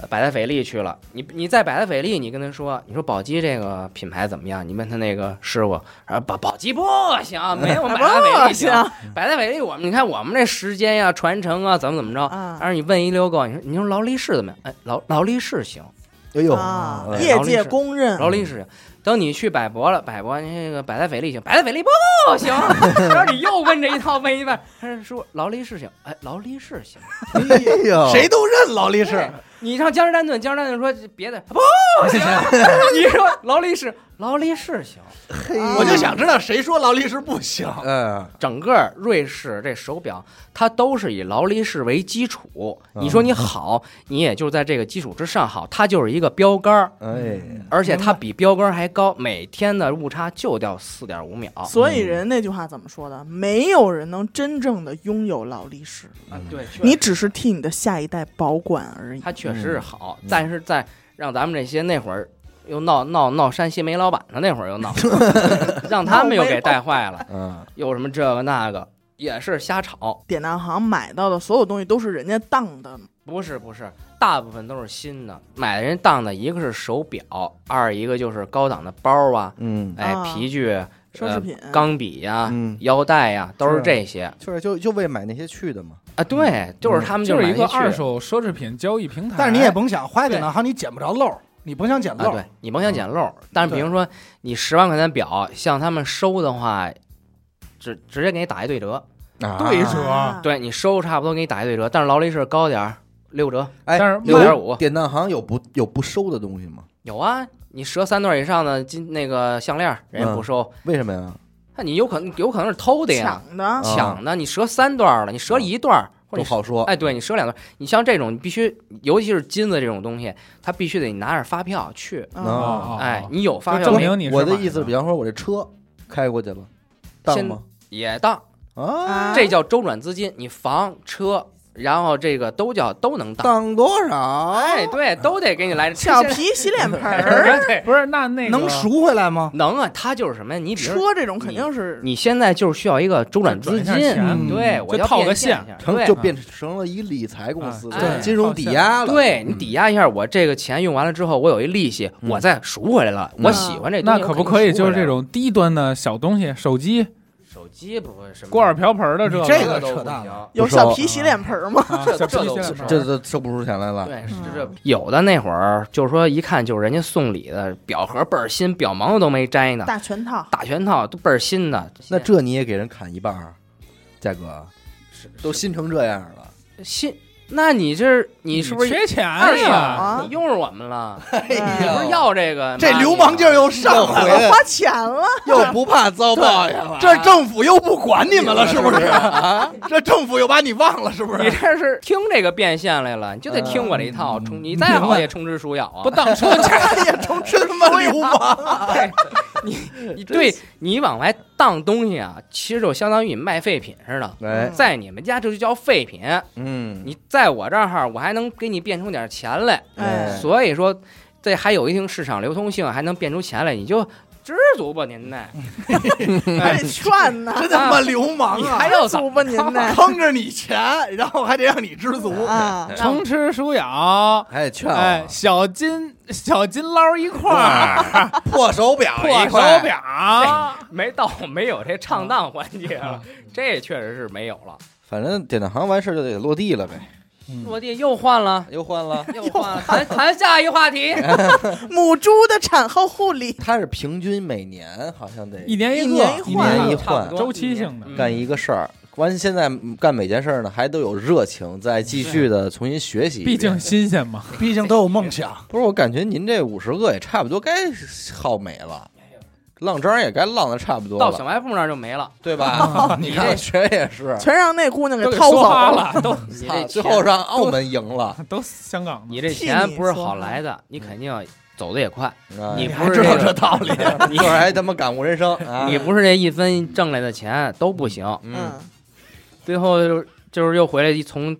[SPEAKER 5] 呃百达翡丽去了，你你在百达翡丽，你跟他说，你说宝鸡这个品牌怎么样？你问他那个师傅，啊，宝宝鸡不行， 没有百达翡
[SPEAKER 3] 不
[SPEAKER 5] 丽
[SPEAKER 3] 行
[SPEAKER 5] 行。百达翡丽，我们你看我们这时间呀、传承啊，怎么怎么着。
[SPEAKER 3] 啊
[SPEAKER 5] 但是你问一溜够，你说你说劳力士怎么样？哎，劳劳力士行。
[SPEAKER 1] 哎呦，
[SPEAKER 3] 啊
[SPEAKER 1] 哎！
[SPEAKER 3] 业界公认
[SPEAKER 5] 劳力士。等你去百博了，百博那个百达翡丽行，百达翡丽不行， 然后你又问这一套问一半，他是说劳力士行，哎，劳力士行。
[SPEAKER 1] 哎
[SPEAKER 2] 哦
[SPEAKER 1] 呦，
[SPEAKER 6] 谁都认劳力士
[SPEAKER 2] 哎
[SPEAKER 5] 对，你上江诗丹顿，江诗丹顿说这别的不行，你说劳力士，劳力士行。
[SPEAKER 1] 嘿
[SPEAKER 3] 啊
[SPEAKER 6] 我就想知道谁说劳力士不行。
[SPEAKER 1] 嗯
[SPEAKER 5] 整个瑞士这手表，它都是以劳力士为基础。
[SPEAKER 1] 嗯
[SPEAKER 5] 你说你好，你也就在这个基础之上好，它就是一个标杆儿，
[SPEAKER 1] 哎，
[SPEAKER 5] 而且它比标杆儿还高，每天的误差就掉四点五秒。
[SPEAKER 3] 所以人那句话怎么说的？没有人能真正的拥有劳力士，
[SPEAKER 5] 啊，对，确实
[SPEAKER 3] 你只是替你的下一代保管而已。
[SPEAKER 5] 它确实是好，
[SPEAKER 1] 嗯
[SPEAKER 5] 但是在让咱们这些那会儿又闹闹闹山西煤老板的那会儿又闹， 让他们又给带坏了，
[SPEAKER 1] 嗯
[SPEAKER 5] 又什么这个那个，也是瞎炒。
[SPEAKER 3] 典当行买到的所有东西都是人家当的，
[SPEAKER 5] 不是不是，大部分都是新的，买的人当的，一个是手表，二一个就是高档的包啊，
[SPEAKER 1] 嗯
[SPEAKER 5] 哎，
[SPEAKER 3] 啊
[SPEAKER 5] 皮具、
[SPEAKER 3] 奢侈品
[SPEAKER 5] 呃钢笔呀、
[SPEAKER 1] 嗯，
[SPEAKER 5] 腰带呀、都是
[SPEAKER 1] 是
[SPEAKER 5] 这些
[SPEAKER 1] 就是就就为买那些去的嘛，
[SPEAKER 5] 啊。对，就是他
[SPEAKER 4] 嗯
[SPEAKER 5] 们
[SPEAKER 4] 就是
[SPEAKER 5] 买
[SPEAKER 4] 一个
[SPEAKER 5] 那些
[SPEAKER 4] 二手奢侈品交易平台。
[SPEAKER 2] 但是你也甭想坏
[SPEAKER 5] 对
[SPEAKER 6] 哎
[SPEAKER 2] 点呢，哈，你捡不着漏儿，你甭想捡
[SPEAKER 5] 啊，
[SPEAKER 2] 漏
[SPEAKER 5] 对
[SPEAKER 2] 儿。
[SPEAKER 5] 你甭想捡漏儿，但是比如说你十万块钱表向他们收的话，直直接给你打一对折，
[SPEAKER 4] 对
[SPEAKER 1] 啊
[SPEAKER 4] 折
[SPEAKER 3] 啊
[SPEAKER 5] 对你收差不多给你打一对折，但是劳力士高点儿六折，
[SPEAKER 1] 哎，
[SPEAKER 4] 但是
[SPEAKER 1] 有
[SPEAKER 5] 6.5
[SPEAKER 1] 典当行有不有不收的东西吗？
[SPEAKER 5] 有啊，你折三段以上的金那个项链儿人家不收，
[SPEAKER 1] 为什么呀？
[SPEAKER 5] 嗯那你有可能有可能是偷的呀，
[SPEAKER 3] 抢的，
[SPEAKER 1] 啊
[SPEAKER 5] 抢的，你折三段儿了，你折一段儿或
[SPEAKER 1] 不
[SPEAKER 5] 者你
[SPEAKER 1] 好说，
[SPEAKER 5] 哎，对你折两段儿，你像这种你必须，尤其是金子这种东西，它必须得你拿着发票去，
[SPEAKER 1] 啊
[SPEAKER 3] 嗯，
[SPEAKER 4] 哦
[SPEAKER 5] 哎，，你有发
[SPEAKER 4] 就
[SPEAKER 5] 票
[SPEAKER 4] 证明你是
[SPEAKER 1] 我的
[SPEAKER 4] 买
[SPEAKER 1] 意思，
[SPEAKER 4] 的
[SPEAKER 1] 比方说我这车开过去了，当
[SPEAKER 5] 先
[SPEAKER 1] 吗？
[SPEAKER 5] 也当。
[SPEAKER 1] 啊，
[SPEAKER 3] 啊
[SPEAKER 5] 这叫周转资金，你房车，然后这个都叫都能当。
[SPEAKER 1] 当多少？
[SPEAKER 5] 哎，对，都得给你来。
[SPEAKER 3] 小皮洗脸盆儿，
[SPEAKER 5] 对，
[SPEAKER 4] 哎不是那那个
[SPEAKER 2] 能赎回来吗？
[SPEAKER 5] 能啊，它就是什么呀？你比如
[SPEAKER 3] 车这种肯定是
[SPEAKER 5] 你现在就是需要一个周转资金
[SPEAKER 4] 转一下钱，
[SPEAKER 5] 对
[SPEAKER 4] 嗯
[SPEAKER 5] 我
[SPEAKER 4] 就
[SPEAKER 5] 要
[SPEAKER 4] 套个
[SPEAKER 5] 变现
[SPEAKER 4] 现
[SPEAKER 5] 一下
[SPEAKER 1] 成
[SPEAKER 5] 对
[SPEAKER 1] 就变成了一理财公司，
[SPEAKER 4] 啊
[SPEAKER 5] 对
[SPEAKER 1] 金融抵押了。
[SPEAKER 4] 嗯
[SPEAKER 6] 嗯
[SPEAKER 5] 对你抵押一下，我这个钱用完了之后，我有一利息，
[SPEAKER 1] 嗯
[SPEAKER 5] 我再赎回来了。
[SPEAKER 1] 嗯
[SPEAKER 5] 我喜欢这东
[SPEAKER 4] 那
[SPEAKER 5] 西，
[SPEAKER 4] 可不
[SPEAKER 5] 我肯定
[SPEAKER 4] 可以？
[SPEAKER 5] 赎回
[SPEAKER 4] 就是
[SPEAKER 5] 来
[SPEAKER 4] 这
[SPEAKER 5] 了
[SPEAKER 4] 种低端的小东西，手机、
[SPEAKER 5] 手机不会什么
[SPEAKER 4] 锅碗瓢盆的
[SPEAKER 2] 你
[SPEAKER 4] 这
[SPEAKER 2] 这
[SPEAKER 4] 个
[SPEAKER 2] 个
[SPEAKER 5] 都不
[SPEAKER 2] 扯淡
[SPEAKER 5] 行
[SPEAKER 2] 了
[SPEAKER 3] 有
[SPEAKER 1] 不收
[SPEAKER 3] 小皮洗脸盆儿吗？
[SPEAKER 4] 啊
[SPEAKER 5] 这
[SPEAKER 4] 小
[SPEAKER 5] 这
[SPEAKER 4] 皮
[SPEAKER 5] 都
[SPEAKER 4] 箱
[SPEAKER 5] 不是
[SPEAKER 1] 这都收不出钱来了。
[SPEAKER 5] 对，是
[SPEAKER 3] 嗯
[SPEAKER 5] 这有的那会儿就是说一看就是人家送礼的表盒倍儿新，表盲都没摘呢，
[SPEAKER 3] 大全套，
[SPEAKER 5] 打全套都倍儿新的。
[SPEAKER 1] 那这你也给人砍一半儿，价格
[SPEAKER 5] 是
[SPEAKER 1] 都新成这样了。
[SPEAKER 5] 新那你这儿你是不是
[SPEAKER 4] 缺钱
[SPEAKER 5] 二
[SPEAKER 3] 手
[SPEAKER 4] 呀？
[SPEAKER 5] 呀？
[SPEAKER 3] 啊
[SPEAKER 5] 你用着我们了，
[SPEAKER 6] 哎
[SPEAKER 5] 你不是
[SPEAKER 6] 呀，
[SPEAKER 5] 要这个？
[SPEAKER 6] 这
[SPEAKER 5] 妈
[SPEAKER 6] 流氓劲儿又上
[SPEAKER 3] 怎
[SPEAKER 6] 回
[SPEAKER 3] 么
[SPEAKER 6] 来，
[SPEAKER 3] 花钱了？
[SPEAKER 6] 又不怕遭报应了。这政府又不管你们了，是不是？这政府又把你忘了，是不
[SPEAKER 5] 哎你
[SPEAKER 6] 是？
[SPEAKER 5] 这是听这个变现来了，你就得听我这一
[SPEAKER 6] 嗯
[SPEAKER 5] 套，充你再好也充之鼠咬啊！
[SPEAKER 4] 不当 车钱，
[SPEAKER 6] 真他妈流 氓！
[SPEAKER 5] 对，你你对你往外当东西啊，其实就相当于你卖废品似的，
[SPEAKER 1] 哎，
[SPEAKER 5] 在你们家这就叫废品，
[SPEAKER 6] 嗯，
[SPEAKER 5] 你在我这儿我还能给你变出点钱来，
[SPEAKER 1] 哎
[SPEAKER 3] 哎，
[SPEAKER 5] 所以说这还有一定市场流通性，还能变出钱来，你就知足吧您呐，
[SPEAKER 3] 还
[SPEAKER 5] 哎
[SPEAKER 3] 得劝 呢，
[SPEAKER 6] 真他妈流氓
[SPEAKER 5] 你
[SPEAKER 6] 啊！
[SPEAKER 5] 还要怎
[SPEAKER 3] 足吧您呢？
[SPEAKER 6] 坑着你钱，然后还得让你知足。
[SPEAKER 3] 啊，
[SPEAKER 4] 穷吃鼠咬，
[SPEAKER 1] 还得
[SPEAKER 6] 啊
[SPEAKER 1] 劝
[SPEAKER 4] 哎，
[SPEAKER 1] 我，
[SPEAKER 4] 小金小金捞一块儿，
[SPEAKER 6] 破手表
[SPEAKER 4] 破
[SPEAKER 6] 一
[SPEAKER 4] 手
[SPEAKER 6] 块儿，
[SPEAKER 4] 表，
[SPEAKER 5] 没到没有这唱荡环节了，这确实是没有了。
[SPEAKER 1] 反正典当行完事儿就得落地了呗，
[SPEAKER 5] 落地 又换了，
[SPEAKER 1] 又换了。
[SPEAKER 5] 又换了，谈谈下一话题。
[SPEAKER 3] 母猪的产后护理，
[SPEAKER 1] 他是平均每年好像得
[SPEAKER 4] 一年
[SPEAKER 3] 一
[SPEAKER 4] 个，
[SPEAKER 3] 年一
[SPEAKER 4] 一
[SPEAKER 3] 换
[SPEAKER 4] 年
[SPEAKER 1] 一
[SPEAKER 5] 差不多
[SPEAKER 4] 周期性的
[SPEAKER 5] 嗯
[SPEAKER 1] 干一个事儿，完现在干每件事儿呢还都有热情，再继续的重新学习一遍。
[SPEAKER 4] 毕竟新鲜嘛。
[SPEAKER 2] 毕竟都有梦想。
[SPEAKER 1] 不是，我感觉您这五十个也差不多该耗美了，浪章也该浪的差不多
[SPEAKER 5] 到小
[SPEAKER 1] 了，
[SPEAKER 5] 卖部那儿就没了，
[SPEAKER 1] 对吧？你看谁也是，
[SPEAKER 3] 全让那姑娘给
[SPEAKER 4] 都给
[SPEAKER 3] 掏
[SPEAKER 4] 说
[SPEAKER 3] 走
[SPEAKER 4] 哈。 了，啊都
[SPEAKER 5] 你
[SPEAKER 1] 操
[SPEAKER 5] 这
[SPEAKER 1] 最
[SPEAKER 5] 钱
[SPEAKER 1] 后让澳门赢了，
[SPEAKER 4] 都香港的，
[SPEAKER 5] 你这钱不是好来的，你肯定走的也快。
[SPEAKER 1] 哎
[SPEAKER 5] 你
[SPEAKER 6] 还
[SPEAKER 5] 不是
[SPEAKER 6] 知道这
[SPEAKER 5] 这
[SPEAKER 6] 道 理？
[SPEAKER 5] 个，你
[SPEAKER 1] 这还他妈感悟人生，啊
[SPEAKER 5] 你不是这一分挣来的钱都不行。
[SPEAKER 1] 嗯
[SPEAKER 3] 嗯，
[SPEAKER 5] 最后就是就是又回来一从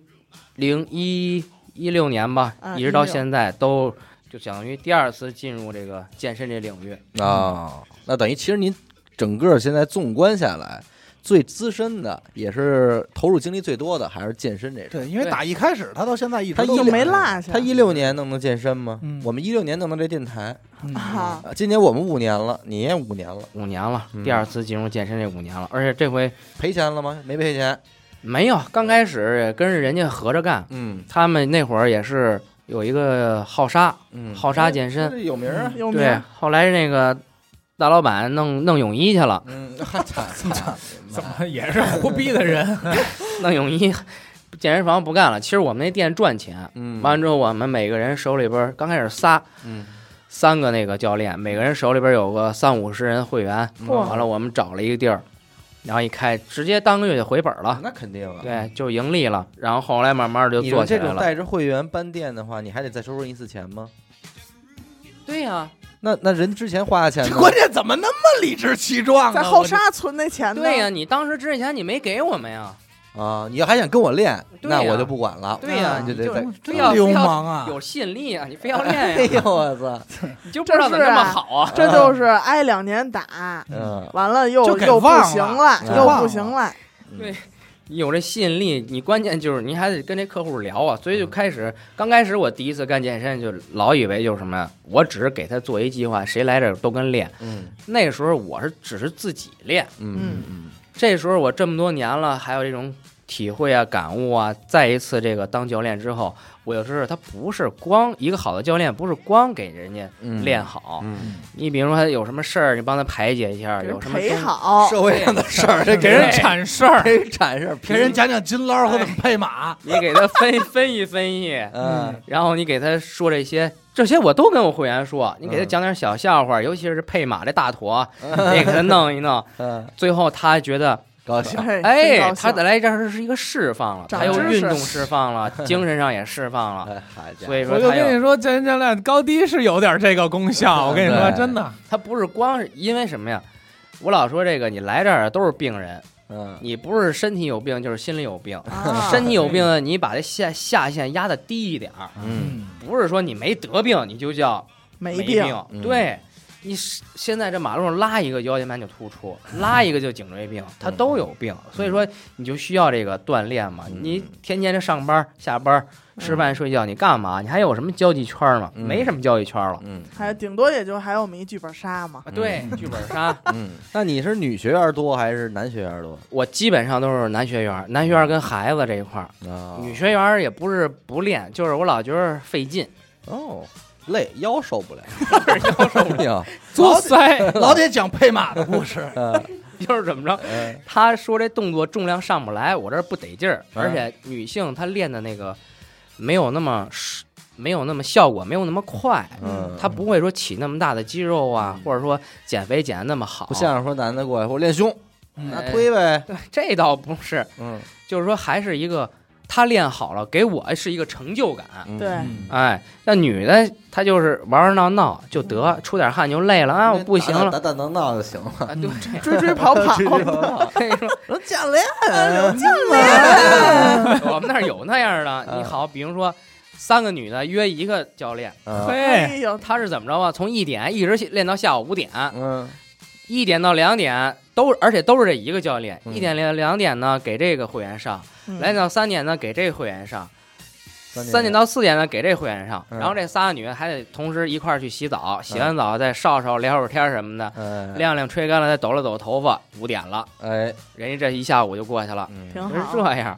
[SPEAKER 5] 零一一六年吧，
[SPEAKER 3] 啊
[SPEAKER 5] 一直到
[SPEAKER 3] 16
[SPEAKER 5] 现在都就相当于第二次进入这个健身这领域。
[SPEAKER 1] 啊？那等于其实您整个现在纵观下来，最资深的也是投入精力最多的还是健身这事儿。
[SPEAKER 2] 对，因为
[SPEAKER 5] 对
[SPEAKER 2] 打一开始他到现在一直
[SPEAKER 1] 他
[SPEAKER 2] 都
[SPEAKER 1] 一
[SPEAKER 3] 就
[SPEAKER 1] 六
[SPEAKER 3] 没落下。
[SPEAKER 1] 他一六年弄的健身吗？
[SPEAKER 2] 嗯
[SPEAKER 1] 我们一六年弄的这电台，
[SPEAKER 2] 嗯
[SPEAKER 3] 啊，
[SPEAKER 1] 啊今年我们五年了，你也五年了，
[SPEAKER 5] 五年了
[SPEAKER 1] 嗯，
[SPEAKER 5] 第二次进入健身这五年了，而且这回
[SPEAKER 1] 赔钱了吗？没赔钱。
[SPEAKER 5] 没有，刚开始也跟着人家合着干，
[SPEAKER 1] 嗯
[SPEAKER 5] 他们那会儿也是有一个浩沙，
[SPEAKER 1] 嗯
[SPEAKER 5] 浩沙健身，
[SPEAKER 1] 有名
[SPEAKER 2] 嗯
[SPEAKER 1] 啊。
[SPEAKER 3] 有名
[SPEAKER 5] 对
[SPEAKER 3] 儿，
[SPEAKER 5] 后来那个大老板弄弄泳衣去了，
[SPEAKER 1] 嗯，操 操，
[SPEAKER 4] 怎么也是胡逼的人？
[SPEAKER 5] 弄泳衣，健身房不干了。其实我们那店赚钱，
[SPEAKER 1] 嗯
[SPEAKER 5] 完了之后我们每个人手里边儿刚开始仨，
[SPEAKER 1] 嗯，
[SPEAKER 5] 三个那个教练，每个人手里边儿有个三五十人会员。
[SPEAKER 1] 嗯
[SPEAKER 3] 嚯
[SPEAKER 5] 完了，我们找了一个地儿，然后一开，直接当个月就回本了，
[SPEAKER 1] 那肯定啊。
[SPEAKER 5] 对，就盈利了。然后后来慢慢就
[SPEAKER 1] 你
[SPEAKER 5] 做
[SPEAKER 1] 们
[SPEAKER 5] 起
[SPEAKER 1] 这
[SPEAKER 5] 来
[SPEAKER 1] 种
[SPEAKER 5] 了。
[SPEAKER 1] 带着会员搬店的话，你还得再收人一次钱吗？
[SPEAKER 5] 对呀、
[SPEAKER 1] 那那人之前花的钱
[SPEAKER 6] 这
[SPEAKER 1] 呢？
[SPEAKER 6] 关键怎么那么理直气壮
[SPEAKER 3] 在
[SPEAKER 6] 呢？
[SPEAKER 3] 后沙存那钱呢。
[SPEAKER 5] 对呀、你当时之前你没给我们呀？
[SPEAKER 1] 啊，你要还想跟我练，
[SPEAKER 5] 对呀
[SPEAKER 1] 那我就不管了。
[SPEAKER 5] 对呀、
[SPEAKER 1] 那
[SPEAKER 5] 你
[SPEAKER 1] 就得
[SPEAKER 5] 就
[SPEAKER 1] 再
[SPEAKER 5] 非
[SPEAKER 2] 真
[SPEAKER 5] 要
[SPEAKER 2] 流氓啊！
[SPEAKER 5] 有吸引力啊，你非要
[SPEAKER 1] 哎
[SPEAKER 5] 练呀，
[SPEAKER 1] 呦我操，
[SPEAKER 5] 你就不知道怎么那么好啊。
[SPEAKER 3] 这就是挨两年打，
[SPEAKER 1] 嗯，
[SPEAKER 3] 完了又
[SPEAKER 2] 就给
[SPEAKER 3] 又不
[SPEAKER 2] 忘
[SPEAKER 3] 行
[SPEAKER 2] 了
[SPEAKER 1] 就
[SPEAKER 3] 又
[SPEAKER 2] 忘
[SPEAKER 3] 不
[SPEAKER 2] 了啊
[SPEAKER 3] 行了。
[SPEAKER 5] 你有这吸引力，你关键就是你还得跟这客户聊啊，所以就开始刚开始我第一次干健身，就老以为就是什么呀，我只是给他做一计划，谁来这儿都跟练。
[SPEAKER 1] 嗯
[SPEAKER 5] 那时候我是只是自己练，
[SPEAKER 1] 嗯嗯
[SPEAKER 5] 这时候我这么多年了，还有这种体会啊、感悟啊，再一次这个当教练之后，我就知道他不是光一个好的教练，不是光给人家
[SPEAKER 1] 嗯，
[SPEAKER 5] 练好，
[SPEAKER 1] 嗯，
[SPEAKER 5] 你比如说他有什么事儿，你帮他排解一下，
[SPEAKER 3] 给
[SPEAKER 5] 有
[SPEAKER 3] 人
[SPEAKER 5] 什么
[SPEAKER 3] 陪
[SPEAKER 5] 东西
[SPEAKER 3] 好，
[SPEAKER 1] 社会上的事儿，这
[SPEAKER 4] 给
[SPEAKER 1] 给
[SPEAKER 4] 人
[SPEAKER 1] 人
[SPEAKER 4] 铲事儿，
[SPEAKER 1] 给人展示，
[SPEAKER 6] 给人讲讲金捞 和怎么配马，
[SPEAKER 5] 你给他分 分析分析。
[SPEAKER 1] 嗯
[SPEAKER 5] 然后你给他说这些，这些我都跟我会员说，你给他讲点小笑话，尤其是配马这大坨，你也给他弄一弄。
[SPEAKER 1] 嗯，
[SPEAKER 5] 最后他觉得，
[SPEAKER 1] 高兴，
[SPEAKER 3] 真
[SPEAKER 5] 哎，
[SPEAKER 3] 高
[SPEAKER 5] 他
[SPEAKER 3] 兴
[SPEAKER 5] 本来这儿是一个释放了，
[SPEAKER 3] 长
[SPEAKER 5] 他又
[SPEAKER 3] 知识
[SPEAKER 5] 运动释放了，精神上也释放了。
[SPEAKER 1] 哎，好家
[SPEAKER 5] 所以
[SPEAKER 1] 伙，
[SPEAKER 5] 说
[SPEAKER 4] 我就
[SPEAKER 5] 他
[SPEAKER 4] 跟
[SPEAKER 5] 又
[SPEAKER 4] 你说，健身教练高低是有点这个功效。我跟你说，
[SPEAKER 1] 对
[SPEAKER 4] 真的，
[SPEAKER 5] 他不是光是因为什么呀？我老说这个，你来这儿都是病人，
[SPEAKER 1] 嗯
[SPEAKER 5] 你不是身体有病就是心里有病。
[SPEAKER 3] 啊
[SPEAKER 5] 身体有病，你把这下下限压的低一点儿，
[SPEAKER 1] 嗯
[SPEAKER 5] 不是说你没得病你就叫
[SPEAKER 3] 没
[SPEAKER 5] 没
[SPEAKER 3] 病，
[SPEAKER 1] 嗯
[SPEAKER 5] 对你是现在这马路上拉一个腰间盘就突出，
[SPEAKER 1] 嗯
[SPEAKER 5] 拉一个就颈椎病，它都有病，所以说你就需要这个锻炼嘛。
[SPEAKER 1] 嗯
[SPEAKER 5] 你天天这上班、下班、吃饭、睡觉，你干嘛？你还有什么交际圈吗？
[SPEAKER 1] 嗯
[SPEAKER 5] 没什么交际圈了。
[SPEAKER 1] 嗯
[SPEAKER 3] 还顶多也就还有我们一剧本杀嘛。
[SPEAKER 5] 啊，对，剧本杀，
[SPEAKER 1] 嗯，那你是女学员多还是男学员多
[SPEAKER 5] 我基本上都是男学员，男学员跟孩子这一块儿，
[SPEAKER 1] 啊？
[SPEAKER 5] 女学员也不是不练，就是我老觉得费劲，
[SPEAKER 1] 哦，累，腰受 不了，腰受不 了，。
[SPEAKER 4] 作塞，
[SPEAKER 6] 老得讲配马的故事
[SPEAKER 1] 嗯
[SPEAKER 5] 就是怎么着，
[SPEAKER 1] 嗯哎
[SPEAKER 5] 他说这动作重量上不来，我这儿不得劲儿，而且女性她练的那个没有那么是没有那么效果，没有那么快，
[SPEAKER 1] 嗯，
[SPEAKER 5] 他不会说起那么大的肌肉啊，或者说减肥减的那么好，
[SPEAKER 1] 不 像是说男的过来我练胸，那
[SPEAKER 5] 哎
[SPEAKER 1] 推呗，
[SPEAKER 5] 这倒不是，
[SPEAKER 1] 嗯，
[SPEAKER 5] 就是说还是一个他练好了，给我是一个成就感。
[SPEAKER 1] 嗯
[SPEAKER 3] 对，
[SPEAKER 5] 哎，那女的她就是玩玩闹闹就得出点汗就累了啊，我不行
[SPEAKER 1] 打
[SPEAKER 5] 了
[SPEAKER 1] 打打能闹就行了。
[SPEAKER 5] 啊，对，
[SPEAKER 3] 追追跑跑，
[SPEAKER 5] 所以说
[SPEAKER 1] 说教练，
[SPEAKER 5] 我们那儿有那样的。
[SPEAKER 1] 嗯
[SPEAKER 5] 你好，比如说三个女的约一个教练，
[SPEAKER 1] 嗯
[SPEAKER 4] 嘿，
[SPEAKER 3] 哎呦，
[SPEAKER 5] 他是怎么着啊？从一点一直练到下午五点，
[SPEAKER 1] 嗯
[SPEAKER 5] 一点到两点都，而且都是这一个教练。
[SPEAKER 1] 嗯
[SPEAKER 5] 一点两两点呢给这个会员上，
[SPEAKER 3] 嗯
[SPEAKER 5] 两点到三点呢给这个会员上，
[SPEAKER 1] 三点
[SPEAKER 5] 三点到四点呢给这会员上。
[SPEAKER 1] 嗯
[SPEAKER 5] 然后这仨女的还得同时一块儿去洗澡，洗完澡再烧烧聊会儿天儿什么的，
[SPEAKER 1] 哎
[SPEAKER 5] 晾晾吹干了再抖了抖头发，五点了，
[SPEAKER 1] 哎，
[SPEAKER 5] 人家这一下午就过去了，
[SPEAKER 1] 嗯，
[SPEAKER 3] 挺
[SPEAKER 5] 就是
[SPEAKER 3] 好，
[SPEAKER 5] 这样。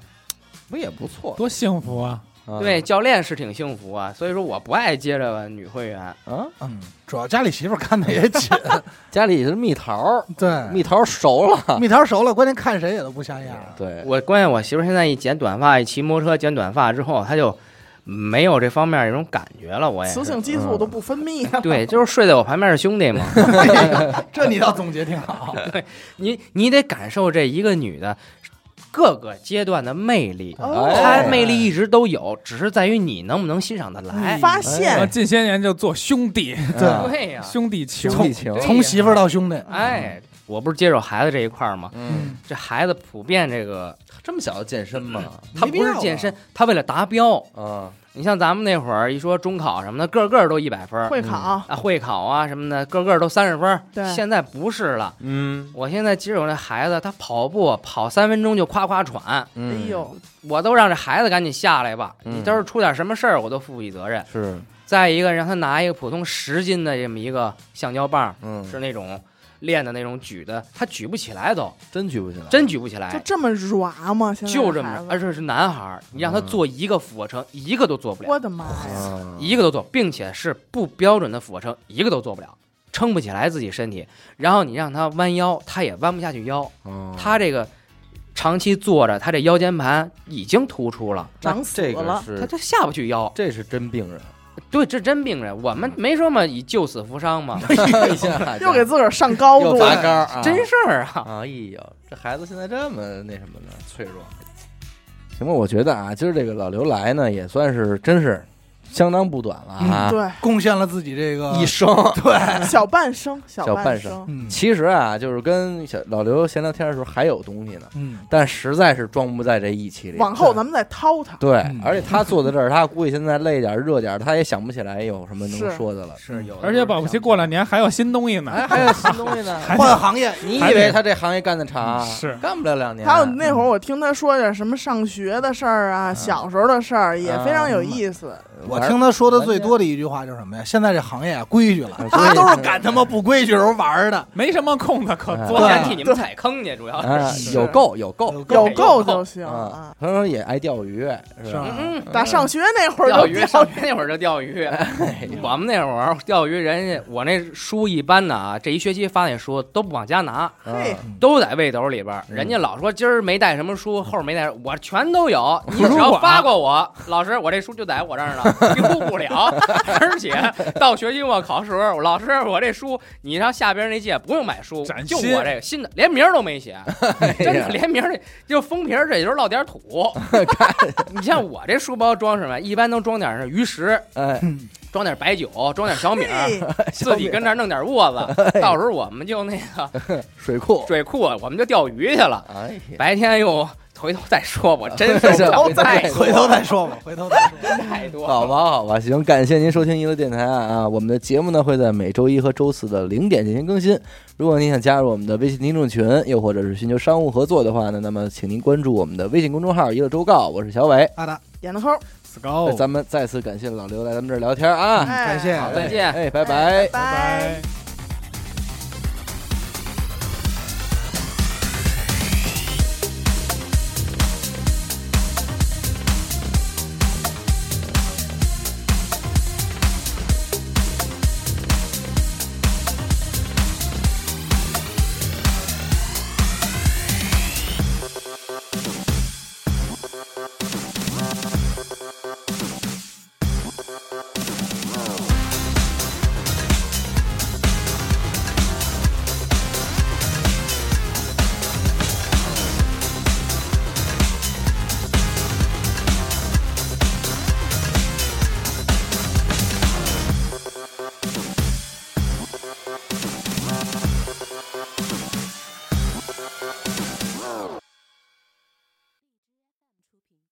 [SPEAKER 1] 不也不错，
[SPEAKER 4] 多幸 福啊！
[SPEAKER 1] 啊
[SPEAKER 5] 对，教练是挺幸福啊，所以说我不爱接这女会员。
[SPEAKER 1] 啊，
[SPEAKER 2] 嗯，主要家里媳妇儿看的也紧，
[SPEAKER 1] 家里是蜜桃儿，
[SPEAKER 2] 对，
[SPEAKER 1] 蜜桃儿熟了，
[SPEAKER 2] 蜜桃熟了，关键看谁也都不像样儿。
[SPEAKER 1] 对，
[SPEAKER 5] 我关键我媳妇儿现在一剪短发，一骑摩托车剪短发之后，她就没有这方面一种感觉了。我也
[SPEAKER 3] 雌
[SPEAKER 5] 是
[SPEAKER 3] 性激素都不分泌了，
[SPEAKER 5] 对，就是睡在我旁边的兄弟嘛。
[SPEAKER 2] 这你倒总结挺好。
[SPEAKER 5] 你你得感受这一个女的各个阶段的魅力，
[SPEAKER 3] 哦
[SPEAKER 5] 她魅力一直都有，只是在于你能不能欣赏得来。
[SPEAKER 3] 发
[SPEAKER 4] 啊，
[SPEAKER 1] 哎
[SPEAKER 3] 现
[SPEAKER 4] 近些年就做兄弟，
[SPEAKER 1] 啊
[SPEAKER 5] 对呀、
[SPEAKER 4] 兄弟情，
[SPEAKER 1] 兄弟情，
[SPEAKER 5] 对
[SPEAKER 2] 从媳妇儿到兄弟，
[SPEAKER 5] 哎，我不是接手孩子这一块儿吗？
[SPEAKER 1] 嗯，
[SPEAKER 5] 这孩子普遍这个，嗯
[SPEAKER 1] 这么小就健身吗？
[SPEAKER 5] 他
[SPEAKER 2] 没
[SPEAKER 5] 不
[SPEAKER 2] 必
[SPEAKER 5] 是
[SPEAKER 2] 要
[SPEAKER 5] 健
[SPEAKER 2] 啊
[SPEAKER 5] 身，他为了达标。
[SPEAKER 1] 啊，
[SPEAKER 5] 你像咱们那会儿一说中考什么的，个个都一百分儿，
[SPEAKER 3] 会考，
[SPEAKER 5] 啊，会考啊什么的，个个都三十分儿。
[SPEAKER 3] 对
[SPEAKER 5] 现在不是了。
[SPEAKER 1] 嗯
[SPEAKER 5] 我现在即使有那孩子，他跑步跑三分钟就夸夸喘，
[SPEAKER 1] 哎
[SPEAKER 3] 哎，呦，
[SPEAKER 5] 我都让这孩子赶紧下来吧。
[SPEAKER 1] 嗯
[SPEAKER 5] 你要是出点什么事儿，我都负起责任。
[SPEAKER 1] 是，
[SPEAKER 5] 再一个，让他拿一个普通十斤的这么一个橡胶棒，
[SPEAKER 1] 嗯，
[SPEAKER 5] 是那种练的那种举的，他举不起来都，
[SPEAKER 1] 真举不起来，
[SPEAKER 5] 真举不起
[SPEAKER 3] 就
[SPEAKER 5] 来，
[SPEAKER 3] 这么软吗？现在
[SPEAKER 5] 哎就这么
[SPEAKER 3] 孩
[SPEAKER 5] 着
[SPEAKER 3] 子。
[SPEAKER 5] 而且是男孩儿，你让他做一个俯卧撑，一个都做不了，
[SPEAKER 3] 我的妈呀！
[SPEAKER 1] 啊，
[SPEAKER 5] 一个都做，并且是不标准的俯卧撑，一个都做不了。撑不起来自己身体，然后你让他弯腰，他也弯不下去腰。
[SPEAKER 1] 嗯
[SPEAKER 5] 他这个长期坐着，他这腰间盘已经突出了，
[SPEAKER 1] 那
[SPEAKER 3] 长死
[SPEAKER 1] 这个
[SPEAKER 3] 了
[SPEAKER 5] 他
[SPEAKER 1] 是，
[SPEAKER 5] 这下不去腰。
[SPEAKER 1] 这是真病人，
[SPEAKER 5] 对，这真病人，我们没说嘛，以救死扶伤嘛， 嗯
[SPEAKER 3] 又给自个儿上高
[SPEAKER 1] 又
[SPEAKER 3] 度
[SPEAKER 1] 拔
[SPEAKER 3] 了，
[SPEAKER 1] 高啊，
[SPEAKER 5] 真事儿啊。
[SPEAKER 1] 哎呦，这孩子现在这么那什么呢，脆弱。行吧，我觉得啊，今儿这个老刘来呢，也算是真是相当不短了啊，
[SPEAKER 3] 对，
[SPEAKER 2] 贡献了自己这个
[SPEAKER 1] 一生。
[SPEAKER 3] 小半生，小
[SPEAKER 1] 小半
[SPEAKER 3] 生，
[SPEAKER 2] 嗯
[SPEAKER 1] 其实啊，就是跟小老刘闲聊天的时候还有东西呢，
[SPEAKER 2] 嗯，
[SPEAKER 1] 但实在是装不在这一期里。
[SPEAKER 3] 往后咱们再掏它。
[SPEAKER 1] 对
[SPEAKER 2] 嗯，
[SPEAKER 1] 而且他坐在这儿，他 估计现在累点儿热点儿，他也想不起来有什么能
[SPEAKER 3] 是
[SPEAKER 1] 说的了。
[SPEAKER 5] 是有的
[SPEAKER 4] 而且保不齐过两年还有新东西呢。
[SPEAKER 1] 哎，还有新东西呢。
[SPEAKER 2] 换行业
[SPEAKER 1] 你以为他这行业干得长？啊
[SPEAKER 4] 是
[SPEAKER 1] 干不了两年。
[SPEAKER 3] 还有那会儿，我听他说点什么上学的事儿啊，小时候的事儿，也非常有意思。
[SPEAKER 1] 嗯
[SPEAKER 2] 我听他说的最多的一句话就是什么呀？现在这行业啊规矩了
[SPEAKER 1] 嗯，
[SPEAKER 2] 他都是赶他妈不规矩时候玩儿的。
[SPEAKER 4] 没什么空子
[SPEAKER 1] 哎
[SPEAKER 4] 可
[SPEAKER 5] 我
[SPEAKER 4] 做，
[SPEAKER 5] 想
[SPEAKER 2] 对
[SPEAKER 5] 替你们踩坑去，主要
[SPEAKER 1] 啊
[SPEAKER 5] 是。
[SPEAKER 1] 有够有够
[SPEAKER 3] 有
[SPEAKER 5] 有
[SPEAKER 3] 够
[SPEAKER 5] 够
[SPEAKER 3] 就行
[SPEAKER 1] 啊
[SPEAKER 3] 啊！！
[SPEAKER 1] 他说也爱钓鱼，是
[SPEAKER 2] 是吧
[SPEAKER 1] 吧？
[SPEAKER 5] 嗯嗯，
[SPEAKER 3] 打上学那会儿
[SPEAKER 5] 钓
[SPEAKER 3] 就
[SPEAKER 5] 哎鱼，上学那会儿就钓鱼。我们那会儿钓鱼，人家我那书一般的啊，这一学期发那书都不往家拿，
[SPEAKER 3] 嘿
[SPEAKER 1] 嗯
[SPEAKER 5] 都在背兜里边儿。人家老说今儿没带什么书，后面没带，我全都有。你只要发过我，老师，我这书就在我这儿呢，丢不了。 而且到学期末考试时候，老师，我这书你让下边那届不用买书
[SPEAKER 4] 崭，
[SPEAKER 5] 就
[SPEAKER 4] 新
[SPEAKER 5] 我这个新的，连名儿都没写，真的连名儿这就封皮儿，这也就是落点儿土。 你像我这书包装什么，一般都装点儿是鱼食，
[SPEAKER 1] 哎，
[SPEAKER 2] 嗯
[SPEAKER 5] 装点儿白酒，装点儿小米儿。
[SPEAKER 3] 嘿
[SPEAKER 5] 自己跟这儿弄点儿窝子，到时候我们就那个
[SPEAKER 1] 水库。
[SPEAKER 5] 水库，我们就钓鱼去了。
[SPEAKER 1] 哎呀，
[SPEAKER 5] 白天又回头再说， 我真受不了太
[SPEAKER 2] 回头再说吧，回头再说。
[SPEAKER 5] 太多
[SPEAKER 1] 好
[SPEAKER 5] 了。
[SPEAKER 1] 吧，好吧，行，感谢您收听娱乐电台啊啊！我们的节目呢会在每周一和周四的零点进行更新。如果您想加入我们的微信听众群，又或者是寻求商务合作的话呢，那么请您关注我们的微信公众号“娱乐周告”，我是小伟。
[SPEAKER 2] 好的，
[SPEAKER 3] 演的抠，
[SPEAKER 4] Skull
[SPEAKER 1] 哎咱们再次感谢老刘来咱们这儿聊天啊，
[SPEAKER 3] 哎
[SPEAKER 2] 感谢。
[SPEAKER 5] 好嗯再见
[SPEAKER 1] 哎，拜拜。
[SPEAKER 3] 拜。
[SPEAKER 1] 拜。